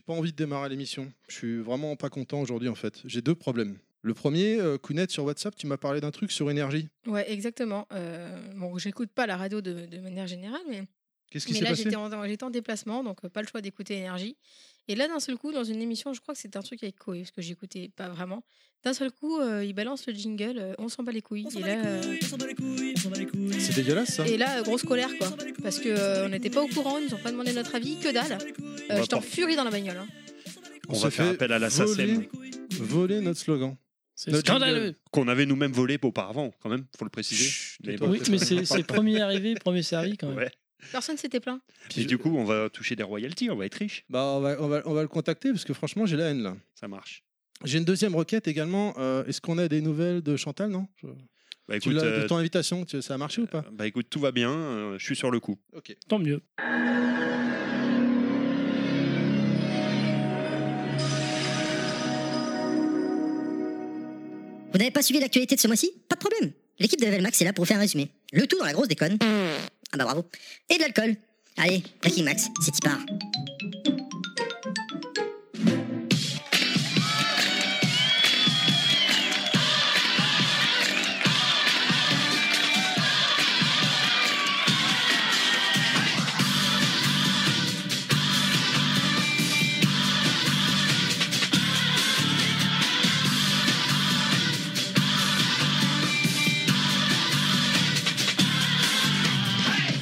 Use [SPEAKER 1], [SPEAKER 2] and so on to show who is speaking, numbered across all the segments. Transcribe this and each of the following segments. [SPEAKER 1] pas envie de démarrer l'émission. Je suis vraiment pas content aujourd'hui en fait. J'ai deux problèmes. Le premier, euh, Kounet, sur WhatsApp, tu m'as parlé d'un truc sur énergie.
[SPEAKER 2] Ouais, exactement. Euh, bon, j'écoute pas la radio de, de manière générale, mais,
[SPEAKER 1] Qu'est-ce qui
[SPEAKER 2] mais
[SPEAKER 1] s'est
[SPEAKER 2] là,
[SPEAKER 1] passé
[SPEAKER 2] j'étais en, j'étais en déplacement, donc euh, pas le choix d'écouter énergie. Et là, d'un seul coup, dans une émission, je crois que c'était un truc avec Koé, parce que j'écoutais pas vraiment. D'un seul coup, euh, il balance le jingle, euh, on s'en bat les couilles.
[SPEAKER 3] On s'en
[SPEAKER 2] et,
[SPEAKER 3] bat
[SPEAKER 2] là,
[SPEAKER 3] les couilles, on s'en bat les couilles, on s'en bat les couilles.
[SPEAKER 1] C'est dégueulasse ça.
[SPEAKER 2] euh, et là, euh, grosse colère, quoi. Parce que euh, on n'était pas au courant, ils nous ont pas demandé notre avis, que dalle.
[SPEAKER 1] On
[SPEAKER 2] Euh,
[SPEAKER 1] va
[SPEAKER 2] j'étais en
[SPEAKER 1] pas-
[SPEAKER 2] furie dans la bagnole. hein.
[SPEAKER 1] On
[SPEAKER 4] On
[SPEAKER 1] s'est
[SPEAKER 4] va faire
[SPEAKER 1] fait
[SPEAKER 4] appel à la
[SPEAKER 1] voler.
[SPEAKER 4] SACEM
[SPEAKER 1] Voler notre slogan.
[SPEAKER 5] C'est
[SPEAKER 1] Notre
[SPEAKER 5] scandaleux.
[SPEAKER 4] qu'on avait nous-mêmes volé auparavant, quand même, faut le préciser.
[SPEAKER 1] Chut,
[SPEAKER 4] Mais
[SPEAKER 1] tais-toi.
[SPEAKER 4] bon.
[SPEAKER 5] Oui, mais c'est c'est premier arrivé, premier servi quand même.
[SPEAKER 4] Ouais.
[SPEAKER 2] Personne s'était plaint.
[SPEAKER 4] Puis du coup, on va toucher des royalties, on va être riche,
[SPEAKER 1] Bah, on va, on va- on va le contacter parce que franchement, j'ai la haine là.
[SPEAKER 4] ça marche.
[SPEAKER 1] J'ai une deuxième requête également. Euh, Est-ce qu'on a des nouvelles de Chantal Non Je-
[SPEAKER 4] Bah
[SPEAKER 1] Tu
[SPEAKER 4] écoute,
[SPEAKER 1] l'as-
[SPEAKER 4] euh,
[SPEAKER 1] De ton invitation, tu- ça a marché ou pas
[SPEAKER 4] bah écoute, tout va bien, euh, je suis sur le coup.
[SPEAKER 1] Ok.
[SPEAKER 5] Tant mieux.
[SPEAKER 6] Vous n'avez pas suivi l'actualité de ce mois-ci Pas de problème. L'équipe de Level Max est là pour vous faire un résumé. Le tout dans la grosse déconne. Ah bah bravo. Et de l'alcool. Allez, Cracking Max, c'est y part.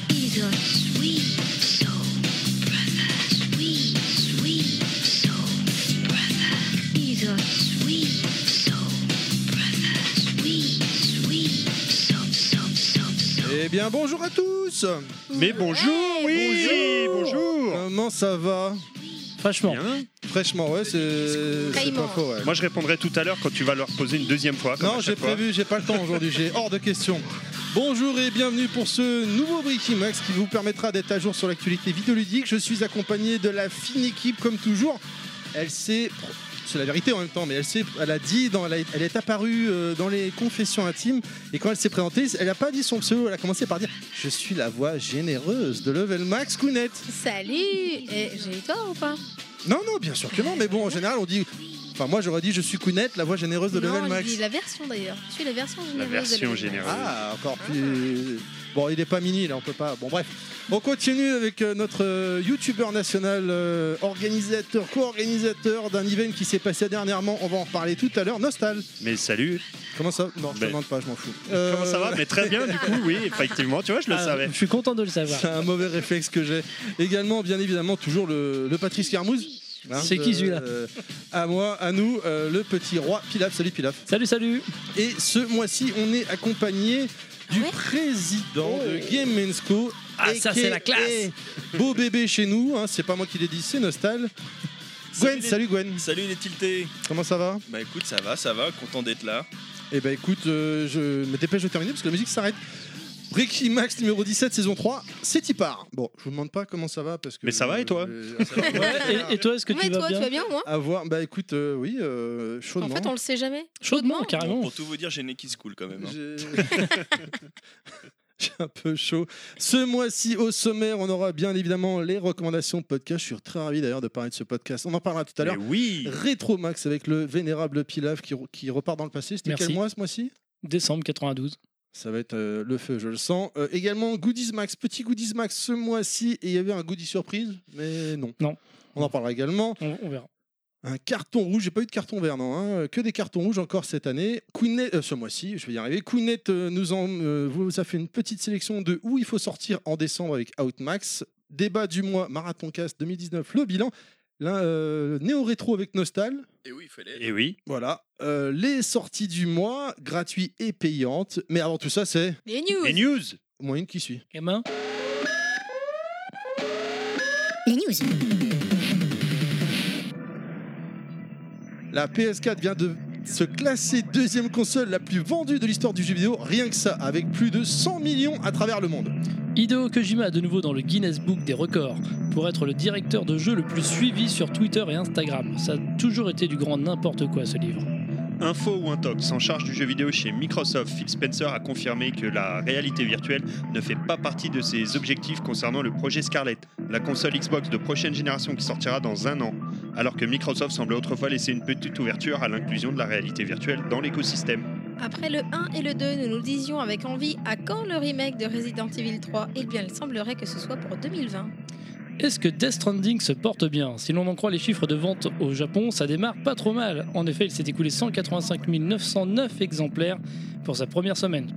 [SPEAKER 7] He's a sweet soul, brother. Sweet, sweet soul, brother. He's a sweet soul, brother. Sweet, sweet soul, soul, soul, soul.
[SPEAKER 1] Eh bien, bonjour à tous
[SPEAKER 4] Mais bonjour, oui, bonjour.
[SPEAKER 1] Comment ça va
[SPEAKER 5] Franchement.
[SPEAKER 4] Bien.
[SPEAKER 1] Fraîchement, ouais, c'est Euh, c'est
[SPEAKER 2] Caïman.
[SPEAKER 1] pas faux. ouais.
[SPEAKER 4] Moi, je répondrai tout à l'heure quand tu vas leur poser une deuxième fois. comme à
[SPEAKER 1] Non, j'ai
[SPEAKER 4] chaque fois.
[SPEAKER 1] prévu, j'ai pas le temps aujourd'hui, j'ai hors de question. Bonjour et bienvenue pour ce nouveau Breaking Max qui vous permettra d'être à jour sur l'actualité vidéoludique. Je suis accompagné de la fine équipe comme toujours. Elle s'est, c'est la vérité en même temps, mais elle s'est, elle a dit, dans, elle, a- elle est apparue euh, dans les confessions intimes et quand elle s'est présentée, elle a pas dit son pseudo, elle a commencé par dire je suis la voix généreuse de Level Max Kounet.
[SPEAKER 2] Salut Et j'ai eu tort ou pas
[SPEAKER 1] Non, non, bien sûr que non, mais bon, en général on dit, enfin moi j'aurais dit je suis Kounet, la voix généreuse de Level
[SPEAKER 2] Non,
[SPEAKER 1] Max.
[SPEAKER 2] j'ai dit la version d'ailleurs. Je suis la version généreuse. de
[SPEAKER 4] version
[SPEAKER 2] Level Max.
[SPEAKER 4] généreuse.
[SPEAKER 1] Ah, encore plus. Bon, il est pas mini là, on peut pas. Bon, bref. On continue avec euh, notre euh, youtubeur national, euh, organisateur, co-organisateur d'un event qui s'est passé dernièrement. On va en reparler tout à l'heure. Nostal.
[SPEAKER 4] Mais salut.
[SPEAKER 1] Comment ça Non, je te
[SPEAKER 4] Ben.
[SPEAKER 1] demande pas, je m'en fous.
[SPEAKER 4] Comment ça va Mais très bien, du coup, oui, effectivement. Tu vois, je le
[SPEAKER 5] Ah,
[SPEAKER 4] savais.
[SPEAKER 5] je suis content de le savoir.
[SPEAKER 1] C'est un mauvais réflexe que j'ai. Également, bien évidemment, toujours le, le Patrice Carmouze. hein,
[SPEAKER 5] C'est qui,
[SPEAKER 1] de-
[SPEAKER 5] celui-là
[SPEAKER 1] euh, À moi, à nous, euh, le petit roi Pilaf. Salut Pilaf.
[SPEAKER 5] Salut, salut.
[SPEAKER 1] Et ce mois-ci, on est accompagné du
[SPEAKER 2] Ah ouais
[SPEAKER 1] président de Game Co.
[SPEAKER 5] Oh. Ah, ça, c'est la
[SPEAKER 1] aka,
[SPEAKER 5] classe.
[SPEAKER 1] Beau bébé chez nous, hein, c'est pas moi qui l'ai dit, c'est Nostal. Gwen,
[SPEAKER 8] les-
[SPEAKER 1] salut Gwen,
[SPEAKER 8] Salut les tiltés
[SPEAKER 1] comment ça va
[SPEAKER 8] Bah écoute, ça va, ça va, content d'être là.
[SPEAKER 1] Eh ben écoute, euh, je me dépêche de terminer parce que la musique s'arrête. Ricky Max numéro 17 saison 3, c'est y part. Bon, je vous demande pas comment ça va parce que
[SPEAKER 4] Mais ça va, et toi
[SPEAKER 1] Euh,
[SPEAKER 5] Ouais, et, et toi, est-ce que
[SPEAKER 2] Ouais,
[SPEAKER 5] tu vas
[SPEAKER 2] toi, tu
[SPEAKER 5] bien
[SPEAKER 2] vas bien au moins
[SPEAKER 1] À voir, bah écoute, euh, oui, euh, chaudement.
[SPEAKER 2] En fait, on le sait jamais.
[SPEAKER 5] Chaudement,
[SPEAKER 8] Bon,
[SPEAKER 5] carrément.
[SPEAKER 8] pour tout vous dire, j'ai nez qui se coule quand même. hein.
[SPEAKER 1] J'ai J'ai un peu chaud. Ce mois-ci, au sommaire, on aura bien évidemment les recommandations podcast. Je suis très ravi d'ailleurs de parler de ce podcast. On en parlera tout à
[SPEAKER 4] Mais
[SPEAKER 1] l'heure.
[SPEAKER 4] oui.
[SPEAKER 1] Rétro Max avec le vénérable Pilaf qui, qui repart dans le passé. C'était
[SPEAKER 5] Merci.
[SPEAKER 1] quel mois ce mois-ci
[SPEAKER 5] Décembre 92.
[SPEAKER 1] ça va être euh, le feu, je le sens. Euh, également, Goodies Max, petit Goodies Max ce mois-ci. Et il y avait un Goodies surprise, mais non.
[SPEAKER 5] Non.
[SPEAKER 1] On en parlera également.
[SPEAKER 5] On, on verra.
[SPEAKER 1] Un carton rouge, j'ai pas eu de carton vert, non, hein, que des cartons rouges encore cette année. Queenette, euh, ce mois-ci, je vais y arriver. Queenette euh, nous en, euh, vous a fait une petite sélection de où il faut sortir en décembre avec Outmax. Débat du mois, Marathon Cast 2019, le bilan. Là, euh, Néo-rétro avec Nostal.
[SPEAKER 8] Et oui, il fallait.
[SPEAKER 4] Et Eh oui.
[SPEAKER 1] Voilà. Euh, les sorties du mois, gratuites et payantes. Mais avant tout ça, c'est
[SPEAKER 2] Les news.
[SPEAKER 4] Les news.
[SPEAKER 1] moyenne qui suit.
[SPEAKER 5] Gamin,
[SPEAKER 6] Les news.
[SPEAKER 1] La PS4 vient de se classer deuxième console la plus vendue de l'histoire du jeu vidéo, rien que ça, avec plus de 100 millions à travers le monde.
[SPEAKER 5] Hideo Kojima de nouveau dans le Guinness Book des records pour être le directeur de jeu le plus suivi sur Twitter et Instagram. Ça a toujours été du grand n'importe quoi ce livre.
[SPEAKER 4] Info ou Intox, en charge du jeu vidéo chez Microsoft, Phil Spencer a confirmé que la réalité virtuelle ne fait pas partie de ses objectifs concernant le projet Scarlett, la console Xbox de prochaine génération qui sortira dans un an, alors que Microsoft semblait autrefois laisser une petite ouverture à l'inclusion de la réalité virtuelle dans l'écosystème.
[SPEAKER 2] Après le 1 et le 2, nous nous disions avec envie à quand le remake de Resident Evil 3 Eh bien, il semblerait que ce soit pour 2020.
[SPEAKER 5] Est-ce que Death Stranding se porte bien Si l'on en croit les chiffres de vente au Japon, ça démarre pas trop mal. En effet, il s'est écoulé 185 909 exemplaires pour sa première semaine.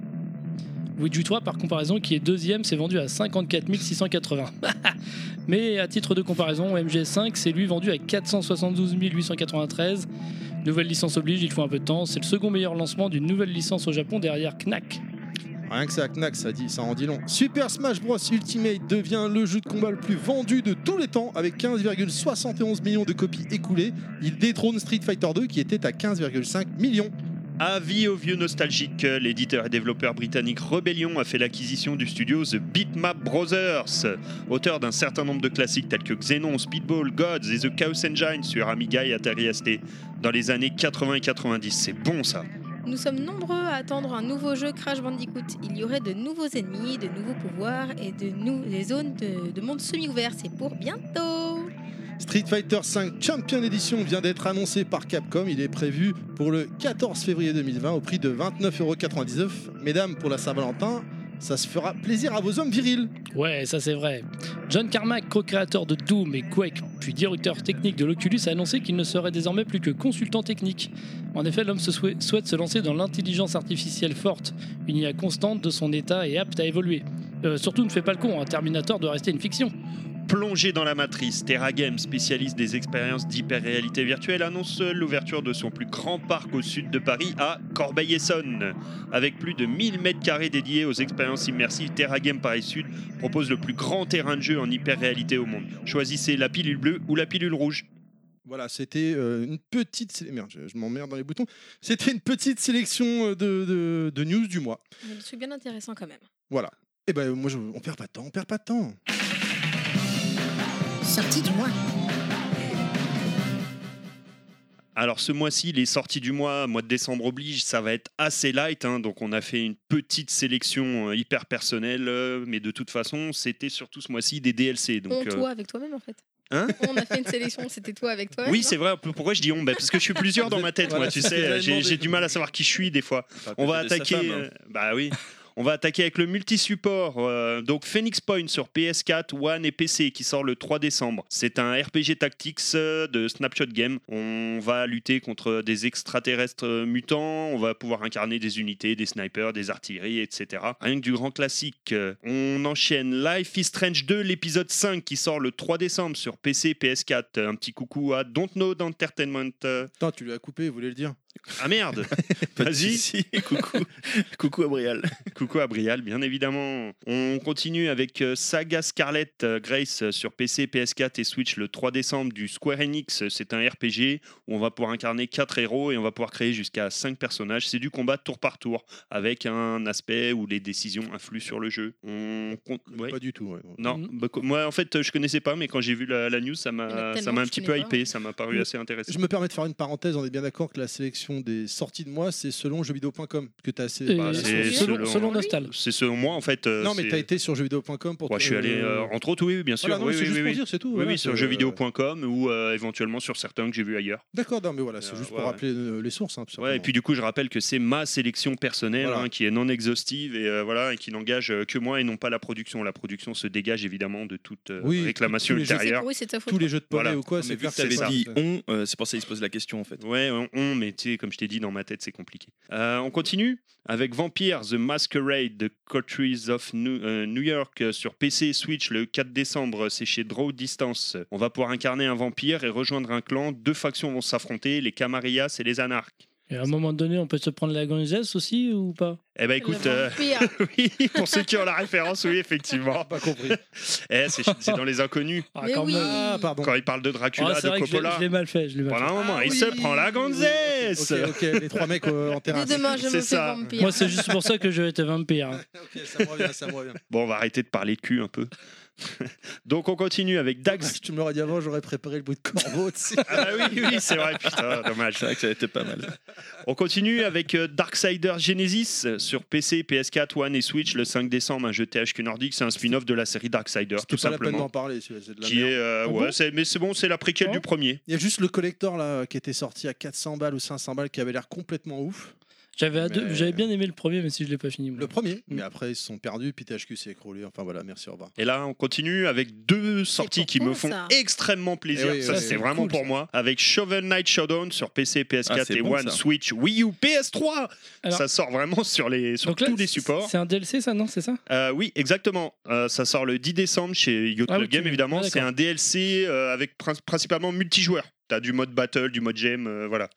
[SPEAKER 5] Ouija 3, par comparaison, qui est deuxième, s'est vendu à 54 680. Mais à titre de comparaison, MGS5 c'est lui vendu à 472 893. Nouvelle licence oblige, il faut un peu de temps. C'est le second meilleur lancement d'une nouvelle licence au Japon derrière Knack.
[SPEAKER 1] Rien que ça, Knack, ça, dit, ça en dit long. Super Smash Bros Ultimate devient le jeu de combat le plus vendu de tous les temps avec 15,71 millions de copies écoulées. Il détrône Street Fighter 2 qui était à 15,5 millions.
[SPEAKER 4] Avis aux vieux nostalgiques, l'éditeur et développeur britannique Rebellion a fait l'acquisition du studio The Bitmap Brothers, auteur d'un certain nombre de classiques tels que Xenon, Speedball, Gods et The Chaos Engine sur Amiga et Atari ST dans les années 80 et 90. C'est bon ça.
[SPEAKER 2] Nous sommes nombreux à attendre un nouveau jeu Crash Bandicoot. Il y aurait de nouveaux ennemis, de nouveaux pouvoirs et de nou- des zones de, de monde semi-ouvert. C'est pour bientôt.
[SPEAKER 1] Street Fighter V Champion Edition vient d'être annoncé par Capcom. Il est prévu pour le 14 février 2020 au prix de 29,99€. Mesdames, pour la Saint-Valentin, ça se fera plaisir à vos hommes virils.
[SPEAKER 5] Ouais, ça c'est vrai. John Carmack, co-créateur de Doom et Quake, puis directeur technique de l'Oculus, a annoncé qu'il ne serait désormais plus que consultant technique. En effet, l'homme se souhait- souhaite se lancer dans l'intelligence artificielle forte, une IA constante de son état et apte à évoluer. Euh, surtout, ne fais pas le con, un Terminator doit rester une fiction.
[SPEAKER 4] Plongé dans la matrice, TerraGame, spécialiste des expériences d'hyper-réalité virtuelle, annonce l'ouverture de son plus grand parc au sud de Paris à Corbeil-Essonne. Avec plus de 1000 mètres carrés dédiés aux expériences immersives, TerraGame Paris Sud propose le plus grand terrain de jeu en hyper-réalité au monde. Choisissez la pilule bleue ou la pilule rouge.
[SPEAKER 1] Voilà, c'était euh, une petite. sé- Merde, je, je m'emmerde dans les boutons. C'était une petite sélection euh, de, de- de news du mois.
[SPEAKER 2] Mais c'est bien intéressant quand même.
[SPEAKER 1] Et ben, moi, je- on perd pas de temps, on perd pas de temps.
[SPEAKER 6] Sortie du mois.
[SPEAKER 4] Alors ce mois-ci, les sorties du mois, mois de décembre oblige, ça va être assez light, hein, donc on a fait une petite sélection euh, hyper personnelle, euh, mais de toute façon, c'était surtout ce mois-ci des DLC. Donc,
[SPEAKER 2] On,
[SPEAKER 4] euh,
[SPEAKER 2] toi, avec toi-même en fait.
[SPEAKER 4] Hein
[SPEAKER 2] On a fait une sélection, c'était toi avec toi.
[SPEAKER 4] Oui, c'est vrai. Pourquoi je dis on Bah, Parce que je suis plusieurs dans ma tête,
[SPEAKER 1] Voilà,
[SPEAKER 4] moi, tu
[SPEAKER 1] c'est ce que j'avais
[SPEAKER 4] sais. J'ai
[SPEAKER 1] demandé.
[SPEAKER 4] j'ai du mal à savoir qui je suis des fois. On va
[SPEAKER 8] Peut-être sa
[SPEAKER 4] attaquer.
[SPEAKER 8] femme, hein.
[SPEAKER 4] euh, Bah oui. On va attaquer avec le multi-support, euh, donc Phoenix Point sur PS4, One et PC qui sort le 3 décembre. C'est un RPG Tactics euh, de Snapshot Game. On va lutter contre des extraterrestres euh, mutants, on va pouvoir incarner des unités, des snipers, des artilleries, etc. Rien que du grand classique. Euh, On enchaîne Life is Strange 2, l'épisode 5 qui sort le 3 décembre sur PC et PS4. Euh, Un petit coucou à Dontnod Entertainment. Euh,
[SPEAKER 1] Putain, tu l'as coupé, vous voulez le dire
[SPEAKER 4] Ah merde Vas-y
[SPEAKER 8] Vas-y, coucou. coucou, Abrial.
[SPEAKER 4] Coucou à Brial, bien évidemment. On continue avec euh, Saga Scarlet euh, Grace euh, sur PC, PS4 et Switch le 3 décembre du Square Enix. C'est un RPG où on va pouvoir incarner 4 héros et on va pouvoir créer jusqu'à 5 personnages. C'est du combat tour par tour avec un aspect où les décisions influent sur le jeu. On compte... ouais.
[SPEAKER 1] Pas du tout. ouais.
[SPEAKER 4] Non, bah, co- moi en fait euh, je connaissais pas, mais quand j'ai vu la, la news, ça
[SPEAKER 2] Mhm. Il y en a
[SPEAKER 4] m'a ça
[SPEAKER 2] tellement
[SPEAKER 4] m'a un
[SPEAKER 2] que je
[SPEAKER 4] petit peu
[SPEAKER 2] connais pas.
[SPEAKER 4] hypé, ça m'a paru
[SPEAKER 1] Je-
[SPEAKER 4] Ah assez intéressant.
[SPEAKER 1] Mm. Je me permets de faire une parenthèse, on est bien d'accord que la sélection des sorties de mois, c'est selon jeuxvideo.com. Que t'as assez...
[SPEAKER 5] Et
[SPEAKER 4] Bah, c'est
[SPEAKER 5] selon,
[SPEAKER 4] selon-
[SPEAKER 5] selon Nostal.
[SPEAKER 4] C'est ce moi en fait. euh,
[SPEAKER 1] non, mais
[SPEAKER 4] c'est-
[SPEAKER 1] t'as été sur jeuxvideo.com pour.
[SPEAKER 4] Ouais, je suis allé
[SPEAKER 1] euh,
[SPEAKER 4] euh, entre autres, oui, oui, bien sûr.
[SPEAKER 1] Voilà, non,
[SPEAKER 4] oui,
[SPEAKER 1] mais c'est
[SPEAKER 4] oui,
[SPEAKER 1] juste
[SPEAKER 4] oui,
[SPEAKER 1] pour
[SPEAKER 4] oui.
[SPEAKER 1] dire, c'est tout.
[SPEAKER 4] Oui,
[SPEAKER 1] voilà,
[SPEAKER 4] oui, sur
[SPEAKER 1] c'est- euh,
[SPEAKER 4] jeuxvideo.com ou euh, éventuellement sur certains que j'ai vus ailleurs.
[SPEAKER 1] D'accord, non, mais voilà, c'est
[SPEAKER 4] Euh,
[SPEAKER 1] juste
[SPEAKER 4] ouais,
[SPEAKER 1] pour
[SPEAKER 4] ouais.
[SPEAKER 1] rappeler euh, les sources. hein, tout
[SPEAKER 4] Ouais, et
[SPEAKER 1] simplement.
[SPEAKER 4] puis du coup, je rappelle que c'est ma sélection personnelle
[SPEAKER 1] Voilà.
[SPEAKER 4] hein, qui est non exhaustive et, euh, voilà, et qui n'engage euh, que moi et non pas la production. La production se dégage évidemment de toute euh,
[SPEAKER 1] Oui,
[SPEAKER 4] réclamation
[SPEAKER 1] tous les jeux-
[SPEAKER 4] ultérieure.
[SPEAKER 2] Oui, c'est ta faute.
[SPEAKER 1] tous les jeux de poney
[SPEAKER 4] Voilà.
[SPEAKER 1] ou quoi,
[SPEAKER 8] Mais
[SPEAKER 1] c'est
[SPEAKER 8] vu
[SPEAKER 1] faire
[SPEAKER 8] que t'avais
[SPEAKER 1] ça.
[SPEAKER 8] dit on, euh, c'est pour ça qu'il se pose la question en fait.
[SPEAKER 4] Ouais, on, on, mais tu sais, comme je t'ai dit, dans ma tête, c'est compliqué. Euh, on continue avec Vampire The Masquerade The Countries of New, euh, New York euh, sur PC et Switch le 4 décembre. C'est chez Draw Distance. On va pouvoir incarner un vampire et rejoindre un clan. Deux factions vont s'affronter, les Camarillas et les Anarques.
[SPEAKER 5] Et à un moment donné, on peut se prendre la gonzesse aussi ou pas
[SPEAKER 4] Eh ben
[SPEAKER 2] Le
[SPEAKER 4] écoute, euh,
[SPEAKER 2] vampire.
[SPEAKER 4] oui, pour ceux qui ont la référence, oui, effectivement.
[SPEAKER 1] Pas compris.
[SPEAKER 4] Eh, c'est c'est dans Les Inconnus,
[SPEAKER 5] Ah,
[SPEAKER 2] Mais
[SPEAKER 5] quand
[SPEAKER 2] oui.
[SPEAKER 5] même.
[SPEAKER 1] Ah, pardon.
[SPEAKER 4] quand ils parlent de
[SPEAKER 5] Ah,
[SPEAKER 4] Dracula,
[SPEAKER 5] c'est
[SPEAKER 4] de
[SPEAKER 5] vrai que je l'ai-
[SPEAKER 4] Coppola.
[SPEAKER 5] je l'ai mal fait, je l'ai mal
[SPEAKER 4] Pendant
[SPEAKER 5] fait.
[SPEAKER 4] un moment,
[SPEAKER 1] Ah
[SPEAKER 4] il
[SPEAKER 1] oui.
[SPEAKER 4] se prend la gonzesse
[SPEAKER 1] Ok, ok, les trois mecs euh, en
[SPEAKER 2] Dès
[SPEAKER 1] terrasse.
[SPEAKER 2] demain, je
[SPEAKER 4] C'est
[SPEAKER 2] me fais
[SPEAKER 4] ça.
[SPEAKER 2] vampire.
[SPEAKER 5] Moi, c'est juste pour ça que je vais être vampire. hein.
[SPEAKER 1] ok, ça me revient, ça me revient.
[SPEAKER 4] Bon, on va arrêter de parler de cul un peu. Donc on continue avec Dax.
[SPEAKER 1] Si Ah, tu me l'aurais dit avant, j'aurais préparé le bruit de corbeau. tu sais.
[SPEAKER 4] Ah bah oui, oui, c'est vrai, putain, dommage.
[SPEAKER 8] C'est vrai que ça a été pas mal.
[SPEAKER 4] On continue avec euh, Darksider Genesis euh, sur PC, PS4, One et Switch le 5 décembre, un jeu THQ Nordic, c'est un spin-off de la série Darksider,
[SPEAKER 1] C'était
[SPEAKER 4] tout
[SPEAKER 1] pas la peine d'en
[SPEAKER 4] simplement.
[SPEAKER 1] parler. celui-là, c'est de la
[SPEAKER 4] Qui
[SPEAKER 1] merde.
[SPEAKER 4] est, euh,
[SPEAKER 5] Ah
[SPEAKER 4] ouais,
[SPEAKER 5] bon
[SPEAKER 4] c'est- mais c'est bon, c'est la préquelle
[SPEAKER 5] Ah.
[SPEAKER 4] du premier.
[SPEAKER 1] Il y a juste le collector là qui était sorti à 400 balles ou 500 balles qui avait l'air complètement ouf.
[SPEAKER 5] J'avais à deux-
[SPEAKER 1] Mais-
[SPEAKER 5] j'avais bien aimé le premier, mais si je l'ai pas fini. moi.
[SPEAKER 1] Le premier.
[SPEAKER 5] Mm.
[SPEAKER 1] Mais après ils se sont perdus, puis THQ s'est écroulé. Enfin voilà, merci, au revoir.
[SPEAKER 4] Et là, on continue avec deux sorties
[SPEAKER 2] pour
[SPEAKER 4] qui me
[SPEAKER 2] quand,
[SPEAKER 4] font
[SPEAKER 2] ça
[SPEAKER 4] extrêmement plaisir.
[SPEAKER 1] Eh oui,
[SPEAKER 4] ça,
[SPEAKER 1] ouais,
[SPEAKER 4] c'est
[SPEAKER 5] c'est
[SPEAKER 4] vraiment
[SPEAKER 5] cool,
[SPEAKER 4] pour
[SPEAKER 5] ça.
[SPEAKER 4] moi. Avec Shovel Knight Showdown sur PC, PS4
[SPEAKER 8] Ah, c'est
[SPEAKER 4] et
[SPEAKER 8] bon,
[SPEAKER 4] One,
[SPEAKER 8] ça.
[SPEAKER 4] Switch, Wii U, PS3.
[SPEAKER 5] Alors-
[SPEAKER 4] ça sort vraiment sur, les, sur
[SPEAKER 5] Donc là,
[SPEAKER 4] tous les
[SPEAKER 5] c'est-
[SPEAKER 4] supports.
[SPEAKER 5] C'est un DLC, ça, non C'est ça
[SPEAKER 4] Euh, oui, exactement. Euh, ça sort le 10 décembre chez Yo
[SPEAKER 5] Ah oui,
[SPEAKER 4] Club Game,
[SPEAKER 5] tu-
[SPEAKER 4] évidemment.
[SPEAKER 5] ah, d'accord.
[SPEAKER 4] c'est un DLC euh, avec prin- principalement multijoueur. T'as du mode battle, du mode gem, euh, voilà.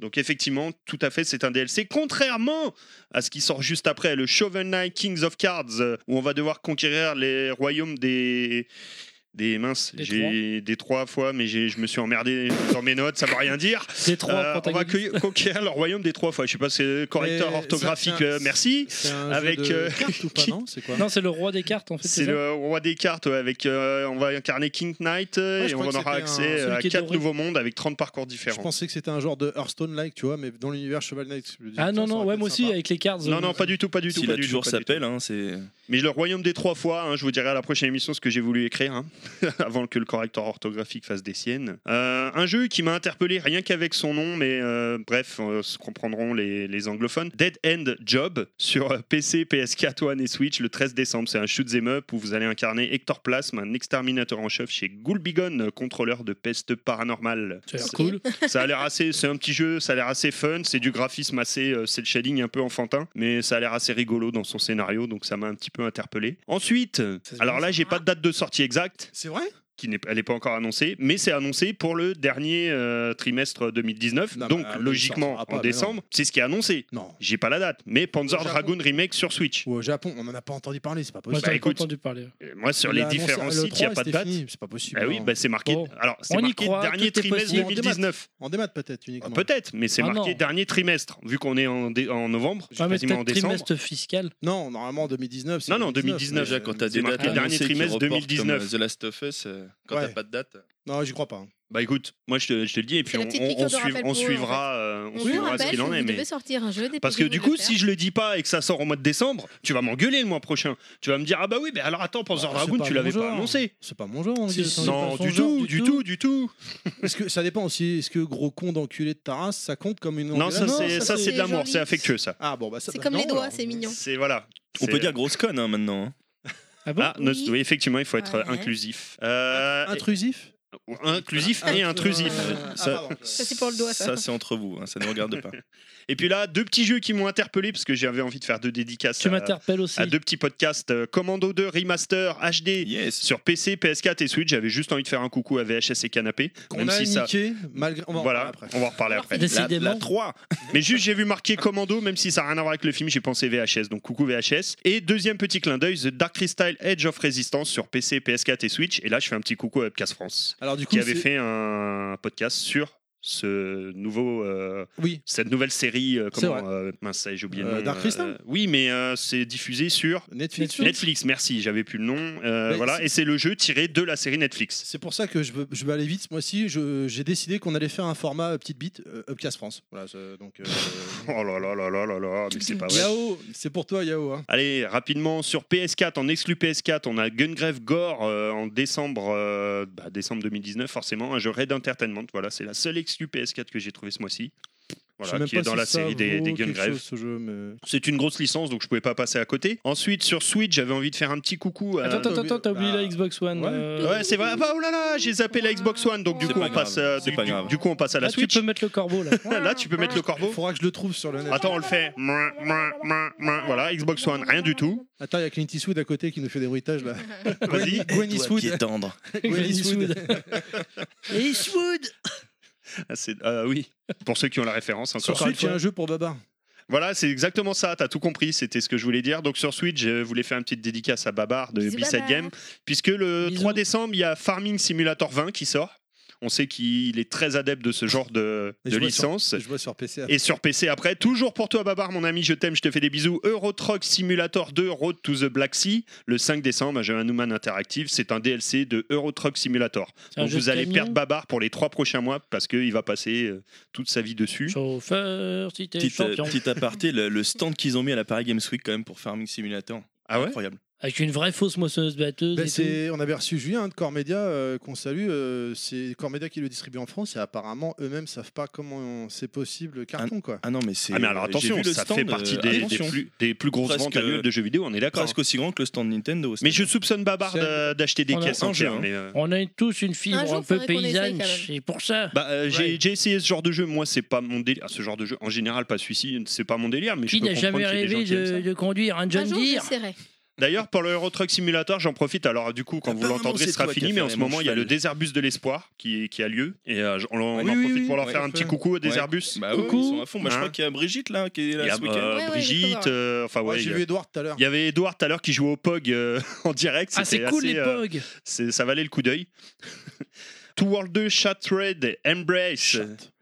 [SPEAKER 4] Donc effectivement, tout à fait, c'est un DLC. Contrairement à ce qui sort juste après, le Shovel Knight Kings of Cards, euh, où on va devoir conquérir les royaumes des... Des minces,
[SPEAKER 5] Des
[SPEAKER 4] j'ai des trois fois, mais j'ai- je me suis emmerdé dans mes notes, ça veut rien dire.
[SPEAKER 5] Les trois
[SPEAKER 4] Euh, on va
[SPEAKER 5] protagonistes.
[SPEAKER 4] cueillir- conquérir le royaume des trois fois. Je sais pas si c'est correcteur
[SPEAKER 1] Mais ça,
[SPEAKER 4] orthographique,
[SPEAKER 1] c'est un-
[SPEAKER 4] euh, merci.
[SPEAKER 1] C'est un
[SPEAKER 4] Avec,
[SPEAKER 1] jeu de
[SPEAKER 4] euh,
[SPEAKER 1] cartes ou pas
[SPEAKER 4] qui-
[SPEAKER 1] non C'est quoi
[SPEAKER 5] Non, c'est le roi des cartes, en fait.
[SPEAKER 4] C'est
[SPEAKER 5] ça
[SPEAKER 4] le roi des cartes ouais, avec euh, on va incarner King Knight euh,
[SPEAKER 1] Ouais, je
[SPEAKER 4] et on
[SPEAKER 1] crois que
[SPEAKER 4] aura
[SPEAKER 1] c'était un-
[SPEAKER 4] accès
[SPEAKER 5] celui
[SPEAKER 4] à
[SPEAKER 5] qui est
[SPEAKER 4] quatre
[SPEAKER 5] doré.
[SPEAKER 4] nouveaux mondes avec 30 parcours
[SPEAKER 1] Je
[SPEAKER 4] différents.
[SPEAKER 1] pensais que c'était un genre de Hearthstone-like, tu vois, mais dans l'univers Cheval Knight. je me dis,
[SPEAKER 5] Ah non,
[SPEAKER 1] putain, ça
[SPEAKER 5] non,
[SPEAKER 1] aurait
[SPEAKER 5] ouais,
[SPEAKER 1] pu
[SPEAKER 5] moi
[SPEAKER 1] être
[SPEAKER 5] aussi,
[SPEAKER 1] sympa.
[SPEAKER 5] avec les cartes.
[SPEAKER 4] Non
[SPEAKER 5] euh,
[SPEAKER 4] non pas du tout pas du tout
[SPEAKER 8] S'il
[SPEAKER 4] pas
[SPEAKER 8] a
[SPEAKER 4] du
[SPEAKER 8] toujours
[SPEAKER 4] tout,
[SPEAKER 8] sa
[SPEAKER 4] pas du tout.
[SPEAKER 8] pelle, hein, c'est.
[SPEAKER 4] Mais le royaume des trois fois hein, je vous dirai à la prochaine émission ce que j'ai voulu écrire hein, avant que le correcteur orthographique fasse des siennes. Euh, un jeu qui m'a interpellé rien qu'avec son nom mais euh, bref euh, se comprendront les, les anglophones. Dead End Job sur euh, PC, PS4, One et Switch le 13 décembre. C'est un shoot 'em up où vous allez incarner Hector Plasm, un exterminateur en chef chez Gulbigon, euh, contrôleur de peste paranormale.
[SPEAKER 5] Ça a l'air
[SPEAKER 2] Ok.
[SPEAKER 5] cool.
[SPEAKER 4] Ça a l'air assez, c'est un petit jeu, ça a l'air assez fun, c'est du graphisme assez, euh, c'est le shading un peu enfantin, mais ça a l'air assez rigolo dans son scénario, donc ça m'a un petit peu interpellé. Ensuite,
[SPEAKER 5] se
[SPEAKER 4] alors
[SPEAKER 5] passe,
[SPEAKER 4] là j'ai pas de date de sortie exacte,
[SPEAKER 1] C'est vrai
[SPEAKER 4] qui n'est, elle n'est pas encore annoncée, mais c'est annoncé pour le dernier euh, trimestre 2019,
[SPEAKER 1] Non,
[SPEAKER 4] donc
[SPEAKER 1] bah, elle ne
[SPEAKER 4] logiquement
[SPEAKER 1] sortira pas,
[SPEAKER 4] en
[SPEAKER 1] mais
[SPEAKER 4] décembre, c'est ce qui est annoncé.
[SPEAKER 1] Non.
[SPEAKER 4] J'ai pas la date, mais Panzer
[SPEAKER 1] Au Japon.
[SPEAKER 4] Dragoon remake sur Switch.
[SPEAKER 1] Ou au Japon, on en a pas entendu parler, c'est pas possible.
[SPEAKER 5] Moi,
[SPEAKER 4] Bah,
[SPEAKER 5] j'avais pas
[SPEAKER 4] écoute.
[SPEAKER 5] entendu parler. hein.
[SPEAKER 4] Euh, Moi sur
[SPEAKER 1] Il
[SPEAKER 4] les
[SPEAKER 1] l'a annoncé
[SPEAKER 4] différents
[SPEAKER 1] à
[SPEAKER 4] sites, il n'y a
[SPEAKER 1] l'E3,
[SPEAKER 4] pas de
[SPEAKER 1] c'était
[SPEAKER 4] date.
[SPEAKER 1] fini, C'est pas possible.
[SPEAKER 4] Bah oui,
[SPEAKER 1] hein.
[SPEAKER 4] bah c'est marqué.
[SPEAKER 5] Bon.
[SPEAKER 4] Alors, c'est
[SPEAKER 5] On y
[SPEAKER 4] marqué
[SPEAKER 5] croit,
[SPEAKER 4] dernier
[SPEAKER 5] tout est
[SPEAKER 4] trimestre
[SPEAKER 5] possible.
[SPEAKER 1] En démat.
[SPEAKER 4] 2019.
[SPEAKER 1] En démat peut-être uniquement.
[SPEAKER 4] Peut-être, mais c'est
[SPEAKER 5] Ah
[SPEAKER 4] marqué
[SPEAKER 5] non.
[SPEAKER 4] dernier trimestre, vu qu'on est en, dé- en novembre,
[SPEAKER 5] Ah, mais
[SPEAKER 4] quasiment en
[SPEAKER 5] peut-être
[SPEAKER 4] décembre.
[SPEAKER 5] trimestre fiscal.
[SPEAKER 1] Non, normalement 2019. c'est
[SPEAKER 4] Non, non, 2019,
[SPEAKER 1] euh,
[SPEAKER 8] Déjà, quand t'as
[SPEAKER 4] C'est
[SPEAKER 8] des dates
[SPEAKER 4] marqué
[SPEAKER 8] annoncées
[SPEAKER 4] dernier
[SPEAKER 8] qui
[SPEAKER 4] trimestre
[SPEAKER 8] reportent
[SPEAKER 4] 2019.
[SPEAKER 8] comme, euh, The Last of Us, euh, quand
[SPEAKER 1] Ouais.
[SPEAKER 8] t'as pas de date.
[SPEAKER 1] Non, j'y crois pas. hein.
[SPEAKER 4] Bah écoute, moi je te, je te le dis, et puis
[SPEAKER 2] C'est
[SPEAKER 4] on,
[SPEAKER 2] la petite piqûre
[SPEAKER 4] on
[SPEAKER 2] de
[SPEAKER 4] suiv-
[SPEAKER 2] rappel
[SPEAKER 4] on
[SPEAKER 2] pour eux,
[SPEAKER 4] suivra, euh, on
[SPEAKER 2] On vous
[SPEAKER 4] suivra
[SPEAKER 2] rappelle
[SPEAKER 4] ce qu'il en
[SPEAKER 2] que
[SPEAKER 4] est.
[SPEAKER 2] vous
[SPEAKER 4] Mais...
[SPEAKER 2] devez sortir un jeu.
[SPEAKER 4] Parce que du coup, si je le dis pas et que ça sort au mois de décembre, tu vas m'en gueuler le mois prochain. Tu vas me dire, ah bah oui, mais alors attends, Panzer
[SPEAKER 1] Bah, c'est
[SPEAKER 4] Dragoon,
[SPEAKER 1] pas
[SPEAKER 4] tu
[SPEAKER 1] mon
[SPEAKER 4] l'avais pas
[SPEAKER 1] genre.
[SPEAKER 4] annoncé.
[SPEAKER 1] C'est pas mon genre. on
[SPEAKER 5] Si,
[SPEAKER 1] dit,
[SPEAKER 5] si,
[SPEAKER 1] c'est
[SPEAKER 4] Non,
[SPEAKER 1] pas son
[SPEAKER 4] du
[SPEAKER 1] genre,
[SPEAKER 4] tout, du tout, du tout.
[SPEAKER 1] Est-ce que ça dépend aussi Est-ce que gros con d'enculé de ta race, ça compte comme une
[SPEAKER 4] Non, ça
[SPEAKER 1] engueulade
[SPEAKER 4] c'est
[SPEAKER 2] ça,
[SPEAKER 4] ça
[SPEAKER 2] c'est
[SPEAKER 4] c'est de l'amour,
[SPEAKER 2] joli.
[SPEAKER 4] c'est affectueux ça.
[SPEAKER 1] Ah bon, bah ça.
[SPEAKER 2] C'est
[SPEAKER 1] bah
[SPEAKER 2] comme
[SPEAKER 1] non,
[SPEAKER 2] les doigts,
[SPEAKER 1] alors.
[SPEAKER 2] c'est mignon.
[SPEAKER 4] C'est voilà.
[SPEAKER 8] On
[SPEAKER 4] C'est-
[SPEAKER 8] peut dire grosse conne hein, maintenant. hein.
[SPEAKER 5] Ah bon
[SPEAKER 4] Ah, ne-
[SPEAKER 2] Oui.
[SPEAKER 4] oui, effectivement, il faut être
[SPEAKER 2] Ouais.
[SPEAKER 4] inclusif. Euh,
[SPEAKER 1] Intrusif.
[SPEAKER 4] et- inclusif et intrusif.
[SPEAKER 1] Euh, ah,
[SPEAKER 8] Ça-
[SPEAKER 1] pardon.
[SPEAKER 2] Ça, c'est pour le doigt, ça.
[SPEAKER 8] c'est entre vous, hein, ça ne regarde pas.
[SPEAKER 4] Et puis là, deux petits jeux qui m'ont interpellé parce que j'avais envie de faire deux dédicaces.
[SPEAKER 5] Tu
[SPEAKER 4] à-
[SPEAKER 5] m'interpelles aussi.
[SPEAKER 4] à deux petits podcasts euh, Commando 2 Remaster HD
[SPEAKER 8] yes.
[SPEAKER 4] sur PC, PS4 et Switch. J'avais juste envie de faire un coucou à VHS et Canapé.
[SPEAKER 1] Qu'on
[SPEAKER 4] Même
[SPEAKER 1] a
[SPEAKER 4] si ça.
[SPEAKER 1] niqué malgré. On va en
[SPEAKER 4] voilà,
[SPEAKER 1] parler après.
[SPEAKER 4] on va en reparler après.
[SPEAKER 5] Décidément.
[SPEAKER 8] La, la 3.
[SPEAKER 4] Mais juste, j'ai vu marqué Commando, même si ça n'a rien à voir avec le film, j'ai pensé VHS, donc coucou VHS. Et deuxième petit clin d'œil, The Dark Crystal Edge of Resistance sur PC, PS4 et Switch. Et là, je fais un petit coucou à Webcast France,
[SPEAKER 1] Alors du coup,
[SPEAKER 4] qui avait
[SPEAKER 1] c'est-
[SPEAKER 4] fait un podcast sur ce nouveau euh,
[SPEAKER 1] Oui.
[SPEAKER 4] cette nouvelle série euh,
[SPEAKER 1] C'est
[SPEAKER 4] comment euh, mince ça y est, j'ai oublié le
[SPEAKER 1] Euh,
[SPEAKER 4] nom,
[SPEAKER 1] Dark Crystal
[SPEAKER 4] oui mais euh, c'est diffusé sur
[SPEAKER 1] Netflix.
[SPEAKER 4] Netflix, merci, j'avais plus le nom. Euh,
[SPEAKER 1] Mais
[SPEAKER 4] voilà,
[SPEAKER 1] c'est-
[SPEAKER 4] et c'est le jeu tiré de la série Netflix.
[SPEAKER 1] C'est pour ça que je veux, je veux aller vite. Moi aussi, je- j'ai décidé qu'on allait faire un format euh, petite bite euh, Upcast France. Voilà, c'est- donc. euh,
[SPEAKER 4] Oh là là là là là là, mais c'est pas vrai.
[SPEAKER 1] Yao, c'est pour toi, Yao. hein.
[SPEAKER 4] Allez, rapidement, sur PS4, en exclu PS4, on a Gungrave Gore euh, en décembre, euh, bah, décembre 2019, forcément, un jeu Red Entertainment. Voilà, c'est la seule exclu PS4 que j'ai trouvée ce mois-ci.
[SPEAKER 1] Je sais
[SPEAKER 4] Voilà,
[SPEAKER 1] même
[SPEAKER 4] qui est
[SPEAKER 1] pas
[SPEAKER 4] dans
[SPEAKER 1] si
[SPEAKER 4] la
[SPEAKER 1] ça
[SPEAKER 4] série des,
[SPEAKER 1] vaut
[SPEAKER 4] des
[SPEAKER 1] quelque
[SPEAKER 4] Gungrave.
[SPEAKER 1] chose, ce jeu, mais-
[SPEAKER 4] C'est une grosse licence, donc je pouvais pas passer à côté. Ensuite, sur Switch, j'avais envie de faire un petit coucou à.
[SPEAKER 5] Attends, attends, attends, t'as oublié
[SPEAKER 1] Bah,
[SPEAKER 5] la Xbox One.
[SPEAKER 1] ouais.
[SPEAKER 5] euh,
[SPEAKER 4] Ouais, c'est vrai. Ah bah, oh là là, j'ai zappé la Xbox One, donc du
[SPEAKER 2] C'est
[SPEAKER 4] coup,
[SPEAKER 8] pas
[SPEAKER 4] on passe,
[SPEAKER 8] grave,
[SPEAKER 4] euh,
[SPEAKER 8] c'est
[SPEAKER 4] du,
[SPEAKER 8] pas
[SPEAKER 4] du-
[SPEAKER 8] grave.
[SPEAKER 4] du coup, on passe à la
[SPEAKER 5] Là, Ah, tu
[SPEAKER 4] Switch.
[SPEAKER 5] peux mettre le corbeau, là.
[SPEAKER 4] Là, tu peux mettre le corbeau.
[SPEAKER 1] Ah, Il faudra que je le trouve sur le net.
[SPEAKER 4] Attends, on le fait. Mouin, mouin, mouin, mouin. Voilà, Xbox One, rien du tout.
[SPEAKER 1] Attends, il y a Clint Eastwood à côté qui nous fait des bruitages là.
[SPEAKER 4] Vas-y.
[SPEAKER 1] Gwen Eastwood.
[SPEAKER 8] qui est tendre.
[SPEAKER 1] Gwen Eastwood.
[SPEAKER 6] Eastwood
[SPEAKER 4] Ah, c'est- euh, oui, pour ceux qui ont la référence,
[SPEAKER 1] Sur
[SPEAKER 4] encore une
[SPEAKER 1] Switch, il y a
[SPEAKER 4] fois.
[SPEAKER 1] un jeu pour Baba.
[SPEAKER 4] Voilà, c'est exactement ça, t'as tout compris, c'était ce que je voulais dire. Donc sur Switch, je voulais faire une petite dédicace à Babar de
[SPEAKER 2] Bisous,
[SPEAKER 4] B-Side
[SPEAKER 2] Babar.
[SPEAKER 4] Game, puisque le
[SPEAKER 5] Bisous.
[SPEAKER 4] 3 décembre, il y a Farming Simulator 20 qui sort. On sait qu'il est très adepte de ce genre de,
[SPEAKER 1] Et
[SPEAKER 4] de
[SPEAKER 1] je vois
[SPEAKER 4] licence.
[SPEAKER 1] Je vois sur PC.
[SPEAKER 4] Et sur PC après, toujours pour toi Babar mon ami, je t'aime, je te fais des bisous. Euro Truck Simulator 2 Road to the Black Sea, le 5 décembre à Jeux Newman Interactive, c'est un DLC de Euro Truck Simulator.
[SPEAKER 5] C'est un
[SPEAKER 4] Donc
[SPEAKER 5] jeu
[SPEAKER 4] vous
[SPEAKER 5] de
[SPEAKER 4] allez
[SPEAKER 5] camion.
[SPEAKER 4] perdre Babar pour les trois prochains mois parce qu'il va passer euh, toute sa vie dessus.
[SPEAKER 5] Chauffeur, si t'es
[SPEAKER 8] Petite, euh,
[SPEAKER 5] champion.
[SPEAKER 8] petite aparté, le, le stand qu'ils ont mis à la Paris Games Week quand même pour Farming Simulator.
[SPEAKER 4] Ah ouais
[SPEAKER 8] Incroyable.
[SPEAKER 5] Avec une vraie fausse moissonneuse batteuse.
[SPEAKER 1] Ben,
[SPEAKER 5] et tout.
[SPEAKER 1] c'est- on avait reçu Julien hein, de Cormedia euh, qu'on salue. euh, c'est Cormedia qui le distribue en France et apparemment eux-mêmes savent pas comment on- c'est possible le carton quoi.
[SPEAKER 8] Ah non, mais c'est.
[SPEAKER 4] Ah mais alors
[SPEAKER 8] j'ai
[SPEAKER 4] attention,
[SPEAKER 8] vu le
[SPEAKER 4] ça
[SPEAKER 8] stand,
[SPEAKER 4] fait partie
[SPEAKER 8] euh,
[SPEAKER 4] des, des
[SPEAKER 8] attention.
[SPEAKER 4] plus, des plus grosses
[SPEAKER 8] Presque- euh,
[SPEAKER 4] ventes annuelles de jeux vidéo, on est d'accord.
[SPEAKER 8] Presque aussi grand que le stand Nintendo.
[SPEAKER 4] Mais je soupçonne Babar
[SPEAKER 1] C'est-
[SPEAKER 4] d'a- d'acheter des
[SPEAKER 5] On a-
[SPEAKER 4] caisses
[SPEAKER 8] un
[SPEAKER 4] entières.
[SPEAKER 8] jeu, hein.
[SPEAKER 4] mais, euh,
[SPEAKER 5] On a tous une fibre
[SPEAKER 2] Un
[SPEAKER 5] un,
[SPEAKER 2] jour,
[SPEAKER 5] peu
[SPEAKER 2] faudrait qu'on essaye,
[SPEAKER 5] paysanne,
[SPEAKER 2] quand même.
[SPEAKER 5] c'est pour ça.
[SPEAKER 4] Bah, euh, j'ai
[SPEAKER 5] Ouais.
[SPEAKER 4] j'ai essayé ce genre de jeu. Moi, c'est pas mon délire. Ah, ce genre de jeu, en général, pas celui-ci, c'est pas mon délire. Mais je
[SPEAKER 5] Qui
[SPEAKER 4] peux
[SPEAKER 5] n'a
[SPEAKER 4] comprendre
[SPEAKER 5] jamais
[SPEAKER 4] qu'il y ait des gens
[SPEAKER 5] rêvé
[SPEAKER 4] qui aiment ça.
[SPEAKER 5] de, de conduire un
[SPEAKER 2] Un
[SPEAKER 5] John
[SPEAKER 2] jour,
[SPEAKER 5] Deere
[SPEAKER 2] j'essaierai.
[SPEAKER 4] D'ailleurs, pour le Euro Truck Simulator, j'en profite. Alors, du coup, quand vous
[SPEAKER 8] Apparemment,
[SPEAKER 4] l'entendrez, ce
[SPEAKER 8] Ah, c'est
[SPEAKER 4] sera
[SPEAKER 8] toi qui
[SPEAKER 4] fini.
[SPEAKER 8] as
[SPEAKER 4] Mais
[SPEAKER 8] fait
[SPEAKER 4] en ce moment, il y a
[SPEAKER 8] Mancheville.
[SPEAKER 4] le Déserbus de l'Espoir qui, qui a lieu. Et euh, je- on, en- on
[SPEAKER 8] Oui,
[SPEAKER 4] en
[SPEAKER 8] oui,
[SPEAKER 4] profite
[SPEAKER 8] oui,
[SPEAKER 4] pour leur
[SPEAKER 8] ouais,
[SPEAKER 4] faire un
[SPEAKER 8] ouais.
[SPEAKER 4] petit coucou au Déserbus.
[SPEAKER 8] Bah ouais,
[SPEAKER 5] Coucou.
[SPEAKER 8] ils sont à fond. Moi, je
[SPEAKER 4] Hein
[SPEAKER 8] crois qu'il y a Brigitte là qui est là
[SPEAKER 4] Il y a
[SPEAKER 8] ce week-end.
[SPEAKER 4] euh,
[SPEAKER 2] Ouais, ouais, j'ai cru
[SPEAKER 4] Brigitte,
[SPEAKER 2] voir.
[SPEAKER 4] euh, enfin,
[SPEAKER 1] Moi,
[SPEAKER 4] ouais. il
[SPEAKER 1] j'ai
[SPEAKER 4] y a-
[SPEAKER 1] vu Edouard tout à l'heure.
[SPEAKER 4] il y avait Edouard tout à l'heure qui jouait au POG euh, en direct.
[SPEAKER 5] Ah, c'est
[SPEAKER 4] C'était
[SPEAKER 5] cool
[SPEAKER 4] assez,
[SPEAKER 5] les
[SPEAKER 4] euh,
[SPEAKER 5] POG
[SPEAKER 4] c'est- ça valait le coup d'œil. Two World 2 Shattered Embrace.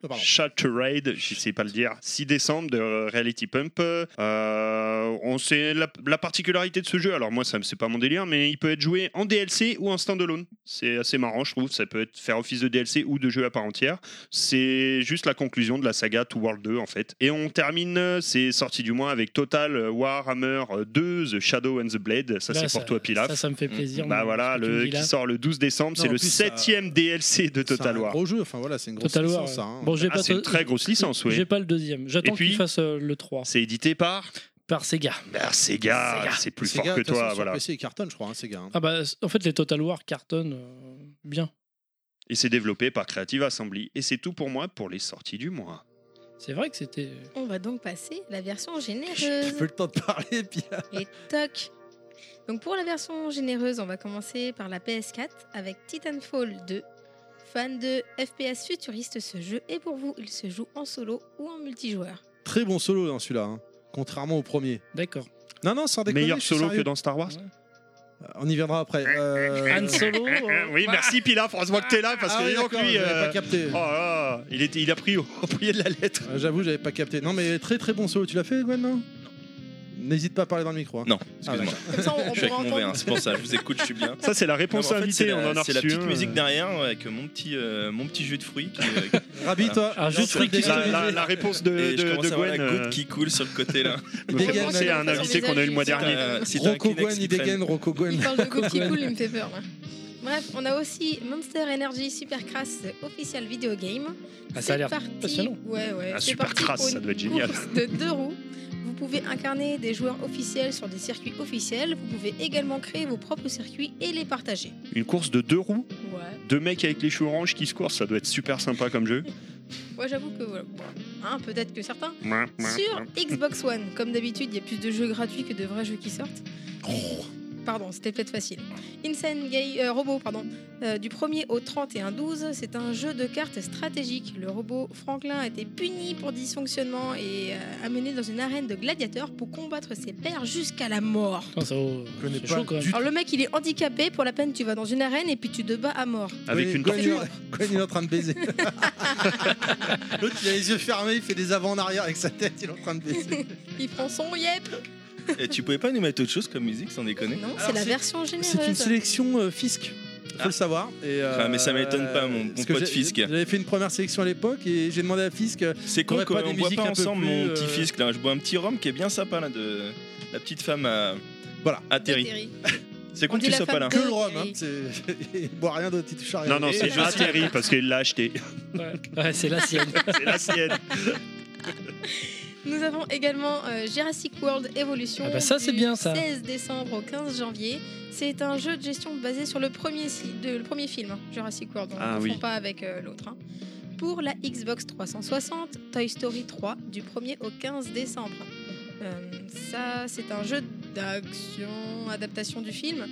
[SPEAKER 1] Oh, pardon.
[SPEAKER 4] Shatterade, je sais pas le dire, 6 décembre de euh, Reality Pump. Euh, on sait la, la particularité de ce jeu, alors moi ça c'est pas mon délire, mais il peut être joué en DLC ou en standalone. C'est assez marrant, je trouve. Ça peut être faire office de DLC ou de jeu à part entière. C'est juste la conclusion de la saga Two World 2 en fait. Et on termine, euh, c'est sorti du mois avec Total Warhammer 2, The Shadow and the Blade. Ça
[SPEAKER 5] Là,
[SPEAKER 4] c'est pour toi Pilaf.
[SPEAKER 5] Ça, ça me fait plaisir.
[SPEAKER 4] bah
[SPEAKER 5] mais
[SPEAKER 4] voilà,
[SPEAKER 5] ce que tu
[SPEAKER 4] le,
[SPEAKER 5] me dis
[SPEAKER 4] qui
[SPEAKER 5] là.
[SPEAKER 4] sort le 12 décembre,
[SPEAKER 1] Non,
[SPEAKER 4] c'est
[SPEAKER 1] en
[SPEAKER 4] le
[SPEAKER 1] plus, ça-
[SPEAKER 4] 7ème DLC de Total
[SPEAKER 1] C'est un
[SPEAKER 4] War.
[SPEAKER 1] gros jeu. Enfin voilà, c'est une grosse
[SPEAKER 5] Total War.
[SPEAKER 1] licence, ça, hein.
[SPEAKER 5] Bon, j'ai
[SPEAKER 4] Ah,
[SPEAKER 5] pas
[SPEAKER 4] c'est
[SPEAKER 5] to-
[SPEAKER 4] une très grosse licence, oui.
[SPEAKER 5] J'ai pas le deuxième.
[SPEAKER 4] Et
[SPEAKER 5] J'attends
[SPEAKER 4] puis-
[SPEAKER 5] qu'il fasse euh, le 3
[SPEAKER 4] C'est édité par
[SPEAKER 5] par Sega.
[SPEAKER 4] Bah, Sega,
[SPEAKER 5] Sega.
[SPEAKER 4] c'est plus
[SPEAKER 1] Sega,
[SPEAKER 4] fort que
[SPEAKER 1] de toute façon,
[SPEAKER 4] toi,
[SPEAKER 1] sur
[SPEAKER 4] voilà.
[SPEAKER 1] PC, ils cartonnent, je crois, hein, Sega. hein.
[SPEAKER 5] Ah bah c- en fait les Total War cartonnent euh, bien.
[SPEAKER 4] Et c'est développé par Creative Assembly. Et c'est tout pour moi pour les sorties du mois.
[SPEAKER 5] C'est vrai que c'était.
[SPEAKER 2] On va donc passer à la version
[SPEAKER 1] J'ai
[SPEAKER 2] généreuse.
[SPEAKER 1] plus le temps de parler. Puis là,
[SPEAKER 2] Et toc Donc pour la version généreuse, on va commencer par la PS4 avec Titanfall 2. Fan de FPS futuriste, ce jeu est pour vous. Il se joue en solo ou en multijoueur.
[SPEAKER 1] Très bon solo dans celui-là, hein. contrairement au premier.
[SPEAKER 5] D'accord.
[SPEAKER 1] Non, non, sans déconner.
[SPEAKER 4] Meilleur
[SPEAKER 1] je suis
[SPEAKER 4] solo que
[SPEAKER 1] sérieux.
[SPEAKER 4] dans Star Wars
[SPEAKER 1] On y viendra après. Euh,
[SPEAKER 5] Han Solo. euh,
[SPEAKER 4] Oui, merci Pilaf, heureusement que t'es là, parce
[SPEAKER 1] ah
[SPEAKER 4] que
[SPEAKER 1] oui,
[SPEAKER 4] dis donc,
[SPEAKER 1] d'accord,
[SPEAKER 4] lui,
[SPEAKER 1] j'avais
[SPEAKER 4] euh,
[SPEAKER 1] pas capté.
[SPEAKER 4] oh là là, il, était, il a pris au au pied de la lettre.
[SPEAKER 1] Euh, J'avoue, j'avais pas capté. Non, mais très très bon solo. Tu l'as fait, Gwen, non N'hésite pas à parler dans le micro. hein.
[SPEAKER 8] Non,
[SPEAKER 1] Ah,
[SPEAKER 8] excuse-moi.
[SPEAKER 1] d'accord.
[SPEAKER 2] Comme ça, on,
[SPEAKER 8] je suis avec
[SPEAKER 2] pourra
[SPEAKER 8] mon verre,
[SPEAKER 2] entendre.
[SPEAKER 8] hein, c'est pour ça. Je vous écoute, je suis bien.
[SPEAKER 4] Ça, c'est la
[SPEAKER 8] Non,
[SPEAKER 4] réponse
[SPEAKER 8] mais en fait,
[SPEAKER 4] invitée,
[SPEAKER 8] c'est la-
[SPEAKER 4] on en a
[SPEAKER 8] C'est la
[SPEAKER 4] reçu
[SPEAKER 8] petite
[SPEAKER 4] un.
[SPEAKER 8] musique derrière ouais, avec mon petit, euh, mon petit jus de fruits. Qui, euh,
[SPEAKER 1] Rabi, toi.
[SPEAKER 5] Ah, juste
[SPEAKER 1] lance-toi
[SPEAKER 5] Ricky,
[SPEAKER 1] dès que
[SPEAKER 4] La,
[SPEAKER 1] tu
[SPEAKER 4] la-
[SPEAKER 1] veux.
[SPEAKER 4] la réponse de,
[SPEAKER 8] et je
[SPEAKER 4] de-
[SPEAKER 8] commence
[SPEAKER 4] de
[SPEAKER 8] à voir
[SPEAKER 4] Gwen
[SPEAKER 8] la
[SPEAKER 4] euh,
[SPEAKER 8] goutte qui coule sur le côté là.
[SPEAKER 4] me fait
[SPEAKER 1] Dégaine. euh,
[SPEAKER 4] penser à un
[SPEAKER 2] Sur
[SPEAKER 4] invité
[SPEAKER 2] visage,
[SPEAKER 4] qu'on a eu le mois
[SPEAKER 2] c'est un-
[SPEAKER 4] dernier.
[SPEAKER 8] Euh, si t'as un
[SPEAKER 1] Rocco
[SPEAKER 8] Kleenex
[SPEAKER 1] Gwen,
[SPEAKER 8] qui
[SPEAKER 1] il
[SPEAKER 8] traîne.
[SPEAKER 1] dégaine Rocco Gwen.
[SPEAKER 2] Il parle de
[SPEAKER 4] Ah
[SPEAKER 2] Cookie Cool, il me fait peur. là. Bref, on a aussi Monster Energy Supercrass Official Video Game.
[SPEAKER 5] Ah, ça a
[SPEAKER 2] C'est
[SPEAKER 5] l'air
[SPEAKER 2] parti-
[SPEAKER 5] passionnant.
[SPEAKER 2] Ouais, ouais.
[SPEAKER 4] Ah,
[SPEAKER 2] C'est
[SPEAKER 4] super
[SPEAKER 2] parti
[SPEAKER 4] crasse,
[SPEAKER 2] pour
[SPEAKER 4] ça
[SPEAKER 2] une
[SPEAKER 4] doit être génial.
[SPEAKER 2] course De deux roues. Vous pouvez incarner des joueurs officiels sur des circuits officiels. Vous pouvez également créer vos propres circuits et les partager.
[SPEAKER 4] Une course de deux roues,
[SPEAKER 2] Ouais.
[SPEAKER 4] deux mecs avec les cheveux oranges qui se courent, ça doit être super sympa comme jeu.
[SPEAKER 2] Moi, j'avoue que voilà. Bon, hein, peut-être que certains.
[SPEAKER 4] Mouin, mouin,
[SPEAKER 2] Sur
[SPEAKER 4] mouin.
[SPEAKER 2] Xbox One, comme d'habitude, il y a plus de jeux gratuits que de vrais jeux qui sortent. Pardon, c'était peut-être facile. Insane Gay euh, Robo, pardon. Euh, du 1er au 31-12, c'est un jeu de cartes stratégique. Le robot Franklin a été puni pour dysfonctionnement et euh, amené dans une arène de gladiateurs pour combattre ses pairs jusqu'à la mort.
[SPEAKER 5] Putain, ça vaut-
[SPEAKER 1] connais
[SPEAKER 5] c'est
[SPEAKER 1] pas
[SPEAKER 5] chaud quand même.
[SPEAKER 1] du-
[SPEAKER 2] Alors le mec, il est handicapé, pour la peine, tu vas dans une arène et puis tu te bats à mort.
[SPEAKER 4] Avec
[SPEAKER 1] Gwen,
[SPEAKER 4] une
[SPEAKER 1] Gwen,
[SPEAKER 4] tortue.
[SPEAKER 1] il est- Gwen, il est en train de baiser. L'autre, il a les yeux fermés, il fait des avant en arrière avec sa tête, il est en train de baiser.
[SPEAKER 2] Il prend son yep.
[SPEAKER 8] Et Eh, tu pouvais pas nous mettre autre chose comme musique sans déconner
[SPEAKER 2] Non, Hein, c'est
[SPEAKER 1] Alors,
[SPEAKER 2] la
[SPEAKER 1] c'est-
[SPEAKER 2] version
[SPEAKER 1] C'est une
[SPEAKER 2] généreuse.
[SPEAKER 1] sélection euh, Fisk. Faut
[SPEAKER 8] Ah.
[SPEAKER 1] le savoir. Et, euh,
[SPEAKER 8] Ah, mais ça m'étonne pas, mon- mon
[SPEAKER 1] parce que
[SPEAKER 8] pote
[SPEAKER 1] j'ai-
[SPEAKER 8] Fisk.
[SPEAKER 1] J'avais fait une première sélection à l'époque et j'ai demandé à Fisk. euh,
[SPEAKER 8] C'est
[SPEAKER 1] T'aurais
[SPEAKER 8] con qu'on
[SPEAKER 1] pas des
[SPEAKER 8] on boit
[SPEAKER 1] musiques
[SPEAKER 8] pas
[SPEAKER 1] un peu
[SPEAKER 8] ensemble
[SPEAKER 1] plus,
[SPEAKER 8] mon
[SPEAKER 1] euh,
[SPEAKER 8] petit fisc là. Je bois un petit rhum qui est bien sympa là de la petite femme à
[SPEAKER 1] Voilà.
[SPEAKER 8] atterri.
[SPEAKER 2] Terry.
[SPEAKER 8] C'est con
[SPEAKER 2] On
[SPEAKER 8] que
[SPEAKER 2] dit
[SPEAKER 8] tu
[SPEAKER 2] la
[SPEAKER 8] sois pas
[SPEAKER 2] femme
[SPEAKER 8] là.
[SPEAKER 1] Que
[SPEAKER 2] Oui,
[SPEAKER 1] le rhum, hein.
[SPEAKER 2] oui.
[SPEAKER 1] c'est- Il boit rien d'autre, il touche à rien. Ah,
[SPEAKER 4] Non, non, c'est
[SPEAKER 8] Et-
[SPEAKER 4] atterri parce qu'il l'a acheté.
[SPEAKER 5] Ouais, Ouais, c'est la sienne.
[SPEAKER 4] C'est la sienne.
[SPEAKER 2] Nous avons également euh, Jurassic World Evolution.
[SPEAKER 5] Ah bah ça,
[SPEAKER 2] du
[SPEAKER 5] c'est bien, ça.
[SPEAKER 2] 16 décembre au 15 janvier. C'est un jeu de gestion basé sur le premier, si- de- le premier film, hein, Jurassic World. On
[SPEAKER 4] Ah
[SPEAKER 2] ne confond
[SPEAKER 4] oui.
[SPEAKER 2] pas avec euh, l'autre. hein. Pour la Xbox 360, Toy Story 3 du 1er au 15 décembre. Euh, ça, c'est un jeu d'action, adaptation du film.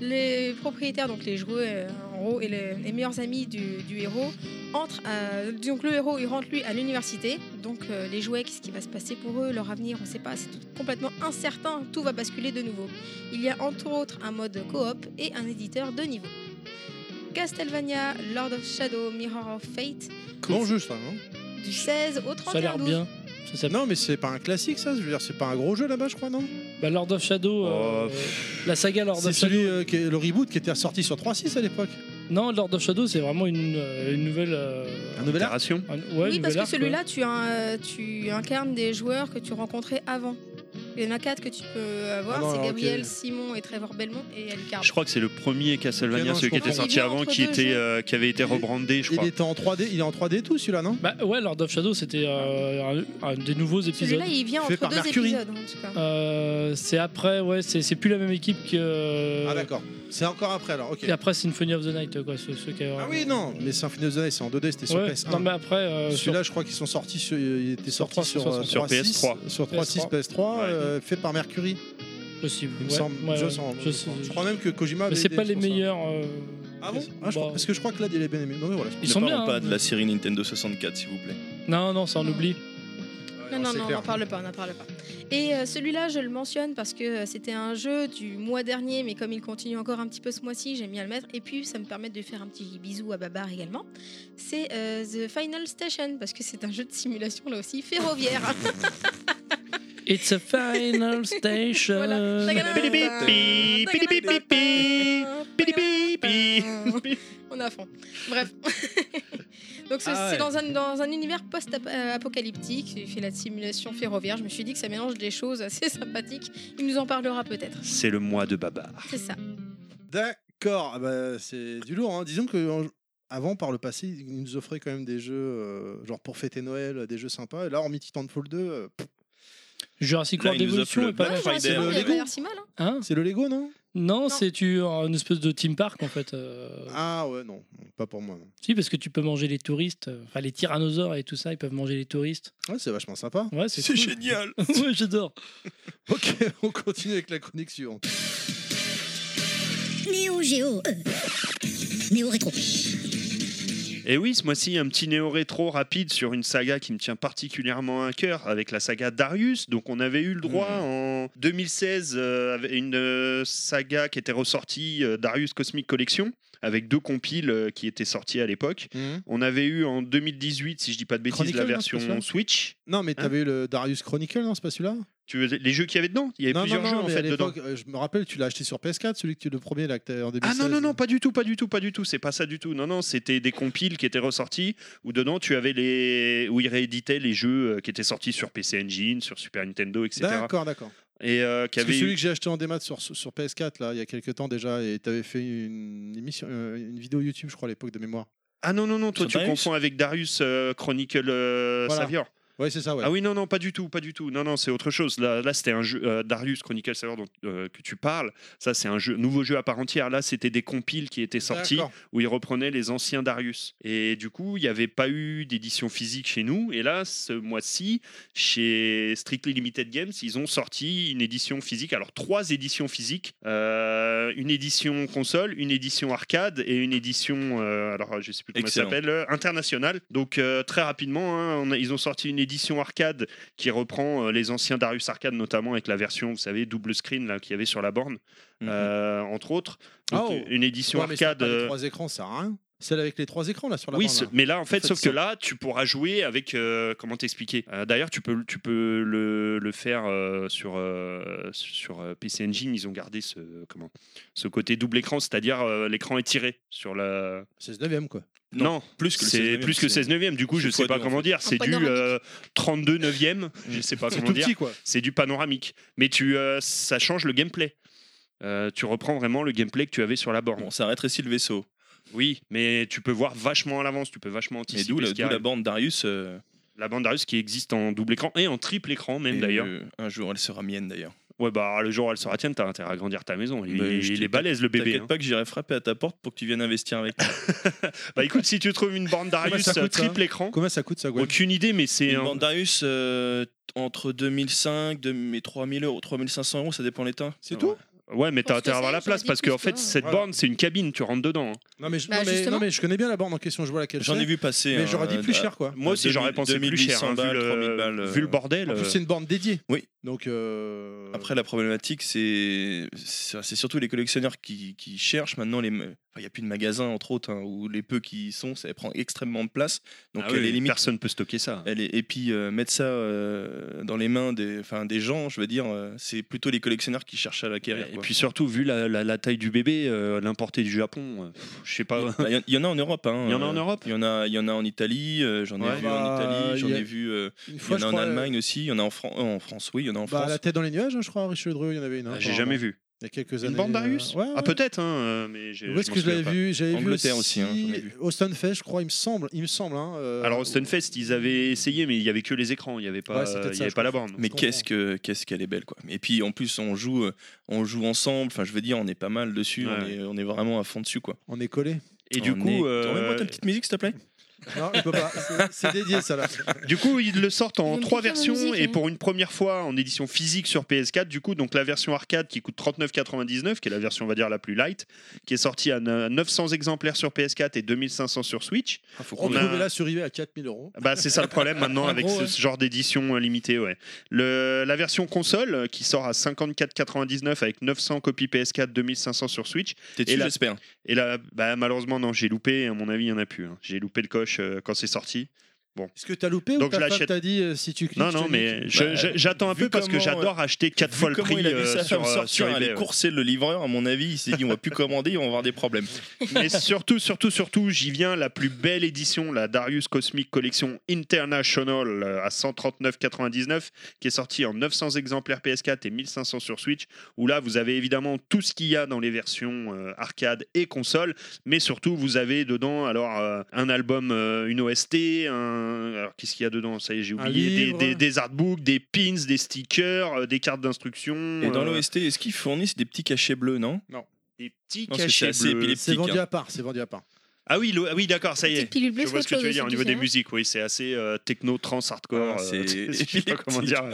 [SPEAKER 2] Les propriétaires, donc les joueurs euh, en gros, et les, les meilleurs amis du, du héros, entrent. à- donc le héros, il rentre lui à l'université. Donc euh, les jouets, qu'est-ce qui va se passer pour eux, leur avenir, on ne sait pas, c'est tout- complètement incertain. Tout va basculer de nouveau. Il y a entre autres un mode coop et un éditeur de niveau. Castlevania, Lord of Shadow, Mirror of Fate,
[SPEAKER 1] Bon jeu, ça. hein.
[SPEAKER 2] du 16 au 31
[SPEAKER 5] Ça a l'air
[SPEAKER 2] août.
[SPEAKER 5] bien. Ça s'appelle-
[SPEAKER 1] Non, mais c'est pas un classique, ça. Je veux dire, c'est pas un gros jeu là-bas, je crois, non
[SPEAKER 5] Bah, Lord of Shadow. euh,
[SPEAKER 4] Oh, pff.
[SPEAKER 5] la saga Lord
[SPEAKER 1] C'est
[SPEAKER 5] of Shadow.
[SPEAKER 1] celui, euh, qui est- le reboot qui était ressorti sur 3.6 à l'époque.
[SPEAKER 5] Non, Lord of Shadow, c'est vraiment une, euh, une nouvelle. euh,
[SPEAKER 1] Un nouvel arc
[SPEAKER 4] Itération.
[SPEAKER 5] un- ouais,
[SPEAKER 2] oui,
[SPEAKER 5] une
[SPEAKER 2] parce
[SPEAKER 5] nouvelle
[SPEAKER 2] que
[SPEAKER 5] arc,
[SPEAKER 2] celui-là, tu, as- tu incarnes des joueurs que tu rencontrais avant. Il y en a quatre que tu peux avoir,
[SPEAKER 1] Ah non,
[SPEAKER 2] c'est
[SPEAKER 1] alors,
[SPEAKER 2] Gabriel,
[SPEAKER 1] ok.
[SPEAKER 2] Simon et Trevor Belmont et Elcard.
[SPEAKER 4] Je crois que c'est le premier Castlevania,
[SPEAKER 1] Ok, non, je
[SPEAKER 4] celui qui était
[SPEAKER 1] comprends.
[SPEAKER 2] Il
[SPEAKER 4] sorti
[SPEAKER 2] est
[SPEAKER 4] avant,
[SPEAKER 2] entre
[SPEAKER 4] qui,
[SPEAKER 2] deux
[SPEAKER 4] était,
[SPEAKER 2] jeux.
[SPEAKER 4] euh, qui avait été rebrandé,
[SPEAKER 1] hein.
[SPEAKER 4] je
[SPEAKER 1] Il
[SPEAKER 4] crois.
[SPEAKER 1] était en 3D, il est en 3D tout celui-là, non
[SPEAKER 5] quoi. Bah, ouais, Lord of Shadow, c'était euh, un, un des nouveaux épisodes.
[SPEAKER 2] Celui-là, il vient
[SPEAKER 1] Fait
[SPEAKER 2] entre
[SPEAKER 1] par
[SPEAKER 2] deux
[SPEAKER 1] Mercury.
[SPEAKER 2] épisodes, en tout cas.
[SPEAKER 5] Euh, c'est après, ouais, c'est c'est plus la même équipe que. euh,
[SPEAKER 1] Ah d'accord. C'est encore après alors. Ok.
[SPEAKER 5] Et après Symphony of the Night, quoi. ceux- ceux qui avaient-
[SPEAKER 1] Ah oui non, mais Symphony of the Night c'est en 2D, c'était sur
[SPEAKER 5] Ouais,
[SPEAKER 1] PS1.
[SPEAKER 5] non, mais après. euh, sur-
[SPEAKER 1] Celui-là, je crois qu'ils sont sortis sur, il était
[SPEAKER 5] Sur
[SPEAKER 1] sorti sur, euh,
[SPEAKER 5] 360.
[SPEAKER 4] Sur
[SPEAKER 1] 3.6,
[SPEAKER 4] PS3.
[SPEAKER 1] sur 3.6 PS3,
[SPEAKER 4] Ouais.
[SPEAKER 1] euh, fait par Mercury.
[SPEAKER 5] possible.
[SPEAKER 1] Il me
[SPEAKER 5] ouais,
[SPEAKER 1] semble,
[SPEAKER 5] ouais,
[SPEAKER 1] je,
[SPEAKER 5] ouais,
[SPEAKER 1] sens,
[SPEAKER 5] je
[SPEAKER 1] je,
[SPEAKER 5] sais-
[SPEAKER 1] crois. Je crois même que Kojima.
[SPEAKER 5] Mais
[SPEAKER 1] avait
[SPEAKER 5] c'est
[SPEAKER 1] aidé
[SPEAKER 5] pas les
[SPEAKER 1] sur ça.
[SPEAKER 5] meilleurs. euh,
[SPEAKER 1] Ah bon Ah, je
[SPEAKER 5] bah,
[SPEAKER 1] crois- Parce que je crois que là, il est bien aimé. Non mais voilà.
[SPEAKER 5] Ils
[SPEAKER 8] ne
[SPEAKER 5] sont
[SPEAKER 8] parlons
[SPEAKER 5] bien, hein.
[SPEAKER 8] pas de la série Nintendo 64, s'il vous plaît.
[SPEAKER 5] Non, non, ça on oublie.
[SPEAKER 2] Non, non,
[SPEAKER 1] c'est
[SPEAKER 2] non, on
[SPEAKER 1] clair.
[SPEAKER 2] n'en parle pas, on n'en parle pas. Et euh, celui-là, je le mentionne parce que euh, c'était un jeu du mois dernier, mais comme il continue encore un petit peu ce mois-ci, j'ai mis à le mettre. Et puis, ça me permet de faire un petit bisou à Babar également. C'est euh, The Final Station, parce que c'est un jeu de simulation, là aussi, ferroviaire.
[SPEAKER 5] It's a final station.
[SPEAKER 2] Voilà.
[SPEAKER 4] Pidipipi, pidipipi, pidipipi.
[SPEAKER 2] On est à fond. Bref. Donc c'est
[SPEAKER 1] Ah ouais.
[SPEAKER 2] c'est dans, un, dans un univers post-apocalyptique. J'ai fait la simulation ferroviaire. Je me suis dit que ça mélange des choses assez sympathiques. Il nous en parlera peut-être.
[SPEAKER 4] C'est le mois de Babar.
[SPEAKER 2] C'est ça.
[SPEAKER 1] D'accord. Ah bah, c'est du lourd. hein. Disons que en- avant, par le passé, ils nous offraient quand même des jeux euh, genre pour fêter Noël, euh, des jeux sympas. Et là, hormis Titanfall 2, euh, pff,
[SPEAKER 5] Jurassic
[SPEAKER 8] Là,
[SPEAKER 5] World
[SPEAKER 8] il nous
[SPEAKER 5] Evolution
[SPEAKER 8] offre
[SPEAKER 5] est
[SPEAKER 8] le
[SPEAKER 5] pas
[SPEAKER 8] Black
[SPEAKER 5] mal.
[SPEAKER 2] Ouais, Jurassic
[SPEAKER 1] Friday.
[SPEAKER 2] World, il
[SPEAKER 1] Le
[SPEAKER 2] avait pas
[SPEAKER 1] Lego.
[SPEAKER 2] l'air si mal. hein.
[SPEAKER 5] Hein
[SPEAKER 1] c'est le Lego, non
[SPEAKER 5] non, c'est une, euh, une espèce de theme park en fait. euh,
[SPEAKER 1] Ah ouais, non, pas pour moi. non.
[SPEAKER 5] Si, parce que tu peux manger les touristes, euh, enfin les tyrannosaures et tout ça, ils peuvent manger les touristes.
[SPEAKER 1] Ouais, c'est vachement sympa.
[SPEAKER 5] Ouais, c'est cool.
[SPEAKER 8] génial
[SPEAKER 5] ouais, j'adore.
[SPEAKER 1] Ok, on continue avec la chronique suivante.
[SPEAKER 6] Néo Géo. euh, Néo Rétro.
[SPEAKER 4] Et oui, ce mois-ci, un petit néo-rétro rapide sur une saga qui me tient particulièrement à cœur, avec la saga Darius. Donc, on avait eu le droit
[SPEAKER 1] Hmm.
[SPEAKER 4] en 2016 euh, avec une euh, saga qui était ressortie, euh, Darius Cosmic Collection, avec deux compiles euh, qui étaient sortis à l'époque. On avait eu en 2018, si je dis pas de
[SPEAKER 1] Hmm.
[SPEAKER 4] bêtises,
[SPEAKER 1] Chronicle,
[SPEAKER 4] la
[SPEAKER 1] non, c'est
[SPEAKER 4] version
[SPEAKER 1] pas ça
[SPEAKER 4] Switch.
[SPEAKER 1] Non, mais
[SPEAKER 4] Hein
[SPEAKER 1] t'avais eu le Darius Chronicle, non C'est pas celui-là
[SPEAKER 4] Tu veux, les jeux qu'il y avait dedans Il y avait
[SPEAKER 1] Non,
[SPEAKER 4] plusieurs
[SPEAKER 1] non,
[SPEAKER 4] jeux
[SPEAKER 1] non,
[SPEAKER 4] en
[SPEAKER 1] mais
[SPEAKER 4] fait
[SPEAKER 1] à
[SPEAKER 4] dedans.
[SPEAKER 1] l'époque, euh, Je me rappelle, tu l'as acheté sur PS4, celui que tu le premier là, que t'as- en 2016.
[SPEAKER 4] Ah non, non, non, pas du tout, pas du tout, pas du tout. C'est pas ça du tout. Non, non, c'était des compiles qui étaient ressortis où dedans tu avais les. où ils rééditaient les jeux euh, qui étaient sortis sur PC Engine, sur Super Nintendo, etc.
[SPEAKER 1] D'accord, d'accord.
[SPEAKER 4] Et euh, qui
[SPEAKER 1] Parce que
[SPEAKER 4] avaient.
[SPEAKER 1] celui
[SPEAKER 4] eu-
[SPEAKER 1] que j'ai acheté en démat sur, sur PS4 là, il y a quelques temps déjà, et t'avais fait une émission, euh, une vidéo YouTube, je crois, à l'époque de mémoire.
[SPEAKER 4] Ah non, non, non, toi
[SPEAKER 8] Sur
[SPEAKER 4] tu
[SPEAKER 8] Darius
[SPEAKER 4] confonds avec Darius euh, Chronicle euh,
[SPEAKER 1] Voilà.
[SPEAKER 4] Savior.
[SPEAKER 1] Ouais, c'est ça, ouais.
[SPEAKER 4] Ah oui, non, non, pas du tout, pas du tout. Non, non, c'est autre chose. Là, là c'était un jeu euh, Darius Chronicle Savior dont, euh, que tu parles. Ça, c'est un jeu, nouveau jeu à part entière. Là, c'était des compiles qui étaient sortis.
[SPEAKER 1] D'accord.
[SPEAKER 4] où il reprenait les anciens Darius. Et du coup, il n'y avait pas eu d'édition physique chez nous. Et là, ce mois-ci, chez Strictly Limited Games, ils ont sorti une édition physique. Alors, trois éditions physiques Euh, une édition console, une édition arcade et une édition, euh, alors je sais plus comment elle
[SPEAKER 8] Excellent.
[SPEAKER 4] s'appelle, euh, internationale. Donc, euh, très rapidement, hein, on a- ils ont sorti une édition arcade qui reprend euh, les anciens Darius arcade, notamment avec la version, vous savez, double screen là, qu'il y avait sur la borne, euh, entre autres. Donc,
[SPEAKER 1] Oh.
[SPEAKER 4] Une édition
[SPEAKER 1] Ouais, mais ça a
[SPEAKER 4] arcade.
[SPEAKER 1] pas les
[SPEAKER 4] euh,
[SPEAKER 1] trois écrans, ça sert à rien. Celle avec les trois écrans là sur la
[SPEAKER 4] oui,
[SPEAKER 1] bande, hein.
[SPEAKER 4] ce-
[SPEAKER 1] là.
[SPEAKER 4] mais là en fait,
[SPEAKER 1] fait,
[SPEAKER 4] sauf
[SPEAKER 1] ça-
[SPEAKER 4] que là, tu pourras jouer avec euh, comment t'expliquer. Euh, D'ailleurs, tu peux, tu peux le, le faire euh, sur euh, sur euh, PC Engine. Ils ont gardé ce comment ce côté double écran, c'est-à-dire euh, l'écran est tiré sur la.
[SPEAKER 1] C'est ce neuvième quoi.
[SPEAKER 8] Non,
[SPEAKER 4] plus
[SPEAKER 8] que le
[SPEAKER 4] c'est
[SPEAKER 8] 16e,
[SPEAKER 4] plus que
[SPEAKER 8] c'est-
[SPEAKER 4] 16 neuvième. Du coup,
[SPEAKER 8] c'est
[SPEAKER 4] je sais
[SPEAKER 8] fois
[SPEAKER 4] pas
[SPEAKER 8] deux, en Mm.
[SPEAKER 4] comment dire. C'est du
[SPEAKER 2] panoramique.
[SPEAKER 4] euh, 32 neuvième. Je sais pas
[SPEAKER 1] C'est
[SPEAKER 4] comment
[SPEAKER 1] tout
[SPEAKER 4] dire.
[SPEAKER 1] petit quoi.
[SPEAKER 4] C'est du panoramique, mais tu euh, ça change le gameplay. Euh, tu reprends vraiment le gameplay que tu avais sur la borne.
[SPEAKER 8] Bon, ça rétrécit le vaisseau.
[SPEAKER 4] Oui, mais tu peux voir vachement à l'avance, tu peux vachement
[SPEAKER 8] Mais
[SPEAKER 4] anticiper.
[SPEAKER 8] d'où
[SPEAKER 4] ce
[SPEAKER 8] la,
[SPEAKER 4] qui
[SPEAKER 8] d'où la
[SPEAKER 4] arrive.
[SPEAKER 8] bande Darius. euh,
[SPEAKER 4] La bande Darius qui existe en double écran et en triple écran même
[SPEAKER 8] et,
[SPEAKER 4] d'ailleurs.
[SPEAKER 8] euh, un jour, elle sera mienne d'ailleurs.
[SPEAKER 4] Ouais bah le jour où elle sera tienne, t'as intérêt à grandir ta maison. Il,
[SPEAKER 8] Mais Bah, je
[SPEAKER 4] il
[SPEAKER 8] t'ai-
[SPEAKER 4] est balèze le bébé.
[SPEAKER 8] T'inquiète
[SPEAKER 4] hein.
[SPEAKER 8] pas que j'irai frapper à ta porte pour que tu viennes investir avec moi. Ah bah,
[SPEAKER 4] Bah écoute, si tu trouves une bande
[SPEAKER 1] Combien
[SPEAKER 4] Darius
[SPEAKER 1] ça coûte, ça
[SPEAKER 4] triple écran,
[SPEAKER 1] Combien ça coûte ça, Gwen
[SPEAKER 4] aucune idée, mais c'est
[SPEAKER 8] Une
[SPEAKER 4] un...
[SPEAKER 8] bande Darius euh, entre 2005 deux- et 3000 euros, 3500 euros, ça dépend les temps. Ah
[SPEAKER 1] C'est tout
[SPEAKER 4] ouais, mais
[SPEAKER 2] Pour
[SPEAKER 4] t'as
[SPEAKER 2] ce que
[SPEAKER 4] intérêt à
[SPEAKER 2] c'est,
[SPEAKER 4] avoir la
[SPEAKER 2] j'aurais
[SPEAKER 4] place
[SPEAKER 2] dit
[SPEAKER 4] parce
[SPEAKER 2] plus
[SPEAKER 4] qu'en
[SPEAKER 2] que
[SPEAKER 4] fait
[SPEAKER 2] un.
[SPEAKER 4] cette
[SPEAKER 1] Voilà.
[SPEAKER 4] borne c'est une cabine, tu rentres dedans. hein.
[SPEAKER 1] non mais, je,
[SPEAKER 2] Bah,
[SPEAKER 1] non, mais,
[SPEAKER 2] justement.
[SPEAKER 1] non, mais je connais bien la borne en question, je vois laquelle
[SPEAKER 8] J'en
[SPEAKER 1] c'est.
[SPEAKER 8] ai vu passer.
[SPEAKER 1] Mais
[SPEAKER 8] hein,
[SPEAKER 1] j'aurais dit plus
[SPEAKER 8] euh,
[SPEAKER 1] cher quoi.
[SPEAKER 4] Moi aussi j'aurais
[SPEAKER 8] 2000,
[SPEAKER 4] pensé plus cher, hein,
[SPEAKER 8] 2500
[SPEAKER 4] vu,
[SPEAKER 8] balles, 3000
[SPEAKER 4] le...
[SPEAKER 8] balles, euh,
[SPEAKER 4] vu le bordel.
[SPEAKER 1] En plus
[SPEAKER 4] euh,
[SPEAKER 1] c'est une borne dédiée.
[SPEAKER 8] Oui,
[SPEAKER 1] Donc, euh,
[SPEAKER 8] Après, la problématique, c'est c'est c'est surtout les collectionneurs qui, qui cherchent maintenant les. ma- enfin, Il n'y a plus de magasins, entre autres, hein, où les peu qui y sont, ça prend extrêmement de place. Donc,
[SPEAKER 4] Ah
[SPEAKER 8] euh,
[SPEAKER 4] oui,
[SPEAKER 8] les limites.
[SPEAKER 4] personne peut stocker ça.
[SPEAKER 8] elle est- et puis, euh, mettre ça euh, dans les mains des, enfin, des gens, je veux dire, euh, c'est plutôt les collectionneurs qui cherchent à l'acquérir.
[SPEAKER 4] Et
[SPEAKER 8] quoi.
[SPEAKER 4] puis surtout, vu la, la- la taille du bébé, euh, l'importer du Japon, euh, pff, je sais pas.
[SPEAKER 8] Bah, Il y, en- il y en a en Europe. hein,
[SPEAKER 4] Il y en a
[SPEAKER 8] euh,
[SPEAKER 4] en Europe
[SPEAKER 8] Il y en a, il y en a en Italie, euh, j'en ai
[SPEAKER 4] Ouais.
[SPEAKER 8] vu
[SPEAKER 1] Bah,
[SPEAKER 8] en Italie, j'en
[SPEAKER 1] il y a-
[SPEAKER 8] ai vu. euh,
[SPEAKER 1] une
[SPEAKER 8] il y
[SPEAKER 1] fois,
[SPEAKER 8] en
[SPEAKER 1] je
[SPEAKER 8] a en
[SPEAKER 1] crois,
[SPEAKER 8] Allemagne aussi, il y en a en, Fran- euh, en France, oui, il y en a en
[SPEAKER 1] bah,
[SPEAKER 8] France.
[SPEAKER 1] la tête dans les nuages, hein, je crois, à Richelieu, il y en avait une. hein,
[SPEAKER 4] Ah, J'ai jamais
[SPEAKER 1] apparemment.
[SPEAKER 4] vu.
[SPEAKER 1] Il y a quelques années.
[SPEAKER 4] Une bande d'Arius
[SPEAKER 1] euh, ouais,
[SPEAKER 4] Ah,
[SPEAKER 1] ouais.
[SPEAKER 4] peut-être, hein, euh, mais j'ai-
[SPEAKER 1] Où est-ce
[SPEAKER 4] m'en
[SPEAKER 1] que je l'avais
[SPEAKER 4] souviens pas.
[SPEAKER 1] vu J'avais vu
[SPEAKER 8] Angleterre aussi, hein, j'en ai vu.
[SPEAKER 1] Au Stunfest, je crois, il me semble. Il me semble. hein, euh,
[SPEAKER 4] Alors, au Stunfest, ils avaient essayé, mais il y avait que les écrans, il n'y avait pas,
[SPEAKER 1] Ouais, c'est peut-être
[SPEAKER 4] il y
[SPEAKER 1] ça,
[SPEAKER 4] avait
[SPEAKER 1] je
[SPEAKER 4] pas la borne.
[SPEAKER 8] Mais
[SPEAKER 1] Je
[SPEAKER 8] qu'est-ce que qu'est-ce qu'elle est belle quoi. Et puis en plus on joue euh, on joue ensemble. Enfin je veux dire on est pas mal dessus. On,
[SPEAKER 4] Ouais.
[SPEAKER 8] est, on est vraiment à fond dessus quoi.
[SPEAKER 1] On est collé.
[SPEAKER 4] Et du
[SPEAKER 8] On
[SPEAKER 4] coup,
[SPEAKER 8] est-
[SPEAKER 4] euh,
[SPEAKER 8] Remets-moi ta petite musique s'il te plaît.
[SPEAKER 1] Non, je peux pas. C'est- C'est dédié, ça, là.
[SPEAKER 4] Du coup, ils le sortent
[SPEAKER 2] Ils
[SPEAKER 4] en
[SPEAKER 2] ont
[SPEAKER 4] trois
[SPEAKER 2] piqué ma
[SPEAKER 4] versions
[SPEAKER 2] musique,
[SPEAKER 4] et
[SPEAKER 2] hein.
[SPEAKER 4] pour une première fois en édition physique sur PS4. Du coup, donc la version arcade qui coûte 39,99, qui est la version, on va dire, la plus light, qui est sortie à ne- 900 exemplaires sur PS4 et 2500 sur Switch.
[SPEAKER 1] Ah, Faut
[SPEAKER 4] qu'on a-
[SPEAKER 1] là sur eBay à 4000 euros.
[SPEAKER 4] Bah, c'est ça le problème maintenant
[SPEAKER 1] En
[SPEAKER 4] avec
[SPEAKER 1] gros,
[SPEAKER 4] ce,
[SPEAKER 1] ouais.
[SPEAKER 4] ce genre d'édition euh, limitée. Ouais. Le, la version console euh, qui sort à 54,99 avec 900 copies PS4, 2500 sur Switch.
[SPEAKER 8] T'es
[SPEAKER 4] Et
[SPEAKER 8] dessus
[SPEAKER 4] la-
[SPEAKER 8] j'espère.
[SPEAKER 4] Et là, bah, malheureusement, non, j'ai loupé. À mon avis, il n'y en a plus. hein. J'ai loupé le coche euh, quand c'est sorti.
[SPEAKER 1] Est-ce que t'as loupé
[SPEAKER 4] Donc,
[SPEAKER 1] ou
[SPEAKER 4] je
[SPEAKER 1] ta femme
[SPEAKER 4] l'achète.
[SPEAKER 1] t'a dit euh, si tu cliques
[SPEAKER 4] Non,
[SPEAKER 1] je
[SPEAKER 4] non,
[SPEAKER 1] te nique
[SPEAKER 4] mais je-
[SPEAKER 8] Bah,
[SPEAKER 4] je- j'attends un
[SPEAKER 8] vu
[SPEAKER 4] peu parce que
[SPEAKER 8] comment,
[SPEAKER 4] j'adore acheter quatre
[SPEAKER 8] Vu
[SPEAKER 4] fois le
[SPEAKER 8] comment
[SPEAKER 4] prix
[SPEAKER 8] il a vu
[SPEAKER 4] euh,
[SPEAKER 8] sa
[SPEAKER 4] sur,
[SPEAKER 8] femme
[SPEAKER 4] euh,
[SPEAKER 8] sortir,
[SPEAKER 4] sur
[SPEAKER 8] elle
[SPEAKER 4] eBay,
[SPEAKER 8] est
[SPEAKER 4] ouais.
[SPEAKER 8] coursée le livreur à mon avis. Il s'est dit on va plus commander, on va avoir des problèmes.
[SPEAKER 4] Mais surtout, surtout, surtout, j'y viens, la plus belle édition, la Darius Cosmic Collection International euh, à 139,99, qui est sortie en 900 exemplaires PS4 et 1500 sur Switch, où là, vous avez évidemment tout ce qu'il y a dans les versions euh, arcade et console, mais surtout, vous avez dedans, alors, euh, un album, euh, une OST, un... alors, qu'est-ce qu'il y a dedans Ça y est, j'ai
[SPEAKER 1] Un
[SPEAKER 4] oublié,
[SPEAKER 1] livre.
[SPEAKER 4] des, des, des artbooks, des pins, des stickers, euh, des cartes d'instruction.
[SPEAKER 8] Et dans
[SPEAKER 4] euh,
[SPEAKER 8] l'OST est-ce qu'ils fournissent des petits cachets bleus non
[SPEAKER 4] Des petits
[SPEAKER 8] Non, parce que
[SPEAKER 4] cachets
[SPEAKER 8] c'est assez
[SPEAKER 4] bleus.
[SPEAKER 8] épileptique,
[SPEAKER 1] C'est vendu
[SPEAKER 8] hein.
[SPEAKER 1] à part, c'est vendu à part.
[SPEAKER 4] Ah oui, le- ah oui d'accord, ça y est.
[SPEAKER 2] Petite pilule bleue,
[SPEAKER 4] Je vois ce
[SPEAKER 2] c'est
[SPEAKER 4] que
[SPEAKER 2] autre
[SPEAKER 4] tu veux
[SPEAKER 2] chose
[SPEAKER 4] dire au
[SPEAKER 2] aussi,
[SPEAKER 4] niveau
[SPEAKER 2] tu
[SPEAKER 4] des
[SPEAKER 2] sais, hein.
[SPEAKER 4] musiques, oui, c'est assez euh, techno, trans, hardcore.
[SPEAKER 8] Ah,
[SPEAKER 4] euh,
[SPEAKER 8] c'est-
[SPEAKER 4] je sais pas comment dire.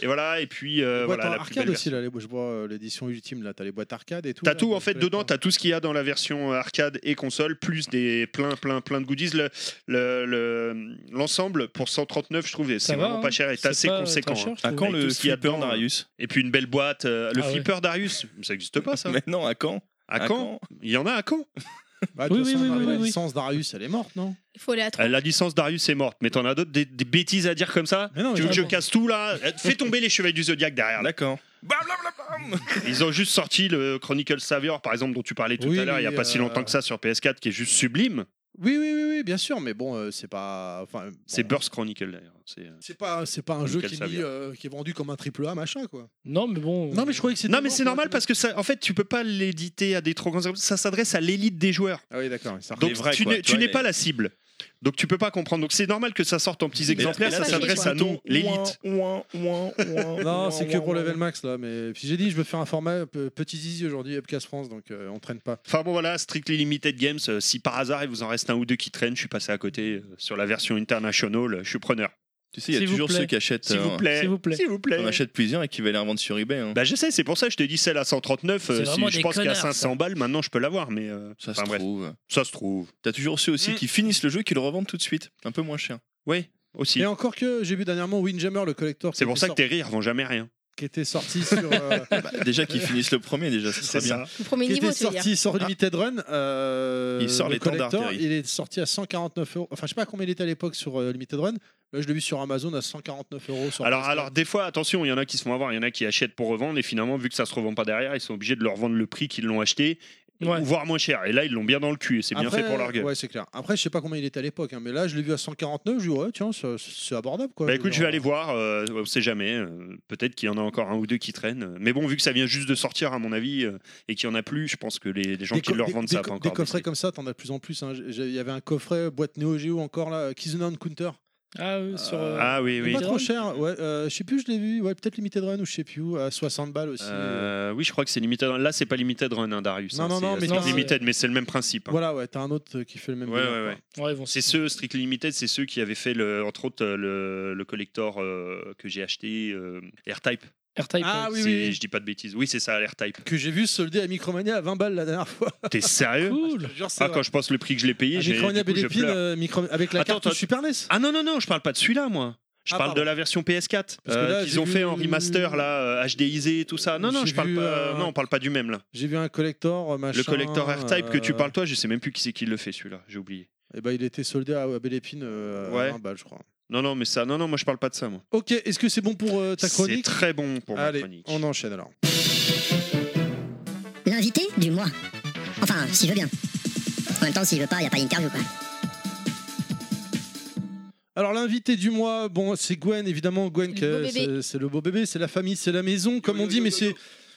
[SPEAKER 4] et voilà, et puis euh,
[SPEAKER 1] boîte
[SPEAKER 4] voilà.
[SPEAKER 1] en
[SPEAKER 4] La plus
[SPEAKER 1] arcade
[SPEAKER 4] belle
[SPEAKER 1] aussi, là, les- je vois euh, l'édition ultime, là, t'as les boîtes arcade et tout.
[SPEAKER 4] T'as
[SPEAKER 1] là, euh,
[SPEAKER 4] tout
[SPEAKER 1] je
[SPEAKER 4] en fait
[SPEAKER 1] connais
[SPEAKER 4] dedans,
[SPEAKER 1] pas.
[SPEAKER 4] t'as tout ce qu'il y a dans la version euh, arcade et console, plus des plein plein plein de goodies. Le- le- le- L'ensemble pour 139, je trouve, c'est
[SPEAKER 5] Ça va,
[SPEAKER 4] vraiment
[SPEAKER 5] hein.
[SPEAKER 4] pas cher et
[SPEAKER 5] C'est
[SPEAKER 4] assez
[SPEAKER 5] pas, euh,
[SPEAKER 4] conséquent.
[SPEAKER 5] très cher,
[SPEAKER 4] hein.
[SPEAKER 5] je
[SPEAKER 8] À
[SPEAKER 5] trouve.
[SPEAKER 8] quand
[SPEAKER 4] Avec
[SPEAKER 8] le
[SPEAKER 4] tout ce qu'il y a
[SPEAKER 8] flipper
[SPEAKER 4] dedans,
[SPEAKER 8] d'Arius
[SPEAKER 4] Et puis une belle boîte, euh, le
[SPEAKER 5] Ah ouais.
[SPEAKER 4] flipper d'Arius, ça n'existe pas ça.
[SPEAKER 8] Mais non à quand
[SPEAKER 4] À Caen Il y en a à Caen
[SPEAKER 1] Bah, de toute
[SPEAKER 5] Oui, oui,
[SPEAKER 1] façon,
[SPEAKER 5] oui,
[SPEAKER 1] la-
[SPEAKER 5] oui,
[SPEAKER 1] La
[SPEAKER 5] oui.
[SPEAKER 1] licence d'Arius, elle est morte, non
[SPEAKER 2] Il faut aller à
[SPEAKER 4] Euh,
[SPEAKER 2] trois.
[SPEAKER 4] La licence d'Arius est morte, mais t'en as d'autres, des, des bêtises à dire comme ça
[SPEAKER 1] Mais non,
[SPEAKER 4] Tu
[SPEAKER 1] mais
[SPEAKER 4] veux que je
[SPEAKER 1] vraiment.
[SPEAKER 4] casse tout là Euh, Fais tomber les chevaliers du zodiaque derrière. là.
[SPEAKER 8] D'accord.
[SPEAKER 4] Ils ont juste sorti le Chronicle Savior, par exemple, dont tu parlais tout
[SPEAKER 1] Oui,
[SPEAKER 4] à l'heure, il n'y a
[SPEAKER 1] mais,
[SPEAKER 4] pas si
[SPEAKER 1] euh,
[SPEAKER 4] longtemps que ça sur PS4, qui est juste sublime.
[SPEAKER 1] Oui, oui, oui, oui, bien sûr, mais bon, euh, c'est pas. enfin, bon,
[SPEAKER 4] C'est Burst Chronicle d'ailleurs. C'est, euh,
[SPEAKER 1] C'est pas, c'est pas un jeu
[SPEAKER 4] Nickel
[SPEAKER 1] qui est,
[SPEAKER 4] Savia.
[SPEAKER 1] mis, euh, qui est vendu comme un triple A, machin, quoi.
[SPEAKER 5] Non, mais bon.
[SPEAKER 1] Non, mais je croyais que c'était.
[SPEAKER 4] Non, mais c'est normal parce que ça, en fait, tu peux pas l'éditer à des trop grands. Ça s'adresse à l'élite des joueurs.
[SPEAKER 1] Ah oui, d'accord, ça
[SPEAKER 4] Donc
[SPEAKER 8] Les vrais,
[SPEAKER 4] tu
[SPEAKER 8] quoi,
[SPEAKER 4] n'es,
[SPEAKER 8] tu
[SPEAKER 4] tu
[SPEAKER 8] vois,
[SPEAKER 4] n'es
[SPEAKER 8] les-
[SPEAKER 4] pas la cible. Donc tu peux pas comprendre. Donc c'est normal que ça sorte en petits
[SPEAKER 8] Mais là-
[SPEAKER 4] exemplaires.
[SPEAKER 8] mais
[SPEAKER 4] ça
[SPEAKER 8] là,
[SPEAKER 2] c'est
[SPEAKER 4] s'adresse
[SPEAKER 2] juste
[SPEAKER 4] à nous, l'élite.
[SPEAKER 1] Non, c'est que pour
[SPEAKER 8] level
[SPEAKER 1] Level Max là, mais puis j'ai dit je veux faire un format pe- petit zizi aujourd'hui Upcast France donc euh, on traîne pas.
[SPEAKER 4] Enfin bon voilà, Strictly Limited Games. euh, si par hasard il vous en reste un ou deux qui traînent, je suis passé à côté euh, sur la version international. euh, Je suis preneur.
[SPEAKER 8] Tu sais, il y a
[SPEAKER 5] S'il vous
[SPEAKER 8] toujours
[SPEAKER 5] plaît.
[SPEAKER 8] ceux qui achètent.
[SPEAKER 4] S'il vous
[SPEAKER 8] euh,
[SPEAKER 4] plaît.
[SPEAKER 5] s'il vous plaît.
[SPEAKER 4] S'il vous plaît.
[SPEAKER 8] On achète plusieurs et qui va les revendre sur eBay. hein.
[SPEAKER 4] Bah je sais, c'est pour ça que je t'ai dit celle à 139. euh,
[SPEAKER 5] C'est
[SPEAKER 4] si-
[SPEAKER 5] vraiment
[SPEAKER 4] je
[SPEAKER 5] des
[SPEAKER 4] pense qu'à
[SPEAKER 5] connards, ça.
[SPEAKER 4] 500 balles, maintenant je peux l'avoir, mais euh,
[SPEAKER 8] ça se
[SPEAKER 4] enfin, bref,
[SPEAKER 8] trouve.
[SPEAKER 4] ça se trouve.
[SPEAKER 8] T'as toujours ceux aussi
[SPEAKER 4] Mm.
[SPEAKER 8] qui finissent le jeu et qui le revendent tout de suite. Un peu moins cher.
[SPEAKER 4] Oui, aussi.
[SPEAKER 1] Et encore que j'ai vu dernièrement Windjammer le collector. qui
[SPEAKER 4] C'est pour
[SPEAKER 1] était
[SPEAKER 4] ça que
[SPEAKER 1] sorti-
[SPEAKER 4] tes rires vont jamais rien.
[SPEAKER 1] qui était sorti sur euh,
[SPEAKER 8] Bah, déjà qu'ils finissent le premier, déjà, ça serait bien.
[SPEAKER 2] Le premier
[SPEAKER 1] qui
[SPEAKER 2] niveau,
[SPEAKER 1] était
[SPEAKER 2] tu veux dire.
[SPEAKER 1] sorti
[SPEAKER 4] Ah.
[SPEAKER 1] sur Limited Run. euh,
[SPEAKER 8] Il sort
[SPEAKER 1] le
[SPEAKER 8] les temps
[SPEAKER 1] collector,
[SPEAKER 8] d'artillerie.
[SPEAKER 1] Il est sorti à 149 euros. Enfin je sais pas combien il était à l'époque sur euh, Limited Run. Là je l'ai vu sur Amazon à 149 euros. sur
[SPEAKER 4] Alors,
[SPEAKER 1] PS4.
[SPEAKER 4] alors des fois, attention, il y en a qui se font avoir, il y en a qui achètent pour revendre, et finalement, vu que ça se revend pas derrière, ils sont obligés de leur vendre le prix qu'ils l'ont acheté,
[SPEAKER 5] Ouais.
[SPEAKER 4] ou voire moins cher. Et là, ils l'ont bien dans le cul, et c'est bien
[SPEAKER 1] Après,
[SPEAKER 4] fait pour leur gueule.
[SPEAKER 1] Ouais c'est clair. Après je sais pas combien il était à l'époque hein, mais là je l'ai vu à 149 je dis ouais tiens c'est- c'est abordable quoi.
[SPEAKER 4] Bah écoute, je
[SPEAKER 1] veux
[SPEAKER 4] vais
[SPEAKER 1] dire,
[SPEAKER 4] aller voir, euh, on sait jamais, euh, peut-être qu'il y en a encore un ou deux qui traînent. Mais bon, vu que ça vient juste de sortir, à mon avis, euh, et qu'il y en a plus, je pense que les, les gens
[SPEAKER 1] Des
[SPEAKER 4] qui
[SPEAKER 1] co-
[SPEAKER 4] leur
[SPEAKER 1] des-
[SPEAKER 4] vendent
[SPEAKER 1] des
[SPEAKER 4] ça
[SPEAKER 1] co-
[SPEAKER 4] pas
[SPEAKER 1] Des
[SPEAKER 4] encore.
[SPEAKER 1] coffrets
[SPEAKER 4] baissé.
[SPEAKER 1] comme ça, t'en as de plus en plus. hein. J'ai- j'ai- Il y avait un coffret boîte Neo Geo encore là, Kizuna Counter.
[SPEAKER 5] Ah, euh, sur. euh,
[SPEAKER 4] Ah oui, oui.
[SPEAKER 1] Pas trop
[SPEAKER 5] Run.
[SPEAKER 1] cher, ouais. euh, je sais plus, je l'ai vu, ouais, peut-être Limited Run ou je sais plus où, à 60 balles aussi.
[SPEAKER 4] Euh, oui, je crois que c'est Limited. Run. Là, c'est pas Limited Run, hein, Darius.
[SPEAKER 1] Non,
[SPEAKER 4] hein,
[SPEAKER 1] non, non, euh,
[SPEAKER 4] c'est-
[SPEAKER 1] mais
[SPEAKER 4] c'est
[SPEAKER 5] non,
[SPEAKER 4] Limited, mais c'est le même principe. hein.
[SPEAKER 1] Voilà, ouais, t'as un autre qui fait le même.
[SPEAKER 4] Ouais,
[SPEAKER 1] délire,
[SPEAKER 4] ouais,
[SPEAKER 1] quoi.
[SPEAKER 4] ouais.
[SPEAKER 5] Ouais, ils vont
[SPEAKER 4] C'est ceux, Strictly Limited, c'est ceux qui avaient fait, le, entre autres, euh, le, le collector euh, que j'ai acheté, euh, AirType.
[SPEAKER 5] AirType.
[SPEAKER 1] Ah
[SPEAKER 5] ouais.
[SPEAKER 1] oui,
[SPEAKER 4] Si
[SPEAKER 1] oui, oui.
[SPEAKER 4] Je dis pas de bêtises. Oui, c'est ça, AirType.
[SPEAKER 1] Que j'ai vu soldé à Micromania à 20 balles la dernière fois.
[SPEAKER 4] T'es sérieux
[SPEAKER 5] Cool.
[SPEAKER 1] Je te jure, c'est
[SPEAKER 4] Ah,
[SPEAKER 1] vrai.
[SPEAKER 4] quand je pense le prix que je l'ai
[SPEAKER 1] À
[SPEAKER 4] payé, j'ai du
[SPEAKER 1] Micromania
[SPEAKER 4] coup, je
[SPEAKER 1] Bélépine,
[SPEAKER 4] pleure.
[SPEAKER 1] euh, Micro- avec la
[SPEAKER 4] Attends,
[SPEAKER 1] carte
[SPEAKER 4] attends.
[SPEAKER 1] Super NES.
[SPEAKER 4] Ah non, non, non, je parle pas de celui-là, moi. Je
[SPEAKER 1] Ah,
[SPEAKER 4] parle
[SPEAKER 1] pardon.
[SPEAKER 4] de la version PS4
[SPEAKER 1] Parce que
[SPEAKER 4] euh,
[SPEAKER 1] là,
[SPEAKER 4] qu'ils
[SPEAKER 1] j'ai
[SPEAKER 4] ont fait en
[SPEAKER 1] vu-
[SPEAKER 4] remaster là, euh, HDisé et tout ça. Non, non,
[SPEAKER 1] J'ai
[SPEAKER 4] je parle
[SPEAKER 1] vu,
[SPEAKER 4] pas.
[SPEAKER 1] euh,
[SPEAKER 4] Non, on parle pas du même là.
[SPEAKER 1] J'ai vu un collector, euh, machin.
[SPEAKER 4] Le collector R-Type que tu
[SPEAKER 1] euh,
[SPEAKER 4] parles toi, je sais même plus qui c'est qui le fait celui-là. J'ai oublié.
[SPEAKER 1] Eh ben, il était soldé à, à Belle Épine euh,
[SPEAKER 4] Ouais.
[SPEAKER 1] à 20 balles, je crois.
[SPEAKER 4] Non, non, mais ça, non, non, moi je parle pas de ça moi.
[SPEAKER 1] Ok, est-ce que c'est bon pour euh, ta
[SPEAKER 4] C'est
[SPEAKER 1] chronique
[SPEAKER 4] très bon pour ma
[SPEAKER 1] Allez,
[SPEAKER 4] chronique.
[SPEAKER 1] on enchaîne alors.
[SPEAKER 6] L'invité du mois. Enfin, s'il veut bien. En même temps, s'il veut pas, y a pas d'interview, quoi.
[SPEAKER 1] Alors l'invité du mois, bon, c'est Gwen évidemment, Gwen,
[SPEAKER 2] Le
[SPEAKER 1] que
[SPEAKER 2] beau bébé.
[SPEAKER 1] c'est- c'est le beau bébé, c'est la famille, c'est la maison, comme on dit, mais c'est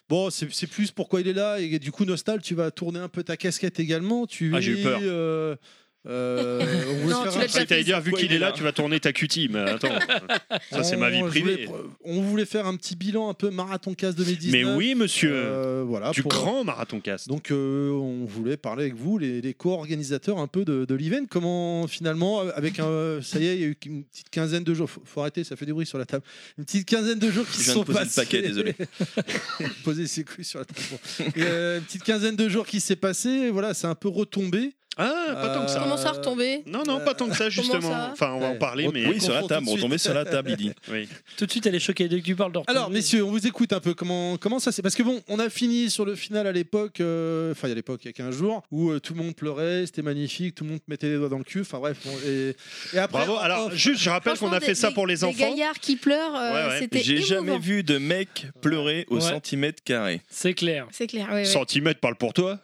[SPEAKER 1] bon, c'est c'est plus pourquoi il est là et du coup Nostal, tu vas tourner un peu ta casquette également. Tu
[SPEAKER 4] Ah, j'ai eu
[SPEAKER 1] es,
[SPEAKER 4] peur.
[SPEAKER 1] euh, euh, on veut
[SPEAKER 2] Non, tu
[SPEAKER 1] se faire
[SPEAKER 2] l'as
[SPEAKER 1] un-
[SPEAKER 2] déjà
[SPEAKER 4] Après, t'allais dire, vu
[SPEAKER 8] Ouais,
[SPEAKER 4] qu'il
[SPEAKER 8] il
[SPEAKER 4] est
[SPEAKER 8] est
[SPEAKER 4] là,
[SPEAKER 8] là.
[SPEAKER 4] tu vas tourner ta cutie, mais attends, ça c'est
[SPEAKER 1] on-
[SPEAKER 4] ma vie
[SPEAKER 1] on voulait
[SPEAKER 4] privée.
[SPEAKER 1] pr- on voulait faire un petit bilan un peu marathon casse 2019.
[SPEAKER 4] Mais oui, monsieur,
[SPEAKER 1] euh, voilà,
[SPEAKER 4] du
[SPEAKER 1] pour-
[SPEAKER 4] grand marathon cast.
[SPEAKER 1] Donc euh, on voulait parler avec vous, les, les co-organisateurs un peu de, de l'event. Comment finalement, euh, avec un, ça y est, il y a eu une petite quinzaine de jours. Faut, faut arrêter, ça fait du bruit sur la table. Une petite quinzaine de jours qui
[SPEAKER 8] Je
[SPEAKER 1] se
[SPEAKER 8] viens de
[SPEAKER 1] sont
[SPEAKER 8] poser le
[SPEAKER 1] passés.
[SPEAKER 8] paquet, désolé.
[SPEAKER 1] poser ses couilles sur la table. Bon. Euh, une petite quinzaine de jours qui s'est passé. Voilà, c'est un peu retombé. Euh,
[SPEAKER 4] Ah, pas tant que ça.
[SPEAKER 2] Comment
[SPEAKER 8] Euh,
[SPEAKER 2] ça retomber
[SPEAKER 4] Non, non, pas tant que ça, justement.
[SPEAKER 2] ça
[SPEAKER 4] enfin, on va en
[SPEAKER 1] Ouais.
[SPEAKER 4] parler, mais.
[SPEAKER 8] Oui, sur la
[SPEAKER 1] confond
[SPEAKER 8] table,
[SPEAKER 1] tout de
[SPEAKER 8] retombé sur la table, il dit.
[SPEAKER 4] Oui.
[SPEAKER 5] Tout de suite, elle est choquée dès que tu parles de retourner.
[SPEAKER 1] Alors messieurs, on vous écoute un peu. Comment comment ça s'est Parce que bon, on a fini sur le final à l'époque. euh, Enfin, à l'époque, il y a 15 jours, où euh, tout le monde pleurait, c'était magnifique, tout le monde mettait les doigts dans le cul. Enfin bref. bon, et, et après,
[SPEAKER 4] Bravo.
[SPEAKER 1] en
[SPEAKER 4] Alors,
[SPEAKER 1] off,
[SPEAKER 4] juste, je rappelle qu'on a
[SPEAKER 2] Franchement,
[SPEAKER 4] fait
[SPEAKER 2] des-
[SPEAKER 4] ça
[SPEAKER 2] des-
[SPEAKER 4] pour les
[SPEAKER 2] Des
[SPEAKER 4] enfants.
[SPEAKER 2] gaillards qui pleurent, euh,
[SPEAKER 4] Ouais, ouais.
[SPEAKER 2] c'était
[SPEAKER 8] J'ai jamais
[SPEAKER 2] émouvant.
[SPEAKER 8] vu de mec pleurer au
[SPEAKER 5] Ouais.
[SPEAKER 8] centimètre carré.
[SPEAKER 5] C'est clair.
[SPEAKER 2] C'est clair, ouais, ouais.
[SPEAKER 4] Centimètre parle pour toi.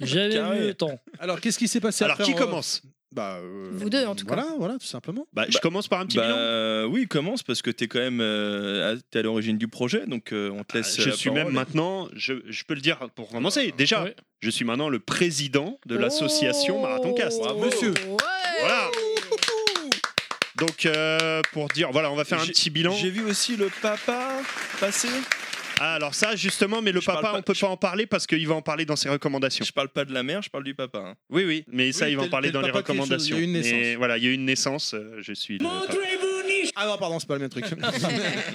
[SPEAKER 5] J'avais
[SPEAKER 8] Carré.
[SPEAKER 5] vu le temps.
[SPEAKER 1] alors qu'est-ce qui s'est passé
[SPEAKER 4] Alors,
[SPEAKER 1] après,
[SPEAKER 4] qui
[SPEAKER 1] en off
[SPEAKER 4] commence
[SPEAKER 1] Bah, euh,
[SPEAKER 2] Vous deux, en tout
[SPEAKER 1] Voilà, voilà, tout simplement.
[SPEAKER 4] bah, Je
[SPEAKER 8] Bah-
[SPEAKER 4] commence par un petit
[SPEAKER 8] Bah
[SPEAKER 4] bilan.
[SPEAKER 8] euh, oui, commence parce que t'es quand même euh, à- t'es à l'origine du projet, donc euh, on te
[SPEAKER 4] Ah,
[SPEAKER 8] laisse.
[SPEAKER 4] je
[SPEAKER 8] la
[SPEAKER 4] suis
[SPEAKER 8] parole.
[SPEAKER 4] même maintenant, je, je peux le dire pour commencer. Déjà,
[SPEAKER 5] Ouais.
[SPEAKER 4] je suis maintenant le président de l'association
[SPEAKER 2] Oh
[SPEAKER 4] Marathon Cast.
[SPEAKER 1] monsieur.
[SPEAKER 2] Ouais.
[SPEAKER 4] Voilà. Donc, euh, pour dire, voilà, on va faire un
[SPEAKER 8] J'ai-
[SPEAKER 4] petit bilan.
[SPEAKER 8] J'ai vu aussi le papa passer.
[SPEAKER 4] Ah, alors ça, justement, mais le
[SPEAKER 8] Je parle
[SPEAKER 4] papa,
[SPEAKER 8] pas-
[SPEAKER 4] on peut pas en parler parce qu'il va en parler dans ses recommandations.
[SPEAKER 8] Je parle pas de la mère, je parle du papa. hein.
[SPEAKER 4] Oui, oui, mais ça,
[SPEAKER 1] Oui,
[SPEAKER 4] il va en
[SPEAKER 1] tel-
[SPEAKER 4] parler
[SPEAKER 1] tel
[SPEAKER 4] dans les
[SPEAKER 1] papa, quelque chose,
[SPEAKER 4] recommandations.
[SPEAKER 1] il y a une
[SPEAKER 4] Mais
[SPEAKER 1] naissance.
[SPEAKER 4] voilà, il y a une naissance. euh, Je suis. le papa.
[SPEAKER 1] Ah non, pardon, c'est pas le même truc.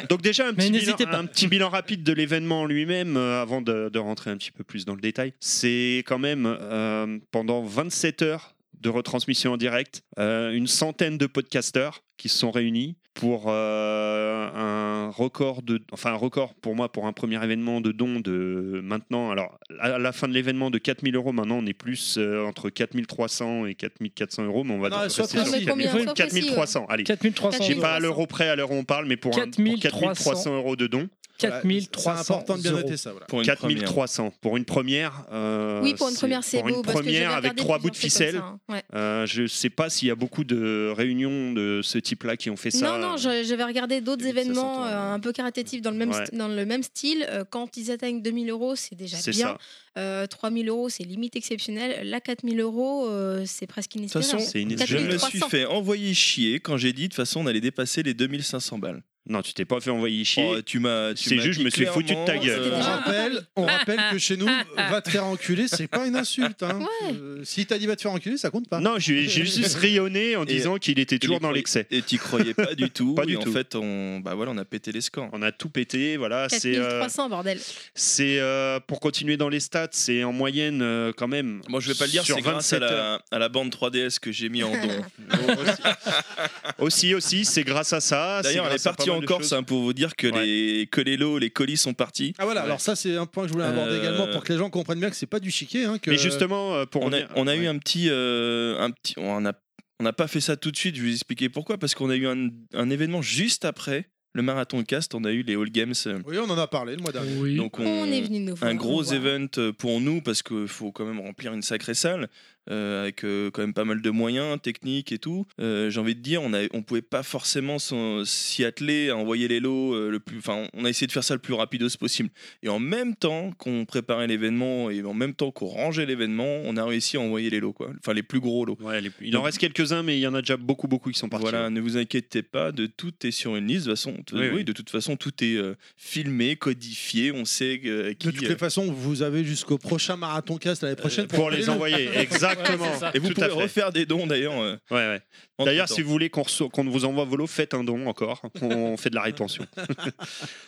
[SPEAKER 4] Donc déjà un
[SPEAKER 5] Mais
[SPEAKER 4] petit, bilan,
[SPEAKER 5] n'hésitez pas.
[SPEAKER 4] un petit bilan rapide de l'événement en lui-même euh, avant de, de rentrer un petit peu plus dans le détail. C'est quand même euh, pendant 27 heures de retransmission en direct, euh, une centaine de podcasteurs qui se sont réunis pour euh, un record de, enfin un record pour moi pour un premier événement de dons de maintenant. Alors à la fin de l'événement de 4000 euros, maintenant on est plus euh, entre 4300 et 4400 euros, mais on va
[SPEAKER 1] Non,
[SPEAKER 4] rester
[SPEAKER 1] sois
[SPEAKER 4] sur
[SPEAKER 1] précis.
[SPEAKER 4] 4000.
[SPEAKER 2] Combien, sois précis,
[SPEAKER 4] 4300. Allez.
[SPEAKER 5] 4300
[SPEAKER 4] J'ai
[SPEAKER 5] euros.
[SPEAKER 4] pas à l'euro près à l'heure où on parle, mais pour, un- pour 4300 euros de dons.
[SPEAKER 1] Voilà,
[SPEAKER 5] 4300
[SPEAKER 1] C'est important de bien
[SPEAKER 5] euros.
[SPEAKER 1] noter ça. Voilà.
[SPEAKER 8] Pour une première.
[SPEAKER 4] 4300 pour une première. euh,
[SPEAKER 2] Oui, pour une
[SPEAKER 4] c'est-
[SPEAKER 2] première, c'est
[SPEAKER 4] pour
[SPEAKER 2] beau.
[SPEAKER 4] une
[SPEAKER 2] parce que j'ai
[SPEAKER 4] première avec
[SPEAKER 2] regardé
[SPEAKER 4] trois bouts de
[SPEAKER 2] plusieurs fois
[SPEAKER 4] ficelle.
[SPEAKER 2] comme ça, hein. Ouais.
[SPEAKER 4] Euh, je sais pas s'il y a beaucoup de réunions de ce type-là qui ont fait ça. euh,
[SPEAKER 2] Non, non, je- j'avais regardé d'autres
[SPEAKER 4] 2500
[SPEAKER 2] événements
[SPEAKER 4] euros.
[SPEAKER 2] euh, un peu caritatifs dans le même,
[SPEAKER 4] Ouais.
[SPEAKER 2] st- dans le même style. Euh, Quand ils atteignent 2000 euros, c'est déjà
[SPEAKER 4] C'est
[SPEAKER 2] bien.
[SPEAKER 4] ça.
[SPEAKER 2] Euh, 3000 euros, c'est limite exceptionnel. Là, 4000 euros, euh, c'est presque inespéré.
[SPEAKER 8] façon,
[SPEAKER 4] C'est une
[SPEAKER 8] Je me
[SPEAKER 2] 4300.
[SPEAKER 8] suis fait envoyer chier quand j'ai dit de toute façon on allait dépasser les 2500 balles.
[SPEAKER 4] Non, tu t'es pas fait envoyer chier.
[SPEAKER 8] Oh, tu m'as. tu
[SPEAKER 4] C'est
[SPEAKER 8] m'as
[SPEAKER 4] juste, je
[SPEAKER 8] dit
[SPEAKER 4] me suis foutu de ta
[SPEAKER 8] clairement, euh,
[SPEAKER 4] gueule.
[SPEAKER 1] On rappelle, on rappelle que chez nous, va te faire enculer, c'est pas une insulte. Hein.
[SPEAKER 2] Ouais.
[SPEAKER 1] Euh, si t'as dit va te faire enculer, ça compte pas.
[SPEAKER 4] Non, j'ai j'ai juste rayonné en
[SPEAKER 8] Et-
[SPEAKER 4] disant qu'il était toujours dans l'excès.
[SPEAKER 8] Et t'y croyais pas du tout.
[SPEAKER 4] Pas du
[SPEAKER 8] et
[SPEAKER 4] tout.
[SPEAKER 8] En fait, on bah voilà, on a pété les scores.
[SPEAKER 4] On a tout pété, voilà. C'est euh,
[SPEAKER 2] 4300, bordel.
[SPEAKER 4] c'est, euh, pour continuer dans les stats, c'est en moyenne euh, quand même.
[SPEAKER 8] Moi, je vais pas le dire,
[SPEAKER 4] sur
[SPEAKER 8] c'est grâce à
[SPEAKER 4] 27 heures.
[SPEAKER 8] la, à la bande 3DS que j'ai mis en don.
[SPEAKER 4] Aussi, aussi, c'est grâce à ça. c'est
[SPEAKER 8] D'ailleurs, elle
[SPEAKER 4] grâce
[SPEAKER 8] est
[SPEAKER 4] à pas
[SPEAKER 8] partie
[SPEAKER 4] mal
[SPEAKER 8] en
[SPEAKER 4] de
[SPEAKER 8] Corse
[SPEAKER 4] choses.
[SPEAKER 8] hein, pour vous dire que
[SPEAKER 4] Ouais.
[SPEAKER 8] les colélos, les colis sont partis.
[SPEAKER 1] Ah voilà,
[SPEAKER 4] Ouais.
[SPEAKER 1] alors ça c'est un point que je voulais aborder
[SPEAKER 8] Euh,
[SPEAKER 1] également pour que les gens comprennent bien que c'est pas du chiquet. Hein, que...
[SPEAKER 4] Mais justement, euh, pour
[SPEAKER 8] On a,
[SPEAKER 4] revenir-
[SPEAKER 8] on a eu
[SPEAKER 4] Ouais.
[SPEAKER 8] un petit, euh, un petit, on a, on n'a pas fait ça tout de suite. Je vais vous expliquer pourquoi. Parce qu'on a eu un, un événement juste après le marathon cast. On a eu les All Games. euh,
[SPEAKER 1] Oui, on en a parlé le mois dernier.
[SPEAKER 5] Oui.
[SPEAKER 8] Donc on,
[SPEAKER 2] On est venu nous voir.
[SPEAKER 8] un gros
[SPEAKER 2] Voilà.
[SPEAKER 8] event euh, pour nous parce qu'il faut quand même remplir une sacrée salle euh, avec euh, quand même pas mal de moyens techniques et tout. Euh, J'ai envie de dire, on a, on pouvait pas forcément s'en- s'y atteler à envoyer les lots euh, le plus. Enfin, on a essayé de faire ça le plus rapide possible. Et en même temps qu'on préparait l'événement et en même temps qu'on rangeait l'événement, on a réussi à envoyer les lots quoi. Enfin, les plus gros lots.
[SPEAKER 4] Ouais, les- il en reste quelques-uns, mais il y en a déjà beaucoup, beaucoup qui sont partis.
[SPEAKER 8] Voilà, ne vous inquiétez pas, de tout est sur une liste. De toute façon, tout-
[SPEAKER 4] Oui,
[SPEAKER 8] oui,
[SPEAKER 4] oui.
[SPEAKER 8] de toute façon, tout est euh, filmé, codifié. On sait euh, qui.
[SPEAKER 1] De toutes les façons, vous avez jusqu'au prochain marathon cast l'année prochaine
[SPEAKER 4] Euh, pour les
[SPEAKER 1] envoyer.
[SPEAKER 4] envoyer,
[SPEAKER 5] Ouais,
[SPEAKER 4] exactement.
[SPEAKER 5] c'est ça.
[SPEAKER 8] et vous
[SPEAKER 4] Tout à
[SPEAKER 8] pouvez
[SPEAKER 4] fait.
[SPEAKER 8] refaire des dons d'ailleurs. euh,
[SPEAKER 4] Ouais, ouais.
[SPEAKER 8] entre
[SPEAKER 4] D'ailleurs,
[SPEAKER 8] temps.
[SPEAKER 4] si vous voulez qu'on reço- qu'on vous envoie vos lots, faites un don encore. On fait de la rétention.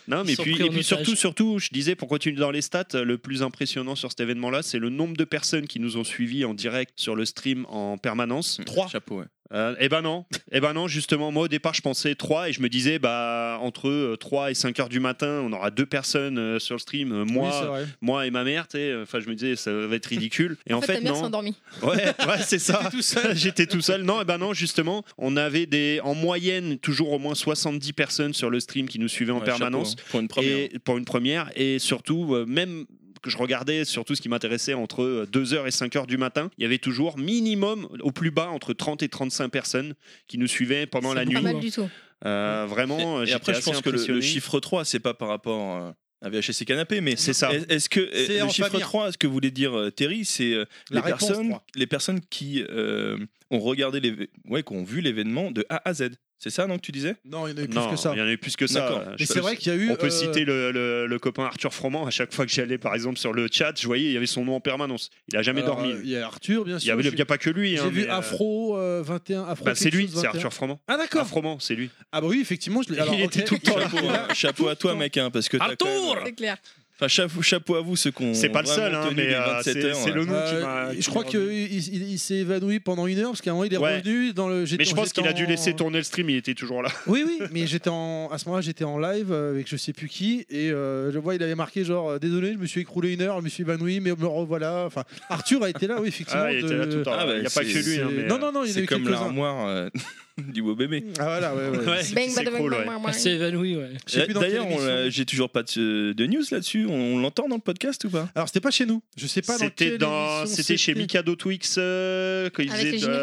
[SPEAKER 4] non, mais
[SPEAKER 5] sont
[SPEAKER 4] puis,
[SPEAKER 5] pris
[SPEAKER 4] et
[SPEAKER 5] en
[SPEAKER 4] puis
[SPEAKER 5] otage.
[SPEAKER 4] surtout, surtout, je disais pour continuer dans les stats, le plus impressionnant sur cet événement-là, c'est le nombre de personnes qui nous ont suivis en direct sur le stream en permanence.
[SPEAKER 1] Trois.
[SPEAKER 8] Chapeau, ouais.
[SPEAKER 4] Euh, eh ben non, eh ben non, justement, moi au départ je pensais 3 et je me disais bah entre euh, 3 et 5 heures du matin, on aura deux personnes euh, sur le stream, euh, moi,
[SPEAKER 1] Oui, c'est vrai.
[SPEAKER 4] moi et ma mère, tu sais, euh, enfin je me disais ça va être ridicule. Et en,
[SPEAKER 2] En fait, ta mère s'est
[SPEAKER 4] non.
[SPEAKER 2] endormie.
[SPEAKER 4] Ouais, ouais, c'est ça.
[SPEAKER 1] tout seul.
[SPEAKER 4] J'étais tout seul. Non, et ben non, justement, on avait des en moyenne toujours au moins 70 personnes sur le stream qui nous suivaient en
[SPEAKER 8] Ouais,
[SPEAKER 4] permanence.
[SPEAKER 8] chapeau, hein, pour une première.
[SPEAKER 4] Et pour une première. Et surtout, euh, même que je regardais surtout ce qui m'intéressait entre euh, 2h et 5h du matin, il y avait toujours minimum, au plus bas, entre 30 et 35 personnes qui nous suivaient pendant
[SPEAKER 5] C'est
[SPEAKER 4] la
[SPEAKER 5] beaucoup.
[SPEAKER 2] Pas
[SPEAKER 4] nuit.
[SPEAKER 2] mal du tout.
[SPEAKER 4] Euh, vraiment,
[SPEAKER 8] Et
[SPEAKER 4] j'étais
[SPEAKER 8] après, je
[SPEAKER 4] assez
[SPEAKER 8] pense que le, le
[SPEAKER 4] impressionné.
[SPEAKER 8] chiffre 3, c'est pas par rapport euh, à VHS et Canapé, mais
[SPEAKER 4] C'est ça.
[SPEAKER 8] Est- Est-ce que
[SPEAKER 1] C'est
[SPEAKER 8] euh,
[SPEAKER 1] en
[SPEAKER 8] le chiffre
[SPEAKER 1] famille.
[SPEAKER 8] 3, ce que voulait dire euh, Terry, c'est euh,
[SPEAKER 1] La
[SPEAKER 8] les
[SPEAKER 1] réponse
[SPEAKER 8] personnes,
[SPEAKER 1] 3.
[SPEAKER 8] les personnes qui euh, ont regardé les, ouais, qui ont vu l'événement de A à Z. C'est ça, non, que tu disais
[SPEAKER 1] Non, il y en a eu plus
[SPEAKER 4] Non,
[SPEAKER 1] que ça.
[SPEAKER 4] il y en avait plus que
[SPEAKER 8] D'accord.
[SPEAKER 4] ça. Euh, Je
[SPEAKER 1] Mais
[SPEAKER 4] peux-
[SPEAKER 1] c'est vrai qu'il y a eu.
[SPEAKER 4] On peut
[SPEAKER 1] euh,
[SPEAKER 4] citer le, le- le copain Arthur Froment. À chaque fois que j'allais, par exemple, sur le chat, je voyais, il y avait son nom en permanence. Il a jamais
[SPEAKER 1] alors,
[SPEAKER 4] dormi.
[SPEAKER 1] euh, Il y a Arthur, bien
[SPEAKER 4] il n'y
[SPEAKER 1] sûr.
[SPEAKER 4] a, il y a pas que lui.
[SPEAKER 1] J'ai
[SPEAKER 4] hein,
[SPEAKER 1] vu
[SPEAKER 4] mais, euh,
[SPEAKER 1] Afro euh, 21. Afro
[SPEAKER 4] bah, c'est
[SPEAKER 1] quelque
[SPEAKER 4] lui,
[SPEAKER 1] chose,
[SPEAKER 4] c'est
[SPEAKER 1] 21.
[SPEAKER 4] Arthur Froment.
[SPEAKER 1] Ah d'accord.
[SPEAKER 4] Arthur Froment, c'est lui.
[SPEAKER 1] Ah bah oui, effectivement, je l'ai.
[SPEAKER 4] Il
[SPEAKER 1] alors,
[SPEAKER 4] était
[SPEAKER 1] ok.
[SPEAKER 4] tout le temps là.
[SPEAKER 8] Chapeau, hein. Chapeau à toi, mec, hein, parce que t'as
[SPEAKER 5] Arthur
[SPEAKER 8] quand même-
[SPEAKER 2] C'est clair.
[SPEAKER 8] Enfin, chapeau, chapeau à vous ceux qu'on.
[SPEAKER 4] C'est pas le seul, hein, mais euh, c'est c'est le nom qui
[SPEAKER 1] Euh,
[SPEAKER 4] m'a. qui
[SPEAKER 1] je crois
[SPEAKER 4] m'a
[SPEAKER 1] qu'il il, il s'est évanoui pendant une heure parce qu'à un moment il est
[SPEAKER 4] Ouais.
[SPEAKER 1] revenu dans le. euh, j'étais-
[SPEAKER 4] Mais je pense
[SPEAKER 1] j'étais
[SPEAKER 4] qu'il a dû
[SPEAKER 1] en-
[SPEAKER 4] laisser tourner le stream, il était toujours là.
[SPEAKER 1] Oui, oui, mais j'étais en... à ce moment-là, j'étais en live euh, avec je sais plus qui, et euh, je vois, il avait marqué genre, euh, désolé, je me suis écroulé une heure, je me suis évanoui, mais me revoilà. Enfin, Arthur a été là, oui, effectivement.
[SPEAKER 4] Ah, il était là
[SPEAKER 1] de-
[SPEAKER 4] tout le temps.
[SPEAKER 8] Ah, bah,
[SPEAKER 4] il n'y a pas que
[SPEAKER 8] c'est-
[SPEAKER 4] lui. hein,
[SPEAKER 1] c'est-
[SPEAKER 4] mais,
[SPEAKER 1] Non, non, non, il y en a
[SPEAKER 8] C'est
[SPEAKER 1] eu
[SPEAKER 8] comme
[SPEAKER 1] quelques-uns.
[SPEAKER 8] l'armoire euh, du beau bébé.
[SPEAKER 1] Ah, voilà, ouais, ouais.
[SPEAKER 4] Ouais,
[SPEAKER 1] Je
[SPEAKER 4] qui
[SPEAKER 2] Bang, bada, bang,
[SPEAKER 4] s'écroule,
[SPEAKER 2] bang,
[SPEAKER 4] ouais.
[SPEAKER 2] bang, bang.
[SPEAKER 5] Elle s'est évanouie, ouais.
[SPEAKER 1] sais plus dans quelle
[SPEAKER 8] Euh, D'ailleurs, on
[SPEAKER 1] émission.
[SPEAKER 8] l'a- j'ai toujours pas de, de news là-dessus. On, on l'entend dans le podcast ou pas
[SPEAKER 1] Alors, c'était pas chez nous. Je sais pas dans
[SPEAKER 4] C'était
[SPEAKER 1] quelle
[SPEAKER 4] dans,
[SPEAKER 1] émission
[SPEAKER 4] c'était chez Mikado Twix euh, quand il
[SPEAKER 2] Avec les
[SPEAKER 4] faisait de-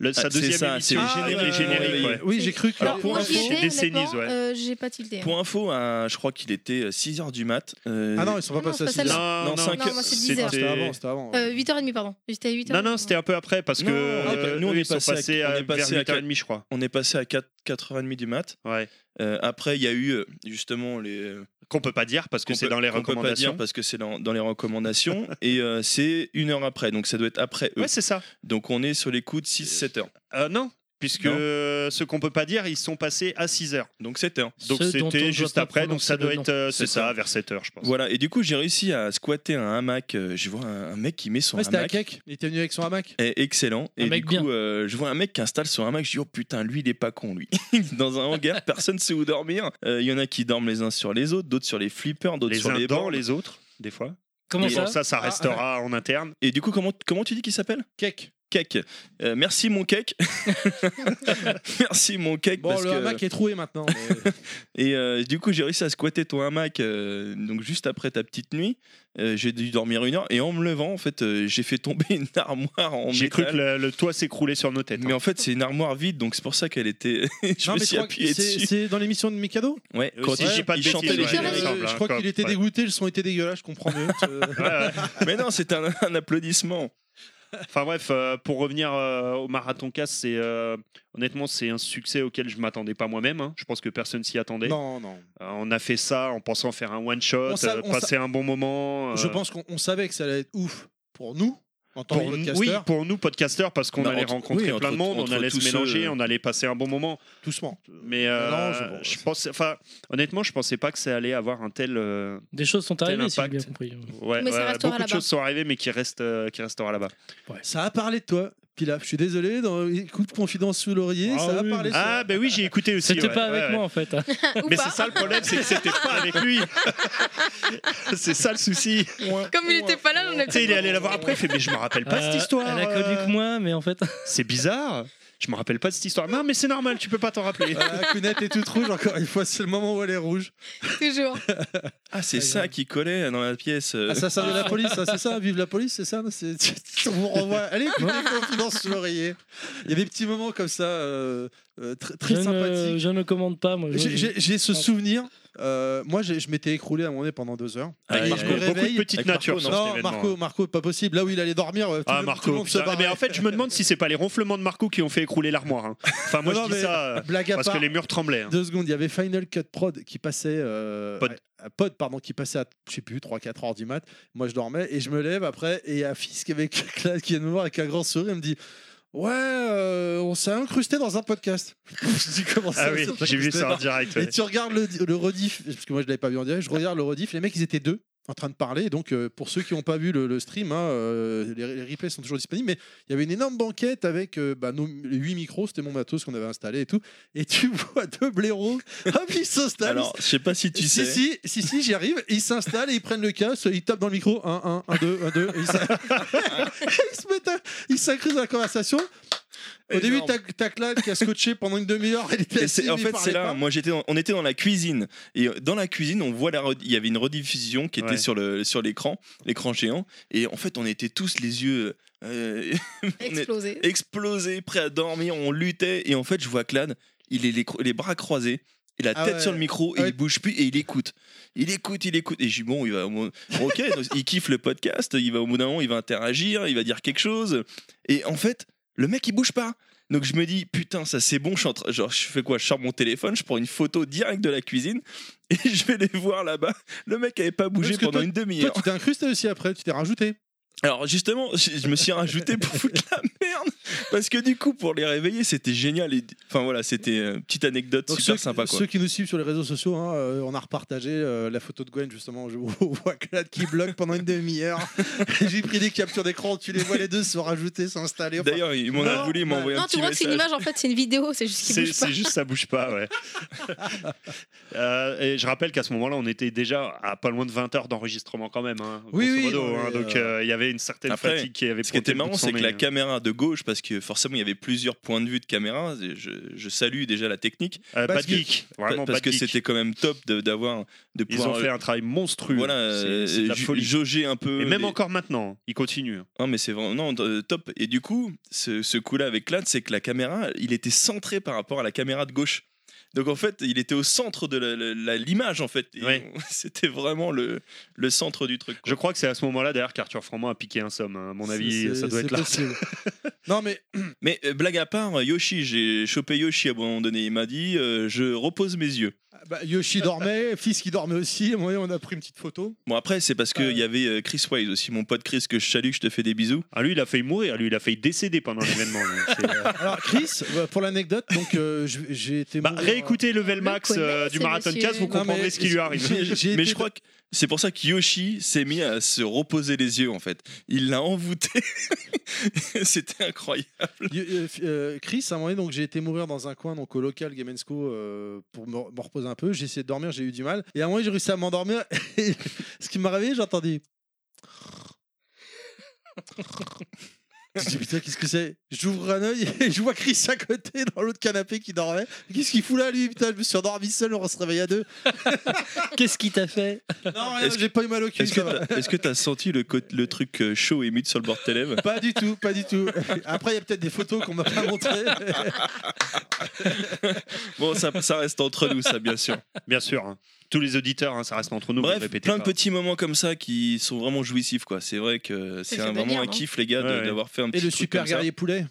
[SPEAKER 4] le- sa
[SPEAKER 8] Ah, c'est
[SPEAKER 4] deuxième
[SPEAKER 8] ça, c'est
[SPEAKER 4] émission.
[SPEAKER 8] les
[SPEAKER 1] Ah,
[SPEAKER 8] génériques,
[SPEAKER 1] ouais,
[SPEAKER 4] les génériques,
[SPEAKER 1] ouais,
[SPEAKER 4] ouais.
[SPEAKER 1] ouais. Oui, j'ai cru que.
[SPEAKER 4] Alors,
[SPEAKER 2] Alors,
[SPEAKER 4] pour
[SPEAKER 2] moi,
[SPEAKER 4] info,
[SPEAKER 2] j'y étais,
[SPEAKER 4] des sénises,
[SPEAKER 2] honnêtement,
[SPEAKER 4] ouais.
[SPEAKER 2] euh, j'ai pas tilté. hein.
[SPEAKER 8] Pour info, à- je crois qu'il était 6h du mat. euh,
[SPEAKER 1] Ah non, ils sont pas
[SPEAKER 2] Non,
[SPEAKER 1] passés
[SPEAKER 2] c'est
[SPEAKER 1] à
[SPEAKER 2] pas
[SPEAKER 1] six
[SPEAKER 2] celle-là.
[SPEAKER 1] heures.
[SPEAKER 4] Non, non,
[SPEAKER 8] Non, cinq
[SPEAKER 2] heures. Euh, Non, c'était
[SPEAKER 1] Ah, C'était avant,
[SPEAKER 4] c'était-
[SPEAKER 1] c'était avant.
[SPEAKER 2] Euh, 8h30, pardon. J'étais à 8h.
[SPEAKER 4] Non, non, c'était un peu après parce que
[SPEAKER 8] Non,
[SPEAKER 4] euh,
[SPEAKER 8] on est pas- nous, on
[SPEAKER 4] eux,
[SPEAKER 8] est
[SPEAKER 4] ils sont
[SPEAKER 8] passé à-
[SPEAKER 4] passés
[SPEAKER 8] on
[SPEAKER 4] à
[SPEAKER 8] est passé
[SPEAKER 4] vers
[SPEAKER 8] à
[SPEAKER 4] 8h30, je crois.
[SPEAKER 8] On est passé à 4, 4h30 du mat.
[SPEAKER 4] Ouais.
[SPEAKER 8] Euh, après, il y a eu euh, justement les. euh,
[SPEAKER 4] Qu'on peut pas dire parce que
[SPEAKER 8] qu'on
[SPEAKER 4] c'est
[SPEAKER 8] peut-
[SPEAKER 4] dans les
[SPEAKER 8] qu'on peut pas
[SPEAKER 4] recommandations.
[SPEAKER 8] dire parce que c'est dans, dans les recommandations. et euh, c'est une heure après. Donc ça doit être après eux.
[SPEAKER 4] Ouais, c'est ça.
[SPEAKER 8] donc on est sur les coups de 6-7 heures.
[SPEAKER 4] Euh, Non, puisque
[SPEAKER 8] Non.
[SPEAKER 4] euh, ceux qu'on peut pas dire, ils sont passés à 6 heures.
[SPEAKER 8] Donc 7 heures.
[SPEAKER 4] Donc
[SPEAKER 5] Ceux dont on ne
[SPEAKER 4] c'était
[SPEAKER 5] doit
[SPEAKER 4] juste
[SPEAKER 5] pas
[SPEAKER 4] après, donc
[SPEAKER 5] prononcer
[SPEAKER 4] ça
[SPEAKER 5] le
[SPEAKER 4] doit
[SPEAKER 5] nom.
[SPEAKER 4] être euh, c'est
[SPEAKER 8] C'est ça.
[SPEAKER 4] ça vers 7 heures, je pense.
[SPEAKER 8] Voilà. Et du coup, j'ai réussi à squatter un hamac. Euh, Je vois un, un mec qui met son
[SPEAKER 1] Ouais, c'était à
[SPEAKER 8] hamac.
[SPEAKER 1] Keck. Il était venu avec son hamac.
[SPEAKER 8] Eh, excellent.
[SPEAKER 5] Un
[SPEAKER 8] Et
[SPEAKER 5] mec
[SPEAKER 8] du
[SPEAKER 5] bien.
[SPEAKER 8] coup, euh, je vois un mec qui installe son hamac. Je dis, oh putain, lui, il est pas con, lui. Dans un hangar, personne sait où dormir. Euh, Il y en a qui dorment les uns sur les autres, d'autres sur les flippers, d'autres
[SPEAKER 4] Les
[SPEAKER 8] sur
[SPEAKER 4] uns
[SPEAKER 8] les
[SPEAKER 4] dans
[SPEAKER 8] bancs.
[SPEAKER 4] les autres, des fois.
[SPEAKER 5] Comment
[SPEAKER 4] Et
[SPEAKER 5] ça
[SPEAKER 4] bon, ça,
[SPEAKER 1] Ah,
[SPEAKER 4] ça restera en interne.
[SPEAKER 8] Et du coup, comment, comment tu dis qu'il s'appelle
[SPEAKER 1] Keck.
[SPEAKER 8] Cake. Euh, merci, mon cake. merci, mon cake.
[SPEAKER 1] Bon,
[SPEAKER 8] parce
[SPEAKER 1] le
[SPEAKER 8] que...
[SPEAKER 1] hamac est troué maintenant. mais-
[SPEAKER 8] Et euh, du coup, j'ai réussi à squatter ton hamac euh, donc juste après ta petite nuit. Euh, j'ai dû dormir une heure et en me levant, en fait, euh, j'ai fait tomber une armoire en
[SPEAKER 4] J'ai cru
[SPEAKER 8] métal.
[SPEAKER 4] que le, le toit s'écroulait sur nos têtes.
[SPEAKER 8] Mais
[SPEAKER 4] hein.
[SPEAKER 8] en fait, c'est une armoire vide, donc c'est pour ça qu'elle était. je
[SPEAKER 1] Non,
[SPEAKER 8] me
[SPEAKER 1] mais
[SPEAKER 8] suis
[SPEAKER 1] crois que
[SPEAKER 8] appuyé
[SPEAKER 1] c'est-
[SPEAKER 8] dessus.
[SPEAKER 1] C'est dans l'émission de Mikado
[SPEAKER 8] Ouais,
[SPEAKER 4] Aussi,
[SPEAKER 8] quand il,
[SPEAKER 4] je dis pas de
[SPEAKER 8] il chantait
[SPEAKER 4] bêtises,
[SPEAKER 8] les
[SPEAKER 4] ouais,
[SPEAKER 8] génériques.
[SPEAKER 4] il me semble,
[SPEAKER 1] Je
[SPEAKER 4] hein,
[SPEAKER 1] crois
[SPEAKER 4] comme-
[SPEAKER 1] qu'il était
[SPEAKER 4] ouais.
[SPEAKER 1] dégoûté, le son était dégueulasse, je comprends mieux. Euh,
[SPEAKER 4] Ouais, ouais.
[SPEAKER 8] Mais non, c'est un, un applaudissement.
[SPEAKER 4] Enfin bref, euh, pour revenir euh, au marathon casse, c'est euh, honnêtement c'est un succès auquel je m'attendais pas moi-même. hein. Je pense que personne s'y attendait.
[SPEAKER 1] Non, non.
[SPEAKER 4] Euh, on a fait ça en pensant faire un one shot,
[SPEAKER 1] On sa- on
[SPEAKER 4] passer un bon moment. euh,
[SPEAKER 1] Je pense qu'on on savait que ça allait être ouf pour nous, en tant
[SPEAKER 4] pour
[SPEAKER 1] que
[SPEAKER 4] nous,
[SPEAKER 1] podcasteurs,
[SPEAKER 4] oui, pour nous podcasteurs, parce qu'on
[SPEAKER 8] Bah,
[SPEAKER 4] allait
[SPEAKER 8] entre-
[SPEAKER 4] rencontrer
[SPEAKER 8] oui,
[SPEAKER 4] plein de
[SPEAKER 8] entre-
[SPEAKER 4] monde, on
[SPEAKER 8] entre
[SPEAKER 4] allait se
[SPEAKER 8] tous ceux,
[SPEAKER 4] mélanger,
[SPEAKER 8] euh,
[SPEAKER 4] on allait passer un bon moment.
[SPEAKER 1] doucement.
[SPEAKER 4] Mais euh,
[SPEAKER 1] Non, je- bon,
[SPEAKER 4] je,
[SPEAKER 1] c'est-
[SPEAKER 4] pensais, enfin honnêtement, je pensais pas que ça allait avoir un tel. euh,
[SPEAKER 5] Des choses sont arrivées, si j'ai
[SPEAKER 4] impact.
[SPEAKER 5] bien compris.
[SPEAKER 4] ouais,
[SPEAKER 2] Mais ça
[SPEAKER 4] ouais,
[SPEAKER 2] restera
[SPEAKER 4] beaucoup de
[SPEAKER 2] là-bas.
[SPEAKER 4] choses sont arrivées, mais qui reste, euh, qui restera là-bas.
[SPEAKER 1] Ça a parlé de toi, Pilaf. Je suis désolé, dans coup de confidence sous l'oreiller,
[SPEAKER 5] Ah
[SPEAKER 1] ça a
[SPEAKER 5] oui,
[SPEAKER 1] parlé de
[SPEAKER 4] Ah
[SPEAKER 1] toi.
[SPEAKER 4] ben oui, j'ai écouté aussi.
[SPEAKER 5] C'était
[SPEAKER 4] ouais,
[SPEAKER 5] pas
[SPEAKER 4] ouais,
[SPEAKER 5] avec
[SPEAKER 4] ouais.
[SPEAKER 5] moi, en fait. hein.
[SPEAKER 2] Ou
[SPEAKER 4] Mais
[SPEAKER 2] pas.
[SPEAKER 4] c'est ça le problème, c'est que c'était pas avec lui. c'est ça le souci. Tu
[SPEAKER 2] Comme il était pas là, on a
[SPEAKER 4] sais, il est allé la voir après, il fait mais je me rappelle pas
[SPEAKER 5] Euh,
[SPEAKER 4] cette histoire.
[SPEAKER 5] Elle a connu
[SPEAKER 4] euh,
[SPEAKER 5] que moi, mais en fait.
[SPEAKER 4] C'est bizarre. Je me rappelle pas de cette histoire. Non, mais c'est normal, tu peux pas t'en rappeler.
[SPEAKER 1] Voilà, Kounet Ah, est toute rouge, encore une fois, c'est le moment où elle est rouge.
[SPEAKER 2] Toujours.
[SPEAKER 8] Ah, c'est ça qui collait dans la pièce. euh.
[SPEAKER 1] Assassin Ah, de la police, hein, c'est ça Vive la police, c'est ça C'est- On vous renvoie. Allez, écoutez confidence sous l'oreiller. Il y a des petits moments comme ça, euh, euh, très, très
[SPEAKER 5] je,
[SPEAKER 1] sympathiques.
[SPEAKER 5] ne, je ne commande pas, moi. je- Ah.
[SPEAKER 1] J'ai- J'ai j'ai ce souvenir. euh, moi, j'ai- je m'étais écroulé à mon nez pendant deux heures.
[SPEAKER 8] Ah,
[SPEAKER 1] Avec
[SPEAKER 8] il y a
[SPEAKER 1] Marco
[SPEAKER 8] eu beaucoup
[SPEAKER 4] Beaucoup
[SPEAKER 1] réveille.
[SPEAKER 4] de petites
[SPEAKER 8] Avec
[SPEAKER 4] natures
[SPEAKER 8] Marco,
[SPEAKER 4] sur
[SPEAKER 1] non,
[SPEAKER 4] cet événement. hein.
[SPEAKER 1] Marco, Marco, pas possible. Là où il allait dormir, euh, tout
[SPEAKER 4] Ah
[SPEAKER 1] le- tout le
[SPEAKER 4] Marco,
[SPEAKER 1] monde se
[SPEAKER 4] putain.
[SPEAKER 1] barrait.
[SPEAKER 4] mais en fait je me demande si c'est pas les ronflements de Marco qui ont fait écrouler l'armoire. hein. Enfin moi
[SPEAKER 1] Non,
[SPEAKER 4] je dis
[SPEAKER 1] mais-
[SPEAKER 4] ça euh,
[SPEAKER 1] blague à
[SPEAKER 4] parce
[SPEAKER 1] part.
[SPEAKER 4] que les murs tremblaient. hein.
[SPEAKER 1] Deux secondes, il y avait Final Cut Prod qui passait euh,
[SPEAKER 4] Pod.
[SPEAKER 1] à- à Pod, pardon, qui passait à je sais plus 3-4 heures du mat. Moi je dormais et je me lève après et il y a Fisk avec Claude qui vient de me voir avec un grand sourire, il me dit Ouais, euh, on s'est incrusté dans un podcast. je dis comment ça
[SPEAKER 4] Ah
[SPEAKER 1] on
[SPEAKER 4] oui,
[SPEAKER 1] s'est
[SPEAKER 4] j'ai vu
[SPEAKER 1] incrusté
[SPEAKER 4] ça en
[SPEAKER 1] dans-
[SPEAKER 4] direct. ouais.
[SPEAKER 1] Et tu regardes le, le rediff, parce que moi je l'avais pas vu en direct, je regarde le rediff, les mecs ils étaient deux. en train de parler. Donc, euh, pour ceux qui n'ont pas vu le, le stream, hein, euh, les, les replays sont toujours disponibles. Mais il y avait une énorme banquette avec euh, bah, nos 8 micros. C'était mon matos qu'on avait installé et tout. Et tu vois deux blaireaux. Hop, ils s'installent.
[SPEAKER 8] Alors, je sais pas si tu
[SPEAKER 1] si,
[SPEAKER 8] sais.
[SPEAKER 1] si, si, si, j'y arrive. Ils s'installent et ils prennent le casque, ils tapent dans le micro 1, 1, 1, 2, 1, 2. Ils s'a- ils se mettent à- ils synchronisent la conversation. Au début,
[SPEAKER 8] Énorme.
[SPEAKER 1] t'as t'as Clad qui a scotché pendant une demi-heure. Elle était
[SPEAKER 8] Et c'est-
[SPEAKER 1] assise,
[SPEAKER 8] en
[SPEAKER 1] mais
[SPEAKER 8] fait,
[SPEAKER 1] parlait
[SPEAKER 8] c'est là. hein.
[SPEAKER 1] pas.
[SPEAKER 8] Moi, j'étais, dans- on était dans la cuisine et euh, dans la cuisine, on voit la. redi- Il y avait une rediffusion qui était
[SPEAKER 4] Ouais.
[SPEAKER 8] sur le sur l'écran, l'écran géant. Et en fait, on était tous les yeux euh, on est-
[SPEAKER 2] Explosé.
[SPEAKER 8] explosés, prêts à dormir. On luttait et en fait, je vois Clad. Il est les, cro- les bras croisés. Et la
[SPEAKER 1] Ah
[SPEAKER 8] tête
[SPEAKER 1] ouais.
[SPEAKER 8] sur le micro, et
[SPEAKER 1] Ah ouais.
[SPEAKER 8] il bouge plus, et il écoute. Il écoute, il écoute. Et je dis, bon, il va au moins- Ok, donc, il kiffe le podcast, il va au bout d'un moment, il va interagir, il va dire quelque chose. Et en fait, le mec, il bouge pas. Donc je me dis, putain, ça c'est bon, je, suis en train- genre, je fais quoi Je sors mon téléphone, je prends une photo directe de la cuisine et je vais les voir là-bas. Le mec avait pas bougé
[SPEAKER 1] Parce que
[SPEAKER 8] pendant
[SPEAKER 1] toi-
[SPEAKER 8] une
[SPEAKER 1] Toi,
[SPEAKER 8] demi-heure.
[SPEAKER 1] tu t'es incrusté aussi après, tu t'es rajouté.
[SPEAKER 8] Alors justement, je, je me suis rajouté pour foutre la merde parce que du coup, pour les réveiller, c'était génial. et- Enfin voilà, c'était euh, petite anecdote
[SPEAKER 1] Donc,
[SPEAKER 8] super
[SPEAKER 1] ceux,
[SPEAKER 8] sympa quoi.
[SPEAKER 1] ceux qui nous suivent sur les réseaux sociaux, hein, euh, on a repartagé euh, la photo de Gwen justement. Je on voit Clad qui bloque pendant une demi-heure. J'ai pris des captures d'écran, tu les vois les deux se rajouter, s'installer. Enfin,
[SPEAKER 8] D'ailleurs, il m'en a
[SPEAKER 1] Non, bah,
[SPEAKER 8] voulu, il m'a envoyé
[SPEAKER 2] Non,
[SPEAKER 8] un
[SPEAKER 2] tu
[SPEAKER 8] petit
[SPEAKER 2] vois que c'est une
[SPEAKER 8] message.
[SPEAKER 2] image, en fait, c'est une vidéo, c'est juste qu'il
[SPEAKER 4] C'est
[SPEAKER 2] bouge pas.
[SPEAKER 4] c'est juste ça bouge pas, ouais. Euh, et je rappelle qu'à ce moment-là, on était déjà à pas loin de 20 heures d'enregistrement quand même. Hein,
[SPEAKER 1] Oui,
[SPEAKER 4] grosso
[SPEAKER 1] oui,
[SPEAKER 4] modo,
[SPEAKER 1] non, mais,
[SPEAKER 4] hein, donc
[SPEAKER 1] euh,
[SPEAKER 4] euh, il y avait une certaine
[SPEAKER 8] Après,
[SPEAKER 4] fatigue qui avait
[SPEAKER 8] Ce qui était
[SPEAKER 4] pointé le bout
[SPEAKER 8] marrant,
[SPEAKER 4] de son
[SPEAKER 8] c'est que
[SPEAKER 4] nez,
[SPEAKER 8] la
[SPEAKER 4] hein.
[SPEAKER 8] caméra de gauche, parce que forcément il y avait plusieurs points de vue de caméra, et je, je salue déjà la technique,
[SPEAKER 4] Euh,
[SPEAKER 1] parce
[SPEAKER 4] Bad
[SPEAKER 1] que-
[SPEAKER 4] Geek, vraiment
[SPEAKER 8] parce
[SPEAKER 4] Bad
[SPEAKER 8] que
[SPEAKER 4] Geek.
[SPEAKER 8] c'était quand même top de- d'avoir,
[SPEAKER 4] Ils
[SPEAKER 8] de pouvoir
[SPEAKER 4] ont fait un travail monstrueux.
[SPEAKER 8] voilà,
[SPEAKER 4] c'est c'est de la
[SPEAKER 8] euh, ju-
[SPEAKER 4] folie.
[SPEAKER 8] jauger un peu.
[SPEAKER 4] Et même
[SPEAKER 8] les-
[SPEAKER 4] encore maintenant, hein, il continue.
[SPEAKER 8] Non, mais c'est vraiment non, euh, top. Et du coup, ce, ce coup-là avec Clad, c'est que la caméra, il était centré par rapport à la caméra de gauche. Donc en fait, il était au centre de la- la- la- l'image en fait. Et
[SPEAKER 4] Ouais.
[SPEAKER 8] on- C'était vraiment le, le centre du truc. quoi.
[SPEAKER 4] Je crois que c'est à ce moment-là, d'ailleurs, qu'Arthur Froment a piqué un somme. hein. À mon avis,
[SPEAKER 1] c'est-
[SPEAKER 4] ça doit
[SPEAKER 1] c'est
[SPEAKER 4] être là.
[SPEAKER 1] possible. non mais
[SPEAKER 8] Mais euh, blague à part, Yoshi, j'ai chopé Yoshi à un moment donné. Il m'a dit, euh, je repose mes yeux.
[SPEAKER 1] bah, Yoshi dormait, fils qui dormait aussi. Moi, on a pris une petite photo.
[SPEAKER 8] Bon après, c'est parce qu'il y avait euh, Chris Wise aussi, mon pote Chris que je salue, je te fais des bisous.
[SPEAKER 4] Ah, lui, il a failli mourir. Lui, il a failli décéder pendant l'événement. lui. C'est, euh,
[SPEAKER 1] Alors Chris, bah, pour l'anecdote, donc euh, je- j'ai été.
[SPEAKER 4] Bah,
[SPEAKER 1] mourir,
[SPEAKER 4] réécoutez Level
[SPEAKER 2] le
[SPEAKER 4] Max
[SPEAKER 2] connaît,
[SPEAKER 4] euh, du
[SPEAKER 2] ce
[SPEAKER 4] Marathon
[SPEAKER 2] monsieur.
[SPEAKER 4] 4, vous
[SPEAKER 2] Non,
[SPEAKER 1] Non, mais
[SPEAKER 4] comprendrez ce qui lui arrive.
[SPEAKER 1] j'ai- j'ai
[SPEAKER 8] Mais
[SPEAKER 1] été-
[SPEAKER 8] je crois que c'est pour ça que Yoshi s'est mis à se reposer les yeux en fait. Il l'a envoûté. C'était incroyable.
[SPEAKER 1] Y- euh, f- euh, Chris, à un moment donné, donc j'ai été mourir dans un coin, donc au local Game Co, euh, pour me me reposer un peu. J'ai essayé de dormir, j'ai eu du mal. Et à un moment, j'ai réussi à m'endormir. Et ce qui m'a réveillé, j'ai entendu. Je dis putain, qu'est-ce que c'est J'ouvre un œil et je vois Chris à côté dans l'autre canapé qui dormait. Qu'est-ce qu'il fout là, lui Putain, je me suis endormi seul, on se réveille à deux.
[SPEAKER 5] Qu'est-ce qui t'a fait
[SPEAKER 1] Non, rien,
[SPEAKER 8] Est-ce que-
[SPEAKER 1] j'ai pas eu mal au cul.
[SPEAKER 8] Est-ce que
[SPEAKER 1] ça va.
[SPEAKER 8] t'as- est-ce que t'as senti le, co- le truc euh, chaud et humide sur le bord de tes lèvres
[SPEAKER 1] Pas du tout, pas du tout. Après, il y a peut-être des photos qu'on m'a pas montrées.
[SPEAKER 8] Bon, ça, ça reste entre nous, ça, bien sûr.
[SPEAKER 4] Bien sûr. hein. Tous les auditeurs, hein, ça reste entre nous. vous
[SPEAKER 8] Bref,
[SPEAKER 4] répétez
[SPEAKER 8] plein de
[SPEAKER 4] pas.
[SPEAKER 8] petits moments comme ça qui sont vraiment jouissifs, quoi. C'est vrai que c'est
[SPEAKER 2] fait
[SPEAKER 8] un- vraiment
[SPEAKER 2] plaisir,
[SPEAKER 8] un
[SPEAKER 2] hein.
[SPEAKER 8] kiff, les gars, de-
[SPEAKER 4] Ouais, ouais.
[SPEAKER 8] d'avoir fait un petit
[SPEAKER 1] Et le
[SPEAKER 8] truc
[SPEAKER 1] super
[SPEAKER 8] comme ça.
[SPEAKER 1] guerrier poulet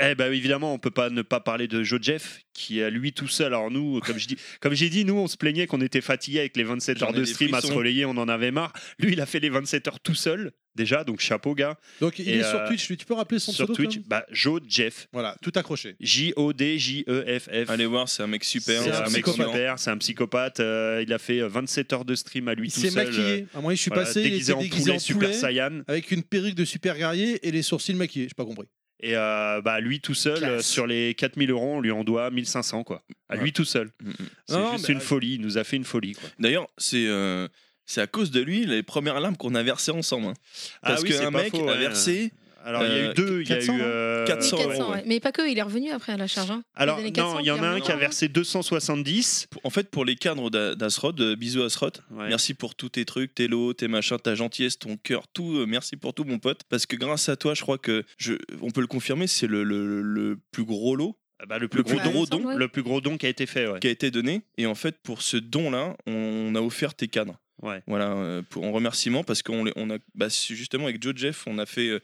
[SPEAKER 4] Eh ben évidemment, on peut pas ne pas parler de Joe Jeff qui à lui tout seul. Alors nous, comme je dis, comme j'ai dit, nous on se plaignait qu'on était fatigué avec les 27
[SPEAKER 8] J'en
[SPEAKER 4] heures
[SPEAKER 8] ai
[SPEAKER 4] de
[SPEAKER 8] des
[SPEAKER 4] stream à se
[SPEAKER 8] frissons.
[SPEAKER 4] relayer, on en avait marre. Lui, il a fait les 27 heures tout seul déjà, donc chapeau gars.
[SPEAKER 1] Donc il
[SPEAKER 4] Et,
[SPEAKER 1] est sur
[SPEAKER 4] euh,
[SPEAKER 1] Twitch, lui. Tu peux rappeler son
[SPEAKER 4] Sur
[SPEAKER 1] pseudo,
[SPEAKER 4] Twitch,
[SPEAKER 1] quand même
[SPEAKER 4] bah Joe Jeff,
[SPEAKER 1] Voilà, tout accroché.
[SPEAKER 4] J O D J E F F.
[SPEAKER 8] Allez voir, c'est un mec super.
[SPEAKER 1] C'est
[SPEAKER 4] C'est un, mec
[SPEAKER 1] psychopathe.
[SPEAKER 8] excellent.
[SPEAKER 4] super, c'est un psychopathe. euh, il a fait euh, 27 heures de stream à lui
[SPEAKER 1] Il
[SPEAKER 4] tout
[SPEAKER 1] s'est
[SPEAKER 4] seul. euh,
[SPEAKER 1] maquillé. À moi, je suis
[SPEAKER 4] voilà,
[SPEAKER 1] passé, il
[SPEAKER 4] déguisé
[SPEAKER 1] était
[SPEAKER 4] en
[SPEAKER 1] déguisé
[SPEAKER 4] poulet,
[SPEAKER 1] en
[SPEAKER 4] Super
[SPEAKER 1] poulet,
[SPEAKER 4] Saiyan.
[SPEAKER 1] avec une perruque de super guerrier et les sourcils maquillés. J'ai pas compris.
[SPEAKER 4] Et euh, bah, lui tout seul,
[SPEAKER 1] Classe.
[SPEAKER 4] euh, sur les 4000 euros, on lui en doit 1500, quoi. À
[SPEAKER 8] Ouais.
[SPEAKER 4] lui tout seul.
[SPEAKER 8] Mm, mm.
[SPEAKER 4] C'est
[SPEAKER 1] Non,
[SPEAKER 4] juste
[SPEAKER 1] mais-
[SPEAKER 4] une folie, il nous a fait une folie, quoi.
[SPEAKER 8] D'ailleurs, c'est. euh, C'est à cause de lui les premières larmes qu'on a versées ensemble. hein. Parce
[SPEAKER 4] Ah oui, c'est
[SPEAKER 8] qu'un
[SPEAKER 4] pas
[SPEAKER 8] mec
[SPEAKER 4] faux,
[SPEAKER 8] a
[SPEAKER 4] ouais.
[SPEAKER 8] versé.
[SPEAKER 4] Alors, il y a
[SPEAKER 8] euh,
[SPEAKER 4] eu deux. Il y a
[SPEAKER 1] 400,
[SPEAKER 4] eu. euh,
[SPEAKER 8] 400
[SPEAKER 2] Oui,
[SPEAKER 8] euros,
[SPEAKER 2] 400, ouais. Mais pas que, il est revenu après à la charge. hein.
[SPEAKER 4] Alors,
[SPEAKER 2] Les années
[SPEAKER 4] non,
[SPEAKER 2] 400,
[SPEAKER 4] il y en a
[SPEAKER 2] il
[SPEAKER 4] un
[SPEAKER 2] y
[SPEAKER 4] qui a
[SPEAKER 2] en a.
[SPEAKER 4] versé 270.
[SPEAKER 8] En fait, pour les cadres d'A- d'Asrod, euh, bisous Asrod.
[SPEAKER 4] Ouais.
[SPEAKER 8] Merci pour tous tes trucs, tes lots, tes machins, ta gentillesse, ton cœur, tout. euh, Merci pour tout, mon pote. Parce que grâce à toi, je crois que je, on peut le confirmer, c'est le, le- le plus gros lot
[SPEAKER 4] Ah bah, le plus,
[SPEAKER 8] Le plus
[SPEAKER 4] gros,
[SPEAKER 8] gros
[SPEAKER 4] don,
[SPEAKER 2] don. Ouais.
[SPEAKER 4] le plus gros don qui a été fait, ouais.
[SPEAKER 8] qui a été donné. Et en fait, pour ce don-là, on a offert tes cadres.
[SPEAKER 4] Ouais.
[SPEAKER 8] Voilà, euh, pour, en remerciement, parce qu'on les- on a, bah, c'est justement avec Joe Jeff, on a fait. euh,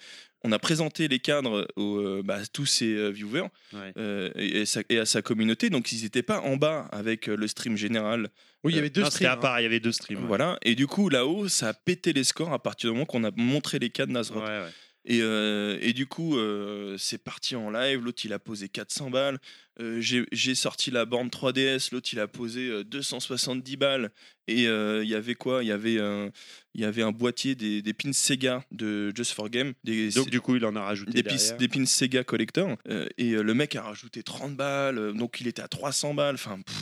[SPEAKER 8] on a présenté les cadres aux, euh, bah, à tous ses euh, viewers
[SPEAKER 4] Ouais.
[SPEAKER 8] euh, et, et sa- et à sa communauté. Donc, ils n'étaient pas en bas avec euh, le stream général.
[SPEAKER 1] Oui, il y
[SPEAKER 8] Euh,
[SPEAKER 1] avait deux
[SPEAKER 4] non, c'était
[SPEAKER 1] streams.
[SPEAKER 4] à
[SPEAKER 1] hein.
[SPEAKER 4] part, il y avait deux streams. ouais.
[SPEAKER 8] Voilà. Et du coup, là-haut, ça a pété les scores à partir du moment qu'on a montré les cadres d'Azroth.
[SPEAKER 4] Ouais, ouais.
[SPEAKER 8] Et, euh, et du coup, euh, c'est parti en live. L'autre, il a posé 400 balles. Euh, j'ai- J'ai sorti la borne 3DS, l'autre il a posé euh, 270 balles. Et euh, il y avait quoi Il y avait un, il y avait un boîtier des, des pins Sega de Just for Game. Des,
[SPEAKER 4] Donc du coup, il en a rajouté
[SPEAKER 8] des, pins,
[SPEAKER 4] derrière.
[SPEAKER 8] des pins Sega Collector. Euh, et euh, le mec a rajouté 30 balles, euh, donc il était à 300 balles. Enfin, pff,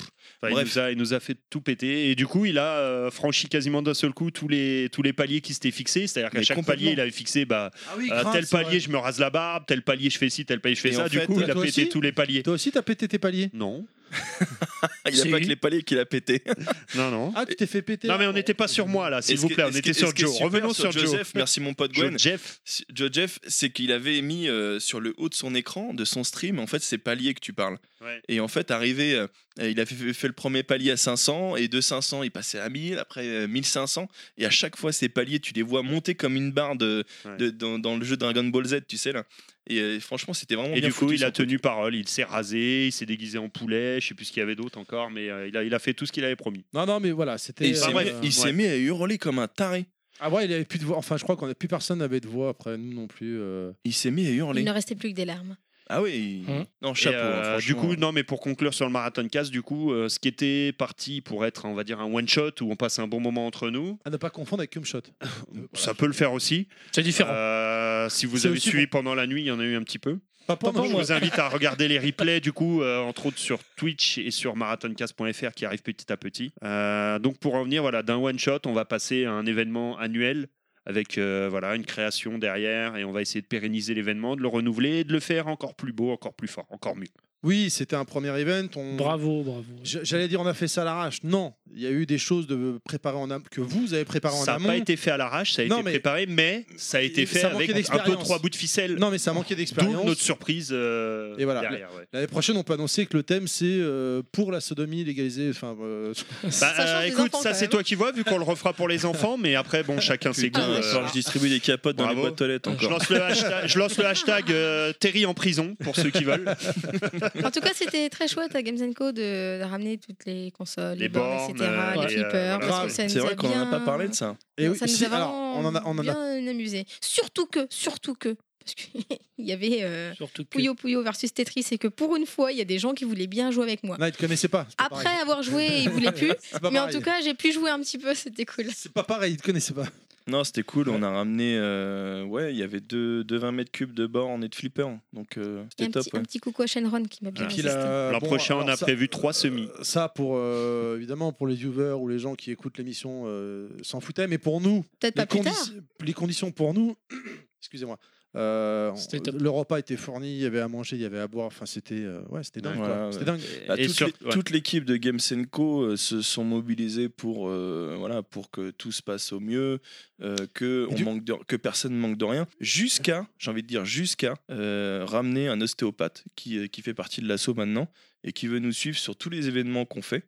[SPEAKER 4] Enfin, il,
[SPEAKER 8] Bref.
[SPEAKER 4] nous a, il nous a fait tout péter. Et du coup, il a euh, franchi quasiment d'un seul coup tous les, tous les paliers qui s'étaient fixés. C'est-à-dire qu'à
[SPEAKER 8] Mais
[SPEAKER 4] chaque
[SPEAKER 8] complètement.
[SPEAKER 4] palier, il avait fixé bah,
[SPEAKER 1] Ah oui,
[SPEAKER 4] euh, tel palier, je me rase la barbe, tel palier, je fais ci, tel palier, je fais
[SPEAKER 8] Et
[SPEAKER 4] ça.
[SPEAKER 8] en
[SPEAKER 4] Du
[SPEAKER 8] fait,
[SPEAKER 4] coup, il a
[SPEAKER 1] toi
[SPEAKER 4] pété
[SPEAKER 1] aussi
[SPEAKER 4] tous les paliers.
[SPEAKER 1] Toi aussi, t'as pété tes paliers
[SPEAKER 4] Non,
[SPEAKER 8] il n'y a
[SPEAKER 5] Si.
[SPEAKER 8] pas que les paliers qu'il a pété.
[SPEAKER 4] non, non.
[SPEAKER 1] Ah, tu t'es fait péter.
[SPEAKER 4] non, mais on
[SPEAKER 1] là.
[SPEAKER 4] n'était pas sur moi là, s'il
[SPEAKER 8] Et ce
[SPEAKER 4] vous
[SPEAKER 8] qui-
[SPEAKER 4] plaît.
[SPEAKER 8] et
[SPEAKER 4] On
[SPEAKER 8] ce qui-
[SPEAKER 4] était
[SPEAKER 8] et ce
[SPEAKER 4] sur
[SPEAKER 8] qui est
[SPEAKER 4] Joe.
[SPEAKER 8] super
[SPEAKER 4] Revenons sur Joe.
[SPEAKER 8] Joseph. Merci mon pote Gwen.
[SPEAKER 4] Joe Jeff.
[SPEAKER 8] Si- Joe Jeff, c'est qu'il avait mis euh, sur le haut de son écran, de son stream, en fait, c'est palier que tu parles.
[SPEAKER 4] Ouais.
[SPEAKER 8] Et en fait, arrivé, euh, euh, il a fait, fait le premier palier à 500, et de 500, il passait à 1000, après euh, 1500. Et à chaque fois, ces paliers, tu les vois monter comme une barre de,
[SPEAKER 4] Ouais.
[SPEAKER 8] de- dans, dans le jeu Dragon Ball Z, tu sais, là. Et euh, franchement, c'était vraiment
[SPEAKER 4] Et
[SPEAKER 8] bien
[SPEAKER 4] du coup,
[SPEAKER 8] foutu,
[SPEAKER 4] il a
[SPEAKER 8] surtout.
[SPEAKER 4] tenu parole, il s'est rasé, il s'est déguisé en poulet, je sais plus ce qu'il y avait d'autre encore, mais euh, il, a, il a fait tout ce qu'il avait promis.
[SPEAKER 1] Non, non, mais voilà,
[SPEAKER 8] Et
[SPEAKER 1] c'était.
[SPEAKER 8] il s'est
[SPEAKER 1] euh,
[SPEAKER 4] bref,
[SPEAKER 8] mis- il s'est
[SPEAKER 4] ouais.
[SPEAKER 8] mis à hurler comme un taré.
[SPEAKER 1] Ah ouais, il avait plus de voix. Enfin, je crois qu'on a plus personne n'avait de voix après nous non plus. euh.
[SPEAKER 8] Il s'est mis à
[SPEAKER 2] Il
[SPEAKER 8] hurler.
[SPEAKER 2] ne restait plus que des larmes.
[SPEAKER 8] Ah oui. il-
[SPEAKER 5] Hum.
[SPEAKER 8] Non, chapeau.
[SPEAKER 4] Et,
[SPEAKER 8] hein,
[SPEAKER 4] euh, du
[SPEAKER 8] franchement.
[SPEAKER 4] coup, non, mais pour conclure sur le marathon cast, du coup, euh, ce qui était parti pour être, on va dire, un one shot où on passe un bon moment entre nous,
[SPEAKER 1] À ne pas confondre avec Cumshot.
[SPEAKER 4] ça peut le faire aussi.
[SPEAKER 5] C'est différent.
[SPEAKER 4] Euh, si vous
[SPEAKER 1] C'est
[SPEAKER 4] avez
[SPEAKER 1] aussi
[SPEAKER 4] suivi pendant la nuit, il y en a eu un petit peu.
[SPEAKER 1] Pas pour
[SPEAKER 4] je
[SPEAKER 1] moi.
[SPEAKER 4] vous invite à regarder les replays, du coup, euh, entre autres sur Twitch et sur marathoncast.fr qui arrivent petit à petit. Euh, donc, pour en venir, voilà, d'un one shot, on va passer à un événement annuel avec euh, voilà une création derrière et on va essayer de pérenniser l'événement, de le renouveler et de le faire encore plus beau, encore plus fort, encore mieux.
[SPEAKER 1] Oui, c'était un premier event. On...
[SPEAKER 5] Bravo, bravo.
[SPEAKER 1] J- J'allais dire on a fait ça à l'arrache. Non, il y a eu des choses de préparer en am- que vous avez préparées en
[SPEAKER 4] Ça n'a
[SPEAKER 1] amont.
[SPEAKER 4] pas été fait à l'arrache, ça a
[SPEAKER 1] Non,
[SPEAKER 4] été
[SPEAKER 1] mais-
[SPEAKER 4] préparé, mais ça a été
[SPEAKER 1] Ça
[SPEAKER 4] fait
[SPEAKER 1] manquait
[SPEAKER 4] avec un peu
[SPEAKER 1] d'expérience.
[SPEAKER 4] trois bouts de ficelle.
[SPEAKER 1] Non, mais ça manquait
[SPEAKER 4] D'où
[SPEAKER 1] d'expérience.
[SPEAKER 4] notre surprise euh,
[SPEAKER 1] Et voilà.
[SPEAKER 4] derrière. ouais.
[SPEAKER 1] L'année prochaine, on peut annoncer que le thème c'est euh, pour la sodomie légalisée. Enfin, euh,
[SPEAKER 4] Bah,
[SPEAKER 2] Ça change
[SPEAKER 4] euh,
[SPEAKER 2] des
[SPEAKER 4] écoute,
[SPEAKER 2] enfants,
[SPEAKER 4] ça
[SPEAKER 2] quand
[SPEAKER 4] c'est
[SPEAKER 2] même. hein.
[SPEAKER 4] toi qui vois, vu qu'on le refera pour les enfants, mais après, bon, chacun ses goûts.
[SPEAKER 8] Putain,
[SPEAKER 2] ouais,
[SPEAKER 8] il va
[SPEAKER 4] euh,
[SPEAKER 8] falloir que Ah, je distribue des capotes dans les
[SPEAKER 4] Bravo.
[SPEAKER 8] boîtes toilettes
[SPEAKER 4] je
[SPEAKER 8] encore.
[SPEAKER 4] lance le hashtag, je lance le hashtag, euh, Terry en prison pour ceux qui veulent.
[SPEAKER 2] En tout cas, c'était très chouette à Games Co de, de ramener toutes les consoles,
[SPEAKER 4] Les
[SPEAKER 2] les, bornes,
[SPEAKER 4] bornes,
[SPEAKER 2] etc.,
[SPEAKER 4] euh,
[SPEAKER 2] les
[SPEAKER 4] ouais.
[SPEAKER 2] flippers.
[SPEAKER 4] Grave.
[SPEAKER 2] parce que ça
[SPEAKER 8] C'est
[SPEAKER 2] nous a
[SPEAKER 8] vrai qu'on n'en a
[SPEAKER 2] bien-
[SPEAKER 8] pas parlé de ça.
[SPEAKER 1] et oui,
[SPEAKER 2] ça nous
[SPEAKER 1] si,
[SPEAKER 2] a
[SPEAKER 1] alors,
[SPEAKER 2] vraiment
[SPEAKER 1] on en a, on en a-
[SPEAKER 2] bien amusé. Surtout que, surtout que, parce qu'il y avait euh,
[SPEAKER 5] Surtout que.
[SPEAKER 2] Puyo Puyo versus Tetris et que pour une fois, il y a des gens qui voulaient bien jouer avec moi.
[SPEAKER 1] Non, ils te connaissaient pas. c'est pas
[SPEAKER 2] Après
[SPEAKER 1] pareil.
[SPEAKER 2] avoir joué, ils voulaient plus.
[SPEAKER 1] C'est pas
[SPEAKER 2] mais en
[SPEAKER 1] pareil.
[SPEAKER 2] tout cas, j'ai pu jouer un petit peu, c'était cool.
[SPEAKER 1] c'est pas pareil. Ils te connaissaient pas.
[SPEAKER 8] Non, c'était cool. On a ramené. euh, ouais, il y avait deux, deux 20 mètres cubes de bornes et de flippers. Donc, euh,
[SPEAKER 2] Et
[SPEAKER 8] c'était
[SPEAKER 2] un,
[SPEAKER 8] top.
[SPEAKER 2] petit,
[SPEAKER 8] ouais.
[SPEAKER 2] un petit coucou à Shenron qui m'a bien
[SPEAKER 4] Et puis
[SPEAKER 2] assisté.
[SPEAKER 1] la-
[SPEAKER 4] L'an
[SPEAKER 1] euh, bon,
[SPEAKER 4] prochain, on
[SPEAKER 1] alors
[SPEAKER 4] a
[SPEAKER 1] ça-
[SPEAKER 4] prévu trois semis.
[SPEAKER 1] Euh, ça pour euh, évidemment pour les viewers ou les gens qui écoutent l'émission euh, s'en foutaient mais pour nous
[SPEAKER 2] Peut-être pas
[SPEAKER 1] les,
[SPEAKER 2] plus
[SPEAKER 1] condi-
[SPEAKER 2] tard.
[SPEAKER 1] les conditions pour nous excusez-moi euh,
[SPEAKER 5] C'était
[SPEAKER 1] on-
[SPEAKER 5] top.
[SPEAKER 1] le repas était fourni il y avait à manger il y avait à boire enfin c'était euh, ouais c'était dingue
[SPEAKER 8] Ouais,
[SPEAKER 1] quoi.
[SPEAKER 8] ouais.
[SPEAKER 1] c'était dingue
[SPEAKER 8] Bah,
[SPEAKER 4] Et
[SPEAKER 8] toute
[SPEAKER 4] sur-
[SPEAKER 8] l'é-
[SPEAKER 4] ouais.
[SPEAKER 8] toute l'équipe de Games Co euh, se sont mobilisés pour euh, voilà pour que tout se passe au mieux, euh, que
[SPEAKER 1] Et
[SPEAKER 8] on
[SPEAKER 1] du-
[SPEAKER 8] manque de- que personne manque de rien, jusqu'à j'ai envie de dire jusqu'à euh, ramener un ostéopathe qui euh, qui fait partie de l'assaut maintenant et qui veut nous suivre sur tous les événements qu'on fait.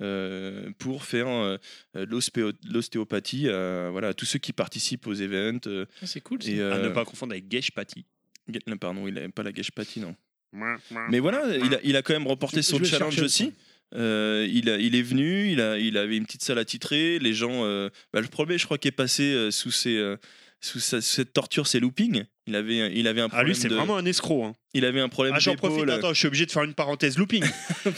[SPEAKER 8] euh, pour faire euh, euh, de l'ospéo- de l'ostéopathie euh, voilà, à tous ceux qui participent aux events. euh,
[SPEAKER 5] C'est cool. ça.
[SPEAKER 8] et,
[SPEAKER 4] À
[SPEAKER 8] euh,
[SPEAKER 4] ne pas confondre avec Gesh Patty.
[SPEAKER 8] Ga- Pardon, il n'aime pas la gâche patine. non. Mais voilà, il a,
[SPEAKER 4] Ah,
[SPEAKER 8] il a quand même remporté
[SPEAKER 1] Je-
[SPEAKER 8] son
[SPEAKER 1] je vais
[SPEAKER 8] challenge
[SPEAKER 1] chercher
[SPEAKER 8] aussi.
[SPEAKER 1] ça.
[SPEAKER 8] Euh, il, a- il est venu, il, a, il avait une petite salle à titrer. Les gens, euh, bah, le premier, je crois, qui est passé euh, sous, ses, euh, sous sa- cette torture, c'est looping. Il avait, il avait un
[SPEAKER 4] Ah,
[SPEAKER 8] problème.
[SPEAKER 4] lui, c'est
[SPEAKER 8] de-
[SPEAKER 4] vraiment un escroc. hein.
[SPEAKER 8] Il avait un problème.
[SPEAKER 4] Ah, j'en profite.
[SPEAKER 8] d'épaule.
[SPEAKER 4] Attends, je suis obligé de faire une parenthèse looping.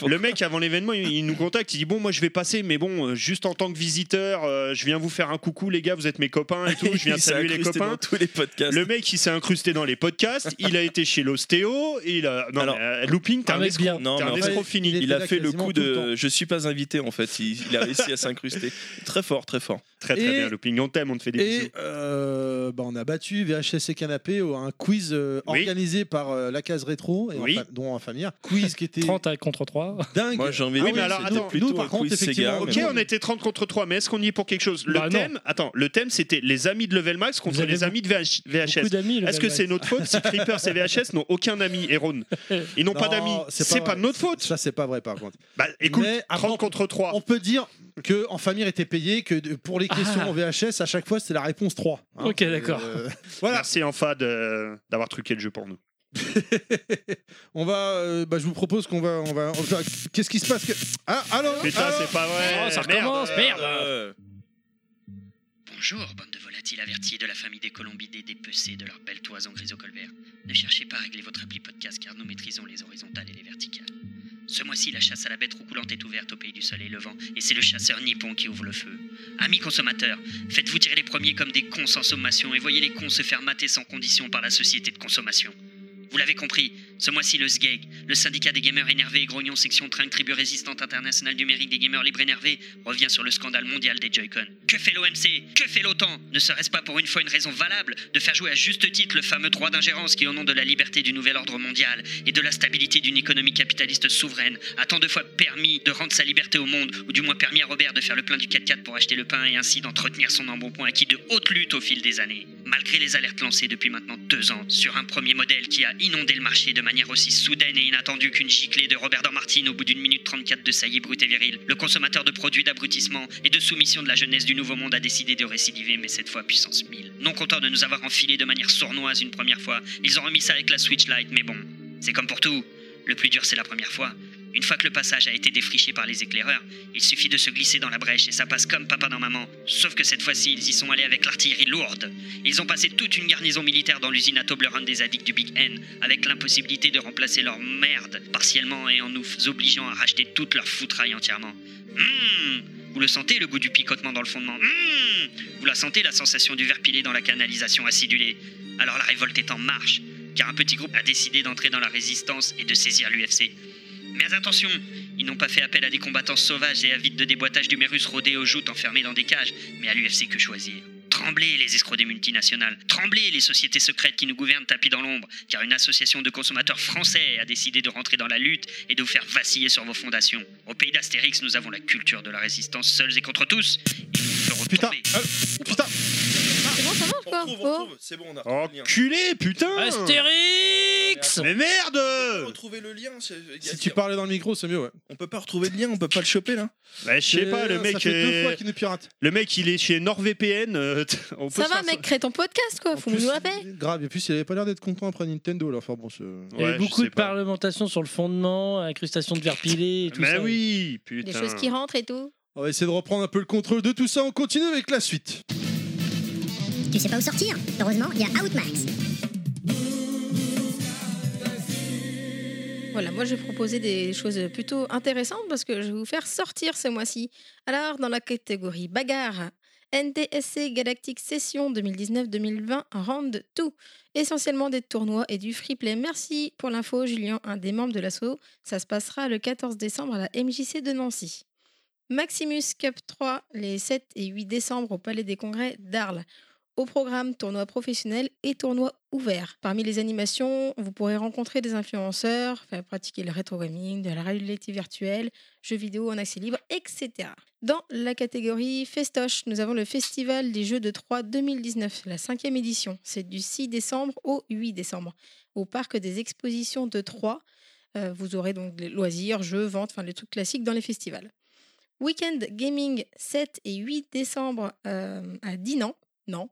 [SPEAKER 4] Le mec, avant l'événement, il, il nous contacte. Il dit Bon, moi, je vais passer, mais bon, euh, juste en tant que visiteur, euh, je viens vous faire un coucou, les gars, vous êtes mes copains et tout. Je viens
[SPEAKER 8] Il s'est
[SPEAKER 4] saluer les
[SPEAKER 8] incrusté Dans
[SPEAKER 4] copains.
[SPEAKER 8] tous les podcasts.
[SPEAKER 4] Le mec, il s'est incrusté dans les podcasts. Il a été chez l'ostéo. et Il a. Non,
[SPEAKER 8] Alors,
[SPEAKER 4] mais, euh, looping, t'es
[SPEAKER 5] un
[SPEAKER 4] un
[SPEAKER 5] mec
[SPEAKER 4] escroc.
[SPEAKER 5] bien.
[SPEAKER 8] Non,
[SPEAKER 4] T'es
[SPEAKER 8] Ah, mais
[SPEAKER 4] un
[SPEAKER 8] en
[SPEAKER 1] fait,
[SPEAKER 4] escroc
[SPEAKER 1] il
[SPEAKER 4] fini.
[SPEAKER 1] est-
[SPEAKER 8] Il
[SPEAKER 1] était
[SPEAKER 8] a
[SPEAKER 1] là
[SPEAKER 8] fait le
[SPEAKER 1] quasiment
[SPEAKER 8] coup
[SPEAKER 1] tout le temps.
[SPEAKER 8] de je suis pas invité en fait. Il, il a réussi à s'incruster. Très fort, très fort.
[SPEAKER 4] Très, très
[SPEAKER 1] Et-
[SPEAKER 4] bien, looping. On t'aime, on te fait des bisous.
[SPEAKER 1] et euh, bah, on a battu VHS et Canapé au- à un quiz euh,
[SPEAKER 4] Oui.
[SPEAKER 1] organisé par euh, la case rétro et en
[SPEAKER 4] Oui.
[SPEAKER 1] fa- dont en famille quiz qui était
[SPEAKER 5] 30 à contre 3.
[SPEAKER 1] dingue
[SPEAKER 8] Moi, j'ai envie
[SPEAKER 4] Ah
[SPEAKER 8] de
[SPEAKER 4] oui,
[SPEAKER 8] dire
[SPEAKER 4] mais alors,
[SPEAKER 8] c'était
[SPEAKER 4] attends,
[SPEAKER 8] plutôt
[SPEAKER 1] nous, par
[SPEAKER 8] un
[SPEAKER 1] contre,
[SPEAKER 8] quiz Sega.
[SPEAKER 1] effectivement,
[SPEAKER 8] mais
[SPEAKER 4] Ok,
[SPEAKER 8] bon.
[SPEAKER 4] on était 30 contre 3, mais est-ce qu'on y est pour quelque chose Le
[SPEAKER 5] Bah, non.
[SPEAKER 4] thème, attends, le thème c'était les amis de Level Max
[SPEAKER 5] Vous
[SPEAKER 4] contre
[SPEAKER 5] avez
[SPEAKER 4] les amis de VH-
[SPEAKER 5] Beaucoup
[SPEAKER 4] VHS.
[SPEAKER 5] d'amis. le
[SPEAKER 4] Est-ce que
[SPEAKER 5] Valmax.
[SPEAKER 4] c'est notre faute si Creepers et VHS n'ont aucun ami, Héron Ils n'ont pas
[SPEAKER 1] Non,
[SPEAKER 4] d'amis.
[SPEAKER 1] c'est pas
[SPEAKER 4] C'est pas,
[SPEAKER 1] vrai.
[SPEAKER 4] de notre faute.
[SPEAKER 1] ça c'est pas vrai par contre
[SPEAKER 4] Bah écoute,
[SPEAKER 1] Mais après,
[SPEAKER 4] 30 contre 3.
[SPEAKER 1] On peut dire que en famille était payé, que de- pour les questions
[SPEAKER 5] Ah.
[SPEAKER 1] en VHS, à chaque fois, c'est la réponse 3.
[SPEAKER 5] Ok, d'accord.
[SPEAKER 1] Euh, voilà.
[SPEAKER 4] Merci enfin de- d'avoir truqué le jeu pour nous.
[SPEAKER 1] on va. euh, bah, je vous propose qu'on va. On va. on va- Qu'est-ce qui se passe que... Ah, allô
[SPEAKER 4] Putain,
[SPEAKER 1] allô
[SPEAKER 4] c'est pas vrai.
[SPEAKER 5] Oh, ça
[SPEAKER 4] Merde. Euh,
[SPEAKER 5] recommence, merde.
[SPEAKER 8] Euh,
[SPEAKER 6] Bonjour, bande de
[SPEAKER 9] a-t-il
[SPEAKER 6] volatiles.
[SPEAKER 9] averti de la famille des colombidés dépecés de leur belle toison grise au col vert Ne cherchez pas à régler votre appli podcast car nous maîtrisons les horizontales et les verticales. Ce mois-ci, la chasse à la bête roucoulante est ouverte au pays du soleil levant et c'est le chasseur nippon qui ouvre le feu. Amis consommateurs, faites-vous tirer les premiers comme des cons sans sommation et voyez les cons se faire mater sans condition par la société de consommation. Vous l'avez compris, ce mois-ci, le SGEG, le syndicat des gamers énervés et grognons section Trinque Tribu Résistante Internationale Numérique des Gamers Libres Énervés, revient sur le scandale mondial des Joy-Con. Que fait l'OMC Que fait l'OTAN Ne serait-ce pas pour une fois une raison valable de faire jouer à juste titre le fameux droit d'ingérence qui, au nom de la liberté du nouvel ordre mondial et de la stabilité d'une économie capitaliste souveraine, a tant de fois permis de rendre sa liberté au monde, ou du moins permis à Robert de faire le plein du 4x4 pour acheter le pain et ainsi d'entretenir son embonpoint acquis de haute lutte au fil des années. Malgré les alertes lancées depuis maintenant deux ans sur un premier modèle qui a inondé le marché de manière aussi soudaine et inattendue qu'une giclée de Robert Martin au bout d'une minute 34 de saillie brute et virile, le consommateur de produits d'abrutissement et de soumission de la jeunesse du Nouveau Monde a décidé de récidiver, mais cette fois puissance 1000. Non content de nous avoir enfilé de manière sournoise une première fois, ils ont remis ça avec la Switch Lite, mais bon, c'est comme pour tout. Le plus dur, c'est la première fois. Une fois que le passage a été défriché par les éclaireurs, il suffit de se glisser dans la brèche et ça passe comme papa dans maman. Sauf que cette fois-ci, ils y sont allés avec l'artillerie lourde. Ils ont passé toute une garnison militaire dans l'usine à Toblerone des addicts du Big N, avec l'impossibilité de remplacer leur merde partiellement et en nous obligeant à racheter toute leur foutraille entièrement. Mmh vous le sentez le goût du picotement dans le fondement Mmh Vous la sentez la sensation du verre pilé dans la canalisation acidulée Alors la révolte est en marche, car un petit groupe a décidé d'entrer dans la résistance et de saisir l'UFC. Mais attention, ils n'ont pas fait appel à des combattants sauvages et avides de déboîtage du mérus rodé aux joutes enfermés dans des cages, mais à l'UFC que choisir. Tremblez les escrocs des multinationales, tremblez les sociétés secrètes qui nous gouvernent tapis dans l'ombre, car une association de consommateurs français a décidé de rentrer dans la lutte et de vous faire vaciller sur vos fondations. Au pays d'Astérix, nous avons la culture de la résistance seuls et contre tous. Ils vous feront
[SPEAKER 1] Putain,
[SPEAKER 9] tomber.
[SPEAKER 1] euh, putain,
[SPEAKER 2] Ah, C'est bon, ça marche
[SPEAKER 8] On
[SPEAKER 2] quoi
[SPEAKER 8] retrouve, on
[SPEAKER 2] Oh.
[SPEAKER 8] retrouve, c'est bon, on a retrouvé le lien.
[SPEAKER 4] Enculé, putain
[SPEAKER 5] Astérix
[SPEAKER 4] Mais merde
[SPEAKER 8] Retrouver le lien, c'est- y a-
[SPEAKER 1] si tu parles dans le micro, c'est mieux, ouais.
[SPEAKER 8] on peut pas retrouver le lien, on peut pas le choper là.
[SPEAKER 4] Bah, je sais
[SPEAKER 1] Et,
[SPEAKER 4] pas, le
[SPEAKER 1] euh, Ça
[SPEAKER 4] mec,
[SPEAKER 1] fait deux
[SPEAKER 4] est...
[SPEAKER 1] fois qu'il nous pirate.
[SPEAKER 4] le mec, il est chez NordVPN. euh, on peut
[SPEAKER 2] Ça
[SPEAKER 4] se
[SPEAKER 2] va,
[SPEAKER 4] faire
[SPEAKER 2] mec, crée ton podcast quoi,
[SPEAKER 1] En
[SPEAKER 2] faut
[SPEAKER 1] plus,
[SPEAKER 2] nous la paix.
[SPEAKER 1] Grave, et puis il avait pas l'air d'être content après Nintendo, alors enfin bon, c'est-
[SPEAKER 5] Il y
[SPEAKER 4] Ouais,
[SPEAKER 5] avait
[SPEAKER 4] je
[SPEAKER 5] beaucoup
[SPEAKER 4] sais
[SPEAKER 5] de
[SPEAKER 4] pas.
[SPEAKER 5] parlementation sur le fondement, incrustation de verre pilé et tout
[SPEAKER 4] Bah
[SPEAKER 5] ça.
[SPEAKER 4] oui, putain.
[SPEAKER 2] Des choses qui rentrent et tout.
[SPEAKER 1] On va essayer de reprendre un peu le contrôle de tout ça, on continue avec la suite.
[SPEAKER 6] Tu sais pas où sortir Heureusement, il y a Outmax.
[SPEAKER 2] Voilà, moi je vais proposer des choses plutôt intéressantes parce que je vais vous faire sortir ce mois-ci. Alors, dans la catégorie bagarre, NTSC Galactic Session 2019-2020 Round 2. Essentiellement des tournois et du free play. Merci pour l'info, Julien, un des membres de l'assaut. Ça se passera le 14 décembre à la MJC de Nancy. Maximus Cup 3, les 7 et 8 décembre au Palais des Congrès d'Arles. Au programme, tournoi professionnel et tournoi ouvert. Parmi les animations, vous pourrez rencontrer des influenceurs, faire pratiquer le rétro gaming, de la réalité virtuelle, jeux vidéo en accès libre, etc. Dans la catégorie Festoche, nous avons le Festival des Jeux de Troyes 2019, la cinquième édition. C'est du 6 décembre au 8 décembre, au Parc des Expositions de Troyes. Euh, vous aurez donc les loisirs, jeux, ventes, enfin les trucs classiques dans les festivals. Weekend Gaming 7 et 8 décembre euh, à Dinan. Non,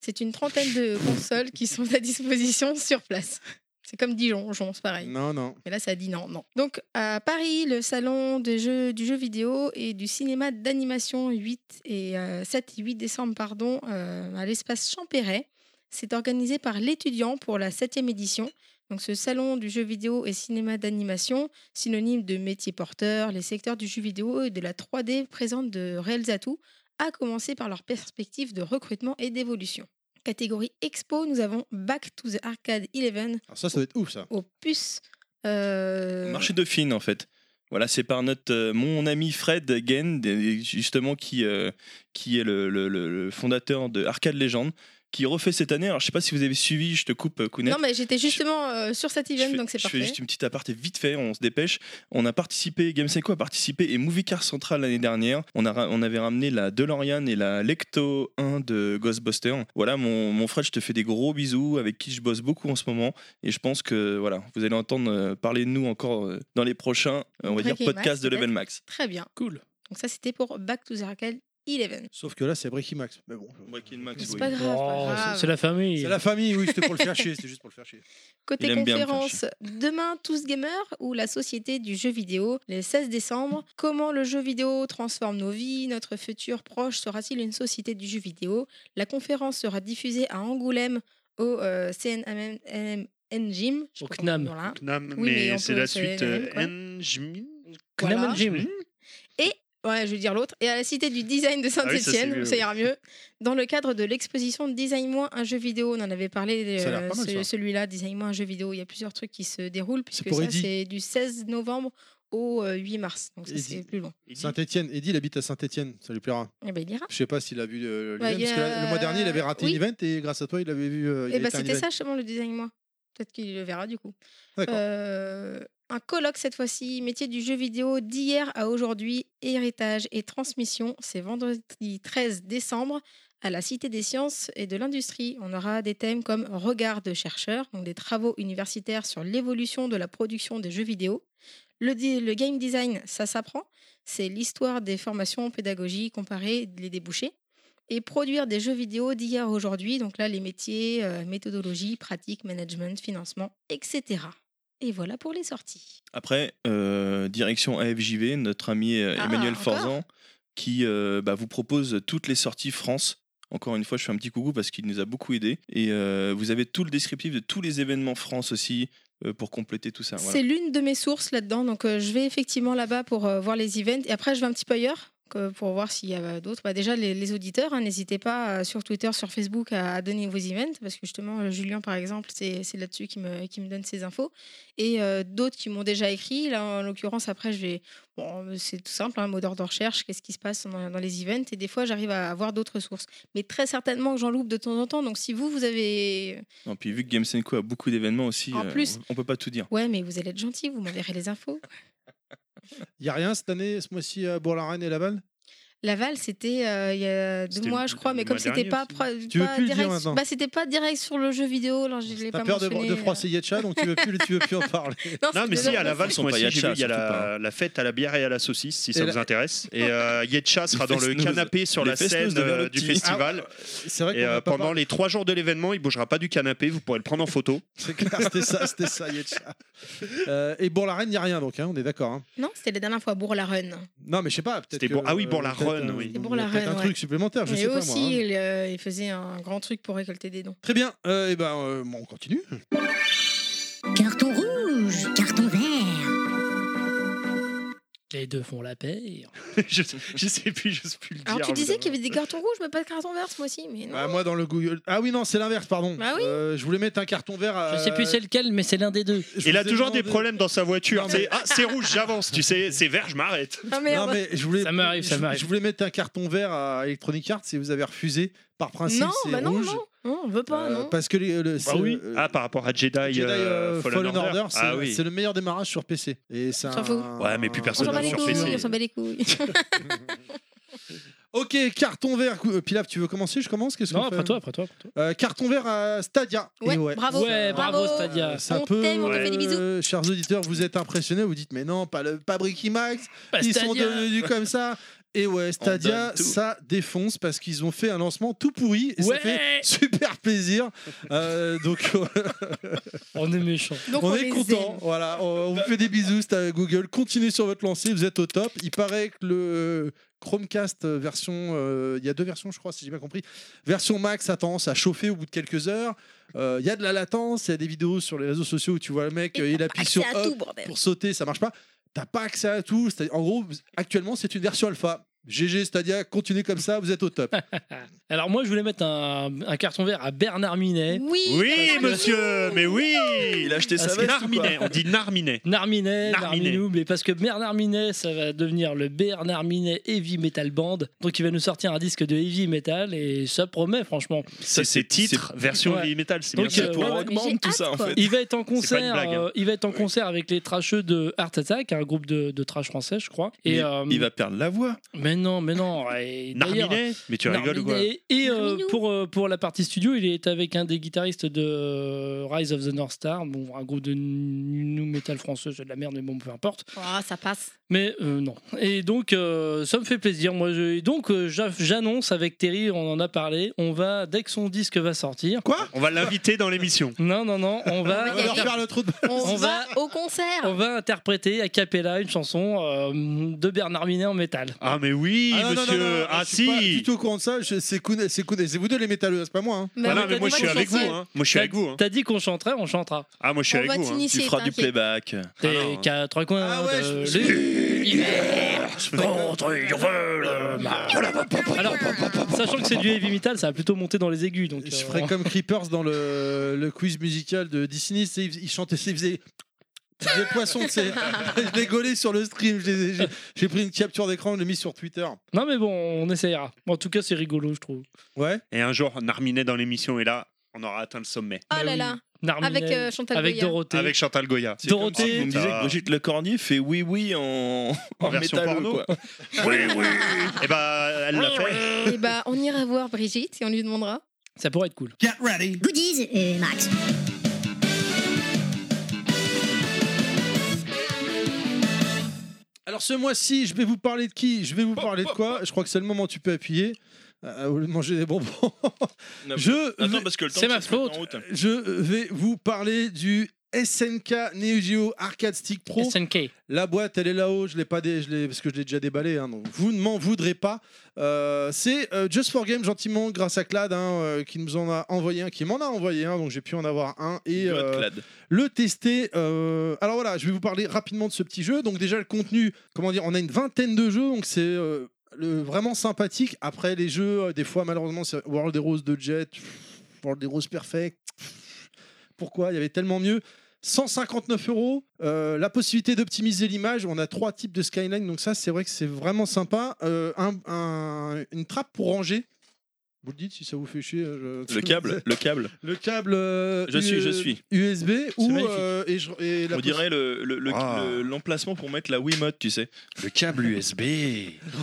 [SPEAKER 2] c'est une trentaine de consoles qui sont à disposition sur place. C'est comme Dijon, Jon, c'est pareil.
[SPEAKER 1] Non, non.
[SPEAKER 2] Mais là, ça dit non, non. Donc, à Paris, le salon des jeux, du jeu vidéo et du cinéma d'animation 8 et, euh, 7 et 8 décembre pardon, euh, à l'espace Champéret. C'est organisé par l'étudiant pour la 7e édition. Donc, ce salon du jeu vidéo et cinéma d'animation, synonyme de métier porteur, les secteurs du jeu vidéo et de la 3D présentent de réels atouts, à commencer par leur perspective de recrutement et d'évolution. Catégorie Expo, nous avons Back to the Arcade 11
[SPEAKER 8] Ah,
[SPEAKER 1] Alors ça, ça doit être ouf, ça.
[SPEAKER 2] aux puces. euh,
[SPEAKER 8] Marché de Dauphine en fait. Voilà, c'est par notre euh, mon ami Fred Gain, des- justement qui euh, qui est le, le- le- le fondateur de Arcade Legend, qui refait cette année. Alors je sais pas si vous avez suivi, je te coupe euh, Kounet.
[SPEAKER 2] Non, mais j'étais justement euh, sur cet
[SPEAKER 8] Je
[SPEAKER 2] event,
[SPEAKER 8] fais-
[SPEAKER 2] donc c'est
[SPEAKER 8] Je fais
[SPEAKER 2] parfait.
[SPEAKER 8] juste une petite aparté vite fait, on se dépêche. On a participé, Gameseco a participé et Movie Car Central l'année dernière. On, a, ra- on avait ramené la DeLorean et la Lecto 1 de Ghostbusters. Voilà, mon, mon Fred, je te fais des gros bisous avec qui je bosse beaucoup en ce moment. Et je pense que voilà, vous allez entendre euh, parler de nous encore euh, dans les prochains, euh, on va
[SPEAKER 2] Breaking
[SPEAKER 8] dire, podcasts
[SPEAKER 2] Max,
[SPEAKER 8] de Level
[SPEAKER 2] peut-être.
[SPEAKER 8] Max.
[SPEAKER 2] Très bien.
[SPEAKER 5] Cool.
[SPEAKER 2] Donc ça, c'était pour Back to the Arcade Eleven.
[SPEAKER 1] Sauf que là, c'est Breaking Max. Mais bon. je-
[SPEAKER 8] Breaking Max,
[SPEAKER 2] C'est
[SPEAKER 8] oui.
[SPEAKER 2] pas grave, pas
[SPEAKER 5] Oh,
[SPEAKER 2] grave.
[SPEAKER 5] c'est- c'est la famille.
[SPEAKER 1] C'est la famille, oui, c'était pour le faire chier, c'était juste pour le faire chier.
[SPEAKER 8] Il
[SPEAKER 2] Côté
[SPEAKER 8] aime bien me faire
[SPEAKER 2] conférence, demain tous gamers ou la société du jeu vidéo, le 16 décembre, comment le jeu vidéo transforme nos vies, notre futur proche sera-t-il une société du jeu vidéo La conférence sera diffusée à Angoulême au euh, CNMN Gym. je sais
[SPEAKER 5] Au
[SPEAKER 2] pas
[SPEAKER 5] CNAM.
[SPEAKER 2] comment on dit, là.
[SPEAKER 4] Knam,
[SPEAKER 2] Oui, mais
[SPEAKER 4] mais
[SPEAKER 2] on
[SPEAKER 4] c'est
[SPEAKER 2] peut-
[SPEAKER 4] la
[SPEAKER 2] c'est
[SPEAKER 4] suite
[SPEAKER 2] la
[SPEAKER 4] euh,
[SPEAKER 2] même, quoi.
[SPEAKER 4] Njmin.
[SPEAKER 5] Knam
[SPEAKER 2] Voilà. Mmh.
[SPEAKER 5] and Jim.
[SPEAKER 2] Ouais, je vais dire l'autre. Et à la Cité du Design
[SPEAKER 1] Ah
[SPEAKER 2] de
[SPEAKER 4] oui, ça, c'est
[SPEAKER 2] Saint-Etienne,
[SPEAKER 4] mieux,
[SPEAKER 2] ça,
[SPEAKER 4] oui.
[SPEAKER 2] ira mieux. Dans le cadre de l'exposition Design Moi un jeu vidéo, on en avait parlé, euh,
[SPEAKER 1] Ça a l'air pas mal,
[SPEAKER 2] ce-
[SPEAKER 1] ça.
[SPEAKER 2] celui-là, Design Moi un jeu vidéo. Il y a plusieurs trucs qui se déroulent, puisque
[SPEAKER 1] pour
[SPEAKER 2] ça,
[SPEAKER 1] Eddy.
[SPEAKER 2] c'est du 16 novembre au euh, 8 mars. Donc ça,
[SPEAKER 1] Eddy.
[SPEAKER 2] c'est plus long.
[SPEAKER 4] Il dit-
[SPEAKER 1] Saint-Etienne, Eddie, il habite à Saint-Etienne, ça lui plaira.
[SPEAKER 2] Eh ben, il ira.
[SPEAKER 1] Je sais pas s'il a vu euh,
[SPEAKER 2] Ouais, il
[SPEAKER 1] lui-même,
[SPEAKER 2] y
[SPEAKER 1] parce que la- le
[SPEAKER 2] a-
[SPEAKER 1] mois dernier, il avait raté
[SPEAKER 2] oui.
[SPEAKER 1] une event et grâce à toi, il avait vu. euh, il
[SPEAKER 2] Eh ben,
[SPEAKER 1] était à un
[SPEAKER 2] c'était
[SPEAKER 1] event.
[SPEAKER 2] ça, justement, le Design Moi. Peut-être qu'il le verra, du coup.
[SPEAKER 1] D'accord.
[SPEAKER 2] Euh, un colloque cette fois-ci, métier du jeu vidéo d'hier à aujourd'hui, héritage et transmission. C'est vendredi 13 décembre à la Cité des sciences et de l'industrie. On aura des thèmes comme regard de chercheurs, donc des travaux universitaires sur l'évolution de la production des jeux vidéo. Le, di- le game design, ça s'apprend. C'est l'histoire des formations, pédagogie, comparer les débouchés. Et produire des jeux vidéo d'hier à aujourd'hui, donc là les métiers, euh, méthodologie, pratique, management, financement, etc. Et voilà pour les sorties.
[SPEAKER 8] Après, euh, direction AFJV, notre ami euh,
[SPEAKER 2] Ah,
[SPEAKER 8] Emmanuel
[SPEAKER 2] encore
[SPEAKER 8] Forzan, qui euh, bah, vous propose toutes les sorties France. Encore une fois, je fais un petit coucou parce qu'il nous a beaucoup aidé. Et euh, vous avez tout le descriptif de tous les événements France aussi euh, pour compléter tout ça. Voilà.
[SPEAKER 2] C'est l'une de mes sources là-dedans, donc euh, je vais effectivement là-bas pour euh, voir les events. Et après, je vais un petit peu ailleurs que- pour voir s'il y a euh, d'autres. Bah, déjà, les, les auditeurs, hein, n'hésitez pas euh, sur Twitter, sur Facebook à, à donner vos events, parce que justement, euh, Julien, par exemple, c'est c'est là-dessus qui me, qui me donne ses infos. Et euh, d'autres qui m'ont déjà écrit. Là, en l'occurrence, après, je vais. Bon, c'est tout simple, un mot d'ordre de recherche, qu'est-ce qui se passe dans, dans les events. Et des fois, j'arrive à avoir d'autres sources. Mais très certainement que j'en loupe de temps en temps. Donc, si vous, vous avez
[SPEAKER 8] Non, puis vu que Games Co a beaucoup d'événements aussi,
[SPEAKER 2] En
[SPEAKER 8] euh,
[SPEAKER 2] plus-
[SPEAKER 8] on peut pas tout dire.
[SPEAKER 2] Ouais, mais vous allez être gentil, vous m'enverrez les infos.
[SPEAKER 1] Il y a rien cette année, ce mois-ci, à Bourg-la-Reine et Laval
[SPEAKER 2] Laval, c'était euh, il y a deux
[SPEAKER 4] C'était
[SPEAKER 2] mois,
[SPEAKER 4] le-
[SPEAKER 2] je crois, mais
[SPEAKER 4] le
[SPEAKER 2] comme
[SPEAKER 4] mois
[SPEAKER 2] c'était
[SPEAKER 4] dernier
[SPEAKER 2] pas,
[SPEAKER 4] aussi.
[SPEAKER 2] pro-
[SPEAKER 1] Tu veux
[SPEAKER 2] pas
[SPEAKER 1] plus le dire
[SPEAKER 2] direct,
[SPEAKER 1] maintenant.
[SPEAKER 2] bah, c'était pas direct sur le jeu vidéo, alors je l'ai pas
[SPEAKER 1] T'as peur de,
[SPEAKER 2] mentionné. euh,
[SPEAKER 1] de froisser Yetcha, donc tu veux plus, tu veux plus en parler.
[SPEAKER 2] Non,
[SPEAKER 4] Non,
[SPEAKER 2] c'est
[SPEAKER 4] mais
[SPEAKER 2] de-
[SPEAKER 4] si, à
[SPEAKER 2] de-
[SPEAKER 4] Laval,
[SPEAKER 8] Ils sont
[SPEAKER 4] moi
[SPEAKER 8] pas
[SPEAKER 4] aussi, j'ai
[SPEAKER 8] Yatcha,
[SPEAKER 4] vu, il y a
[SPEAKER 8] surtout
[SPEAKER 2] hein.
[SPEAKER 4] la, la fête à la bière et à la saucisse, si ça
[SPEAKER 1] Et
[SPEAKER 4] vous
[SPEAKER 1] hein. la-
[SPEAKER 4] intéresse. Et euh, Yetcha sera dans le
[SPEAKER 8] fest-noz.
[SPEAKER 4] canapé sur
[SPEAKER 8] Les
[SPEAKER 4] la
[SPEAKER 8] fest-noz
[SPEAKER 4] scène
[SPEAKER 8] de
[SPEAKER 4] euh,
[SPEAKER 8] Verlotti.
[SPEAKER 4] du festival.
[SPEAKER 1] Ah, C'est vrai qu'on
[SPEAKER 4] Et euh,
[SPEAKER 1] va pas
[SPEAKER 4] pendant
[SPEAKER 1] parler.
[SPEAKER 4] les trois jours de l'événement, il bougera pas du canapé, vous pourrez le prendre en photo.
[SPEAKER 1] C'est clair, c'était ça, c'était ça, Yetcha. Euh, et Bourg-la-Reine, il n'y a rien, donc, hein, on est d'accord. hein.
[SPEAKER 2] euh, Non, c'était la dernière fois, Bourg-la-Reine.
[SPEAKER 1] Non, mais je sais pas. peut-être
[SPEAKER 4] C'était
[SPEAKER 1] que,
[SPEAKER 4] Bourg- ah oui,
[SPEAKER 1] euh,
[SPEAKER 4] Bourg-la-Reine,
[SPEAKER 1] peut-être,
[SPEAKER 4] oui.
[SPEAKER 1] euh,
[SPEAKER 2] C'est Bourg-la-Reine,
[SPEAKER 1] peut-être un
[SPEAKER 2] ouais.
[SPEAKER 1] truc supplémentaire, je
[SPEAKER 2] Et
[SPEAKER 1] sais
[SPEAKER 2] eux
[SPEAKER 1] pas.
[SPEAKER 2] aussi,
[SPEAKER 1] moi, hein.
[SPEAKER 2] il, euh, il faisait un grand truc pour récolter des dons.
[SPEAKER 1] Très bien, euh, et ben, euh, bon, on continue.
[SPEAKER 6] Carton rouge, carton vert.
[SPEAKER 5] Les deux font la paix.
[SPEAKER 4] je, je sais plus, je sais plus le dire.
[SPEAKER 2] Alors tu
[SPEAKER 1] hein,
[SPEAKER 2] disais qu'il y
[SPEAKER 4] mais-
[SPEAKER 2] avait
[SPEAKER 1] euh,
[SPEAKER 2] des cartons rouges, mais pas de carton vert ce mois-ci, mais non.
[SPEAKER 1] Bah, moi, dans le Google. Ah oui, non, c'est l'inverse, pardon.
[SPEAKER 2] Bah oui.
[SPEAKER 1] Euh, je voulais mettre un carton vert.
[SPEAKER 5] Je sais plus c'est lequel, mais c'est l'un des deux.
[SPEAKER 1] je
[SPEAKER 4] Il
[SPEAKER 1] vous
[SPEAKER 4] a
[SPEAKER 1] ai
[SPEAKER 4] toujours des
[SPEAKER 1] demandé-
[SPEAKER 4] problèmes dans sa voiture.
[SPEAKER 1] Non,
[SPEAKER 4] C'est ah, c'est rouge, j'avance. Tu sais, c'est vert, je m'arrête.
[SPEAKER 2] Ah
[SPEAKER 1] Non,
[SPEAKER 2] merde.
[SPEAKER 1] mais je voulais,
[SPEAKER 5] Ça m'arrive, ça
[SPEAKER 1] je-
[SPEAKER 5] m'arrive.
[SPEAKER 1] Je voulais mettre un carton vert à Electronic Arts et vous avez refusé. Par principe,
[SPEAKER 2] non,
[SPEAKER 1] Ah, c'est
[SPEAKER 2] bah non,
[SPEAKER 1] rouge.
[SPEAKER 2] non, non, on veut pas,
[SPEAKER 1] Euh,
[SPEAKER 2] non.
[SPEAKER 1] Parce que les- le, c'est- euh,
[SPEAKER 4] Ah, par rapport à Jedi,
[SPEAKER 1] Jedi,
[SPEAKER 4] euh,
[SPEAKER 1] euh, Fallen, Order, c'est
[SPEAKER 4] ah oui.
[SPEAKER 1] c'est le meilleur démarrage sur PC. Et c'est
[SPEAKER 2] s'en fout.
[SPEAKER 1] un-
[SPEAKER 4] Ouais, mais plus
[SPEAKER 2] on
[SPEAKER 4] personne
[SPEAKER 2] s'en bat
[SPEAKER 4] n'a
[SPEAKER 2] les
[SPEAKER 4] sur
[SPEAKER 2] couilles,
[SPEAKER 4] PC.
[SPEAKER 2] on s'en bat les couilles.
[SPEAKER 1] Ok, carton vert. Cou- euh, Pilaf, tu veux commencer Je commence Qu'est-ce
[SPEAKER 5] Non,
[SPEAKER 1] qu'on
[SPEAKER 5] après
[SPEAKER 1] fait
[SPEAKER 5] toi, après toi. Après toi.
[SPEAKER 1] Euh, Carton vert à Stadia.
[SPEAKER 2] Ouais,
[SPEAKER 1] Et Euh,
[SPEAKER 2] bravo.
[SPEAKER 5] Ouais, bravo,
[SPEAKER 2] Bravo.
[SPEAKER 5] Stadia.
[SPEAKER 1] Ça
[SPEAKER 2] On
[SPEAKER 1] peut,
[SPEAKER 2] t'aime, on
[SPEAKER 4] te
[SPEAKER 2] fait des
[SPEAKER 1] euh, chers auditeurs, vous êtes impressionnés, vous dites mais non, pas le pas Bricky Max,
[SPEAKER 5] Bah,
[SPEAKER 1] ils sont
[SPEAKER 5] Stadia.
[SPEAKER 1] devenus comme ça. Et ouais, Stadia,
[SPEAKER 8] donne tout.
[SPEAKER 1] ça défonce parce qu'ils ont fait un lancement tout pourri et ça
[SPEAKER 5] Ouais.
[SPEAKER 1] fait super plaisir. Euh, donc
[SPEAKER 5] On est méchant.
[SPEAKER 2] Donc
[SPEAKER 1] on,
[SPEAKER 2] on
[SPEAKER 1] est
[SPEAKER 2] les
[SPEAKER 1] content.
[SPEAKER 2] aime.
[SPEAKER 1] Voilà, on, on vous fait des bisous, Sta- Google. Continuez sur votre lancée, vous êtes au top. Il paraît que le Chromecast euh, version, euh, il y a deux versions, je crois, si j'ai bien compris. Version Max a tendance à chauffer au bout de quelques heures. Euh, Il y a de la latence, il y a des vidéos sur les réseaux sociaux où tu vois le mec, euh, il appuie sur
[SPEAKER 2] Accès à
[SPEAKER 1] up
[SPEAKER 2] tout, bordel.
[SPEAKER 1] pour sauter, ça marche pas. T'as pas accès à tout. C'est-à-dire, En gros, vous- actuellement, c'est une version alpha. GG Stadia, continuez comme ça, vous êtes au top.
[SPEAKER 5] Alors moi, je voulais mettre un, un carton vert à Bernard Minet.
[SPEAKER 2] Oui,
[SPEAKER 4] Oui,
[SPEAKER 2] Bernard
[SPEAKER 4] monsieur, mais oui
[SPEAKER 8] Il a
[SPEAKER 1] Ah,
[SPEAKER 8] acheté sa
[SPEAKER 4] Parce que
[SPEAKER 8] veste ou
[SPEAKER 4] Narminet, on dit Narminet.
[SPEAKER 5] Narminet,
[SPEAKER 4] Narminet.
[SPEAKER 5] Narminouble, et parce que Bernard Minet, ça va devenir le Bernard Minet Heavy Metal Band. Donc il va nous sortir un disque de Heavy Metal et ça promet, franchement.
[SPEAKER 4] C'est ses titres, version
[SPEAKER 5] Ouais.
[SPEAKER 4] heavy metal, c'est
[SPEAKER 5] Donc,
[SPEAKER 4] bien
[SPEAKER 5] euh,
[SPEAKER 4] ça.
[SPEAKER 8] C'est pour
[SPEAKER 5] ouais,
[SPEAKER 8] Rock
[SPEAKER 2] mais
[SPEAKER 8] Band,
[SPEAKER 2] j'ai
[SPEAKER 8] tout ça en
[SPEAKER 2] hâte, quoi.
[SPEAKER 8] fait.
[SPEAKER 5] Il va être en
[SPEAKER 4] C'est pas une
[SPEAKER 5] concert,
[SPEAKER 4] blague, hein.
[SPEAKER 5] euh, il va être en concert avec les trasheux de Heart Attack, un groupe de, de trash français, je crois. Et,
[SPEAKER 8] Mais
[SPEAKER 5] euh,
[SPEAKER 8] Il va perdre la voix.
[SPEAKER 5] Mais Mais non, mais non. Et d'ailleurs,
[SPEAKER 4] Narminet Mais tu rigoles ou quoi
[SPEAKER 5] Narminet. Et euh,
[SPEAKER 2] Narminou.
[SPEAKER 5] pour, euh, pour la partie studio, il est avec un des guitaristes de euh, Rise of the North Star, bon, un groupe de new metal français, c'est de la merde, mais bon, peu importe.
[SPEAKER 2] Oh, ça passe.
[SPEAKER 5] Mais euh, non. Et donc, euh, ça me fait plaisir. Moi, je- et donc, euh, j'a- j'annonce avec Terry, on en a parlé, on va, dès que son disque va sortir.
[SPEAKER 1] Quoi
[SPEAKER 4] On va l'inviter dans l'émission.
[SPEAKER 5] Non, non, non, on
[SPEAKER 1] On
[SPEAKER 5] va.
[SPEAKER 1] va leur faire le trou de
[SPEAKER 2] On,
[SPEAKER 5] On
[SPEAKER 2] va, au concert.
[SPEAKER 5] On va interpréter a cappella une chanson euh, de Bernard Minet en métal.
[SPEAKER 4] Ah mais oui,
[SPEAKER 1] Ah, non, non,
[SPEAKER 4] monsieur.
[SPEAKER 1] non, non, non,
[SPEAKER 4] ah
[SPEAKER 1] je suis pas du
[SPEAKER 4] si.
[SPEAKER 1] tout au courant de ça. je- C'est Kounet- c'est Kounet, c'est vous deux les métalleux, c'est pas moi. hein.
[SPEAKER 2] Mais
[SPEAKER 4] Voilà,
[SPEAKER 2] on
[SPEAKER 4] mais
[SPEAKER 2] va
[SPEAKER 4] moi je suis
[SPEAKER 2] t'initier.
[SPEAKER 4] avec vous. Hein. Moi je suis
[SPEAKER 5] T'as-
[SPEAKER 4] avec vous. Hein.
[SPEAKER 5] T'as dit qu'on chanterait, on chantera.
[SPEAKER 4] Ah moi je suis
[SPEAKER 2] On
[SPEAKER 4] avec
[SPEAKER 2] va
[SPEAKER 4] vous. hein.
[SPEAKER 8] Tu
[SPEAKER 2] t'initier.
[SPEAKER 8] feras du
[SPEAKER 2] t'inquiète.
[SPEAKER 8] playback.
[SPEAKER 5] T'es qu'à trois coins
[SPEAKER 1] Ah ouais,
[SPEAKER 5] de
[SPEAKER 1] je-
[SPEAKER 8] Euh,
[SPEAKER 5] l'univers contre le mal. Alors, sachant que c'est du heavy metal, ça va plutôt monter dans les aigus. Donc,
[SPEAKER 1] Je
[SPEAKER 5] euh,
[SPEAKER 1] ferais comme Creepers dans le, le quiz musical de Disney. c'est- Ils chantaient, ils faisaient des poissons. tu sais. je les gaulais sur le stream. je les ai- J'ai j'ai pris une capture d'écran, je l'ai mis sur Twitter.
[SPEAKER 5] Non, mais bon, on essayera. En tout cas, c'est rigolo, je trouve.
[SPEAKER 1] Ouais.
[SPEAKER 4] Et un jour, Narminet dans l'émission et là, on aura atteint le sommet
[SPEAKER 2] Oh
[SPEAKER 5] Mais
[SPEAKER 2] là
[SPEAKER 5] oui.
[SPEAKER 2] là.
[SPEAKER 5] Narminet,
[SPEAKER 2] Avec euh, Chantal
[SPEAKER 5] avec
[SPEAKER 2] Goya.
[SPEAKER 5] Dorothée.
[SPEAKER 4] avec Chantal Goya.
[SPEAKER 8] C'est comme
[SPEAKER 5] Dorothée.
[SPEAKER 8] si Vous me disiez que Brigitte Lecordier fait oui oui en,
[SPEAKER 4] En version
[SPEAKER 8] métal,
[SPEAKER 4] porno.
[SPEAKER 8] quoi.
[SPEAKER 4] Oui oui. Et bah elle l'a fait.
[SPEAKER 2] Et bah, on ira voir Brigitte et on lui demandera.
[SPEAKER 5] Ça pourrait être cool.
[SPEAKER 3] Get ready.
[SPEAKER 6] Goodies et Max.
[SPEAKER 1] Alors ce mois-ci, je vais vous parler de qui Je vais vous parler de quoi Je crois que c'est le moment où tu peux appuyer. Euh, au lieu de manger des bonbons. je,
[SPEAKER 8] Attends parce que le temps
[SPEAKER 5] C'est
[SPEAKER 8] que
[SPEAKER 5] ma
[SPEAKER 8] ça se mette
[SPEAKER 5] faute.
[SPEAKER 8] en route.
[SPEAKER 1] je vais vous parler du SNK Neo Geo Arcade Stick Pro.
[SPEAKER 5] SNK.
[SPEAKER 1] La boîte, elle est là-haut, je l'ai pas dé... je l'ai- parce que je l'ai déjà déballé, hein, donc vous ne m'en voudrez pas. Euh, c'est euh, Just for Game, gentiment, grâce à Clad, hein, euh, qui nous en a envoyé un, qui m'en a envoyé un, donc j'ai pu en avoir un et
[SPEAKER 8] God,
[SPEAKER 1] euh,
[SPEAKER 8] Clad.
[SPEAKER 1] le tester. euh, Alors voilà, je vais vous parler rapidement de ce petit jeu. Donc déjà, le contenu, comment dire, on a une vingtaine de jeux, donc c'est. euh, le- vraiment sympathique. Après, les jeux, euh, des fois, malheureusement, c'est World Heroes de Jet, pff, World Heroes Perfect. pff, Pourquoi Il y avait tellement mieux. 159 euros, euh, la possibilité d'optimiser l'image. On a trois types de skyline, donc ça, c'est vrai que c'est vraiment sympa. Euh, un- un- une trappe pour ranger. Vous le dites si ça vous fait chier. euh, je-
[SPEAKER 8] Le câble, le câble.
[SPEAKER 1] le câble. euh,
[SPEAKER 8] Je suis, je suis.
[SPEAKER 1] USB ou
[SPEAKER 8] magnifique.
[SPEAKER 1] euh, et je- et la
[SPEAKER 8] On dirait le- le- le-
[SPEAKER 4] Ah.
[SPEAKER 8] le- l'emplacement pour mettre la Wiimote, tu sais.
[SPEAKER 4] Le câble USB.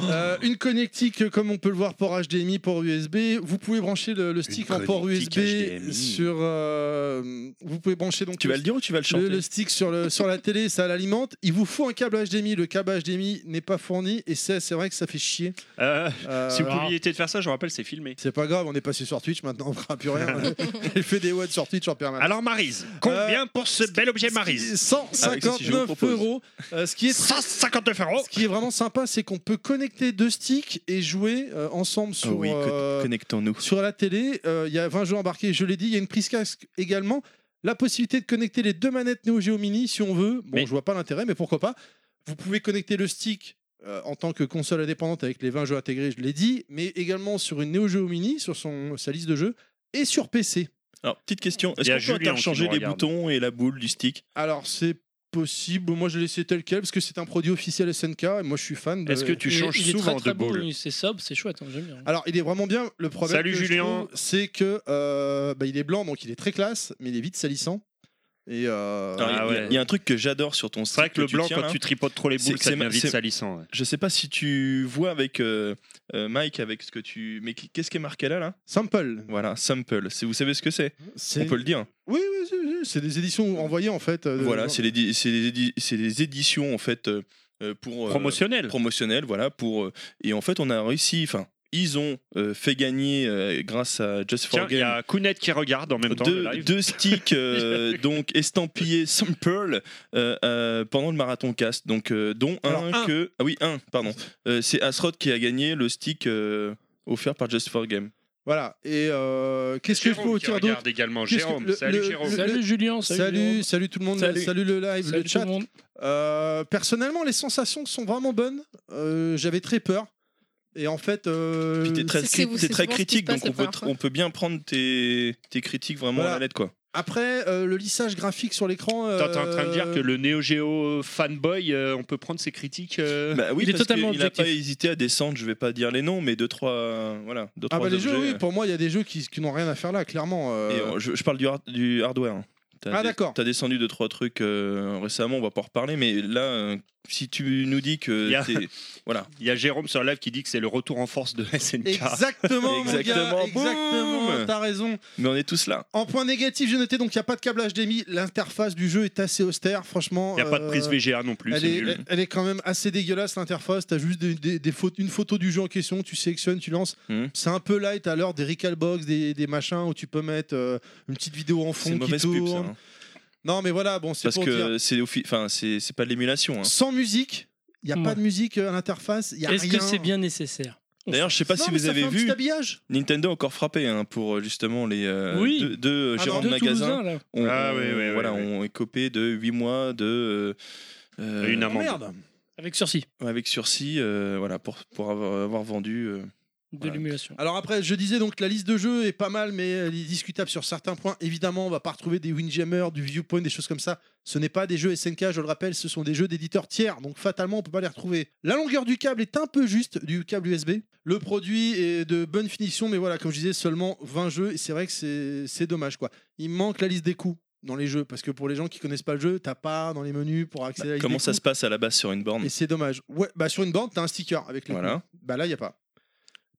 [SPEAKER 1] Euh, une connectique, comme on peut le voir, port HDMI, port USB. Vous pouvez brancher le, le stick en port USB
[SPEAKER 4] connectique HDMI.
[SPEAKER 1] sur. euh, vous pouvez brancher donc
[SPEAKER 8] Tu vas le dire ou tu vas le chanter
[SPEAKER 1] le, le stick sur, le, sur la télé, ça l'alimente. Il vous faut un câble HDMI. Le câble HDMI n'est pas fourni et c'est c'est vrai que ça fait chier.
[SPEAKER 4] Euh,
[SPEAKER 1] Euh,
[SPEAKER 4] si vous pouviez éviter de faire ça, je vous rappelle, c'est filmé.
[SPEAKER 1] C'est pas grave, on est passé sur Twitch maintenant, on fera plus rien. J'ai fait des watts sur Twitch en permanence.
[SPEAKER 4] Alors Marise,
[SPEAKER 1] Euh,
[SPEAKER 4] combien pour ce bel objet Marise
[SPEAKER 8] Ah
[SPEAKER 1] 159
[SPEAKER 8] propose.
[SPEAKER 1] euros. euh, ce qui est
[SPEAKER 4] 159 euros.
[SPEAKER 1] Ce qui est vraiment sympa, c'est qu'on peut connecter deux sticks et jouer euh, ensemble
[SPEAKER 8] Oh
[SPEAKER 1] sur,
[SPEAKER 8] oui, co-
[SPEAKER 1] euh,
[SPEAKER 8] connectons-nous.
[SPEAKER 1] sur la télé. Euh, Il y a 20 jeux embarqués, je l'ai dit. Il y a une prise casque également. La possibilité de connecter les deux manettes Neo Geo Mini si on veut. Bon,
[SPEAKER 4] Mais-
[SPEAKER 1] je vois pas l'intérêt, mais pourquoi pas. Vous pouvez connecter le stick euh, en tant que console indépendante avec les 20 jeux intégrés, je l'ai dit, mais également sur une Neo Geo Mini, sur son, sa liste de jeux, et sur PC.
[SPEAKER 8] Alors, petite question.
[SPEAKER 4] Il y a
[SPEAKER 8] Est-ce qu'on peut
[SPEAKER 4] Julien
[SPEAKER 8] interchanger
[SPEAKER 4] qui nous
[SPEAKER 8] les
[SPEAKER 4] regarde.
[SPEAKER 8] boutons et la boule du stick
[SPEAKER 1] Alors, c'est possible. Moi, je l'ai laissé tel quel parce que c'est un produit officiel SNK et moi, je suis fan. de-
[SPEAKER 4] Est-ce que tu
[SPEAKER 5] Il est-
[SPEAKER 4] changes
[SPEAKER 5] il est
[SPEAKER 4] souvent
[SPEAKER 5] très, très
[SPEAKER 4] de
[SPEAKER 5] beau,
[SPEAKER 4] boule
[SPEAKER 5] il- C'est sobre, c'est chouette, hein, j'aime bien.
[SPEAKER 1] Alors, il est vraiment bien. Le problème,
[SPEAKER 4] Salut
[SPEAKER 1] que je
[SPEAKER 4] Julien.
[SPEAKER 1] trouve, c'est que euh, bah, il est blanc, donc il est très classe, mais il est vite salissant. Et euh,
[SPEAKER 8] Alors, il y a-
[SPEAKER 4] Ah
[SPEAKER 8] il y a-
[SPEAKER 4] ouais.
[SPEAKER 8] Il y a un truc que j'adore sur ton stick.
[SPEAKER 4] C'est vrai que le
[SPEAKER 8] tu
[SPEAKER 4] blanc,
[SPEAKER 8] tiens,
[SPEAKER 4] quand
[SPEAKER 8] là.
[SPEAKER 4] tu tripotes trop les
[SPEAKER 8] C'est-
[SPEAKER 4] boules, ça
[SPEAKER 8] c'est ma-
[SPEAKER 4] devient vite
[SPEAKER 8] c'est-
[SPEAKER 4] salissant. ouais.
[SPEAKER 8] Je sais pas si tu vois avec euh, euh, Mike, avec ce que tu. Mais qui- qu'est-ce qui est marqué là, là
[SPEAKER 1] Sample.
[SPEAKER 8] Voilà, sample. C'est- Vous savez ce que c'est
[SPEAKER 1] C'est-
[SPEAKER 8] On peut le dire.
[SPEAKER 1] Oui, oui, oui, oui, c'est des éditions envoyées en fait. euh,
[SPEAKER 8] Voilà,
[SPEAKER 1] de-
[SPEAKER 8] c'est les, di- c'est les, édi- c'est les éditions en fait euh, euh, pour euh,
[SPEAKER 4] Promotionnel.
[SPEAKER 8] promotionnelles, voilà pour euh, et en fait on a réussi. Enfin, ils ont euh, fait gagner euh, grâce à Just for
[SPEAKER 4] Tiens, il y
[SPEAKER 8] Game.
[SPEAKER 4] a Kounet qui regarde en même temps le
[SPEAKER 8] deux,
[SPEAKER 4] live.
[SPEAKER 8] deux sticks euh, donc estampillés Sample euh, euh, pendant le marathon cast donc euh, dont
[SPEAKER 1] Alors,
[SPEAKER 8] un,
[SPEAKER 1] un.
[SPEAKER 8] que ah oui un pardon Euh, c'est Asrod qui a gagné le stick euh, offert par Just for Game
[SPEAKER 1] Voilà. Et euh, qu'est-ce que je peux
[SPEAKER 4] Jérôme
[SPEAKER 1] vous
[SPEAKER 4] qui
[SPEAKER 1] dire d'autre
[SPEAKER 4] regarde également.
[SPEAKER 1] Qu'est-ce que-
[SPEAKER 4] Jérôme,
[SPEAKER 1] le-
[SPEAKER 4] salut
[SPEAKER 1] le-
[SPEAKER 4] Jérôme.
[SPEAKER 1] le-
[SPEAKER 5] Salut Julien, salut.
[SPEAKER 1] Salut,
[SPEAKER 5] Jérôme.
[SPEAKER 1] salut tout le monde,
[SPEAKER 5] Salut.
[SPEAKER 1] salut, le live,
[SPEAKER 5] Salut
[SPEAKER 1] le
[SPEAKER 5] tout
[SPEAKER 1] chat.
[SPEAKER 5] monde.
[SPEAKER 1] Euh, personnellement, les sensations sont vraiment bonnes. Euh, J'avais très peur. Et en fait, euh,
[SPEAKER 8] puis t'es très,
[SPEAKER 2] c'est- c'est-
[SPEAKER 8] cri-
[SPEAKER 2] c'est
[SPEAKER 8] t'es très
[SPEAKER 2] souvent ce qui se
[SPEAKER 8] critique
[SPEAKER 2] passe
[SPEAKER 8] donc
[SPEAKER 2] la
[SPEAKER 8] on peut,
[SPEAKER 2] première
[SPEAKER 8] tr-
[SPEAKER 2] fois.
[SPEAKER 8] on peut bien prendre tes, tes critiques vraiment
[SPEAKER 1] Voilà.
[SPEAKER 8] à la lettre quoi
[SPEAKER 1] après euh, le lissage graphique sur l'écran.
[SPEAKER 4] Attends, T'es en train de dire
[SPEAKER 1] euh,
[SPEAKER 4] que le Neo Geo fanboy, euh, on peut prendre ses critiques euh,
[SPEAKER 8] Bah oui,
[SPEAKER 5] Il est
[SPEAKER 8] parce que
[SPEAKER 5] totalement
[SPEAKER 8] il a
[SPEAKER 5] objectif.
[SPEAKER 8] pas hésité à descendre je vais pas dire les noms mais deux trois euh, voilà deux
[SPEAKER 1] Ah
[SPEAKER 8] trois
[SPEAKER 1] bah les jeux,
[SPEAKER 8] objets. euh.
[SPEAKER 1] oui, pour moi, il y a des jeux qui, qui n'ont rien à faire là, clairement. euh.
[SPEAKER 8] Et oh, on- je, je parle du, har- du hardware. hein. T'as
[SPEAKER 1] Ah,
[SPEAKER 8] des-
[SPEAKER 1] d'accord.
[SPEAKER 8] T'as descendu deux trois trucs euh, récemment, on va pas en reparler, mais là, euh, si tu nous dis que
[SPEAKER 4] Il y a-
[SPEAKER 8] t'es- voilà
[SPEAKER 4] Il y a Jérôme sur live qui dit que c'est le retour en force de SNK.
[SPEAKER 1] Exactement, mon gars,
[SPEAKER 8] Exactement, boum
[SPEAKER 1] exactement, t'as raison.
[SPEAKER 8] mais on est tous là
[SPEAKER 1] En point négatif, j'ai noté donc il n'y a pas de câblage d'EMI. L'interface du jeu est assez austère, franchement.
[SPEAKER 4] Il n'y a pas de
[SPEAKER 1] euh,
[SPEAKER 4] prise VGA non plus,
[SPEAKER 1] Elle
[SPEAKER 4] c'est
[SPEAKER 1] est,
[SPEAKER 4] nul.
[SPEAKER 1] elle- elle est quand même assez dégueulasse l'interface. T'as juste des, des- des photos- une photo du jeu en question, tu sélectionnes, tu lances.
[SPEAKER 4] Hmm.
[SPEAKER 8] Mhm.
[SPEAKER 1] C'est un peu light à l'heure des Recalbox, des, des machins où tu peux mettre euh, une petite vidéo en fond.
[SPEAKER 8] c'est une
[SPEAKER 1] qui
[SPEAKER 8] mauvaise pub ça
[SPEAKER 1] tourne.
[SPEAKER 8] hein.
[SPEAKER 1] Non, mais voilà, bon, c'est
[SPEAKER 8] parce
[SPEAKER 1] pour dire.
[SPEAKER 8] que c'est au fi- enfin c'est c'est pas de l'émulation hein.
[SPEAKER 1] Sans musique, il n'y a
[SPEAKER 5] Ouais.
[SPEAKER 1] pas de musique euh, à l'interface, il n'y a
[SPEAKER 5] Est-ce
[SPEAKER 1] rien.
[SPEAKER 5] que c'est bien nécessaire
[SPEAKER 8] d'ailleurs je sais pas
[SPEAKER 1] Non,
[SPEAKER 8] si
[SPEAKER 1] mais
[SPEAKER 8] vous
[SPEAKER 1] ça fait
[SPEAKER 8] avez
[SPEAKER 1] un petit
[SPEAKER 8] vu
[SPEAKER 1] habillage.
[SPEAKER 8] Nintendo a encore frappé hein, pour euh, justement les euh,
[SPEAKER 5] Oui.
[SPEAKER 8] deux, deux, euh,
[SPEAKER 1] Ah,
[SPEAKER 8] gérants
[SPEAKER 1] non,
[SPEAKER 8] de
[SPEAKER 5] Deux
[SPEAKER 8] magasins
[SPEAKER 5] Toulousains, là.
[SPEAKER 8] ont,
[SPEAKER 4] Ah, oui, oui, oui,
[SPEAKER 8] voilà,
[SPEAKER 4] oui.
[SPEAKER 8] ont écopé de 8 mois de euh, euh,
[SPEAKER 4] Une amende.
[SPEAKER 1] Ah, Merde.
[SPEAKER 5] Avec sursis
[SPEAKER 8] avec sursis euh, voilà pour pour avoir, avoir vendu euh,
[SPEAKER 5] de
[SPEAKER 8] Voilà.
[SPEAKER 5] l'émulation.
[SPEAKER 1] Alors après, je disais donc la liste de jeux est pas mal, mais elle est discutable sur certains points. Évidemment, on va pas retrouver des Windjammer, du Viewpoint, des choses comme ça. Ce n'est pas des jeux SNK, je le rappelle, ce sont des jeux d'éditeurs tiers, donc fatalement on peut pas les retrouver. La longueur du câble est un peu juste, du câble USB. Le produit est de bonne finition, mais voilà, comme je disais, seulement 20 jeux, et c'est vrai que c'est- c'est dommage quoi. Il manque la liste des coûts dans les jeux, parce que pour les gens qui connaissent pas le jeu, t'as pas dans les menus pour accéder à la liste
[SPEAKER 8] Bah, comment
[SPEAKER 1] des
[SPEAKER 8] ça
[SPEAKER 1] coûts.
[SPEAKER 8] se passe à la base sur une borne
[SPEAKER 1] Et c'est dommage. Ouais, bah sur une borne, t'as un sticker avec les
[SPEAKER 8] Voilà.
[SPEAKER 1] coups. Bah là, il a pas.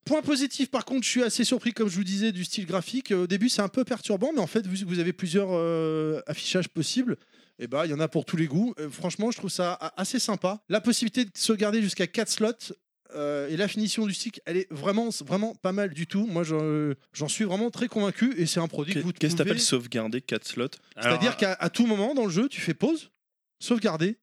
[SPEAKER 1] Point positif, par contre, je suis assez surpris, comme je vous disais, du style graphique. Euh, Au début, c'est un peu perturbant, mais en fait, vu que vous avez plusieurs euh, affichages possibles, et bah, il y en a pour tous les goûts. Euh, franchement, je trouve ça a- assez sympa. La possibilité de sauvegarder jusqu'à 4 slots. euh, et la finition du stick, elle est vraiment, vraiment pas mal du tout. Moi, je- j'en suis vraiment très convaincu. Et c'est un produit que vous
[SPEAKER 8] Qu'est-ce que
[SPEAKER 1] pouvez-
[SPEAKER 8] t'appelles sauvegarder 4 slots
[SPEAKER 1] C'est-à-dire qu'à à tout moment dans le jeu, tu fais pause, sauvegarder,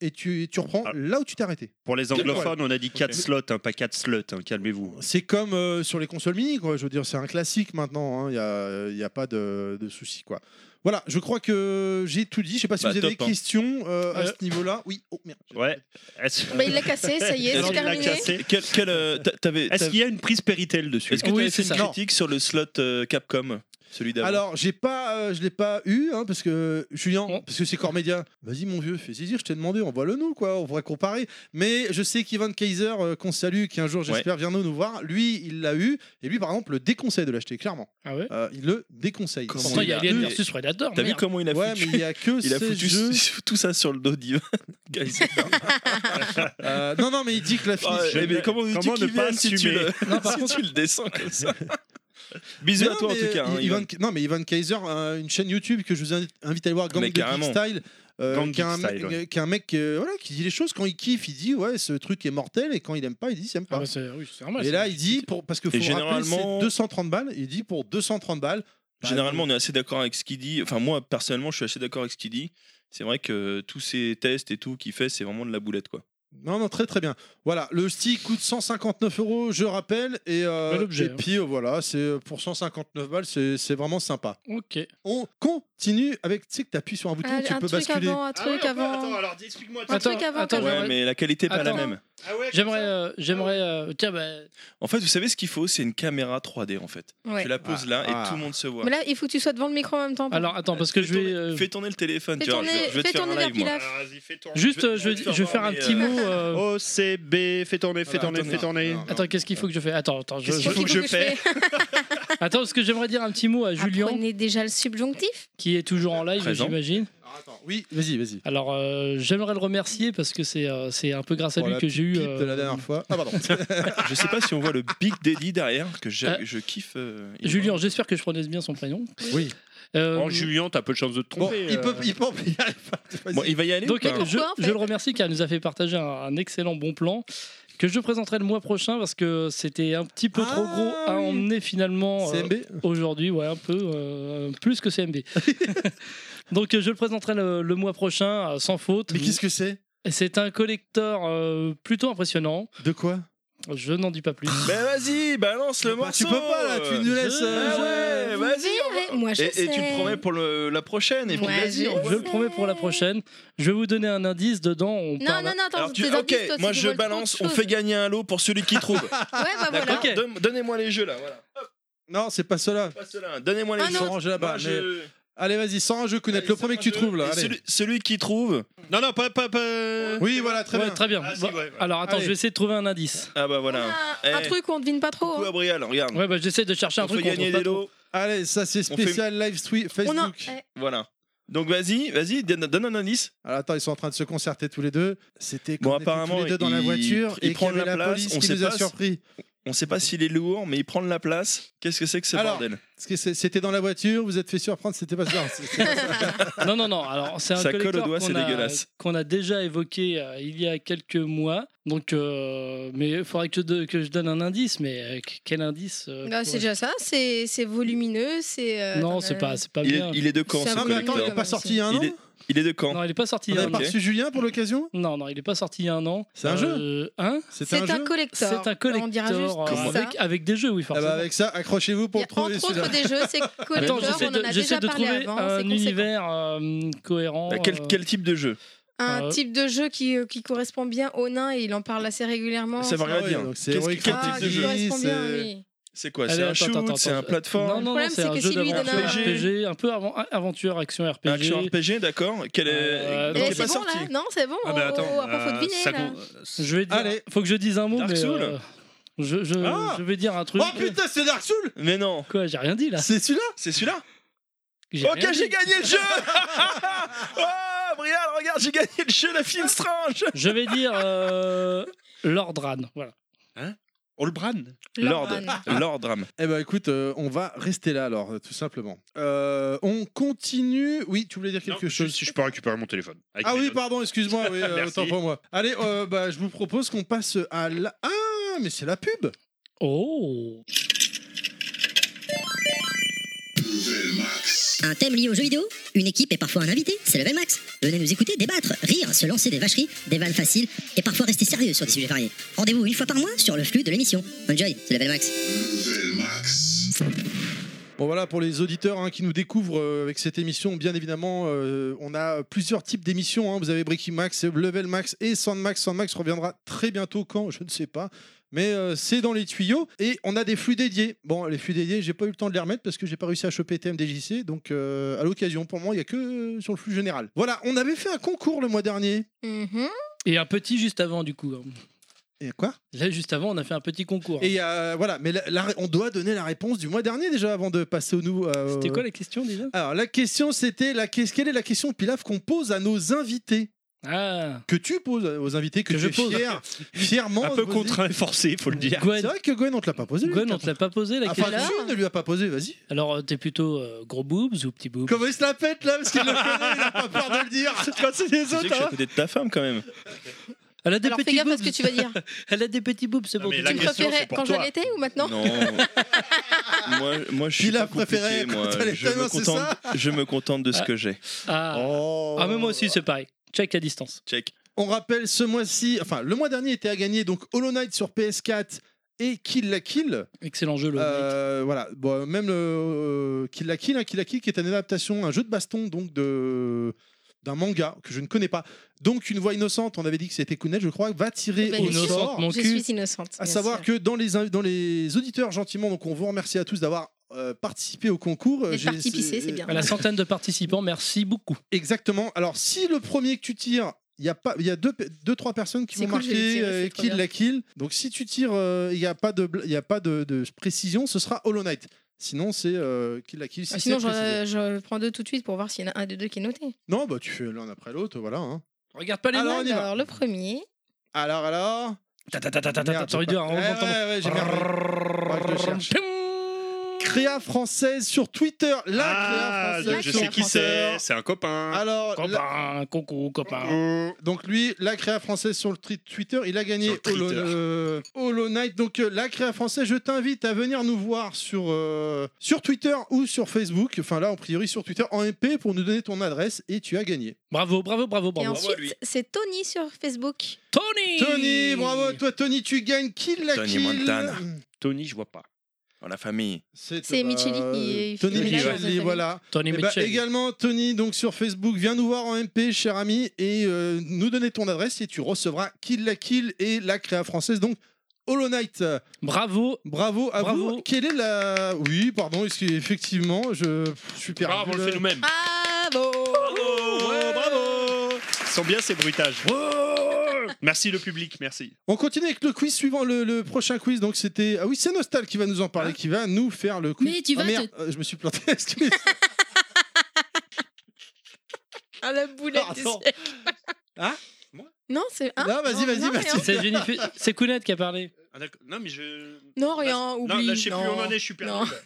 [SPEAKER 1] et tu, tu reprends
[SPEAKER 4] Ah.
[SPEAKER 1] là où tu t'es arrêté.
[SPEAKER 4] Pour les anglophones, on a dit 4 slots, hein, pas 4 slots, hein, calmez-vous.
[SPEAKER 1] C'est comme euh, sur les consoles mini, quoi. Je veux dire, c'est un classique maintenant. hein. Il n'y a, pas de, de souci, quoi. Voilà, je crois que j'ai tout dit. Je sais pas si
[SPEAKER 8] Bah,
[SPEAKER 1] vous avez
[SPEAKER 8] top,
[SPEAKER 1] des
[SPEAKER 8] hein.
[SPEAKER 1] questions euh, à
[SPEAKER 5] Euh.
[SPEAKER 1] ce niveau-là. Oui. Oh merde.
[SPEAKER 4] Ouais. Est-ce
[SPEAKER 2] Bah, il l'a cassé, ça y est,
[SPEAKER 4] Alors,
[SPEAKER 2] c'est
[SPEAKER 4] il l'a
[SPEAKER 2] terminé.
[SPEAKER 4] cassé.
[SPEAKER 8] Quel- quel, euh, t'a- t'avais-
[SPEAKER 4] Est-ce
[SPEAKER 8] t'avais-
[SPEAKER 4] qu'il y a une prise Péritel dessus
[SPEAKER 8] Est-ce que
[SPEAKER 5] Oui,
[SPEAKER 8] tu as
[SPEAKER 5] c'est
[SPEAKER 8] fait une
[SPEAKER 5] ça.
[SPEAKER 8] critique sur le slot euh, Capcom, celui d'avant
[SPEAKER 1] Alors, j'ai pas, euh, je l'ai pas eu, hein, parce que Julien,
[SPEAKER 5] Bon.
[SPEAKER 1] parce que c'est Cormedia. Vas-y, mon vieux, fais plaisir, je t'ai demandé, envoie-le nous, quoi. On pourrait comparer. Mais je sais qu'Ivan Kaiser, euh, qu'on salue, qui un jour, j'espère, viendra nous voir. Lui, il l'a eu, et lui, par exemple, le déconseille de l'acheter, clairement.
[SPEAKER 5] Ah ouais
[SPEAKER 1] Euh, il le déconseille.
[SPEAKER 8] Comment
[SPEAKER 5] Pourtant, il y a
[SPEAKER 8] il a-
[SPEAKER 5] Alien
[SPEAKER 8] il-
[SPEAKER 5] versus Predator.
[SPEAKER 8] T'as vu
[SPEAKER 5] merde.
[SPEAKER 8] comment il a
[SPEAKER 1] Ouais, mais
[SPEAKER 8] foutu
[SPEAKER 1] il y a que
[SPEAKER 8] Il a
[SPEAKER 1] ces
[SPEAKER 8] foutu
[SPEAKER 1] jeux.
[SPEAKER 8] s- tout ça sur le dos d'Ivan.
[SPEAKER 1] Euh, non, non, mais il dit que la finition.
[SPEAKER 8] Ah, eh, mais comment,
[SPEAKER 4] Comment
[SPEAKER 8] tu
[SPEAKER 4] ne pas
[SPEAKER 8] si tu
[SPEAKER 4] assumer
[SPEAKER 8] le,
[SPEAKER 5] Non, par
[SPEAKER 8] si
[SPEAKER 5] contre-
[SPEAKER 8] tu le descends comme ça Bisous
[SPEAKER 1] Mais
[SPEAKER 8] à
[SPEAKER 1] non,
[SPEAKER 8] toi en
[SPEAKER 1] mais
[SPEAKER 8] tout cas. hein,
[SPEAKER 1] I-
[SPEAKER 8] Ivan.
[SPEAKER 1] Ivan- non, mais Ivan Kaiser, euh, une chaîne YouTube que je vous invite invite à aller voir, Gang
[SPEAKER 8] Mais
[SPEAKER 1] de Geek
[SPEAKER 8] carrément.
[SPEAKER 1] Style. euh,
[SPEAKER 4] Gang
[SPEAKER 1] qui est un,
[SPEAKER 4] Geek Style,
[SPEAKER 1] mec-
[SPEAKER 4] ouais.
[SPEAKER 1] qui est un mec euh, voilà, qui dit les choses quand il kiffe il dit ouais ce truc est mortel et quand il aime pas il dit j'aime
[SPEAKER 5] Ah
[SPEAKER 1] pas
[SPEAKER 5] bah, c'est oui, c'est normal.
[SPEAKER 1] et
[SPEAKER 5] c'est-
[SPEAKER 1] là il dit pour parce que faut
[SPEAKER 8] Et
[SPEAKER 1] généralement...
[SPEAKER 8] généralement-
[SPEAKER 1] c'est 230 balles il dit pour 230 balles bah,
[SPEAKER 8] Généralement, on est assez d'accord avec ce qu'il dit. Enfin, moi, personnellement, je suis assez d'accord avec ce qu'il dit. C'est vrai que tous ces tests et tout qu'il fait, c'est vraiment de la boulette, quoi.
[SPEAKER 1] non non très très bien voilà le stick coûte 159 euros je rappelle et, euh,
[SPEAKER 5] Bel objet,
[SPEAKER 1] et
[SPEAKER 5] hein.
[SPEAKER 1] puis euh, voilà c'est pour 159 balles c'est c'est vraiment sympa
[SPEAKER 5] Ok.
[SPEAKER 1] on continue avec tu sais que t'appuies sur un bouton
[SPEAKER 2] Ah,
[SPEAKER 1] tu
[SPEAKER 2] un
[SPEAKER 1] peux
[SPEAKER 2] truc
[SPEAKER 1] basculer
[SPEAKER 2] avant, un truc avant.
[SPEAKER 4] alors explique-moi.
[SPEAKER 2] Un truc avant,
[SPEAKER 5] attends,
[SPEAKER 2] quand
[SPEAKER 5] ouais,
[SPEAKER 2] même.
[SPEAKER 8] Ouais, mais la qualité est pas la
[SPEAKER 5] Attends.
[SPEAKER 8] même.
[SPEAKER 1] Ah
[SPEAKER 5] J'aimerais, euh, j'aimerais, euh, tiens, bah,
[SPEAKER 8] En fait, vous savez ce qu'il faut C'est une caméra 3D, en fait.
[SPEAKER 2] Ouais.
[SPEAKER 8] Tu la poses là et
[SPEAKER 1] Ah.
[SPEAKER 8] tout le monde se voit.
[SPEAKER 2] Mais là, il faut que tu sois devant le micro en même temps.
[SPEAKER 5] alors attends, parce que
[SPEAKER 8] Fais
[SPEAKER 5] je vais,
[SPEAKER 8] tourner-
[SPEAKER 5] euh,
[SPEAKER 8] Fais tourner le téléphone,
[SPEAKER 2] Fais
[SPEAKER 8] tu vois, je
[SPEAKER 2] tourner-
[SPEAKER 8] vais- je vais te
[SPEAKER 2] fais
[SPEAKER 8] faire un
[SPEAKER 2] tourner vers
[SPEAKER 8] live, moi.
[SPEAKER 2] Pilaf.
[SPEAKER 4] Vas-y, fais tourner.
[SPEAKER 5] juste, euh, je
[SPEAKER 8] je vais
[SPEAKER 5] vais,
[SPEAKER 8] te faire
[SPEAKER 5] je vais
[SPEAKER 8] voir,
[SPEAKER 5] faire un
[SPEAKER 8] mais,
[SPEAKER 5] petit
[SPEAKER 8] euh,
[SPEAKER 5] mot. euh,
[SPEAKER 1] Oh,
[SPEAKER 4] OCB, fais tourner, fais tourner, fais tourner.
[SPEAKER 5] Attends, qu'est-ce qu'il faut que je fais Attends, attends, je,
[SPEAKER 4] Qu'est-ce
[SPEAKER 5] je-
[SPEAKER 4] qu'il faut que je fais
[SPEAKER 5] attends, parce que j'aimerais dire un petit mot à Julien,
[SPEAKER 2] Apprenez déjà le subjonctif.
[SPEAKER 5] qui est toujours en live,
[SPEAKER 8] Présent.
[SPEAKER 5] j'imagine.
[SPEAKER 1] oui vas-y vas-y
[SPEAKER 5] Alors, euh, j'aimerais le remercier parce que c'est, euh, c'est un peu grâce à
[SPEAKER 1] Pour
[SPEAKER 5] lui
[SPEAKER 1] la
[SPEAKER 5] que j'ai eu.
[SPEAKER 1] pipe
[SPEAKER 5] euh,
[SPEAKER 1] de la dernière fois. Ah pardon.
[SPEAKER 8] Je sais pas si on voit le Big Daddy derrière, que j'a-
[SPEAKER 5] Ah.
[SPEAKER 8] je kiffe. euh, il-
[SPEAKER 5] Julien, j'espère que je prononce bien son prénom.
[SPEAKER 1] oui.
[SPEAKER 5] Euh,
[SPEAKER 4] En Julien, t'as peu de chance de te
[SPEAKER 1] Bon,
[SPEAKER 4] tromper.
[SPEAKER 1] il
[SPEAKER 4] euh.
[SPEAKER 1] peut, il peut, il arrive pas. Vas-y.
[SPEAKER 8] Bon, il va y aller
[SPEAKER 5] Donc,
[SPEAKER 8] ou pas
[SPEAKER 5] euh, je,
[SPEAKER 2] pourquoi, en fait
[SPEAKER 5] je le remercie car il nous a fait partager un, un excellent bon plan que je présenterai le mois prochain parce que c'était un petit peu
[SPEAKER 1] Ah
[SPEAKER 5] trop gros à
[SPEAKER 1] oui.
[SPEAKER 5] emmener finalement. euh,
[SPEAKER 1] CMB.
[SPEAKER 5] Aujourd'hui, ouais, un peu euh, plus que CMB. Donc, euh, je le présenterai le, le mois prochain, euh, sans faute.
[SPEAKER 1] Mais qu'est-ce que c'est
[SPEAKER 5] C'est un collector euh, plutôt impressionnant.
[SPEAKER 1] De quoi Ah.
[SPEAKER 5] Je n'en dis pas plus.
[SPEAKER 8] Mais Ben vas-y, balance le
[SPEAKER 1] Bah, Tu
[SPEAKER 8] morceau
[SPEAKER 1] peux pas là, tu nous laisses.
[SPEAKER 8] Ah
[SPEAKER 1] euh,
[SPEAKER 8] ouais,
[SPEAKER 2] Vous
[SPEAKER 8] vas-y on va-
[SPEAKER 2] verrez. Moi, je
[SPEAKER 8] et,
[SPEAKER 2] sais.
[SPEAKER 8] et tu te promets pour le- la prochaine et puis
[SPEAKER 2] Ouais,
[SPEAKER 8] vas-y
[SPEAKER 2] je-
[SPEAKER 8] on
[SPEAKER 5] Je
[SPEAKER 8] voit.
[SPEAKER 5] le promets pour la prochaine. Je vais vous donner un indice dedans. On
[SPEAKER 2] Non,
[SPEAKER 5] parle-
[SPEAKER 2] non, non, attends.
[SPEAKER 8] Alors, tu-
[SPEAKER 2] tes
[SPEAKER 8] ok,
[SPEAKER 2] indices, toi,
[SPEAKER 8] moi
[SPEAKER 2] tu
[SPEAKER 8] je
[SPEAKER 2] dévoiles
[SPEAKER 8] balance,
[SPEAKER 2] trop de
[SPEAKER 8] on fait
[SPEAKER 2] choses.
[SPEAKER 8] gagner un lot pour celui qui trouve.
[SPEAKER 2] Ouais, bah voilà.
[SPEAKER 8] D'accord
[SPEAKER 5] Ok.
[SPEAKER 8] Donne- Donnez-moi les jeux là, voilà.
[SPEAKER 1] Non, c'est pas cela.
[SPEAKER 8] Pas ceux-là, hein. donnez-moi les
[SPEAKER 2] Ah
[SPEAKER 8] jeux.
[SPEAKER 2] non.
[SPEAKER 1] Sans jeu là-bas.
[SPEAKER 8] Moi, je-
[SPEAKER 1] Allez, vas-y, sans un jeu, Kounet.
[SPEAKER 8] Allez,
[SPEAKER 1] Le premier
[SPEAKER 8] c'est
[SPEAKER 1] que tu
[SPEAKER 8] un jeu.
[SPEAKER 1] trouves là.
[SPEAKER 8] Et
[SPEAKER 1] allez.
[SPEAKER 8] Celui, celui qui trouve.
[SPEAKER 4] Non, non, pas. pas, pas...
[SPEAKER 1] Oui, voilà, très
[SPEAKER 5] Ouais,
[SPEAKER 1] bien.
[SPEAKER 5] très bien.
[SPEAKER 4] Ah, si,
[SPEAKER 5] Bon,
[SPEAKER 4] ouais, ouais.
[SPEAKER 5] Alors attends,
[SPEAKER 1] Allez.
[SPEAKER 5] je vais essayer de trouver un indice.
[SPEAKER 8] Ah bah
[SPEAKER 2] On a
[SPEAKER 8] voilà.
[SPEAKER 2] un- Un
[SPEAKER 8] Eh.
[SPEAKER 2] truc où on devine pas trop.
[SPEAKER 8] Coucou
[SPEAKER 2] hein.
[SPEAKER 8] Abrial, regarde.
[SPEAKER 5] Ouais, bah j'essaie de chercher un
[SPEAKER 8] on
[SPEAKER 5] truc.
[SPEAKER 8] peut
[SPEAKER 5] qu'on
[SPEAKER 8] gagner
[SPEAKER 5] trouve
[SPEAKER 8] des
[SPEAKER 5] pas trop.
[SPEAKER 8] lots.
[SPEAKER 1] Allez, ça c'est
[SPEAKER 8] On fait-
[SPEAKER 1] spécial live stream
[SPEAKER 2] On a-
[SPEAKER 1] Facebook.
[SPEAKER 2] eh,
[SPEAKER 8] Voilà. Donc vas-y, vas-y, donne donne un indice.
[SPEAKER 1] Alors attends, ils sont en train de se concerter tous les deux. C'était
[SPEAKER 8] Bon,
[SPEAKER 1] quand on était
[SPEAKER 8] apparemment,
[SPEAKER 1] tous les deux dans la
[SPEAKER 8] il-
[SPEAKER 1] voiture
[SPEAKER 8] il
[SPEAKER 1] et
[SPEAKER 8] prend
[SPEAKER 1] qu'il y avait
[SPEAKER 8] la
[SPEAKER 1] la,
[SPEAKER 8] place,
[SPEAKER 1] police
[SPEAKER 8] on
[SPEAKER 1] qui
[SPEAKER 8] sait
[SPEAKER 1] nous a
[SPEAKER 8] pas si-
[SPEAKER 1] surpris.
[SPEAKER 8] On sait pas s'il est lourd, mais il prend de la place. Qu'est-ce que c'est que ce
[SPEAKER 1] Alors,
[SPEAKER 8] bordel
[SPEAKER 1] Parce que c'est- c'était dans la voiture, vous êtes fait surprendre, c'était pas ça.
[SPEAKER 8] Ah,
[SPEAKER 1] Ah, C'est- c'est-
[SPEAKER 5] Non, non, non. Alors, c'est un
[SPEAKER 8] Ça colle au
[SPEAKER 5] collector
[SPEAKER 8] doigt,
[SPEAKER 5] qu'on
[SPEAKER 8] c'est
[SPEAKER 5] a-
[SPEAKER 8] dégueulasse.
[SPEAKER 5] Qu'on a déjà évoqué euh, il y a quelques mois. Donc, euh, mais il faudrait que, je do- que je donne un indice. Mais euh, qu- quel indice euh,
[SPEAKER 2] Là,
[SPEAKER 5] pour-
[SPEAKER 2] Bah, c'est déjà ça, c'est c'est volumineux, c'est. euh,
[SPEAKER 5] Non,
[SPEAKER 2] attends,
[SPEAKER 5] c'est
[SPEAKER 2] euh,
[SPEAKER 5] pas, c'est pas
[SPEAKER 8] il est,
[SPEAKER 5] bien.
[SPEAKER 8] il est de quand
[SPEAKER 2] C'est
[SPEAKER 8] ce
[SPEAKER 2] un
[SPEAKER 1] Non, mais attends,
[SPEAKER 8] collector
[SPEAKER 1] il n'est pas sorti
[SPEAKER 2] hein,
[SPEAKER 1] hein, il y a un
[SPEAKER 8] Il
[SPEAKER 1] an
[SPEAKER 8] est- Il est de quand
[SPEAKER 5] Non, il est pas sorti
[SPEAKER 1] On
[SPEAKER 5] il y a
[SPEAKER 1] n'avait
[SPEAKER 5] un
[SPEAKER 1] pas
[SPEAKER 5] an.
[SPEAKER 1] reçu Julien pour l'occasion
[SPEAKER 5] Non, non, il est pas sorti il y a un an. Euh,
[SPEAKER 1] C'est un
[SPEAKER 5] jeu Hein Un
[SPEAKER 1] C'était
[SPEAKER 2] C'est un,
[SPEAKER 1] jeu
[SPEAKER 2] collector.
[SPEAKER 5] C'est un
[SPEAKER 2] On dira
[SPEAKER 5] collector
[SPEAKER 2] juste
[SPEAKER 5] euh,
[SPEAKER 2] ça.
[SPEAKER 5] avec, avec des jeux, oui,
[SPEAKER 1] Ah
[SPEAKER 5] forcément.
[SPEAKER 1] bah, avec ça, accrochez-vous
[SPEAKER 2] Il
[SPEAKER 1] pour
[SPEAKER 2] y
[SPEAKER 1] le
[SPEAKER 2] a entre
[SPEAKER 1] trouver celui-là.
[SPEAKER 2] autres des jeux, c'est
[SPEAKER 5] Attends,
[SPEAKER 2] collector,
[SPEAKER 5] j'essaie
[SPEAKER 2] on en
[SPEAKER 5] de,
[SPEAKER 2] a
[SPEAKER 5] j'essaie
[SPEAKER 2] déjà
[SPEAKER 5] de
[SPEAKER 2] parlé
[SPEAKER 5] trouver
[SPEAKER 2] avant,
[SPEAKER 5] un
[SPEAKER 2] c'est conséquent.
[SPEAKER 5] univers euh, cohérent.
[SPEAKER 8] Bah, quel,
[SPEAKER 5] euh,
[SPEAKER 8] quel type de jeu
[SPEAKER 2] Un
[SPEAKER 5] Euh,
[SPEAKER 2] type de jeu qui, euh, qui correspond bien au nain et il en parle assez régulièrement.
[SPEAKER 8] Ça va
[SPEAKER 1] Ah
[SPEAKER 8] rien
[SPEAKER 1] ouais,
[SPEAKER 8] dire.
[SPEAKER 1] donc c'est
[SPEAKER 8] Qu'est-ce que-
[SPEAKER 1] héroïque
[SPEAKER 8] quel
[SPEAKER 2] Ah,
[SPEAKER 8] type de
[SPEAKER 2] qui
[SPEAKER 8] jeu
[SPEAKER 2] correspond bien,
[SPEAKER 1] c'est-
[SPEAKER 2] oui.
[SPEAKER 8] C'est quoi
[SPEAKER 5] allez,
[SPEAKER 8] C'est un
[SPEAKER 5] attends, attends,
[SPEAKER 8] shoot C'est
[SPEAKER 5] attends.
[SPEAKER 8] un plateforme
[SPEAKER 5] Non, non, non,
[SPEAKER 2] problème,
[SPEAKER 5] c'est
[SPEAKER 2] c'est
[SPEAKER 5] un
[SPEAKER 2] que
[SPEAKER 5] jeu
[SPEAKER 2] si lui
[SPEAKER 5] d'aventure
[SPEAKER 8] donne un-
[SPEAKER 5] RPG, un peu avant- aventure, action RPG.
[SPEAKER 8] Action RPG, d'accord. Quel est...
[SPEAKER 5] Euh,
[SPEAKER 8] donc
[SPEAKER 5] Eh,
[SPEAKER 8] il
[SPEAKER 2] Mais
[SPEAKER 8] est
[SPEAKER 2] c'est
[SPEAKER 8] pas
[SPEAKER 2] bon
[SPEAKER 8] sorti.
[SPEAKER 2] là, non, c'est bon.
[SPEAKER 4] Ah bah
[SPEAKER 2] oh,
[SPEAKER 4] attends,
[SPEAKER 2] oh, après, faut
[SPEAKER 4] euh,
[SPEAKER 2] deviner.
[SPEAKER 4] ça
[SPEAKER 2] là.
[SPEAKER 4] con-
[SPEAKER 5] Je vais dire.
[SPEAKER 1] Allez.
[SPEAKER 5] Faut que je dise un mot.
[SPEAKER 8] Dark
[SPEAKER 5] mais,
[SPEAKER 8] Souls
[SPEAKER 5] euh, je, je,
[SPEAKER 1] Ah
[SPEAKER 5] je vais dire un truc.
[SPEAKER 1] Oh putain, c'est Dark Souls
[SPEAKER 8] Mais non.
[SPEAKER 5] Quoi, j'ai rien dit là.
[SPEAKER 1] C'est celui-là
[SPEAKER 8] C'est celui-là
[SPEAKER 5] J'ai
[SPEAKER 8] Ok,
[SPEAKER 5] rien dit.
[SPEAKER 8] j'ai gagné le jeu Oh, Brian, regarde, j'ai gagné le jeu, la fille strange
[SPEAKER 5] Je vais dire euh, Lordran. Voilà.
[SPEAKER 4] Olbran
[SPEAKER 8] Oh, Lord,
[SPEAKER 2] Lordran.
[SPEAKER 8] Lord Ram.
[SPEAKER 1] Eh ben écoute, euh, on va rester là alors, euh, tout simplement. Euh, on continue. Oui, tu voulais dire quelque
[SPEAKER 4] Non,
[SPEAKER 1] chose
[SPEAKER 4] Si je peux récupérer mon téléphone. Avec
[SPEAKER 1] Ah
[SPEAKER 4] mes
[SPEAKER 1] oui,
[SPEAKER 4] notes.
[SPEAKER 1] pardon, excuse-moi, oui, euh,
[SPEAKER 4] Merci.
[SPEAKER 1] autant pour moi. Allez, euh, bah, je vous propose qu'on passe à la... Ah, mais c'est la pub
[SPEAKER 5] Oh
[SPEAKER 6] Un thème lié aux jeux vidéo, une équipe et parfois un invité, c'est Level Max. Venez nous écouter, débattre, rire, se lancer des vacheries, des vannes faciles et parfois rester sérieux sur des sujets variés. Rendez-vous une fois par mois sur le flux de l'émission. Enjoy, c'est Level Max.
[SPEAKER 1] Bon voilà, pour les auditeurs hein, qui nous découvrent euh, avec cette émission, bien évidemment, euh, on a plusieurs types d'émissions. hein. Vous avez Breaking Max, Level Max et Sandmax. Sandmax reviendra très bientôt quand, je ne sais pas. Mais euh, c'est dans les tuyaux et on a des flux dédiés. Bon, les flux dédiés, j'ai pas eu le temps de les remettre parce que j'ai pas réussi à choper TMDJC. Donc, euh, à l'occasion, pour moi, il y a que euh, sur le flux général. Voilà, on avait fait un concours le mois dernier.
[SPEAKER 2] Mhm.
[SPEAKER 5] Et un petit juste avant, du coup. hein.
[SPEAKER 1] Et quoi
[SPEAKER 5] Là, juste avant, on a fait un petit concours. hein.
[SPEAKER 1] Et euh, voilà, mais la- la- on doit donner la réponse du mois dernier déjà avant de passer au nouveau. euh, ah,
[SPEAKER 5] C'était quoi la question déjà
[SPEAKER 1] Alors la question c'était la que- quelle est la question Pilaf qu'on pose à nos invités
[SPEAKER 5] Ah
[SPEAKER 1] que tu poses aux invités que,
[SPEAKER 5] Que
[SPEAKER 1] tu
[SPEAKER 5] je
[SPEAKER 1] es
[SPEAKER 5] pose.
[SPEAKER 1] fier, fièrement
[SPEAKER 4] Un
[SPEAKER 1] de
[SPEAKER 4] peu
[SPEAKER 1] poser.
[SPEAKER 4] contraint et forcé, faut le dire.
[SPEAKER 1] C'est
[SPEAKER 5] Gwen,
[SPEAKER 1] vrai que Gwen on te l'a pas posé. lui,
[SPEAKER 5] Gwen,
[SPEAKER 1] putain.
[SPEAKER 5] on te l'a pas posé la
[SPEAKER 1] ah, Enfin,
[SPEAKER 5] question
[SPEAKER 2] question.
[SPEAKER 1] tu ne lui as pas posé, vas-y.
[SPEAKER 5] Alors, euh, t'es plutôt euh, gros boobs ou petit boobs
[SPEAKER 1] Comment il se la pète là Parce qu'il le connaît, il a pas peur de le dire. Quand c'est des
[SPEAKER 8] Tu sais que
[SPEAKER 1] autres,
[SPEAKER 8] je suis à
[SPEAKER 1] hein.
[SPEAKER 8] côté de ta femme quand même.
[SPEAKER 5] Elle a des
[SPEAKER 2] Alors fais
[SPEAKER 5] petits
[SPEAKER 2] gaffe à ce
[SPEAKER 5] boobs.
[SPEAKER 2] que tu vas dire.
[SPEAKER 5] Elle a des petits boobs, c'est
[SPEAKER 4] Non,
[SPEAKER 5] bon.
[SPEAKER 4] mais
[SPEAKER 5] tout
[SPEAKER 4] la
[SPEAKER 5] de
[SPEAKER 2] tu
[SPEAKER 5] suite.
[SPEAKER 4] question,
[SPEAKER 2] préférais
[SPEAKER 4] c'est pour
[SPEAKER 2] quand
[SPEAKER 4] toi.
[SPEAKER 2] j'en étais ou maintenant
[SPEAKER 8] moi, moi, je suis
[SPEAKER 1] Pilaf
[SPEAKER 8] pas compliqué,
[SPEAKER 1] préféré
[SPEAKER 8] moi.
[SPEAKER 1] quand elle est
[SPEAKER 8] Je me
[SPEAKER 1] tellement, c'est
[SPEAKER 8] contente-
[SPEAKER 1] ça
[SPEAKER 8] Je me contente de ce
[SPEAKER 5] Ah.
[SPEAKER 8] que j'ai.
[SPEAKER 5] Ah.
[SPEAKER 1] Oh.
[SPEAKER 5] Ah, mais moi aussi, c'est pareil. Check à distance.
[SPEAKER 8] Check.
[SPEAKER 1] On rappelle ce mois-ci, enfin le mois dernier était à gagner donc Hollow Knight sur PS4 et Kill la Kill.
[SPEAKER 5] Excellent jeu, le mec.
[SPEAKER 1] Euh, voilà, bon, même le, euh, Kill la Kill, hein, Kill la Kill qui est une adaptation, un jeu de baston donc de d'un manga que je ne connais pas. Donc une voix innocente, on avait dit que c'était Kounet, je crois, va tirer
[SPEAKER 2] Ben,
[SPEAKER 1] au
[SPEAKER 2] innocente,
[SPEAKER 1] sort.
[SPEAKER 5] mon
[SPEAKER 2] Je
[SPEAKER 5] cul.
[SPEAKER 2] suis innocente.
[SPEAKER 1] À
[SPEAKER 2] bien
[SPEAKER 1] savoir
[SPEAKER 2] sûr.
[SPEAKER 1] que dans les in- dans les auditeurs gentiment, donc on vous remercie à tous d'avoir euh, participé au concours. Euh,
[SPEAKER 2] D'être
[SPEAKER 1] j'ai-
[SPEAKER 2] participé, c'est bien.
[SPEAKER 5] À la centaine de participants, merci beaucoup.
[SPEAKER 1] Exactement. Alors si le premier que tu tires il y a pas il y a deux, pe- deux trois personnes qui
[SPEAKER 2] C'est
[SPEAKER 1] vont
[SPEAKER 2] cool, je vais le
[SPEAKER 1] marquer
[SPEAKER 2] tirer,
[SPEAKER 1] euh,
[SPEAKER 2] c'est trop
[SPEAKER 1] kill
[SPEAKER 2] bien.
[SPEAKER 1] la kill donc si tu tires euh, il n'y a pas de bl- il y a pas de, de précision ce sera Hollow Knight sinon c'est euh, kill la kill si
[SPEAKER 2] Ah,
[SPEAKER 1] c'est
[SPEAKER 2] Sinon, je,
[SPEAKER 1] précisé.
[SPEAKER 2] je prends deux tout de suite pour voir s'il y en a un de deux qui est noté.
[SPEAKER 1] Non, bah tu fais l'un après l'autre, voilà. hein.
[SPEAKER 5] Regarde pas les
[SPEAKER 1] Alors,
[SPEAKER 5] mains.
[SPEAKER 1] on y va.
[SPEAKER 2] Alors, le premier.
[SPEAKER 1] Alors, alors
[SPEAKER 5] Ta, ta, ta, ta, ta, ta,
[SPEAKER 1] Merde,
[SPEAKER 5] t'aurais
[SPEAKER 1] j'ai
[SPEAKER 5] dû
[SPEAKER 1] pas-
[SPEAKER 5] avoir-
[SPEAKER 1] Ouais,
[SPEAKER 5] entendre-
[SPEAKER 1] ouais, ouais, j'ai merdé. Faudra que je cherche. Créa française sur Twitter. La
[SPEAKER 4] Ah,
[SPEAKER 1] créa
[SPEAKER 4] donc
[SPEAKER 2] donc
[SPEAKER 1] française
[SPEAKER 4] je
[SPEAKER 1] sur
[SPEAKER 4] sais qui
[SPEAKER 1] Twitter.
[SPEAKER 4] c'est, c'est un copain.
[SPEAKER 1] Alors, la- Euh,
[SPEAKER 5] Copain, coucou, copain.
[SPEAKER 4] Oh.
[SPEAKER 1] donc lui, la créa française sur le tri- Twitter, il a gagné
[SPEAKER 4] Sur le
[SPEAKER 1] Hollow,
[SPEAKER 4] Twitter.
[SPEAKER 1] euh, Hollow Knight. Donc euh, la créa française, je t'invite à venir nous voir sur, euh, sur Twitter ou sur Facebook. Enfin là, en priori sur Twitter, en MP pour nous donner ton adresse et tu as gagné.
[SPEAKER 5] Bravo, bravo, bravo,
[SPEAKER 2] Et
[SPEAKER 5] bravo.
[SPEAKER 8] ensuite-
[SPEAKER 2] ensuite, c'est Tony sur Facebook.
[SPEAKER 5] Tony
[SPEAKER 1] Tony, bravo, toi Tony, tu gagnes Kill la
[SPEAKER 8] Tony
[SPEAKER 1] Kill.
[SPEAKER 8] Montana.
[SPEAKER 4] Tony, je vois pas.
[SPEAKER 8] Dans la famille.
[SPEAKER 2] C'est Micheli qui- qui
[SPEAKER 1] Tony
[SPEAKER 5] fait la
[SPEAKER 2] danse de
[SPEAKER 1] Micheli,
[SPEAKER 2] Tony.
[SPEAKER 1] voilà.
[SPEAKER 5] Tony
[SPEAKER 1] Eh ben,
[SPEAKER 5] Mitchell.
[SPEAKER 1] également, Tony, donc sur Facebook, viens nous voir en MP, cher ami, et euh, nous donner ton adresse et tu recevras Kill la Kill et la créa française, donc Hollow Knight. Euh,
[SPEAKER 5] Bravo.
[SPEAKER 1] Bravo à
[SPEAKER 5] Bravo.
[SPEAKER 1] vous. Quelle est la. Oui, pardon, excuse- effectivement, je je suis perdu.
[SPEAKER 4] Bravo, on le fait nous-mêmes.
[SPEAKER 2] Bravo
[SPEAKER 1] Oh,
[SPEAKER 4] Bravo, bravo. Ils sont bien ces bruitages.
[SPEAKER 1] Oh.
[SPEAKER 4] Merci le public, merci.
[SPEAKER 1] On continue avec le quiz suivant, le, le prochain quiz. Donc c'était. Ah oui, c'est Nostal qui va nous en parler,
[SPEAKER 5] Ah.
[SPEAKER 1] qui va nous faire le quiz.
[SPEAKER 10] Mais tu
[SPEAKER 1] Ah
[SPEAKER 10] vas
[SPEAKER 1] merde, euh, je me suis planté, excuse.
[SPEAKER 2] à Ah, la boulette. tu
[SPEAKER 1] Pardon.
[SPEAKER 2] sais.
[SPEAKER 1] Ah,
[SPEAKER 4] moi
[SPEAKER 2] Non, c'est. hein
[SPEAKER 1] Non,
[SPEAKER 2] Non,
[SPEAKER 1] vas-y, vas-y,
[SPEAKER 2] non,
[SPEAKER 1] vas-y.
[SPEAKER 2] rien.
[SPEAKER 5] C'est Jennifer- c'est Kounet qui a parlé.
[SPEAKER 4] Ah, d'accord. Non, mais je.
[SPEAKER 2] Non, rien, oublie.
[SPEAKER 4] non, là, je sais plus où on en est, je suis perdu.
[SPEAKER 2] Non.
[SPEAKER 4] quoi.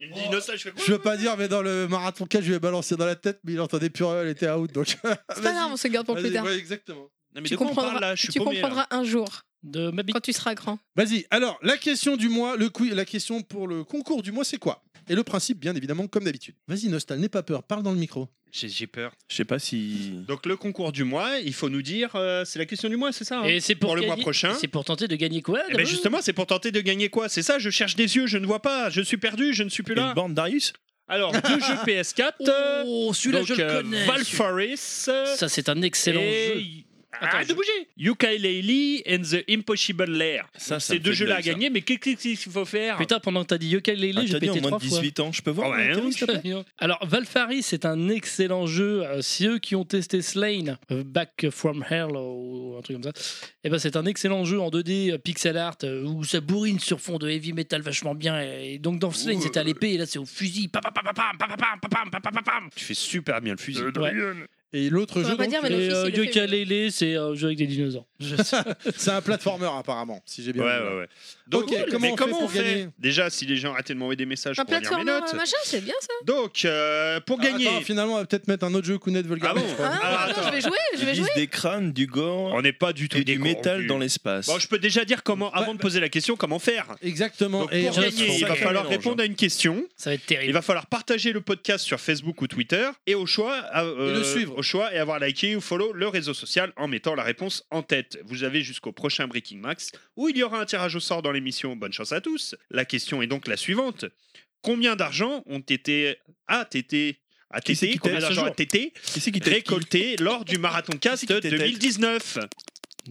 [SPEAKER 4] Il me dit non, ça, je fais quoi
[SPEAKER 1] Je veux pas dire, mais dans le marathon 4, je lui ai balancé dans la tête, mais il entendait plus rien, elle était out. Donc...
[SPEAKER 2] C'est pas grave, on se garde pour plus tard.
[SPEAKER 1] exactement.
[SPEAKER 4] Non, mais
[SPEAKER 2] Tu
[SPEAKER 4] de quoi on
[SPEAKER 2] comprendras,
[SPEAKER 4] parle là Je suis
[SPEAKER 2] tu
[SPEAKER 4] paumé. là.
[SPEAKER 2] comprendras un jour,
[SPEAKER 5] De Mabi.
[SPEAKER 2] quand tu seras grand.
[SPEAKER 1] Vas-y, alors, la question du mois, le quiz- la question pour le concours du mois, c'est quoi Et le principe, bien évidemment, comme d'habitude. Vas-y, Nostal, n'aie pas peur, parle dans le micro.
[SPEAKER 4] J'ai j'ai peur.
[SPEAKER 8] Je sais pas si.
[SPEAKER 4] Donc, le concours du mois, il faut nous dire. euh, c'est la question du mois, c'est ça hein
[SPEAKER 5] Et c'est pour,
[SPEAKER 4] Pour le mois
[SPEAKER 5] gagner-
[SPEAKER 4] prochain.
[SPEAKER 5] C'est pour tenter de gagner quoi
[SPEAKER 4] Eh ben,
[SPEAKER 5] d'abord
[SPEAKER 4] justement, c'est pour tenter de gagner quoi C'est ça, je cherche des yeux, je ne vois pas, je suis perdu, je ne suis plus
[SPEAKER 8] Une
[SPEAKER 4] là.
[SPEAKER 8] borne Darius
[SPEAKER 4] Alors, deux jeux PS4. euh,
[SPEAKER 5] Oh, celui-là,
[SPEAKER 4] donc,
[SPEAKER 5] je le
[SPEAKER 4] euh,
[SPEAKER 5] connais.
[SPEAKER 4] Valfaris. euh,
[SPEAKER 5] Ça, c'est un excellent
[SPEAKER 4] et- Ah,
[SPEAKER 5] jeu.
[SPEAKER 4] Arrête
[SPEAKER 5] Attends, je-
[SPEAKER 4] de bouger Yooka-Laylee and the Impossible Lair.
[SPEAKER 8] Ça, ça
[SPEAKER 4] C'est
[SPEAKER 8] me
[SPEAKER 4] deux
[SPEAKER 8] fait
[SPEAKER 4] jeux-là à
[SPEAKER 8] de l'œil, ça.
[SPEAKER 4] gagner, mais qu'est-ce qu'il faut faire
[SPEAKER 5] Putain, pendant que t'as dit Yokai
[SPEAKER 8] Ah,
[SPEAKER 5] Lele, j'ai
[SPEAKER 8] t'as dit en
[SPEAKER 5] pété
[SPEAKER 8] moins
[SPEAKER 5] trois
[SPEAKER 8] de
[SPEAKER 5] fois.
[SPEAKER 8] 18 ans, je peux voir
[SPEAKER 4] Oh,
[SPEAKER 8] mon
[SPEAKER 4] bah,
[SPEAKER 8] Darius,
[SPEAKER 4] oui,
[SPEAKER 8] s'il te plaît
[SPEAKER 5] Hein Alors, Valfaris, c'est un excellent jeu. Euh, Si eux qui ont testé Slain, euh, Back from Hell ou un truc comme ça, eh ben, c'est un excellent jeu en 2D, euh, pixel art, euh, où ça bourrine sur fond de heavy metal vachement bien. Et et donc, dans Slain,
[SPEAKER 4] Ouh.
[SPEAKER 5] c'était à l'épée, et là, c'est au fusil. Pam, pam, pam, pam, pam, pam, pam, pam, pam, pam, pam.
[SPEAKER 4] Tu fais super bien le fusil.
[SPEAKER 5] Ouais.
[SPEAKER 1] Et l'autre
[SPEAKER 2] va
[SPEAKER 1] jeu,
[SPEAKER 2] pas
[SPEAKER 1] donc,
[SPEAKER 2] dire, mais-
[SPEAKER 5] Et
[SPEAKER 2] Malofi,
[SPEAKER 5] euh,
[SPEAKER 2] il le fait
[SPEAKER 5] Yooka-Laylee, c'est
[SPEAKER 4] euh,
[SPEAKER 5] un jeu avec des dinosaures. Je sais.
[SPEAKER 1] c'est un platformer, apparemment, si j'ai bien
[SPEAKER 4] Ouais,
[SPEAKER 1] compris.
[SPEAKER 4] ouais, ouais. Donc,
[SPEAKER 1] Ok, comment
[SPEAKER 4] mais
[SPEAKER 1] on fait
[SPEAKER 4] comment
[SPEAKER 1] pour
[SPEAKER 4] on fait
[SPEAKER 1] gagner
[SPEAKER 4] Déjà, si les gens arrêtaient de m'envoyer des messages
[SPEAKER 2] Un
[SPEAKER 4] pour lire mes
[SPEAKER 2] plateforme,
[SPEAKER 4] notes.
[SPEAKER 2] euh, machin, c'est bien ça.
[SPEAKER 4] Donc, euh, pour
[SPEAKER 1] Ah,
[SPEAKER 4] gagner.
[SPEAKER 1] attends, finalement, on va peut-être mettre un autre jeu Kounet vulgaire.
[SPEAKER 4] Ah bon
[SPEAKER 2] Ah, non,
[SPEAKER 4] Alors,
[SPEAKER 2] attends, je vais jouer, je vais jouer.
[SPEAKER 8] Ils visent des crânes, du gore
[SPEAKER 4] on n'est pas du tout
[SPEAKER 8] et du
[SPEAKER 4] décorrompu.
[SPEAKER 8] métal dans l'espace.
[SPEAKER 4] Bon, je peux déjà dire comment, avant
[SPEAKER 1] Ouais,
[SPEAKER 4] de poser la question, comment faire.
[SPEAKER 1] Exactement.
[SPEAKER 4] Donc,
[SPEAKER 1] et
[SPEAKER 4] pour
[SPEAKER 5] on
[SPEAKER 4] gagner,
[SPEAKER 5] se
[SPEAKER 4] il va
[SPEAKER 5] sacré
[SPEAKER 4] falloir
[SPEAKER 8] mélange,
[SPEAKER 4] répondre à une question.
[SPEAKER 5] Ça va être
[SPEAKER 4] Il
[SPEAKER 5] terrible.
[SPEAKER 4] va falloir partager le podcast sur Facebook ou Twitter et au choix, euh,
[SPEAKER 1] Et le suivre.
[SPEAKER 4] au choix et avoir liké ou follow le réseau social en mettant la réponse en tête. Vous avez jusqu'au prochain Breaking Max où il y aura un tirage au sort dans l'émission. Bonne chance à tous. La question est donc la suivante combien d'argent ont été a été a
[SPEAKER 8] Qui c'est
[SPEAKER 4] été
[SPEAKER 8] qui
[SPEAKER 4] combien
[SPEAKER 8] t'aide ce
[SPEAKER 4] d'argent a
[SPEAKER 8] jour
[SPEAKER 4] été
[SPEAKER 8] Qui c'est qui t'a
[SPEAKER 4] récolté lors du marathon cast
[SPEAKER 8] Qui c'est qui t'aide
[SPEAKER 4] 2019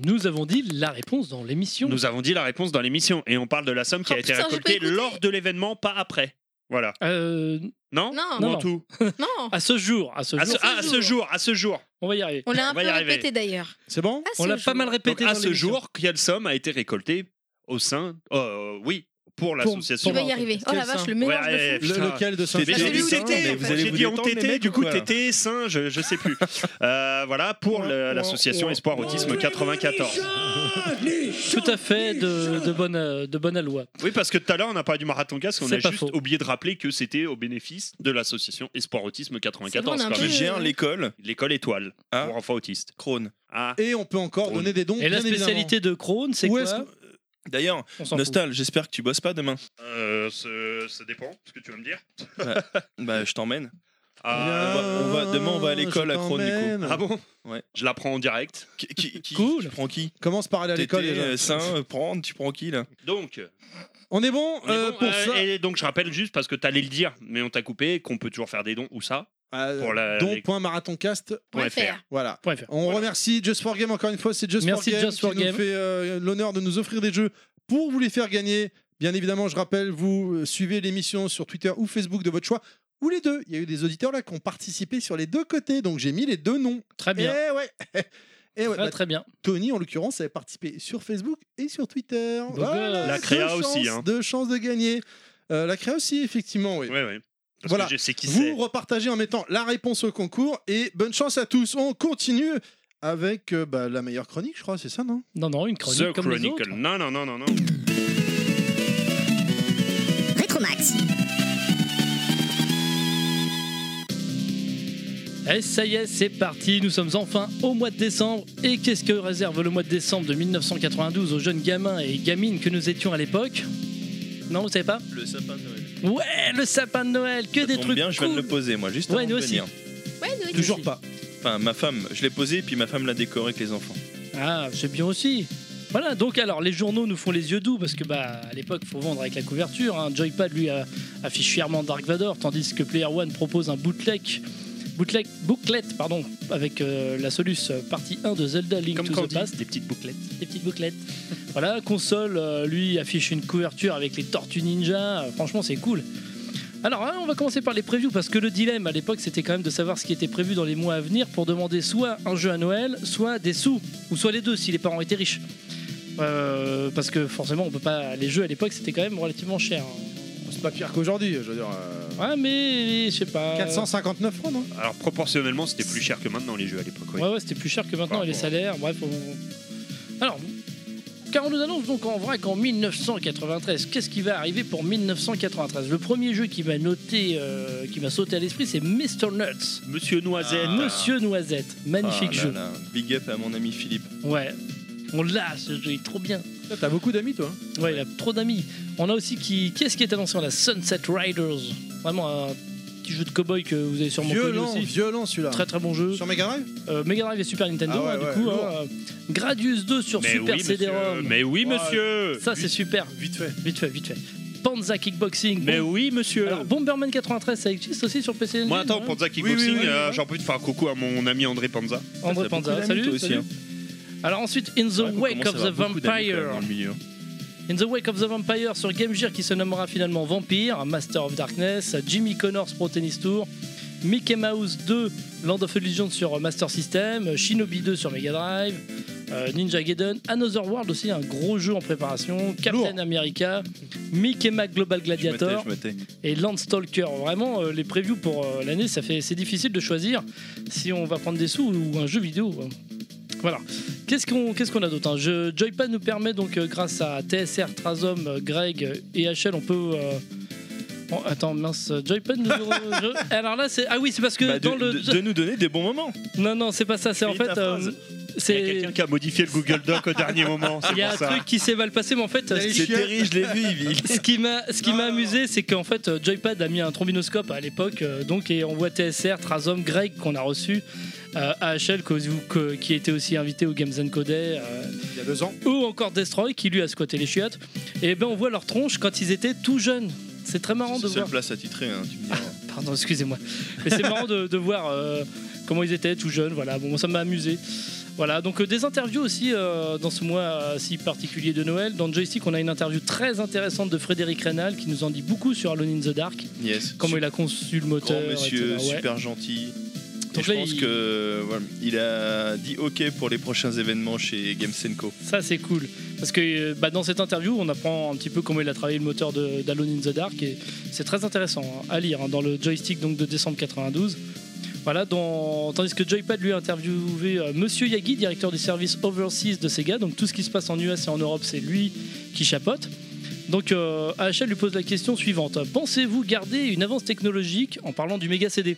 [SPEAKER 5] Nous avons dit la réponse dans l'émission.
[SPEAKER 4] Nous avons dit la réponse dans l'émission et on parle de la somme qui
[SPEAKER 2] Oh
[SPEAKER 4] a été
[SPEAKER 2] putain, j'ai pas
[SPEAKER 4] récoltée
[SPEAKER 2] écouté.
[SPEAKER 4] lors de l'événement, pas après. Voilà.
[SPEAKER 5] Euh,
[SPEAKER 4] Non
[SPEAKER 2] Non,
[SPEAKER 4] Ou en
[SPEAKER 5] non.
[SPEAKER 4] tout
[SPEAKER 2] non.
[SPEAKER 5] à ce jour, à ce
[SPEAKER 4] à
[SPEAKER 5] jour,
[SPEAKER 4] ce, ah, à ce jour, à ce jour.
[SPEAKER 5] on va y arriver.
[SPEAKER 2] On l'a
[SPEAKER 4] On
[SPEAKER 2] un
[SPEAKER 4] va
[SPEAKER 2] peu
[SPEAKER 4] y arriver.
[SPEAKER 2] répété d'ailleurs.
[SPEAKER 1] C'est bon
[SPEAKER 2] Ah,
[SPEAKER 5] On
[SPEAKER 2] ce
[SPEAKER 5] l'a pas
[SPEAKER 2] jour.
[SPEAKER 5] mal
[SPEAKER 4] Donc,
[SPEAKER 5] répété
[SPEAKER 4] à
[SPEAKER 5] dans
[SPEAKER 4] ce
[SPEAKER 5] l'émission.
[SPEAKER 4] jour, quelle somme a été récoltée au sein euh, Oui, pour l'association.
[SPEAKER 2] Tu vas y arriver. Oh la
[SPEAKER 5] Quel
[SPEAKER 2] vache,
[SPEAKER 5] sein
[SPEAKER 2] le mélange
[SPEAKER 4] Ouais,
[SPEAKER 2] de fou.
[SPEAKER 1] Le-
[SPEAKER 4] putain.
[SPEAKER 1] Lequel de ça
[SPEAKER 8] Mais
[SPEAKER 4] Mais
[SPEAKER 2] Bah,
[SPEAKER 4] j'ai dit
[SPEAKER 2] celui où
[SPEAKER 4] TT,
[SPEAKER 2] t'étais,
[SPEAKER 8] mais vous allez
[SPEAKER 4] j'ai
[SPEAKER 8] vous
[SPEAKER 4] dit on
[SPEAKER 8] détendre, les
[SPEAKER 4] TT,
[SPEAKER 8] mecs,
[SPEAKER 4] du
[SPEAKER 8] ou
[SPEAKER 4] coup
[SPEAKER 8] quoi
[SPEAKER 4] TT, singe, je sais plus. Euh, voilà, pour le- l'association Espoir Autisme 94.
[SPEAKER 5] Tout à fait de, de bonne euh, de bonne aloi.
[SPEAKER 4] Oui, parce que tout à l'heure, on n'a pas du marathon casque, on
[SPEAKER 5] C'est
[SPEAKER 4] a
[SPEAKER 5] pas
[SPEAKER 4] juste
[SPEAKER 5] faux.
[SPEAKER 4] oublié de rappeler que c'était au bénéfice de l'association Espoir Autisme
[SPEAKER 2] C'est
[SPEAKER 4] 94,
[SPEAKER 2] vrai, on a un
[SPEAKER 4] quand
[SPEAKER 8] Qui
[SPEAKER 4] même.
[SPEAKER 2] peu-
[SPEAKER 8] gère l'école
[SPEAKER 4] L'école étoile
[SPEAKER 8] Ah.
[SPEAKER 4] pour enfants autistes.
[SPEAKER 8] Crone.
[SPEAKER 4] Ah.
[SPEAKER 1] Et on peut encore
[SPEAKER 4] Oui.
[SPEAKER 1] donner des dons.
[SPEAKER 5] Et la
[SPEAKER 1] bien évidemment.
[SPEAKER 5] spécialité de Krone, c'est
[SPEAKER 1] Où
[SPEAKER 5] quoi
[SPEAKER 1] est-ce
[SPEAKER 8] D'ailleurs,
[SPEAKER 5] On s'en fout.
[SPEAKER 8] Nostal, j'espère que tu bosses pas demain.
[SPEAKER 4] Euh, ce- ça dépend, ce que tu vas me dire.
[SPEAKER 8] Bah, je t'emmène.
[SPEAKER 4] Ah,
[SPEAKER 8] on va- on va- demain, on va à l'école
[SPEAKER 1] Je
[SPEAKER 8] à Crone, du coup.
[SPEAKER 1] t'emmène.
[SPEAKER 4] ah bon
[SPEAKER 8] Ouais.
[SPEAKER 4] Je la prends en direct.
[SPEAKER 8] Qui, qui- qui-
[SPEAKER 5] Cool.
[SPEAKER 8] Tu prends qui
[SPEAKER 1] Commence par aller à l'école.
[SPEAKER 8] Tété,
[SPEAKER 1] déjà.
[SPEAKER 8] euh, Saint, euh, prendre, tu prends qui là
[SPEAKER 4] Donc,
[SPEAKER 1] On est bon,
[SPEAKER 4] on est
[SPEAKER 1] euh,
[SPEAKER 4] bon,
[SPEAKER 1] pour
[SPEAKER 4] euh,
[SPEAKER 1] ça.
[SPEAKER 4] et donc je rappelle juste parce que t'allais le dire, mais on t'a coupé, qu'on peut toujours faire des dons ou ça.
[SPEAKER 1] Euh,
[SPEAKER 4] pour la-
[SPEAKER 1] dons
[SPEAKER 4] les-
[SPEAKER 1] point marathoncast,
[SPEAKER 2] Point
[SPEAKER 4] .fr.
[SPEAKER 2] fr.
[SPEAKER 1] Voilà.
[SPEAKER 5] Point fr.
[SPEAKER 1] On remercie Just for Game encore une fois. C'est Just
[SPEAKER 5] Merci,
[SPEAKER 1] for Game
[SPEAKER 5] Just
[SPEAKER 1] qui
[SPEAKER 5] for
[SPEAKER 1] nous
[SPEAKER 5] Game.
[SPEAKER 1] fait euh, l'honneur de nous offrir des jeux pour vous les faire gagner. Bien évidemment, je rappelle, vous euh, suivez l'émission sur Twitter ou Facebook de votre choix. Ou les deux. Il y a eu des auditeurs là qui ont participé sur les deux côtés. Donc j'ai mis les deux noms.
[SPEAKER 5] Très
[SPEAKER 1] Eh
[SPEAKER 5] bien.
[SPEAKER 1] ouais. Et ouais.
[SPEAKER 5] Très
[SPEAKER 1] bah,
[SPEAKER 5] très bien.
[SPEAKER 1] Tony, en l'occurrence, avait participé sur Facebook et sur Twitter.
[SPEAKER 5] Beau gosse.
[SPEAKER 4] La
[SPEAKER 1] deux
[SPEAKER 4] créa
[SPEAKER 1] chances-
[SPEAKER 4] aussi, hein.
[SPEAKER 1] Deux chances de gagner. Euh, la créa aussi, effectivement, oui.
[SPEAKER 4] Ouais, ouais. Parce
[SPEAKER 1] Voilà.
[SPEAKER 4] que je sais qui
[SPEAKER 1] Vous
[SPEAKER 4] c'est.
[SPEAKER 1] repartagez en mettant la réponse au concours et bonne chance à tous. On continue avec euh, bah, la meilleure chronique, je crois, c'est ça, non
[SPEAKER 5] Non non, une chronique
[SPEAKER 4] The
[SPEAKER 5] comme les autres.
[SPEAKER 4] Chronicle. Non, non, non, non, non.
[SPEAKER 6] Rétromax.
[SPEAKER 5] Et eh, ça y est, c'est parti, nous sommes enfin au mois de décembre. Et qu'est-ce que réserve le mois de décembre de 1992 aux jeunes gamins et gamines que nous étions à l'époque Non, vous savez pas
[SPEAKER 8] Le sapin de Noël.
[SPEAKER 5] Ouais, le sapin de Noël, que
[SPEAKER 8] Ça
[SPEAKER 5] des
[SPEAKER 8] tombe
[SPEAKER 5] trucs
[SPEAKER 8] bien, je viens de
[SPEAKER 5] cool.
[SPEAKER 8] le poser moi, juste
[SPEAKER 5] Ouais,
[SPEAKER 8] avant
[SPEAKER 5] nous
[SPEAKER 8] de
[SPEAKER 5] aussi.
[SPEAKER 8] venir.
[SPEAKER 2] Ouais, nous,
[SPEAKER 1] Toujours
[SPEAKER 5] aussi.
[SPEAKER 1] pas.
[SPEAKER 8] Enfin, ma femme, je l'ai posé, puis ma femme l'a décoré avec les enfants.
[SPEAKER 5] Ah, c'est bien aussi. Voilà, donc alors les journaux nous font les yeux doux parce que bah à l'époque faut vendre avec la couverture. Hein. Joypad lui a- affiche fièrement Dark Vador tandis que Player One propose un bootleg, bootleg booklet pardon avec euh, la Solus euh, partie 1 de Zelda Link
[SPEAKER 4] Comme
[SPEAKER 5] to the
[SPEAKER 4] Candy,
[SPEAKER 5] Past.
[SPEAKER 4] des petites bouclettes.
[SPEAKER 5] Des petites bouclettes. voilà, console euh, lui affiche une couverture avec les Tortues Ninja. Euh, franchement c'est cool. Alors hein, on va commencer par les previews parce que le dilemme à l'époque c'était quand même de savoir ce qui était prévu dans les mois à venir pour demander soit un jeu à Noël, soit des sous, ou soit les deux si les parents étaient riches. Euh, parce que forcément on peut pas. Les jeux à l'époque c'était quand même relativement cher. hein.
[SPEAKER 1] c'est pas pire qu'aujourd'hui, je veux dire. euh,
[SPEAKER 5] Ouais, mais je sais pas.
[SPEAKER 1] 459 francs, non
[SPEAKER 4] Alors proportionnellement, c'était plus cher que maintenant les jeux à l'époque. oui.
[SPEAKER 5] Ouais, ouais, c'était plus cher que maintenant
[SPEAKER 4] Par
[SPEAKER 5] et les
[SPEAKER 4] rapport-
[SPEAKER 5] salaires. Bref, on... alors. Car on nous annonce donc en vrai qu'en 1993, qu'est-ce qui va arriver pour 1993 Le premier jeu qui m'a noté, euh, qui m'a sauté à l'esprit, c'est Mr. Nuts.
[SPEAKER 4] Monsieur Noisette.
[SPEAKER 8] Ah.
[SPEAKER 5] Monsieur Noisette, magnifique
[SPEAKER 8] Ah là
[SPEAKER 5] jeu.
[SPEAKER 8] là, Big up à mon ami Philippe.
[SPEAKER 5] Ouais, on l'a ce jeu, il est trop bien.
[SPEAKER 1] T'as beaucoup d'amis, toi. hein
[SPEAKER 5] Ouais, il a trop d'amis. On a aussi qui, qu'est-ce qui est annoncé On a Sunset Riders, vraiment un petit jeu de cowboy que vous avez sûrement
[SPEAKER 1] Violent,
[SPEAKER 5] connu aussi.
[SPEAKER 1] violent celui-là.
[SPEAKER 5] Très très bon jeu.
[SPEAKER 1] Sur Mega Drive
[SPEAKER 5] Euh, Mega Drive et Super Nintendo,
[SPEAKER 1] Ah ouais,
[SPEAKER 5] hein,
[SPEAKER 1] ouais,
[SPEAKER 5] du coup.
[SPEAKER 1] lourd.
[SPEAKER 5] hein, euh, Gradius 2 sur
[SPEAKER 4] Mais
[SPEAKER 5] Super
[SPEAKER 4] oui, monsieur.
[SPEAKER 5] CD-ROM.
[SPEAKER 4] Mais oui,
[SPEAKER 1] Ouais.
[SPEAKER 4] monsieur.
[SPEAKER 5] Ça, c'est super.
[SPEAKER 1] Vite fait.
[SPEAKER 5] Vite fait, vite fait. Panza Kickboxing.
[SPEAKER 4] Mais
[SPEAKER 5] Bom-
[SPEAKER 4] oui, monsieur.
[SPEAKER 5] Alors, Bomberman 93, ça existe aussi sur PC
[SPEAKER 4] Moi,
[SPEAKER 5] Engine,
[SPEAKER 4] attends,
[SPEAKER 5] ouais.
[SPEAKER 4] Panza
[SPEAKER 5] oui,
[SPEAKER 4] Kickboxing,
[SPEAKER 5] oui, oui,
[SPEAKER 4] euh,
[SPEAKER 5] oui.
[SPEAKER 4] j'ai envie de faire un coucou à mon ami André Panza.
[SPEAKER 5] André
[SPEAKER 8] T'as beaucoup
[SPEAKER 5] Panza,
[SPEAKER 8] d'amis,
[SPEAKER 5] salut.
[SPEAKER 8] toi aussi,
[SPEAKER 5] salut.
[SPEAKER 8] hein.
[SPEAKER 5] Alors, ensuite, In the
[SPEAKER 8] Ouais, qu'on
[SPEAKER 5] Wake
[SPEAKER 8] commence
[SPEAKER 5] of
[SPEAKER 8] à
[SPEAKER 5] the
[SPEAKER 8] avoir beaucoup d'amis, quand même,
[SPEAKER 5] Vampire.
[SPEAKER 8] dans le milieu.
[SPEAKER 5] In the Wake of the Vampire sur Game Gear qui se nommera finalement Vampire, Master of Darkness, Jimmy Connors Pro Tennis Tour, Mickey Mouse 2, Land of Illusion sur Master System, Shinobi 2 sur Mega Drive, euh, Ninja Gaiden, Another World aussi, un gros jeu en préparation, Captain
[SPEAKER 1] Lourd.
[SPEAKER 5] America, Mickey Mac Global
[SPEAKER 8] Je me tais,
[SPEAKER 5] Gladiator
[SPEAKER 8] je me tais.
[SPEAKER 5] et Landstalker. Vraiment, euh, les previews pour euh, l'année, ça fait, c'est difficile de choisir si on va prendre des sous ou un jeu vidéo. euh. Voilà. Qu'est-ce qu'on, qu'est-ce qu'on a d'autre hein Je- Joypad nous permet donc, euh, grâce à TSR, Trazom, euh, Greg euh, et HL, on peut. euh, bon, attends, mince, euh, Joypad nous. je- Alors là, c'est. Ah oui, c'est parce que
[SPEAKER 8] Bah, de,
[SPEAKER 5] dans le.
[SPEAKER 8] de- de nous donner des bons moments.
[SPEAKER 5] Non, non, c'est pas ça, c'est en
[SPEAKER 8] Finis ta
[SPEAKER 5] fait. euh,
[SPEAKER 8] phrase.
[SPEAKER 4] Il y a
[SPEAKER 5] c'est.
[SPEAKER 4] quelqu'un qui a modifié le Google Doc au dernier moment. C'est
[SPEAKER 5] Il y a
[SPEAKER 4] pour
[SPEAKER 5] un
[SPEAKER 4] ça.
[SPEAKER 5] truc qui s'est mal passé, mais en fait,
[SPEAKER 1] les
[SPEAKER 8] C'est
[SPEAKER 1] chiottes.
[SPEAKER 8] terrible, je l'ai vu, il- il-
[SPEAKER 5] ce qui m'a ce qui
[SPEAKER 1] Non,
[SPEAKER 5] m'a
[SPEAKER 1] non,
[SPEAKER 5] amusé c'est qu'en fait euh, Joypad a mis un trombinoscope à l'époque euh, donc et on voit TSR Trazom Greg qu'on a reçu euh, AHL que vous- que- qui était aussi invité au Games and Codet euh,
[SPEAKER 1] Il y a deux ans.
[SPEAKER 5] ou encore Destroy qui lui a squatté les chiottes et ben on voit leur tronche quand ils étaient tout jeunes c'est très marrant
[SPEAKER 8] C'est
[SPEAKER 5] de
[SPEAKER 8] la seule
[SPEAKER 5] voir
[SPEAKER 8] place à titrer, hein, tu me diras.
[SPEAKER 5] pardon excusez-moi mais c'est marrant de, de voir euh, comment ils étaient tout jeunes voilà bon ça m'a amusé voilà, donc euh, des interviews aussi euh, dans ce mois euh, si particulier de Noël. Dans Joystick, on a une interview très intéressante de Frédéric Reynal qui nous en dit beaucoup sur Alone in the Dark,
[SPEAKER 8] Yes.
[SPEAKER 5] comment il a conçu le moteur.
[SPEAKER 8] Grand monsieur,
[SPEAKER 5] etc. Ouais.
[SPEAKER 8] super gentil. Et
[SPEAKER 5] Donc
[SPEAKER 8] je
[SPEAKER 5] là,
[SPEAKER 8] pense
[SPEAKER 5] il-
[SPEAKER 8] que voilà, il a dit OK pour les prochains événements chez Games Co.
[SPEAKER 5] Ça, c'est cool. Parce que euh, bah, dans cette interview, on apprend un petit peu comment il a travaillé le moteur de- d'Alone in the Dark et c'est très intéressant hein, à lire hein, dans le Joystick donc, de décembre 92. Voilà, dans- tandis que Joypad lui a interviewé euh, Monsieur Yagi, directeur du service Overseas de Sega. Donc tout ce qui se passe en US et en Europe, c'est lui qui chapote. Donc euh, AHL lui pose la question suivante. Pensez-vous garder une avance technologique en parlant du méga CD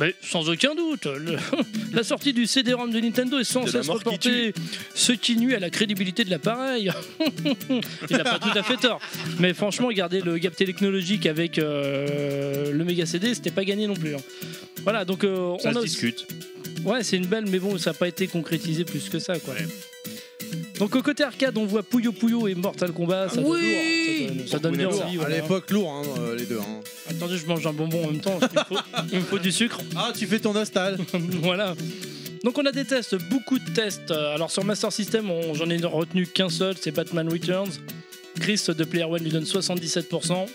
[SPEAKER 5] Mais sans aucun doute, le- la sortie du CD-ROM de Nintendo est sans
[SPEAKER 8] De la
[SPEAKER 5] cesse
[SPEAKER 8] mort qui
[SPEAKER 5] reportée, ce qui nuit à la crédibilité de l'appareil. Il n'a pas tout à fait tort. Mais franchement, garder le gap technologique avec euh, le méga CD, c'était pas gagné non plus. hein. Voilà, donc euh,
[SPEAKER 4] Ça
[SPEAKER 5] on
[SPEAKER 4] se
[SPEAKER 5] a
[SPEAKER 4] discute.
[SPEAKER 5] Ouais, c'est une belle, mais bon, ça n'a pas été concrétisé plus que ça, quoi. Donc, au côté arcade, on voit Puyo Puyo et Mortal Kombat. Ah, Ça
[SPEAKER 2] Oui.
[SPEAKER 5] donne, lourd, ça donne, ça donne bien
[SPEAKER 8] Lourd.
[SPEAKER 5] envie.
[SPEAKER 1] à
[SPEAKER 5] voilà.
[SPEAKER 1] l'époque, lourd, hein, euh, les deux. hein.
[SPEAKER 5] Attendez, je mange un bonbon en même temps. parce qu'il me faut- Il me faut du sucre.
[SPEAKER 1] Ah, tu fais ton install.
[SPEAKER 5] voilà. Donc on a des tests, beaucoup de tests. Euh, Alors sur Master System, on- j'en ai retenu qu'un seul, c'est Batman Returns. Chris de Player One lui donne 77%.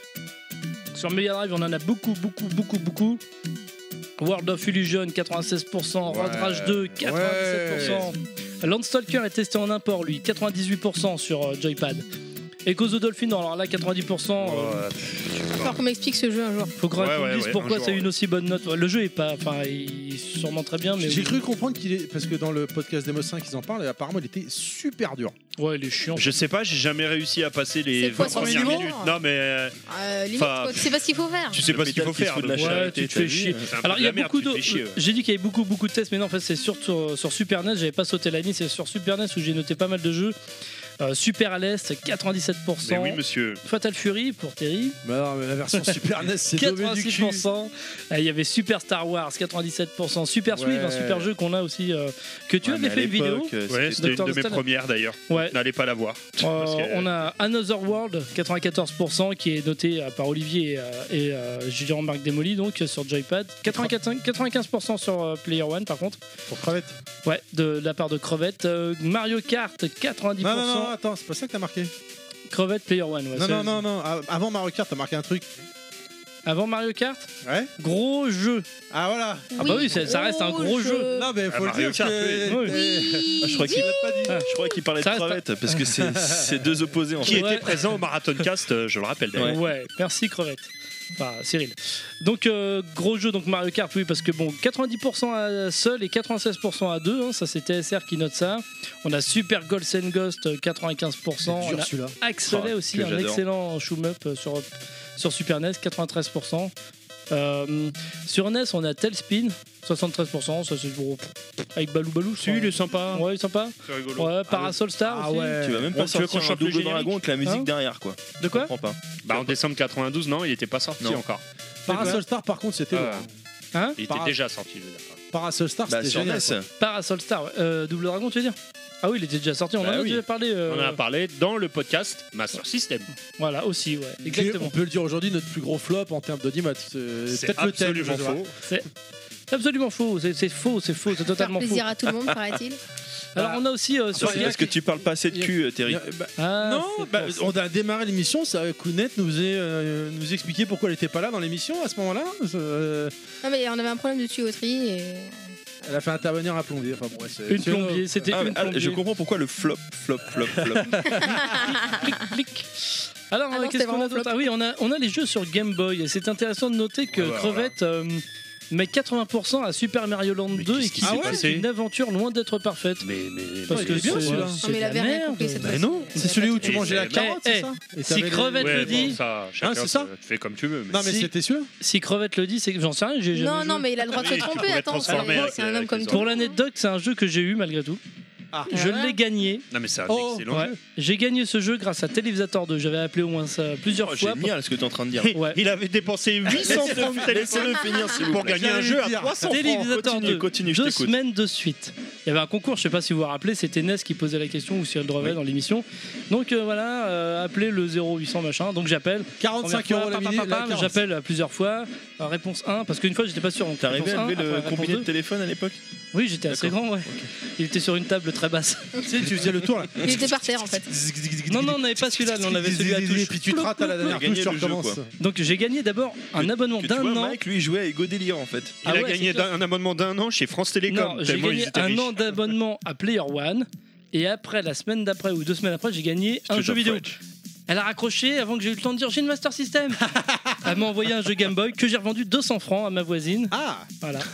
[SPEAKER 5] Sur Mega Drive, on en a beaucoup, beaucoup, beaucoup, beaucoup. World of Illusion 96%, Road
[SPEAKER 1] Ouais.
[SPEAKER 5] Rage 2 97%. Landstalker est testé en import lui 98% sur euh, Joypad. Echo the Dolphin, alors là 90%. euh,
[SPEAKER 1] Oh,
[SPEAKER 2] Il va falloir qu'on m'explique ce jeu un jour.
[SPEAKER 5] faut qu'on
[SPEAKER 4] Ouais,
[SPEAKER 5] qu'on
[SPEAKER 4] ouais,
[SPEAKER 5] dise
[SPEAKER 4] ouais, un
[SPEAKER 5] pourquoi
[SPEAKER 4] jour,
[SPEAKER 5] c'est
[SPEAKER 4] ouais.
[SPEAKER 5] une aussi bonne note. Le jeu est pas, enfin, il est sûrement très bien, mais
[SPEAKER 1] J'ai
[SPEAKER 5] oui.
[SPEAKER 1] cru comprendre qu'il est. Parce que dans le podcast Demo 5, ils en parlent et apparemment, il était super dur.
[SPEAKER 5] ouais, il est chiant.
[SPEAKER 4] Je sais pas, j'ai jamais réussi à passer les
[SPEAKER 2] C'est
[SPEAKER 4] 20
[SPEAKER 2] quoi, son
[SPEAKER 4] premières
[SPEAKER 2] minimum
[SPEAKER 4] minutes. Non, mais euh,
[SPEAKER 2] Euh, limite,
[SPEAKER 4] Enfin,
[SPEAKER 2] quoi, tu sais pas ce qu'il faut faire.
[SPEAKER 4] tu sais pas ce qu'il faut faire.
[SPEAKER 8] De la
[SPEAKER 5] Ouais,
[SPEAKER 8] charité,
[SPEAKER 5] tu te
[SPEAKER 8] t'as
[SPEAKER 5] fais
[SPEAKER 8] vu,
[SPEAKER 5] chier.
[SPEAKER 8] euh,
[SPEAKER 4] C'est un peu
[SPEAKER 5] Alors
[SPEAKER 4] de
[SPEAKER 5] il y a
[SPEAKER 4] la merde,
[SPEAKER 5] beaucoup
[SPEAKER 4] tu te
[SPEAKER 5] de.
[SPEAKER 4] fais chier, ouais.
[SPEAKER 5] J'ai dit qu'il y avait beaucoup beaucoup de tests, mais non en fait c'est surtout sur Super NES. J'avais pas sauté la liste, c'est sur Super NES où j'ai noté pas mal de jeux. Euh, Super à l'est, 97%.
[SPEAKER 4] Mais oui, monsieur.
[SPEAKER 5] Fatal Fury pour Terry,
[SPEAKER 1] Mais non, Ah, mais Bah, la version Super NES, c'est tombé du cul.
[SPEAKER 5] 86%. Euh, Il y avait Super Star Wars, 97%. Super
[SPEAKER 1] Ouais.
[SPEAKER 5] Swift, un super jeu qu'on a aussi euh, que tu
[SPEAKER 8] ouais, mais
[SPEAKER 5] avais
[SPEAKER 8] à
[SPEAKER 5] fait une vidéo.
[SPEAKER 8] l'époque, euh,
[SPEAKER 4] Ouais,
[SPEAKER 8] c'était-
[SPEAKER 4] c'était une
[SPEAKER 5] Dr.
[SPEAKER 4] de mes
[SPEAKER 5] Stan.
[SPEAKER 4] premières d'ailleurs.
[SPEAKER 5] Ouais.
[SPEAKER 4] N'allez pas la voir. Parce
[SPEAKER 5] Euh,
[SPEAKER 4] que-
[SPEAKER 5] on a Another World 94% qui est noté euh, par Olivier et, euh, et euh, Julien-Marc Demoli donc euh, sur Joypad 94 95% sur euh, Player One par contre
[SPEAKER 1] Pour crevette.
[SPEAKER 5] ouais de, de la part de Crevette Euh, Mario Kart 90%
[SPEAKER 1] Non, non, non, attends, c'est pas ça que t'as marqué.
[SPEAKER 5] Crevette Player One ouais,
[SPEAKER 1] non,
[SPEAKER 5] c'est-
[SPEAKER 1] non, non, non. a- Avant Mario Kart, t'as marqué un truc.
[SPEAKER 5] Avant Mario Kart,
[SPEAKER 1] Ouais.
[SPEAKER 5] gros jeu.
[SPEAKER 1] Ah voilà.
[SPEAKER 5] Ah bah oui, ça- ça reste un gros jeu.
[SPEAKER 1] Non mais
[SPEAKER 4] Ah,
[SPEAKER 1] faut le
[SPEAKER 4] Mario
[SPEAKER 1] dire
[SPEAKER 4] Kart,
[SPEAKER 1] que.
[SPEAKER 5] oui.
[SPEAKER 2] Oui.
[SPEAKER 8] Ah, je crois qu'il
[SPEAKER 1] l'a pas dit.
[SPEAKER 5] Ah.
[SPEAKER 8] Je crois qu'il parlait de
[SPEAKER 5] Ça reste
[SPEAKER 8] crevette parce que c'est c'est deux opposés en
[SPEAKER 4] Qui
[SPEAKER 8] fait.
[SPEAKER 5] Ouais.
[SPEAKER 4] était présent au Marathon Cast, euh, je le rappelle d'ailleurs.
[SPEAKER 5] Ouais. merci crevette. Enfin, Cyril. Donc euh, gros jeu donc Mario Kart oui parce que bon 90% à seul et 96% à deux hein, ça c'est TSR qui note ça. On a Super Ghost and Ghost euh, 95%.
[SPEAKER 1] C'est
[SPEAKER 5] On
[SPEAKER 1] dur
[SPEAKER 5] a
[SPEAKER 1] celui-là.
[SPEAKER 5] Axelet
[SPEAKER 8] Ah,
[SPEAKER 5] aussi
[SPEAKER 8] que
[SPEAKER 5] un
[SPEAKER 8] j'adore.
[SPEAKER 5] excellent shoom up euh, sur, sur Super E NES 93%. Euh, sur NES on a Tailspin 73% ça c'est bon, pff, avec Balou Balou. je
[SPEAKER 4] Celui, il
[SPEAKER 5] crois.
[SPEAKER 4] est sympa.
[SPEAKER 5] Ouais, il est sympa.
[SPEAKER 4] C'est rigolo.
[SPEAKER 5] Ouais, Parasol Star
[SPEAKER 1] Ah
[SPEAKER 5] aussi.
[SPEAKER 1] ouais. Ah.
[SPEAKER 8] Tu vas même
[SPEAKER 4] On-
[SPEAKER 8] pas
[SPEAKER 4] tu veux qu'on
[SPEAKER 8] sortir un
[SPEAKER 4] chante le
[SPEAKER 8] double
[SPEAKER 4] générique
[SPEAKER 8] dragon avec la musique
[SPEAKER 5] Hein
[SPEAKER 8] derrière quoi.
[SPEAKER 5] De
[SPEAKER 8] Je
[SPEAKER 5] quoi
[SPEAKER 8] comprends pas.
[SPEAKER 4] Bah, en décembre 92, non, il était pas sorti
[SPEAKER 8] Non.
[SPEAKER 4] encore.
[SPEAKER 1] Parasol Star par contre c'était.
[SPEAKER 4] Ah.
[SPEAKER 1] bon.
[SPEAKER 5] Hein
[SPEAKER 4] Il était
[SPEAKER 1] Par-
[SPEAKER 4] déjà sorti. je veux dire.
[SPEAKER 1] Parasol Star
[SPEAKER 8] Bah
[SPEAKER 1] c'était
[SPEAKER 8] sur NES.
[SPEAKER 1] génial. quoi.
[SPEAKER 5] Parasol Star, ouais. Euh, Double Dragon, tu veux dire Ah oui, il était déjà sorti, on
[SPEAKER 8] Bah
[SPEAKER 5] en a
[SPEAKER 8] oui.
[SPEAKER 5] déjà parlé. euh,
[SPEAKER 4] On en a parlé dans le podcast Master System.
[SPEAKER 5] Voilà, aussi, ouais.
[SPEAKER 1] Qui est, On
[SPEAKER 5] Exactement.
[SPEAKER 1] peut le dire aujourd'hui notre plus gros flop en termes d'audimat. Euh,
[SPEAKER 4] C'est
[SPEAKER 1] Peut-être le thème.
[SPEAKER 4] absolument
[SPEAKER 1] je sais pas.
[SPEAKER 4] faux.
[SPEAKER 5] C'est Absolument faux, c'est c'est faux, c'est faux, c'est
[SPEAKER 2] Faire
[SPEAKER 5] totalement faux.
[SPEAKER 2] plaisir à tout le monde, paraît-il.
[SPEAKER 1] Ah.
[SPEAKER 5] Alors on a aussi euh,
[SPEAKER 8] Ça,
[SPEAKER 5] sur
[SPEAKER 8] C'est
[SPEAKER 5] Yak-
[SPEAKER 8] parce que tu parles pas assez de cul, euh, Terry.
[SPEAKER 1] Bien, bah,
[SPEAKER 5] Ah,
[SPEAKER 1] non,
[SPEAKER 5] c'est
[SPEAKER 1] bah,
[SPEAKER 5] pour ça.
[SPEAKER 1] on a démarré l'émission, ça Kounet nous, est, euh, nous expliquait pourquoi elle était pas là dans l'émission à ce moment-là. Euh,
[SPEAKER 2] Non, mais on avait un problème de tuyauterie et.
[SPEAKER 1] elle a fait intervenir un plombier. Enfin, bon, ouais, c'est-
[SPEAKER 5] une
[SPEAKER 1] c'est-
[SPEAKER 5] plombier, c'était
[SPEAKER 8] Ah, mais,
[SPEAKER 5] une
[SPEAKER 8] ah,
[SPEAKER 5] plombier.
[SPEAKER 8] je comprends pourquoi le flop, flop, flop, flop.
[SPEAKER 5] Clic, clic. Alors
[SPEAKER 2] Ah non,
[SPEAKER 5] qu'est-ce
[SPEAKER 2] c'était
[SPEAKER 5] qu'on a
[SPEAKER 2] vraiment
[SPEAKER 5] d'autre
[SPEAKER 2] flop.
[SPEAKER 5] Ah oui, on a, on a les jeux sur Game Boy. Et C'est intéressant de noter que
[SPEAKER 4] Ah bah,
[SPEAKER 5] Crevette euh, met 80% à Super Mario Land
[SPEAKER 4] Mais
[SPEAKER 5] 2 et
[SPEAKER 4] qu'est-ce
[SPEAKER 5] qui
[SPEAKER 4] qui s'est
[SPEAKER 5] c'est
[SPEAKER 4] passé
[SPEAKER 5] une aventure loin d'être parfaite.
[SPEAKER 4] Mais, mais,
[SPEAKER 5] Parce
[SPEAKER 1] il
[SPEAKER 5] que
[SPEAKER 1] est bien,
[SPEAKER 5] c'est-
[SPEAKER 1] celui-là.
[SPEAKER 2] Non,
[SPEAKER 5] c'est
[SPEAKER 2] mais
[SPEAKER 5] de
[SPEAKER 2] il avait
[SPEAKER 5] la
[SPEAKER 2] rien
[SPEAKER 5] merde.
[SPEAKER 2] compris cette
[SPEAKER 1] Bah
[SPEAKER 2] fois-ci.
[SPEAKER 1] non, c'est celui où tu
[SPEAKER 4] Et
[SPEAKER 1] mangeais la
[SPEAKER 4] c'est-
[SPEAKER 1] carotte,
[SPEAKER 5] Eh,
[SPEAKER 1] c'est
[SPEAKER 5] eh,
[SPEAKER 1] ça Et
[SPEAKER 5] si
[SPEAKER 1] t'avais les- Ah,
[SPEAKER 5] crevette
[SPEAKER 4] Ouais,
[SPEAKER 5] le
[SPEAKER 4] bon,
[SPEAKER 5] dit,
[SPEAKER 4] ça,
[SPEAKER 8] Hein,
[SPEAKER 4] chacun,
[SPEAKER 1] c'est ça
[SPEAKER 4] euh, Tu fais comme tu veux. Mais
[SPEAKER 1] Non mais
[SPEAKER 5] Si.
[SPEAKER 1] c'était sûr
[SPEAKER 5] si Crevette le dit, c'est que j'en sais rien. j'ai
[SPEAKER 2] Non,
[SPEAKER 5] jamais
[SPEAKER 2] non,
[SPEAKER 5] joué.
[SPEAKER 2] mais il a le droit de se
[SPEAKER 4] Ah Oui, tu
[SPEAKER 2] tromper.
[SPEAKER 4] pouvais
[SPEAKER 2] Attends, c'est
[SPEAKER 4] transformer avec,
[SPEAKER 2] c'est un homme
[SPEAKER 4] avec
[SPEAKER 2] comme
[SPEAKER 4] les
[SPEAKER 2] tout.
[SPEAKER 5] Pour l'anecdote, c'est un jeu que j'ai eu malgré tout.
[SPEAKER 1] Ah.
[SPEAKER 5] Je
[SPEAKER 2] Ah ouais.
[SPEAKER 5] l'ai gagné.
[SPEAKER 4] Non, mais c'est un
[SPEAKER 1] Oh,
[SPEAKER 4] excellent
[SPEAKER 5] Ouais.
[SPEAKER 4] jeu.
[SPEAKER 5] J'ai gagné ce jeu grâce à Télévisateur 2. J'avais appelé au moins ça plusieurs
[SPEAKER 8] Oh,
[SPEAKER 5] fois.
[SPEAKER 8] Génial ce que tu es en train de dire.
[SPEAKER 5] Ouais.
[SPEAKER 4] Il avait dépensé 800 francs de téléphone
[SPEAKER 8] finir s'il vous
[SPEAKER 4] pour
[SPEAKER 8] plaît.
[SPEAKER 4] gagner un
[SPEAKER 1] J'allais
[SPEAKER 4] jeu à
[SPEAKER 1] dire.
[SPEAKER 4] 300 francs.
[SPEAKER 5] Télévisateur
[SPEAKER 8] Continue,
[SPEAKER 5] 2.
[SPEAKER 8] continue, je
[SPEAKER 5] deux
[SPEAKER 8] t'écoute.
[SPEAKER 5] semaines de suite. Il y avait un concours, je sais pas si vous vous rappelez, c'était Ness qui posait la question ou Cyril Drevet
[SPEAKER 8] Oui.
[SPEAKER 5] dans l'émission. Donc euh, voilà, euh, appelez le 0800 machin. Donc j'appelle.
[SPEAKER 1] 45
[SPEAKER 5] Première
[SPEAKER 1] euros
[SPEAKER 5] fois,
[SPEAKER 1] la
[SPEAKER 5] pam,
[SPEAKER 1] minute.
[SPEAKER 5] pam, pam,
[SPEAKER 1] la carotte.
[SPEAKER 5] J'appelle euh, plusieurs fois. Euh, réponse 1, parce qu'une fois j'étais pas sûr. donc
[SPEAKER 8] T'arrivais à
[SPEAKER 5] réponse
[SPEAKER 8] lever
[SPEAKER 5] 1,
[SPEAKER 8] le
[SPEAKER 5] après réponse
[SPEAKER 8] combiné de
[SPEAKER 5] 2.
[SPEAKER 8] téléphone à l'époque
[SPEAKER 5] Oui, j'étais assez
[SPEAKER 8] D'accord.
[SPEAKER 5] grand, ouais. Il était sur une table très basse.
[SPEAKER 1] Tu sais, tu faisais le tour là.
[SPEAKER 2] Il était par terre en fait.
[SPEAKER 5] non, non, on n'avait pas celui-là, mais on avait celui à
[SPEAKER 1] Et
[SPEAKER 5] touche.
[SPEAKER 1] puis tu te rates à la dernière
[SPEAKER 8] J'ai gagné
[SPEAKER 1] touche, tu
[SPEAKER 8] le jeu,
[SPEAKER 1] recommences.
[SPEAKER 8] quoi.
[SPEAKER 5] Donc j'ai gagné d'abord un abonnement
[SPEAKER 8] Que tu
[SPEAKER 5] d'un
[SPEAKER 8] vois,
[SPEAKER 5] an.
[SPEAKER 8] Mike, lui, il jouait à Ego Délire en fait.
[SPEAKER 4] Il
[SPEAKER 5] Ah
[SPEAKER 4] a
[SPEAKER 5] ouais,
[SPEAKER 4] gagné
[SPEAKER 5] c'est
[SPEAKER 4] d'un- un abonnement d'un an chez France Télécom.
[SPEAKER 5] Non, j'ai
[SPEAKER 4] tellement
[SPEAKER 5] gagné
[SPEAKER 4] ils étaient
[SPEAKER 5] un
[SPEAKER 4] riches.
[SPEAKER 5] an d'abonnement à Player One. Et après, la semaine d'après ou deux semaines après, j'ai gagné un
[SPEAKER 8] Street
[SPEAKER 5] jeu
[SPEAKER 8] of
[SPEAKER 5] vidéo.
[SPEAKER 8] Rage.
[SPEAKER 5] Elle a raccroché avant que j'ai eu le temps de dire j'ai une Master System. Elle m'a envoyé un jeu Game Boy que j'ai revendu 200 francs à ma voisine.
[SPEAKER 1] Ah
[SPEAKER 5] Voilà.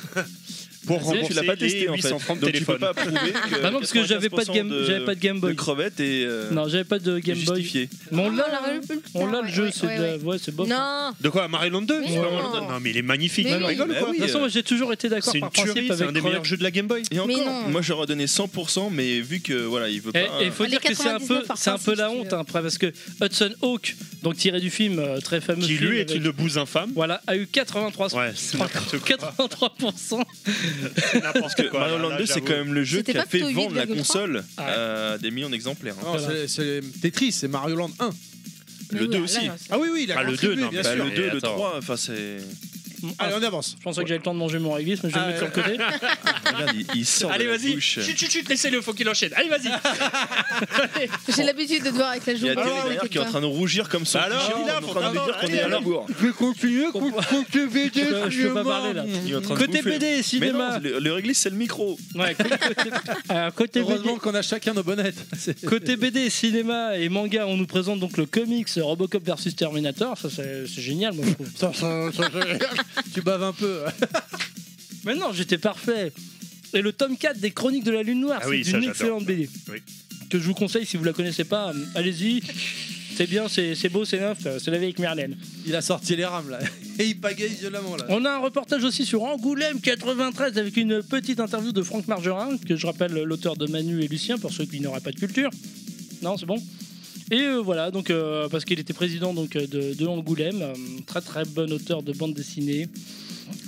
[SPEAKER 4] Pour
[SPEAKER 8] Ah, Tu sais,
[SPEAKER 4] rembourser
[SPEAKER 8] tu l'as pas testé
[SPEAKER 4] les
[SPEAKER 8] en
[SPEAKER 4] 800
[SPEAKER 8] fait.
[SPEAKER 4] francs de
[SPEAKER 8] Donc tu peux
[SPEAKER 4] téléphone.
[SPEAKER 8] pas prouver que.
[SPEAKER 5] Bah non, parce que j'avais pas de Game,
[SPEAKER 8] 95%
[SPEAKER 5] j'avais pas de Game
[SPEAKER 8] de
[SPEAKER 5] Boy.
[SPEAKER 8] crevette et. euh,
[SPEAKER 5] Non, j'avais pas de
[SPEAKER 8] est
[SPEAKER 5] Game Boy.
[SPEAKER 8] justifié.
[SPEAKER 5] Mais on
[SPEAKER 2] Ah,
[SPEAKER 5] l'a,
[SPEAKER 2] on l'a eu plus
[SPEAKER 5] on
[SPEAKER 2] tard,
[SPEAKER 5] l'a le
[SPEAKER 2] ouais,
[SPEAKER 5] jeu,
[SPEAKER 2] ouais,
[SPEAKER 5] c'est de
[SPEAKER 2] ouais,
[SPEAKER 5] la-
[SPEAKER 2] ouais.
[SPEAKER 5] ouais, c'est bof.
[SPEAKER 2] Non
[SPEAKER 4] De quoi à Maryland 2
[SPEAKER 2] Mais
[SPEAKER 4] C'est pas
[SPEAKER 2] non.
[SPEAKER 4] Maryland 2. Non, mais il est magnifique.
[SPEAKER 2] Mais
[SPEAKER 4] Tu
[SPEAKER 2] oui.
[SPEAKER 4] rigoles ou
[SPEAKER 8] Bah
[SPEAKER 4] quoi
[SPEAKER 8] oui.
[SPEAKER 5] De toute façon, moi j'ai toujours été d'accord
[SPEAKER 4] C'est une
[SPEAKER 5] par principe
[SPEAKER 4] tuerie, c'est
[SPEAKER 5] avec
[SPEAKER 4] un des meilleurs
[SPEAKER 5] Crevette.
[SPEAKER 4] jeux de la Game Boy.
[SPEAKER 8] Et encore,
[SPEAKER 2] non.
[SPEAKER 8] moi j'aurais donné 100%, mais vu que voilà, il veut
[SPEAKER 5] Et
[SPEAKER 8] pas.
[SPEAKER 5] il Eh, faut
[SPEAKER 4] euh,
[SPEAKER 2] Allez,
[SPEAKER 5] dire que c'est un peu,
[SPEAKER 2] 99 par
[SPEAKER 5] c'est un peu
[SPEAKER 2] principe,
[SPEAKER 5] la
[SPEAKER 2] si tu
[SPEAKER 5] honte,
[SPEAKER 2] veux.
[SPEAKER 5] hein, après, parce que Hudson Hawk, donc tiré du film euh, très fameux,
[SPEAKER 4] Qui
[SPEAKER 5] film
[SPEAKER 4] lui est
[SPEAKER 5] avec-
[SPEAKER 4] une bouse infâme.
[SPEAKER 5] voilà, a eu 83
[SPEAKER 4] Ouais, c'est n'importe quoi.
[SPEAKER 5] 83%. hein.
[SPEAKER 4] C'est n'importe
[SPEAKER 8] que
[SPEAKER 4] quoi.
[SPEAKER 8] Mario
[SPEAKER 4] Alors
[SPEAKER 8] Land
[SPEAKER 4] là,
[SPEAKER 8] 2, c'est
[SPEAKER 4] j'avoue.
[SPEAKER 8] quand même le jeu
[SPEAKER 2] C'était
[SPEAKER 8] qui a
[SPEAKER 2] pas
[SPEAKER 8] fait
[SPEAKER 2] plutôt
[SPEAKER 8] vendre la
[SPEAKER 2] 8,3?
[SPEAKER 8] console euh,
[SPEAKER 5] Ah ouais.
[SPEAKER 8] à des millions d'exemplaires. hein.
[SPEAKER 1] Non, c'est- c'est Tetris, c'est Mario Land 1.
[SPEAKER 2] Mais
[SPEAKER 8] Le
[SPEAKER 2] oui,
[SPEAKER 8] 2
[SPEAKER 2] là,
[SPEAKER 8] aussi.
[SPEAKER 2] là,
[SPEAKER 1] Ah oui, oui, il a
[SPEAKER 4] Ah, le
[SPEAKER 1] contribué,
[SPEAKER 4] deux, non,
[SPEAKER 1] bien
[SPEAKER 8] Bah,
[SPEAKER 1] sûr.
[SPEAKER 8] le 2, le
[SPEAKER 4] attends.
[SPEAKER 8] 3, enfin c'est.
[SPEAKER 1] Allez, on avance.
[SPEAKER 5] Ah, Je pensais que j'avais le temps de manger mon réglisse, mais je vais
[SPEAKER 1] Ah,
[SPEAKER 5] le mettre sur le côté.
[SPEAKER 8] euh, Regarde, il, il sort
[SPEAKER 4] Allez,
[SPEAKER 8] de la
[SPEAKER 4] vas-y.
[SPEAKER 8] bouche.
[SPEAKER 4] Chut, chut, chut, laissez-le, faut qu'il enchaîne. Allez, vas-y.
[SPEAKER 2] J'ai l'habitude de te voir avec la joue.
[SPEAKER 8] Il y a Thierry
[SPEAKER 2] Ah, oui,
[SPEAKER 8] derrière
[SPEAKER 2] comme
[SPEAKER 8] qui est en
[SPEAKER 2] ça.
[SPEAKER 8] train de rougir comme son
[SPEAKER 4] Alors,
[SPEAKER 8] t-shirt,
[SPEAKER 4] il est là,
[SPEAKER 8] en train de
[SPEAKER 4] faut-
[SPEAKER 8] me dire qu'on
[SPEAKER 4] allez,
[SPEAKER 8] est à
[SPEAKER 4] allez.
[SPEAKER 8] la bourre.
[SPEAKER 1] Je vais continuer contre le
[SPEAKER 5] Je peux- je peux pas parler, là.
[SPEAKER 8] Il est en train de
[SPEAKER 5] Côté
[SPEAKER 8] bouffer.
[SPEAKER 5] BD,
[SPEAKER 8] Mais
[SPEAKER 5] cinéma.
[SPEAKER 8] non, le, le réglisse c'est le micro.
[SPEAKER 5] Ouais, côté, côté- alors, côté BD,
[SPEAKER 1] Heureusement qu'on a chacun nos bonnettes.
[SPEAKER 5] côté BD, cinéma et manga, on nous présente donc le comics Robocop versus Terminator. Ça, c'est c'est génial, moi, je trouve.
[SPEAKER 1] Ça, ça, ça, ça- tu baves un peu.
[SPEAKER 5] Mais non, j'étais parfait. Et le tome 4 des Chroniques de la Lune Noire,
[SPEAKER 4] Ah
[SPEAKER 5] c'est
[SPEAKER 4] oui, ça,
[SPEAKER 5] une
[SPEAKER 4] j'adore.
[SPEAKER 5] excellente BD.
[SPEAKER 4] Oui.
[SPEAKER 5] Que je vous conseille si vous la connaissez pas, euh, allez-y. C'est bien, c'est c'est beau, c'est neuf, euh, c'est la vie avec Merlin.
[SPEAKER 1] Il a sorti les rames là. Et il pagaille violemment là.
[SPEAKER 5] On a un reportage aussi sur Angoulême 93 avec une petite interview de Franck Margerin, que je rappelle l'auteur de Manu et Lucien pour ceux qui n'auraient pas de culture. Non, c'est bon. Et euh, voilà, donc euh, parce qu'il était président donc euh, de, de Angoulême, euh, très très bon auteur de bande dessinée.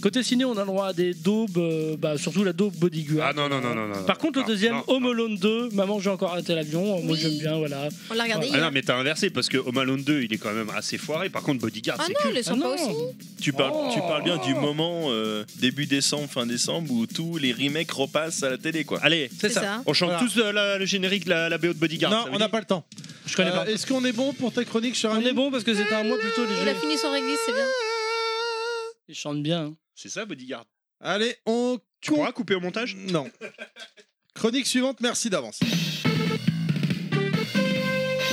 [SPEAKER 5] Côté ciné, on a le droit à des daubes, euh, bah, surtout la daube Bodyguard.
[SPEAKER 4] Ah non, non, non, non. non.
[SPEAKER 5] Par contre, le
[SPEAKER 4] Non,
[SPEAKER 5] deuxième,
[SPEAKER 4] non,
[SPEAKER 5] Home
[SPEAKER 4] non.
[SPEAKER 5] Alone 2, Maman, j'ai encore raté l'avion, moi
[SPEAKER 2] Oui.
[SPEAKER 5] j'aime bien, voilà.
[SPEAKER 2] On l'a regardé.
[SPEAKER 5] Ah
[SPEAKER 4] Ah
[SPEAKER 2] hier.
[SPEAKER 4] non, mais t'as inversé parce que Home Alone 2, il est quand même assez foiré. Par contre, Bodyguard,
[SPEAKER 2] Ah
[SPEAKER 4] c'est
[SPEAKER 2] non,
[SPEAKER 4] cul.
[SPEAKER 2] le
[SPEAKER 5] Ah
[SPEAKER 2] sympa
[SPEAKER 5] non.
[SPEAKER 2] aussi.
[SPEAKER 8] Tu parles,
[SPEAKER 5] Oh.
[SPEAKER 8] tu parles bien du moment euh, début décembre, fin décembre où tous les remakes repassent à la télé quoi.
[SPEAKER 4] Allez,
[SPEAKER 2] C'est ça.
[SPEAKER 4] on chante
[SPEAKER 1] Voilà.
[SPEAKER 4] tous euh, la- le générique, la, la BO de Bodyguard.
[SPEAKER 1] Non,
[SPEAKER 4] ça veut
[SPEAKER 1] on n'a
[SPEAKER 4] dire-
[SPEAKER 1] pas le temps.
[SPEAKER 5] Je connais
[SPEAKER 1] Euh,
[SPEAKER 5] pas.
[SPEAKER 1] Est-ce qu'on est bon pour ta chronique, cher
[SPEAKER 5] On
[SPEAKER 1] ami
[SPEAKER 4] Ah,
[SPEAKER 5] est bon parce que c'était un mois plutôt
[SPEAKER 2] Il a
[SPEAKER 5] léger.
[SPEAKER 2] fini son réglisse, c'est bien.
[SPEAKER 5] Il chante bien. hein.
[SPEAKER 4] C'est ça, Bodyguard.
[SPEAKER 1] Allez, on.
[SPEAKER 4] Tu pourras couper au montage
[SPEAKER 1] Non. Chronique suivante, merci d'avance.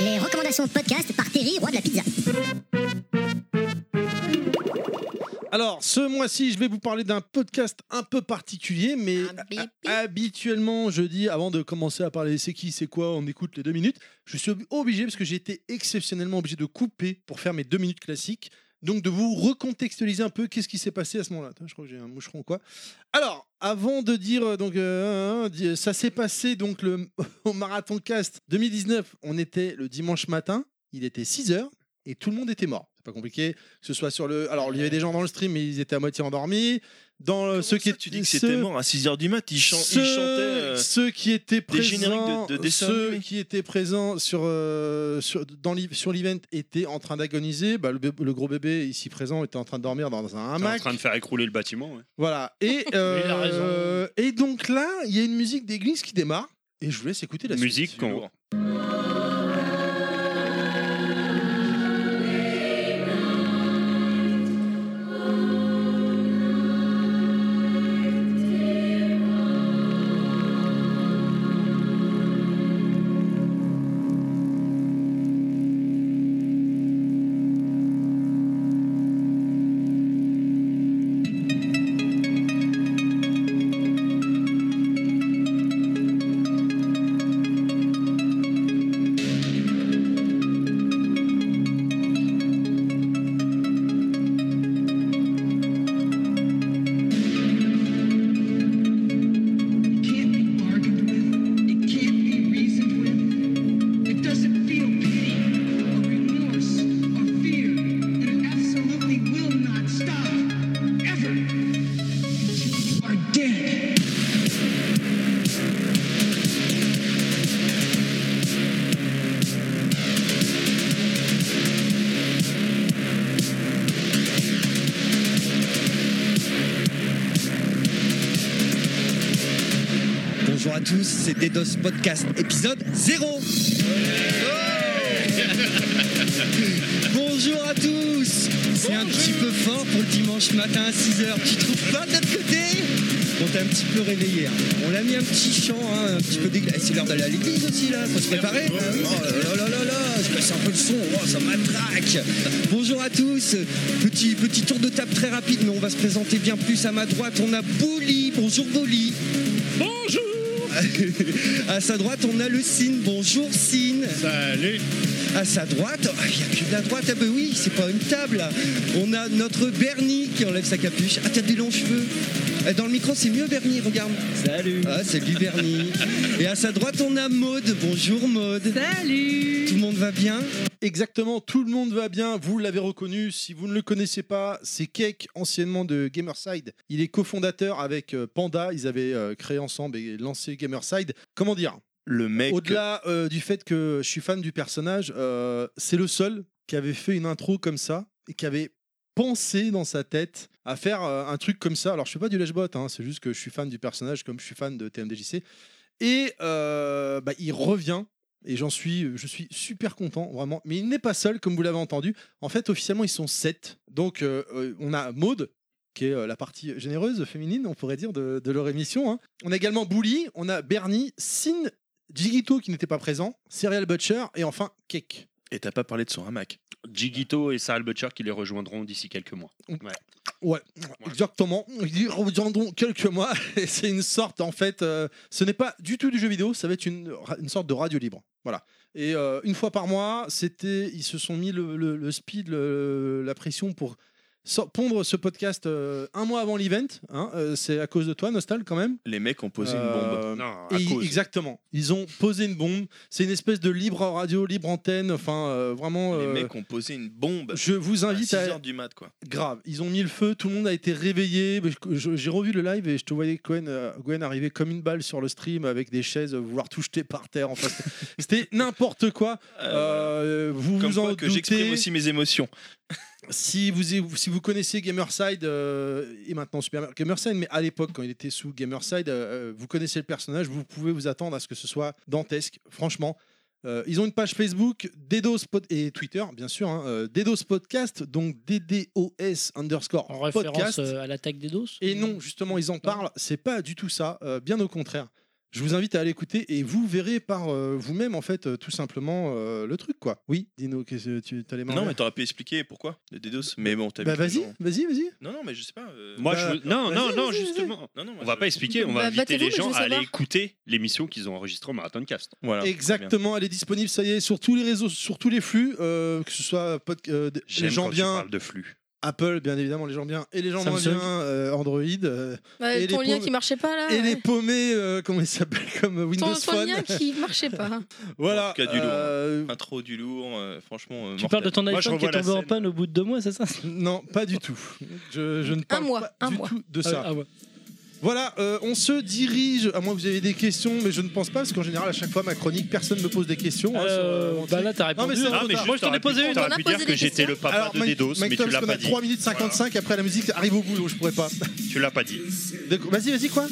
[SPEAKER 6] Les recommandations podcast par Terry, roi de la pizza.
[SPEAKER 1] Alors, ce mois-ci, je vais vous parler d'un podcast un peu particulier, mais
[SPEAKER 2] Un bip, bip.
[SPEAKER 1] habituellement, je dis, avant de commencer à parler c'est qui, c'est quoi, on écoute les deux minutes. Je suis ob- obligé, parce que j'ai été exceptionnellement obligé de couper pour faire mes deux minutes classiques, donc de vous recontextualiser un peu qu'est-ce qui s'est passé à ce moment-là. Attends, Je crois que j'ai un moucheron ou quoi. Alors, avant de dire, euh, donc, euh, euh, ça s'est passé donc le, au Marathon Cast 2019, on était le dimanche matin, il était 6h, et tout le monde était mort. C'est pas compliqué que ce soit sur le. Alors, il y avait des gens dans le stream, mais ils étaient à moitié endormis. Dans le... ceux qui
[SPEAKER 8] tu dis que c'était
[SPEAKER 1] ceux-
[SPEAKER 8] mort à 6h du mat, il, chan-
[SPEAKER 1] ceux...
[SPEAKER 8] il chantait. euh,
[SPEAKER 1] ceux qui étaient
[SPEAKER 8] des génériques de-
[SPEAKER 1] présents,
[SPEAKER 8] de dessins
[SPEAKER 1] ceux
[SPEAKER 8] animés.
[SPEAKER 1] qui étaient présents sur euh, sur dans l'e- sur l'event étaient en train d'agoniser. Bah, le, bé- le gros bébé ici présent était en train de dormir dans un
[SPEAKER 4] T'es en
[SPEAKER 1] hamac.
[SPEAKER 4] train de faire écrouler le bâtiment. ouais.
[SPEAKER 1] Voilà. Et
[SPEAKER 5] Mais il a raison.
[SPEAKER 1] euh, et donc là, il y a une musique d'église qui démarre. Et je vous laisse écouter la suite.
[SPEAKER 4] Musique qu'on
[SPEAKER 8] lourd.
[SPEAKER 3] It can't be bargained with. It can't be reasoned with. It doesn't feel pity or remorse or fear. And it absolutely will not stop. Ever. Until you are dead.
[SPEAKER 10] Bonjour à tous, c'est DDoS Podcast épisode 0. Bonjour à tous C'est un petit peu fort pour le dimanche matin à 6h. Tu trouves pas de notre côté On t'a un petit peu réveillé. hein. On l'a mis un petit chant, hein, un petit peu dégla... C'est l'heure d'aller à l'église aussi là, faut se préparer. hein. Oh là là là là, je baisse un peu le son, oh, ça m'attraque. Bonjour à tous, petit, petit tour de table très rapide, mais on va se présenter bien plus à ma droite. On a Bouli, bonjour Bouli. À sa droite, on a le Cine. Bonjour Cine. Salut. À sa droite, ah, il n'y a que de la droite. Ah ben oui, c'est pas une table. On a notre Bernie qui enlève sa capuche. Ah, t'as des longs cheveux. Eh, Dans le micro, c'est mieux Bernie, regarde. Salut. Ah, salut Bernie. Et à sa droite, on a Maude. Bonjour Maude. Salut. Tout le monde va bien
[SPEAKER 1] Exactement, tout le monde va bien, vous l'avez reconnu. Si vous ne le connaissez pas, c'est Cake, anciennement de Gamerside. Il est cofondateur avec euh, Panda, ils avaient euh, créé ensemble et lancé Gamerside. Comment dire
[SPEAKER 8] Le mec.
[SPEAKER 1] Au-delà euh, du fait que je suis fan du personnage, euh, c'est le seul qui avait fait une intro comme ça et qui avait pensé dans sa tête à faire euh, un truc comme ça. Alors je suis pas du lèche-bot, hein, c'est juste que je suis fan du personnage comme je suis fan de TMDJC. Et euh, bah, il revient et j'en suis, euh, je suis super content vraiment. Mais il n'est pas seul comme vous l'avez entendu. En fait, officiellement, ils sont sept. Donc euh, euh, on a Maude qui est euh, la partie généreuse féminine, on pourrait dire, de, de leur émission. hein. On a également Bouli, on a Bernie, Sin, Jigito qui n'était pas présent, Serial Butcher et enfin Cake.
[SPEAKER 8] Et t'as pas parlé de son hamac.
[SPEAKER 4] Jigito et Sal Butcher qui les rejoindront d'ici quelques mois.
[SPEAKER 1] Ouais, exactement. Ils reviendront quelques mois. Et c'est une sorte, en fait, euh, ce n'est pas du tout du jeu vidéo, ça va être une, ra- une sorte de radio libre. Voilà. Et euh, une fois par mois, c'était, ils se sont mis le, le- le speed, le- la pression pour so- pondre ce podcast euh, un mois avant l'event. hein. Euh, c'est à cause de toi, Nostal, quand même.
[SPEAKER 8] Les mecs ont posé une bombe.
[SPEAKER 1] Euh,
[SPEAKER 4] Non,
[SPEAKER 1] Et Exactement. Ils ont posé une bombe. C'est une espèce de libre radio, libre antenne. Enfin, euh, vraiment.
[SPEAKER 8] Les
[SPEAKER 1] euh,
[SPEAKER 8] mecs ont posé une bombe.
[SPEAKER 1] je vous
[SPEAKER 8] À
[SPEAKER 1] invite à.
[SPEAKER 8] 6h du mat, quoi.
[SPEAKER 1] Grave. Ils ont mis le feu. Tout le monde a été réveillé. Je- je- J'ai revu le live et je te voyais Gwen, euh, Gwen arriver comme une balle sur le stream avec des chaises, euh, vouloir tout jeter par terre. Enfin, c'était- c'était n'importe quoi. Euh, vous
[SPEAKER 8] Comme
[SPEAKER 1] vous en
[SPEAKER 8] quoi que j'exprime
[SPEAKER 1] doutez.
[SPEAKER 8] aussi mes émotions.
[SPEAKER 1] Si vous, si vous connaissez Gamerside euh, et maintenant Super Gamerside, mais à l'époque quand il était sous Gamerside, euh, euh, vous connaissez le personnage, vous pouvez vous attendre à ce que ce soit dantesque. Franchement, Euh, ils ont une page Facebook, DDoS Pod- et Twitter, bien sûr, hein, euh, DDoS Podcast, donc DDoS underscore
[SPEAKER 5] En référence
[SPEAKER 1] podcast.
[SPEAKER 5] euh, à l'attaque des doses
[SPEAKER 1] Et non, justement, ils en parlent. C'est pas du tout ça. euh, bien au contraire. Je vous invite à aller écouter et vous verrez par euh, vous-même, en fait, euh, tout simplement euh, le truc, quoi. Oui, Dino, qu'est-ce que tu as les mains en
[SPEAKER 8] Non,
[SPEAKER 1] l'air
[SPEAKER 8] mais t'aurais pu expliquer pourquoi, le DDoS. Mais bon, t'as
[SPEAKER 1] Bah
[SPEAKER 8] vu que les
[SPEAKER 1] vas-y,
[SPEAKER 8] gens-
[SPEAKER 1] vas-y, vas-y.
[SPEAKER 8] Non, non, mais je sais pas. euh,
[SPEAKER 4] Moi,
[SPEAKER 1] Bah,
[SPEAKER 4] je veux- Non,
[SPEAKER 1] vas-y,
[SPEAKER 4] non, non,
[SPEAKER 1] vas-y, vas-y.
[SPEAKER 4] justement.
[SPEAKER 8] Non, non, moi,
[SPEAKER 4] On va
[SPEAKER 8] je-
[SPEAKER 4] pas expliquer, on
[SPEAKER 2] Bah,
[SPEAKER 4] va inviter
[SPEAKER 2] battez-vous,
[SPEAKER 4] les
[SPEAKER 2] mais je
[SPEAKER 4] gens
[SPEAKER 2] veux
[SPEAKER 4] à aller
[SPEAKER 2] savoir.
[SPEAKER 4] écouter l'émission qu'ils ont enregistrée au Marathon Cast.
[SPEAKER 8] Voilà. très bien.
[SPEAKER 1] Exactement, elle est disponible, ça y est, sur tous les réseaux, sur tous les flux, euh, que ce soit pod- euh, des- les
[SPEAKER 4] J'aime
[SPEAKER 1] gens
[SPEAKER 4] quand tu
[SPEAKER 1] bien,
[SPEAKER 4] parles de flux.
[SPEAKER 1] Apple, bien évidemment, les gens bien, et les gens moins
[SPEAKER 5] Samsung.
[SPEAKER 1] bien, euh, Android, euh,
[SPEAKER 2] Bah,
[SPEAKER 1] Et
[SPEAKER 2] ton
[SPEAKER 1] les
[SPEAKER 2] lien
[SPEAKER 1] pauvres-
[SPEAKER 2] qui marchait pas là.
[SPEAKER 1] et les
[SPEAKER 2] ouais.
[SPEAKER 1] paumés, euh, comment ils s'appellent, comme
[SPEAKER 2] ton,
[SPEAKER 1] Windows
[SPEAKER 2] ton
[SPEAKER 1] Phone.
[SPEAKER 2] lien qui marchait pas.
[SPEAKER 1] Voilà.
[SPEAKER 8] En tout cas, du lourd.
[SPEAKER 1] euh,
[SPEAKER 8] Intro du lourd, euh, franchement. euh,
[SPEAKER 5] Tu
[SPEAKER 8] mortel.
[SPEAKER 5] parles de ton
[SPEAKER 4] Moi, je
[SPEAKER 5] iPhone qui est
[SPEAKER 4] revois la
[SPEAKER 5] tombé en
[SPEAKER 4] scène.
[SPEAKER 5] panne au bout de deux mois, c'est ça
[SPEAKER 1] non, pas du tout. Je, je ne parle
[SPEAKER 2] mois,
[SPEAKER 1] pas
[SPEAKER 2] un
[SPEAKER 1] du
[SPEAKER 2] mois.
[SPEAKER 1] tout de ça.
[SPEAKER 5] Ah, ouais.
[SPEAKER 1] Voilà, euh, on se dirige. À moins que vous ayez des questions, mais je ne pense pas, parce qu'en général, à chaque fois, ma chronique, personne ne me pose des questions. hein, sur,
[SPEAKER 5] Euh,
[SPEAKER 1] euh, mon
[SPEAKER 5] bah
[SPEAKER 1] truc.
[SPEAKER 5] là, t'as
[SPEAKER 1] Non, mais
[SPEAKER 5] répondu.
[SPEAKER 1] c'est un
[SPEAKER 5] hein.
[SPEAKER 1] peu tard.
[SPEAKER 5] moi, je t'en ai posé
[SPEAKER 4] pu,
[SPEAKER 5] une.
[SPEAKER 2] On
[SPEAKER 4] t'aurais
[SPEAKER 2] a
[SPEAKER 4] pu
[SPEAKER 2] posé
[SPEAKER 4] dire
[SPEAKER 2] des
[SPEAKER 4] que j'étais
[SPEAKER 2] questions.
[SPEAKER 4] le papa
[SPEAKER 1] Alors,
[SPEAKER 4] de
[SPEAKER 1] Mike-
[SPEAKER 4] Dedos,
[SPEAKER 1] Mike
[SPEAKER 4] mais tu
[SPEAKER 1] Todd,
[SPEAKER 4] l'as
[SPEAKER 1] parce qu'on
[SPEAKER 4] pas
[SPEAKER 1] a
[SPEAKER 4] dit.
[SPEAKER 1] 3 minutes 55 après la musique arrive au bout, donc je pourrais pas.
[SPEAKER 4] Tu l'as pas dit.
[SPEAKER 1] De- Vas-y, vas-y, quoi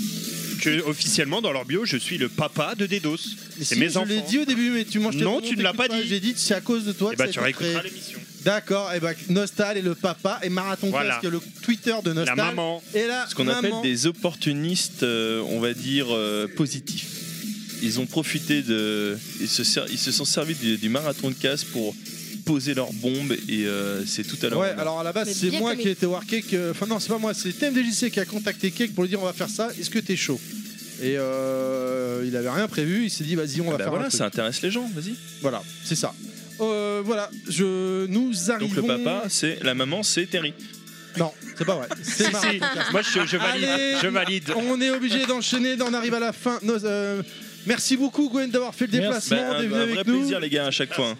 [SPEAKER 4] Que officiellement dans leur bio, je suis le papa de Dedos. C'est
[SPEAKER 1] Si,
[SPEAKER 4] mes
[SPEAKER 1] je
[SPEAKER 4] enfants.
[SPEAKER 1] l'ai dit au début, mais tu manges tellement,
[SPEAKER 4] Non, tu ne l'as
[SPEAKER 1] t'écoutes
[SPEAKER 4] pas dit.
[SPEAKER 1] J'ai dit, c'est à cause de toi
[SPEAKER 4] Et
[SPEAKER 1] que
[SPEAKER 4] bah
[SPEAKER 1] ça a
[SPEAKER 4] tu
[SPEAKER 1] été créé.
[SPEAKER 4] réécouteras l'émission.
[SPEAKER 1] D'accord, et bah Nostal est le papa et Marathon
[SPEAKER 4] Voilà.
[SPEAKER 1] Casque, le Twitter de
[SPEAKER 4] La
[SPEAKER 1] Nostal.
[SPEAKER 4] maman.
[SPEAKER 1] Et là,
[SPEAKER 8] ce qu'on appelle des opportunistes, euh, on va dire, euh, positifs. Ils ont profité de. Ils se, ser- ils se sont servis du, du marathon de casse pour poser leurs bombes et euh, c'est tout à leur
[SPEAKER 1] Ouais,
[SPEAKER 8] honneur.
[SPEAKER 1] alors à la base,
[SPEAKER 2] Mais
[SPEAKER 1] c'est
[SPEAKER 2] bien
[SPEAKER 1] moi
[SPEAKER 2] comme
[SPEAKER 1] qui
[SPEAKER 2] il-
[SPEAKER 1] ai été voir Cake. euh, Enfin, non, c'est pas moi, c'est TMDJC qui a contacté Cake pour lui dire on va faire ça, est-ce que t'es chaud Et euh, il avait rien prévu, il s'est dit vas-y, on va
[SPEAKER 8] Bah
[SPEAKER 1] faire
[SPEAKER 8] voilà,
[SPEAKER 1] un truc.
[SPEAKER 8] ça intéresse les gens, vas-y.
[SPEAKER 1] Voilà, c'est ça. Euh, voilà, je nous
[SPEAKER 8] Donc
[SPEAKER 1] arrivons.
[SPEAKER 8] le papa, c'est. La maman, c'est Terry.
[SPEAKER 1] Non, c'est pas vrai. C'est
[SPEAKER 4] Si, si.
[SPEAKER 1] Marathon Casque.
[SPEAKER 4] Moi je, je valide.
[SPEAKER 1] Allez.
[SPEAKER 4] Je valide.
[SPEAKER 1] On est obligé d'enchaîner, d'en arriver à la fin. Nos- euh, merci beaucoup, Gwen, d'avoir fait le
[SPEAKER 5] Merci.
[SPEAKER 1] déplacement,
[SPEAKER 8] Bah, un,
[SPEAKER 1] d'être venu
[SPEAKER 8] un
[SPEAKER 1] avec
[SPEAKER 8] vrai
[SPEAKER 1] nous.
[SPEAKER 8] plaisir, les gars, à chaque fois.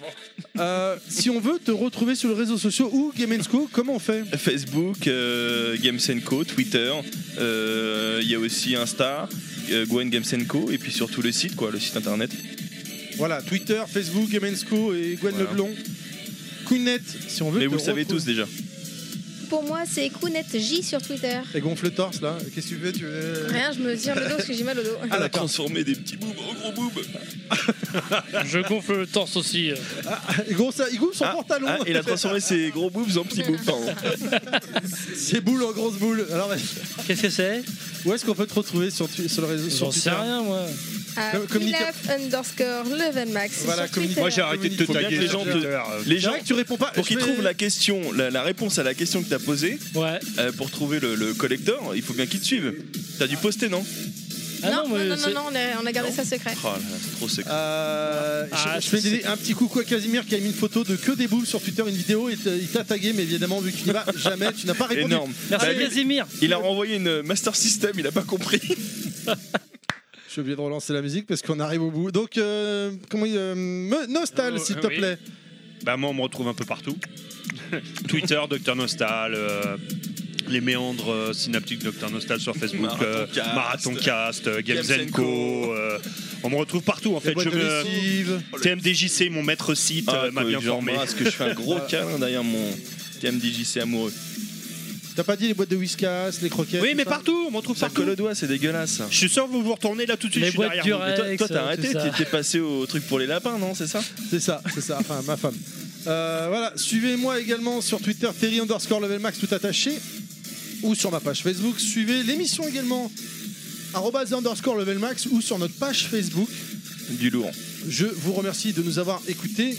[SPEAKER 1] Euh, si on veut te retrouver sur les réseaux sociaux ou Game Co, comment on fait
[SPEAKER 8] Facebook, euh, Games Co, Twitter, euh, il y a aussi Insta, euh, Gwen Games Co, et puis sur tous les sites, quoi, le site internet.
[SPEAKER 1] Voilà, Twitter, Facebook, Game Co et Gwen
[SPEAKER 8] Voilà.
[SPEAKER 1] Leblon. Kounet, si on veut.
[SPEAKER 8] Mais
[SPEAKER 1] te
[SPEAKER 8] vous le savez tous
[SPEAKER 1] retrouver.
[SPEAKER 8] déjà.
[SPEAKER 2] Pour moi, c'est Kounet J sur Twitter.
[SPEAKER 1] Et gonfle le torse là, qu'est-ce que tu veux, tu veux...
[SPEAKER 2] Rien, je me tire le dos parce que j'ai mal au dos.
[SPEAKER 1] Ah,
[SPEAKER 8] Elle a
[SPEAKER 1] d'accord.
[SPEAKER 8] transformé des petits boobs en gros boobs.
[SPEAKER 5] Je gonfle le torse aussi. euh.
[SPEAKER 1] Il gonfle ça- il gonfle son
[SPEAKER 8] Ah,
[SPEAKER 1] pantalon
[SPEAKER 8] Ah, il a transformé ses gros boobs en petits boobs. pardon.
[SPEAKER 1] Ses boules en grosses boules. Alors, vas-y.
[SPEAKER 5] Qu'est-ce que c'est
[SPEAKER 1] où est-ce qu'on peut te retrouver sur, tu- sur le réseau sur
[SPEAKER 5] J'en sais
[SPEAKER 1] Twitter
[SPEAKER 5] rien, moi.
[SPEAKER 2] Ah,
[SPEAKER 1] Comme- comme Nico-
[SPEAKER 2] Pilaf underscore Levenmax.
[SPEAKER 1] Voilà,
[SPEAKER 2] sur
[SPEAKER 1] comme
[SPEAKER 2] Twitter.
[SPEAKER 4] Moi j'ai arrêté de te
[SPEAKER 1] Faut bien
[SPEAKER 4] taguer
[SPEAKER 8] que les
[SPEAKER 4] sur
[SPEAKER 8] gens te-
[SPEAKER 4] Twitter.
[SPEAKER 8] Les
[SPEAKER 1] C'est
[SPEAKER 8] gens,
[SPEAKER 1] vrai que tu réponds pas.
[SPEAKER 8] pour
[SPEAKER 1] je
[SPEAKER 8] qu'ils
[SPEAKER 1] vais-
[SPEAKER 8] trouvent la question, la, la réponse à la question que t'as posée,
[SPEAKER 5] Ouais.
[SPEAKER 8] euh, pour trouver le, le collector, il faut bien qu'ils te suivent. T'as dû poster, non
[SPEAKER 5] Ah
[SPEAKER 2] non, non,
[SPEAKER 5] mais
[SPEAKER 2] non, non,
[SPEAKER 5] c'est-
[SPEAKER 2] non, on a, on a gardé ça secret.
[SPEAKER 8] Oh là là, c'est trop secret.
[SPEAKER 1] Euh, je-
[SPEAKER 5] Ah,
[SPEAKER 1] je, fais
[SPEAKER 5] c'est-
[SPEAKER 1] des- un petit coucou à Casimir qui a mis une photo de que des boules sur Twitter, une vidéo, et t- il t'a tagué, mais évidemment, vu que tu n'y vas jamais, tu n'as pas répondu.
[SPEAKER 8] Énorme.
[SPEAKER 5] Merci,
[SPEAKER 8] Bah, lui,
[SPEAKER 5] Casimir.
[SPEAKER 8] il a renvoyé une Master System, il a pas compris.
[SPEAKER 1] Je suis obligé de relancer la musique parce qu'on arrive au bout. Donc, euh, comment il- euh, me- Nostal,
[SPEAKER 4] Oh,
[SPEAKER 1] s'il
[SPEAKER 4] euh,
[SPEAKER 1] te
[SPEAKER 4] oui.
[SPEAKER 1] plaît.
[SPEAKER 4] Bah moi on me retrouve un peu partout. Twitter, Docteur Nostal, euh, les méandres euh, synaptiques Docteur Nostal sur Facebook,
[SPEAKER 8] Marathon
[SPEAKER 4] euh,
[SPEAKER 8] Cast.
[SPEAKER 4] Marathon Cast, euh, Games
[SPEAKER 8] Games
[SPEAKER 4] and
[SPEAKER 8] Co.
[SPEAKER 4] Co, euh, on me retrouve partout
[SPEAKER 1] Les
[SPEAKER 4] en fait.
[SPEAKER 1] boîtes
[SPEAKER 4] Je
[SPEAKER 1] de
[SPEAKER 4] me- Oh,
[SPEAKER 1] lessive.
[SPEAKER 4] TMDJC, mon maître site, euh, m'a
[SPEAKER 8] quoi,
[SPEAKER 4] bien
[SPEAKER 8] je
[SPEAKER 4] formé.
[SPEAKER 8] l'embrasse, Ah, que je fais un gros câlin derrière mon TMDJC amoureux.
[SPEAKER 1] T'as pas dit les boîtes de whiskas, les croquettes.
[SPEAKER 4] Oui
[SPEAKER 1] tout
[SPEAKER 4] mais
[SPEAKER 1] ça
[SPEAKER 4] partout, on me retrouve
[SPEAKER 8] Ça colle
[SPEAKER 4] partout.
[SPEAKER 8] au doigt, c'est dégueulasse.
[SPEAKER 4] Je suis sûr que vous vous retournez là tout de suite.
[SPEAKER 5] Les
[SPEAKER 4] je suis
[SPEAKER 5] boîtes
[SPEAKER 4] derrière
[SPEAKER 5] du
[SPEAKER 4] vous.
[SPEAKER 5] rêve.
[SPEAKER 8] Mais toi,
[SPEAKER 5] Alex,
[SPEAKER 8] toi, t'as
[SPEAKER 5] euh,
[SPEAKER 8] arrêté,
[SPEAKER 5] tout ça.
[SPEAKER 8] t'es t'es passé au truc pour les lapins, non C'est ça
[SPEAKER 1] C'est ça, c'est ça. Enfin, ma femme. Euh, voilà, suivez-moi également sur Twitter, Terry underscore level max tout attaché, ou sur ma page Facebook. Suivez l'émission également, arrobase underscore level max, ou sur notre page Facebook.
[SPEAKER 8] Du lourd.
[SPEAKER 1] Je vous remercie de nous avoir écoutés.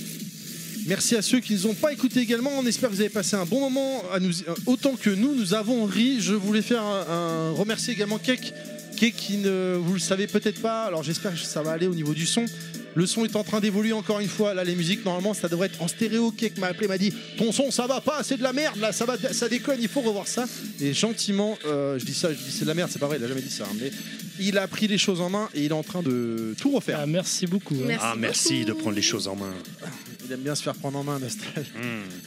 [SPEAKER 1] Merci à ceux qui ne nous ont pas écoutés également. On espère que vous avez passé un bon moment. À nous, euh, autant que nous, nous avons ri. Je voulais faire un, un- remercier également Cake. Cake qui ne vous le savez peut-être pas. Alors j'espère que ça va aller au niveau du son. Le son est en train d'évoluer encore une fois. Là, les musiques, normalement, ça devrait être en stéréo. Cake m'a appelé, m'a dit Ton son, ça va pas, c'est de la merde, là, ça, va, ça déconne, il faut revoir ça. Et gentiment, euh, je dis ça, je dis c'est de la merde, c'est pas vrai, il a jamais dit ça. hein, mais il a pris les choses en main et il est en train de tout refaire.
[SPEAKER 5] Ah, merci beaucoup. hein.
[SPEAKER 2] Merci
[SPEAKER 4] Ah merci
[SPEAKER 2] beaucoup.
[SPEAKER 4] de prendre les choses en main.
[SPEAKER 1] Il aime bien se faire prendre en main, Nostal.
[SPEAKER 4] Hmm.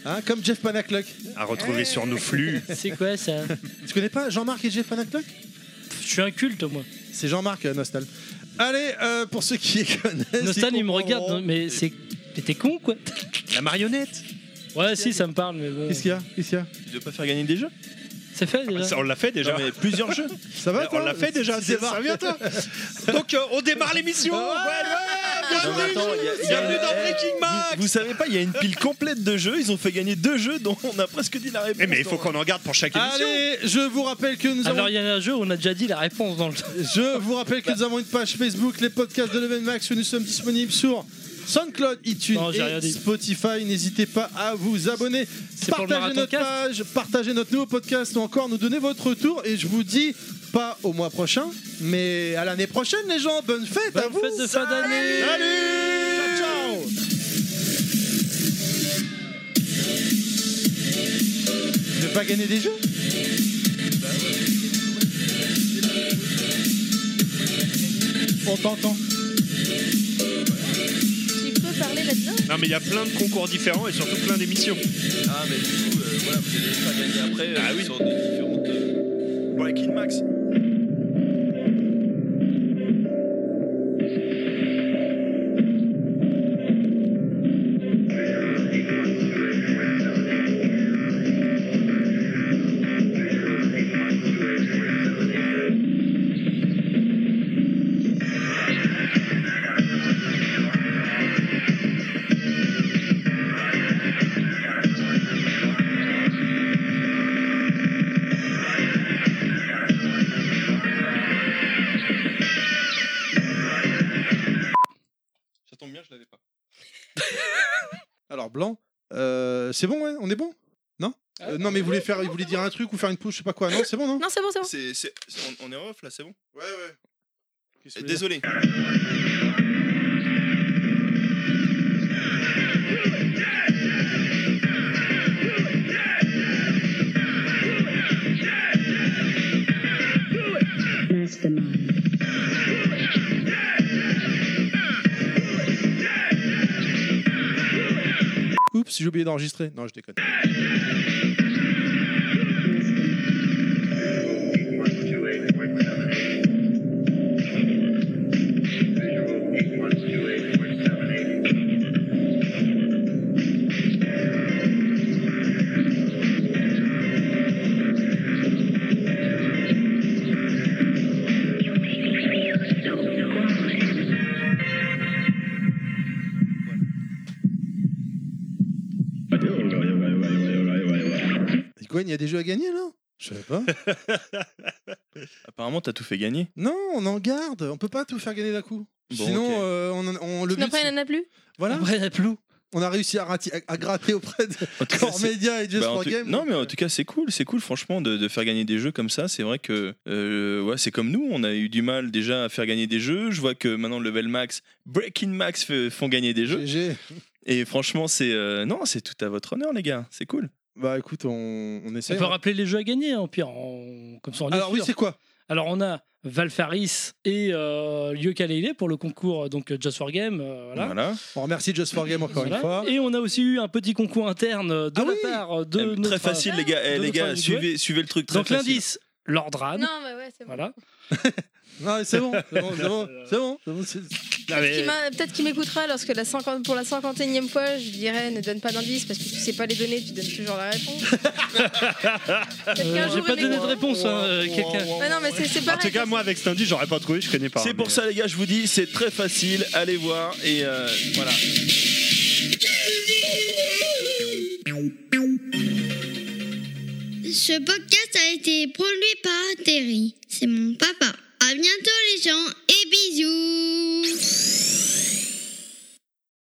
[SPEAKER 1] Hein, comme Jeff Panaclock.
[SPEAKER 4] À retrouver sur nos flux.
[SPEAKER 5] C'est quoi ça
[SPEAKER 1] Tu connais pas Jean-Marc et Jeff Panaclock
[SPEAKER 5] Je suis un culte, moi.
[SPEAKER 1] C'est Jean-Marc, euh, Nostal. Allez, euh, pour ceux qui connaissent.
[SPEAKER 5] Nostan,
[SPEAKER 1] ils
[SPEAKER 5] il me regarde,
[SPEAKER 1] comprendront.
[SPEAKER 5] hein, mais c'est. Mais t'es con, quoi
[SPEAKER 4] La marionnette.
[SPEAKER 5] Ouais, si, ça me parle, mais bon.
[SPEAKER 1] Qu'est-ce qu'il y a Qu'est-ce qu'il y a
[SPEAKER 8] Tu dois pas faire gagner des jeux
[SPEAKER 5] C'est fait déjà.
[SPEAKER 4] Ça, on l'a fait déjà.
[SPEAKER 8] Non, mais plusieurs jeux.
[SPEAKER 1] Ça va
[SPEAKER 4] Euh, on
[SPEAKER 1] toi
[SPEAKER 8] Euh,
[SPEAKER 4] l'a fait déjà.
[SPEAKER 1] Tu débarques
[SPEAKER 4] Ça vient toi. Donc euh, on démarre l'émission.
[SPEAKER 1] Ouais.
[SPEAKER 4] Ouais, ouais.
[SPEAKER 8] Non, mais attends, il y a- il y a-
[SPEAKER 4] Bienvenue dans
[SPEAKER 8] eh,
[SPEAKER 4] Breaking
[SPEAKER 8] vous- Vous savez pas, il y a une pile complète de jeux. Ils ont fait gagner deux jeux dont on a presque dit la réponse.
[SPEAKER 4] Eh, mais il faut qu'on en garde pour chaque émission.
[SPEAKER 1] Allez, je vous rappelle que nous avons
[SPEAKER 5] Alors il y a un jeu où on a déjà dit la réponse dans le
[SPEAKER 1] Je vous rappelle que nous avons une page Facebook, les podcasts de Leven Max, où nous sommes disponibles sur SoundCloud, iTunes
[SPEAKER 5] Non, j'ai rien
[SPEAKER 1] et
[SPEAKER 5] dit.
[SPEAKER 1] Spotify. N'hésitez pas à vous abonner,
[SPEAKER 5] C'est pour le
[SPEAKER 1] partagez
[SPEAKER 5] marathon
[SPEAKER 1] notre
[SPEAKER 5] cast.
[SPEAKER 1] page, partagez notre nouveau podcast ou encore nous donner votre retour. Et je vous dis pas au mois prochain, mais à l'année prochaine, les gens. Bonne fête à
[SPEAKER 5] Bonne
[SPEAKER 1] vous.
[SPEAKER 5] fête de fin d'année
[SPEAKER 1] Salut Ciao, ciao Je vais pas gagner des jeux On t'entend.
[SPEAKER 2] Tu peux parler maintenant
[SPEAKER 4] Non, mais il y a plein de concours différents et surtout plein d'émissions.
[SPEAKER 8] Ah, mais du coup, euh, voilà, vous allez pas gagner après euh,
[SPEAKER 4] Ah oui.
[SPEAKER 8] sur des différentes. euh, Breaking Max. Ça tombe bien, je l'avais pas.
[SPEAKER 1] Alors blanc, euh, c'est bon ouais, on est bon Non Euh, Non mais vous voulez faire, vous voulez dire un truc ou faire une pause, je sais pas quoi. Non, c'est bon non
[SPEAKER 2] Non, c'est bon, c'est bon.
[SPEAKER 8] C'est, c'est- c'est- on, on est off là, c'est bon
[SPEAKER 1] Ouais ouais.
[SPEAKER 8] Eh, Désolé.
[SPEAKER 7] Mastermind.
[SPEAKER 1] Oups, j'ai oublié d'enregistrer. Non, je déconne. Gwen, il y a des jeux à gagner là Je savais pas.
[SPEAKER 8] Apparemment, t'as tout fait gagner.
[SPEAKER 1] non, on en garde. On peut pas tout faire gagner d'un coup.
[SPEAKER 8] Bon,
[SPEAKER 1] Sinon,
[SPEAKER 8] ok.
[SPEAKER 1] euh, on, en- on- le but,
[SPEAKER 2] Après, il n'en a plus.
[SPEAKER 1] voilà,
[SPEAKER 5] Après la plou.
[SPEAKER 1] on a réussi à, rati- à- à gratter auprès de
[SPEAKER 8] En tout cas,
[SPEAKER 1] Core
[SPEAKER 8] c'est-
[SPEAKER 1] Media et Just
[SPEAKER 8] Bah, en
[SPEAKER 1] for euh.
[SPEAKER 8] tout-
[SPEAKER 1] Game.
[SPEAKER 8] Non, mais en tout cas, c'est cool, c'est cool, franchement, de, de faire gagner des jeux comme ça. C'est vrai que, euh, ouais, c'est comme nous, on a eu du mal déjà à faire gagner des jeux. Je vois que maintenant, Level Max, Breaking Max f- font gagner des jeux.
[SPEAKER 1] GG.
[SPEAKER 8] Et franchement, c'est. euh, non, c'est tout à votre honneur, les gars, c'est cool.
[SPEAKER 1] Bah écoute, on, on
[SPEAKER 5] On
[SPEAKER 1] essaie. hein.
[SPEAKER 5] peut rappeler les jeux à gagner, en pire, on- comme ça on est
[SPEAKER 1] Alors oui,
[SPEAKER 5] sûr.
[SPEAKER 1] c'est quoi
[SPEAKER 5] Alors on a Valfaris et euh, Yooka-Laylee pour le concours donc Just for Game, euh, voilà.
[SPEAKER 8] Voilà.
[SPEAKER 1] On remercie Just for Game encore
[SPEAKER 5] Voilà.
[SPEAKER 1] une fois.
[SPEAKER 5] Et on a aussi eu un petit concours interne euh, de
[SPEAKER 1] Ah
[SPEAKER 5] la
[SPEAKER 1] oui
[SPEAKER 5] part de
[SPEAKER 8] Eh,
[SPEAKER 5] notre-
[SPEAKER 8] Très facile, les gars, Eh,
[SPEAKER 5] de
[SPEAKER 8] les
[SPEAKER 5] notre
[SPEAKER 8] gars,
[SPEAKER 5] invité.
[SPEAKER 8] suivez, suivez le truc très
[SPEAKER 5] Donc
[SPEAKER 8] facile.
[SPEAKER 5] l'indice, Lordran.
[SPEAKER 2] Non, mais ouais, c'est bon.
[SPEAKER 5] Voilà.
[SPEAKER 1] Non, c'est bon, c'est bon, c'est bon, c'est bon, c'est bon, c'est-
[SPEAKER 4] Non,
[SPEAKER 2] Qui
[SPEAKER 4] mais-
[SPEAKER 2] m'a- Peut-être qu'il m'écoutera lorsque la 50 pour la cinquantième fois, je dirais ne donne pas d'indice parce que tu sais pas les données, tu donnes toujours la réponse. Peut-être qu'un
[SPEAKER 5] Euh, J'ai
[SPEAKER 2] jour,
[SPEAKER 5] pas
[SPEAKER 2] il
[SPEAKER 5] donné de
[SPEAKER 2] m'écoutera.
[SPEAKER 5] réponse, hein, euh, quelqu'un.
[SPEAKER 2] Mais Ah non, mais c'est c'est
[SPEAKER 4] En
[SPEAKER 2] pareil.
[SPEAKER 4] tout cas, moi, avec cet indice, j'aurais pas trouvé, je connais
[SPEAKER 1] Ah,
[SPEAKER 4] pas.
[SPEAKER 8] C'est pour
[SPEAKER 4] mais-
[SPEAKER 8] ça, les gars, je vous dis, c'est très facile, allez voir. Et euh, voilà.
[SPEAKER 7] Ce podcast a été produit par Terry. C'est mon papa. À bientôt les gens et bisous.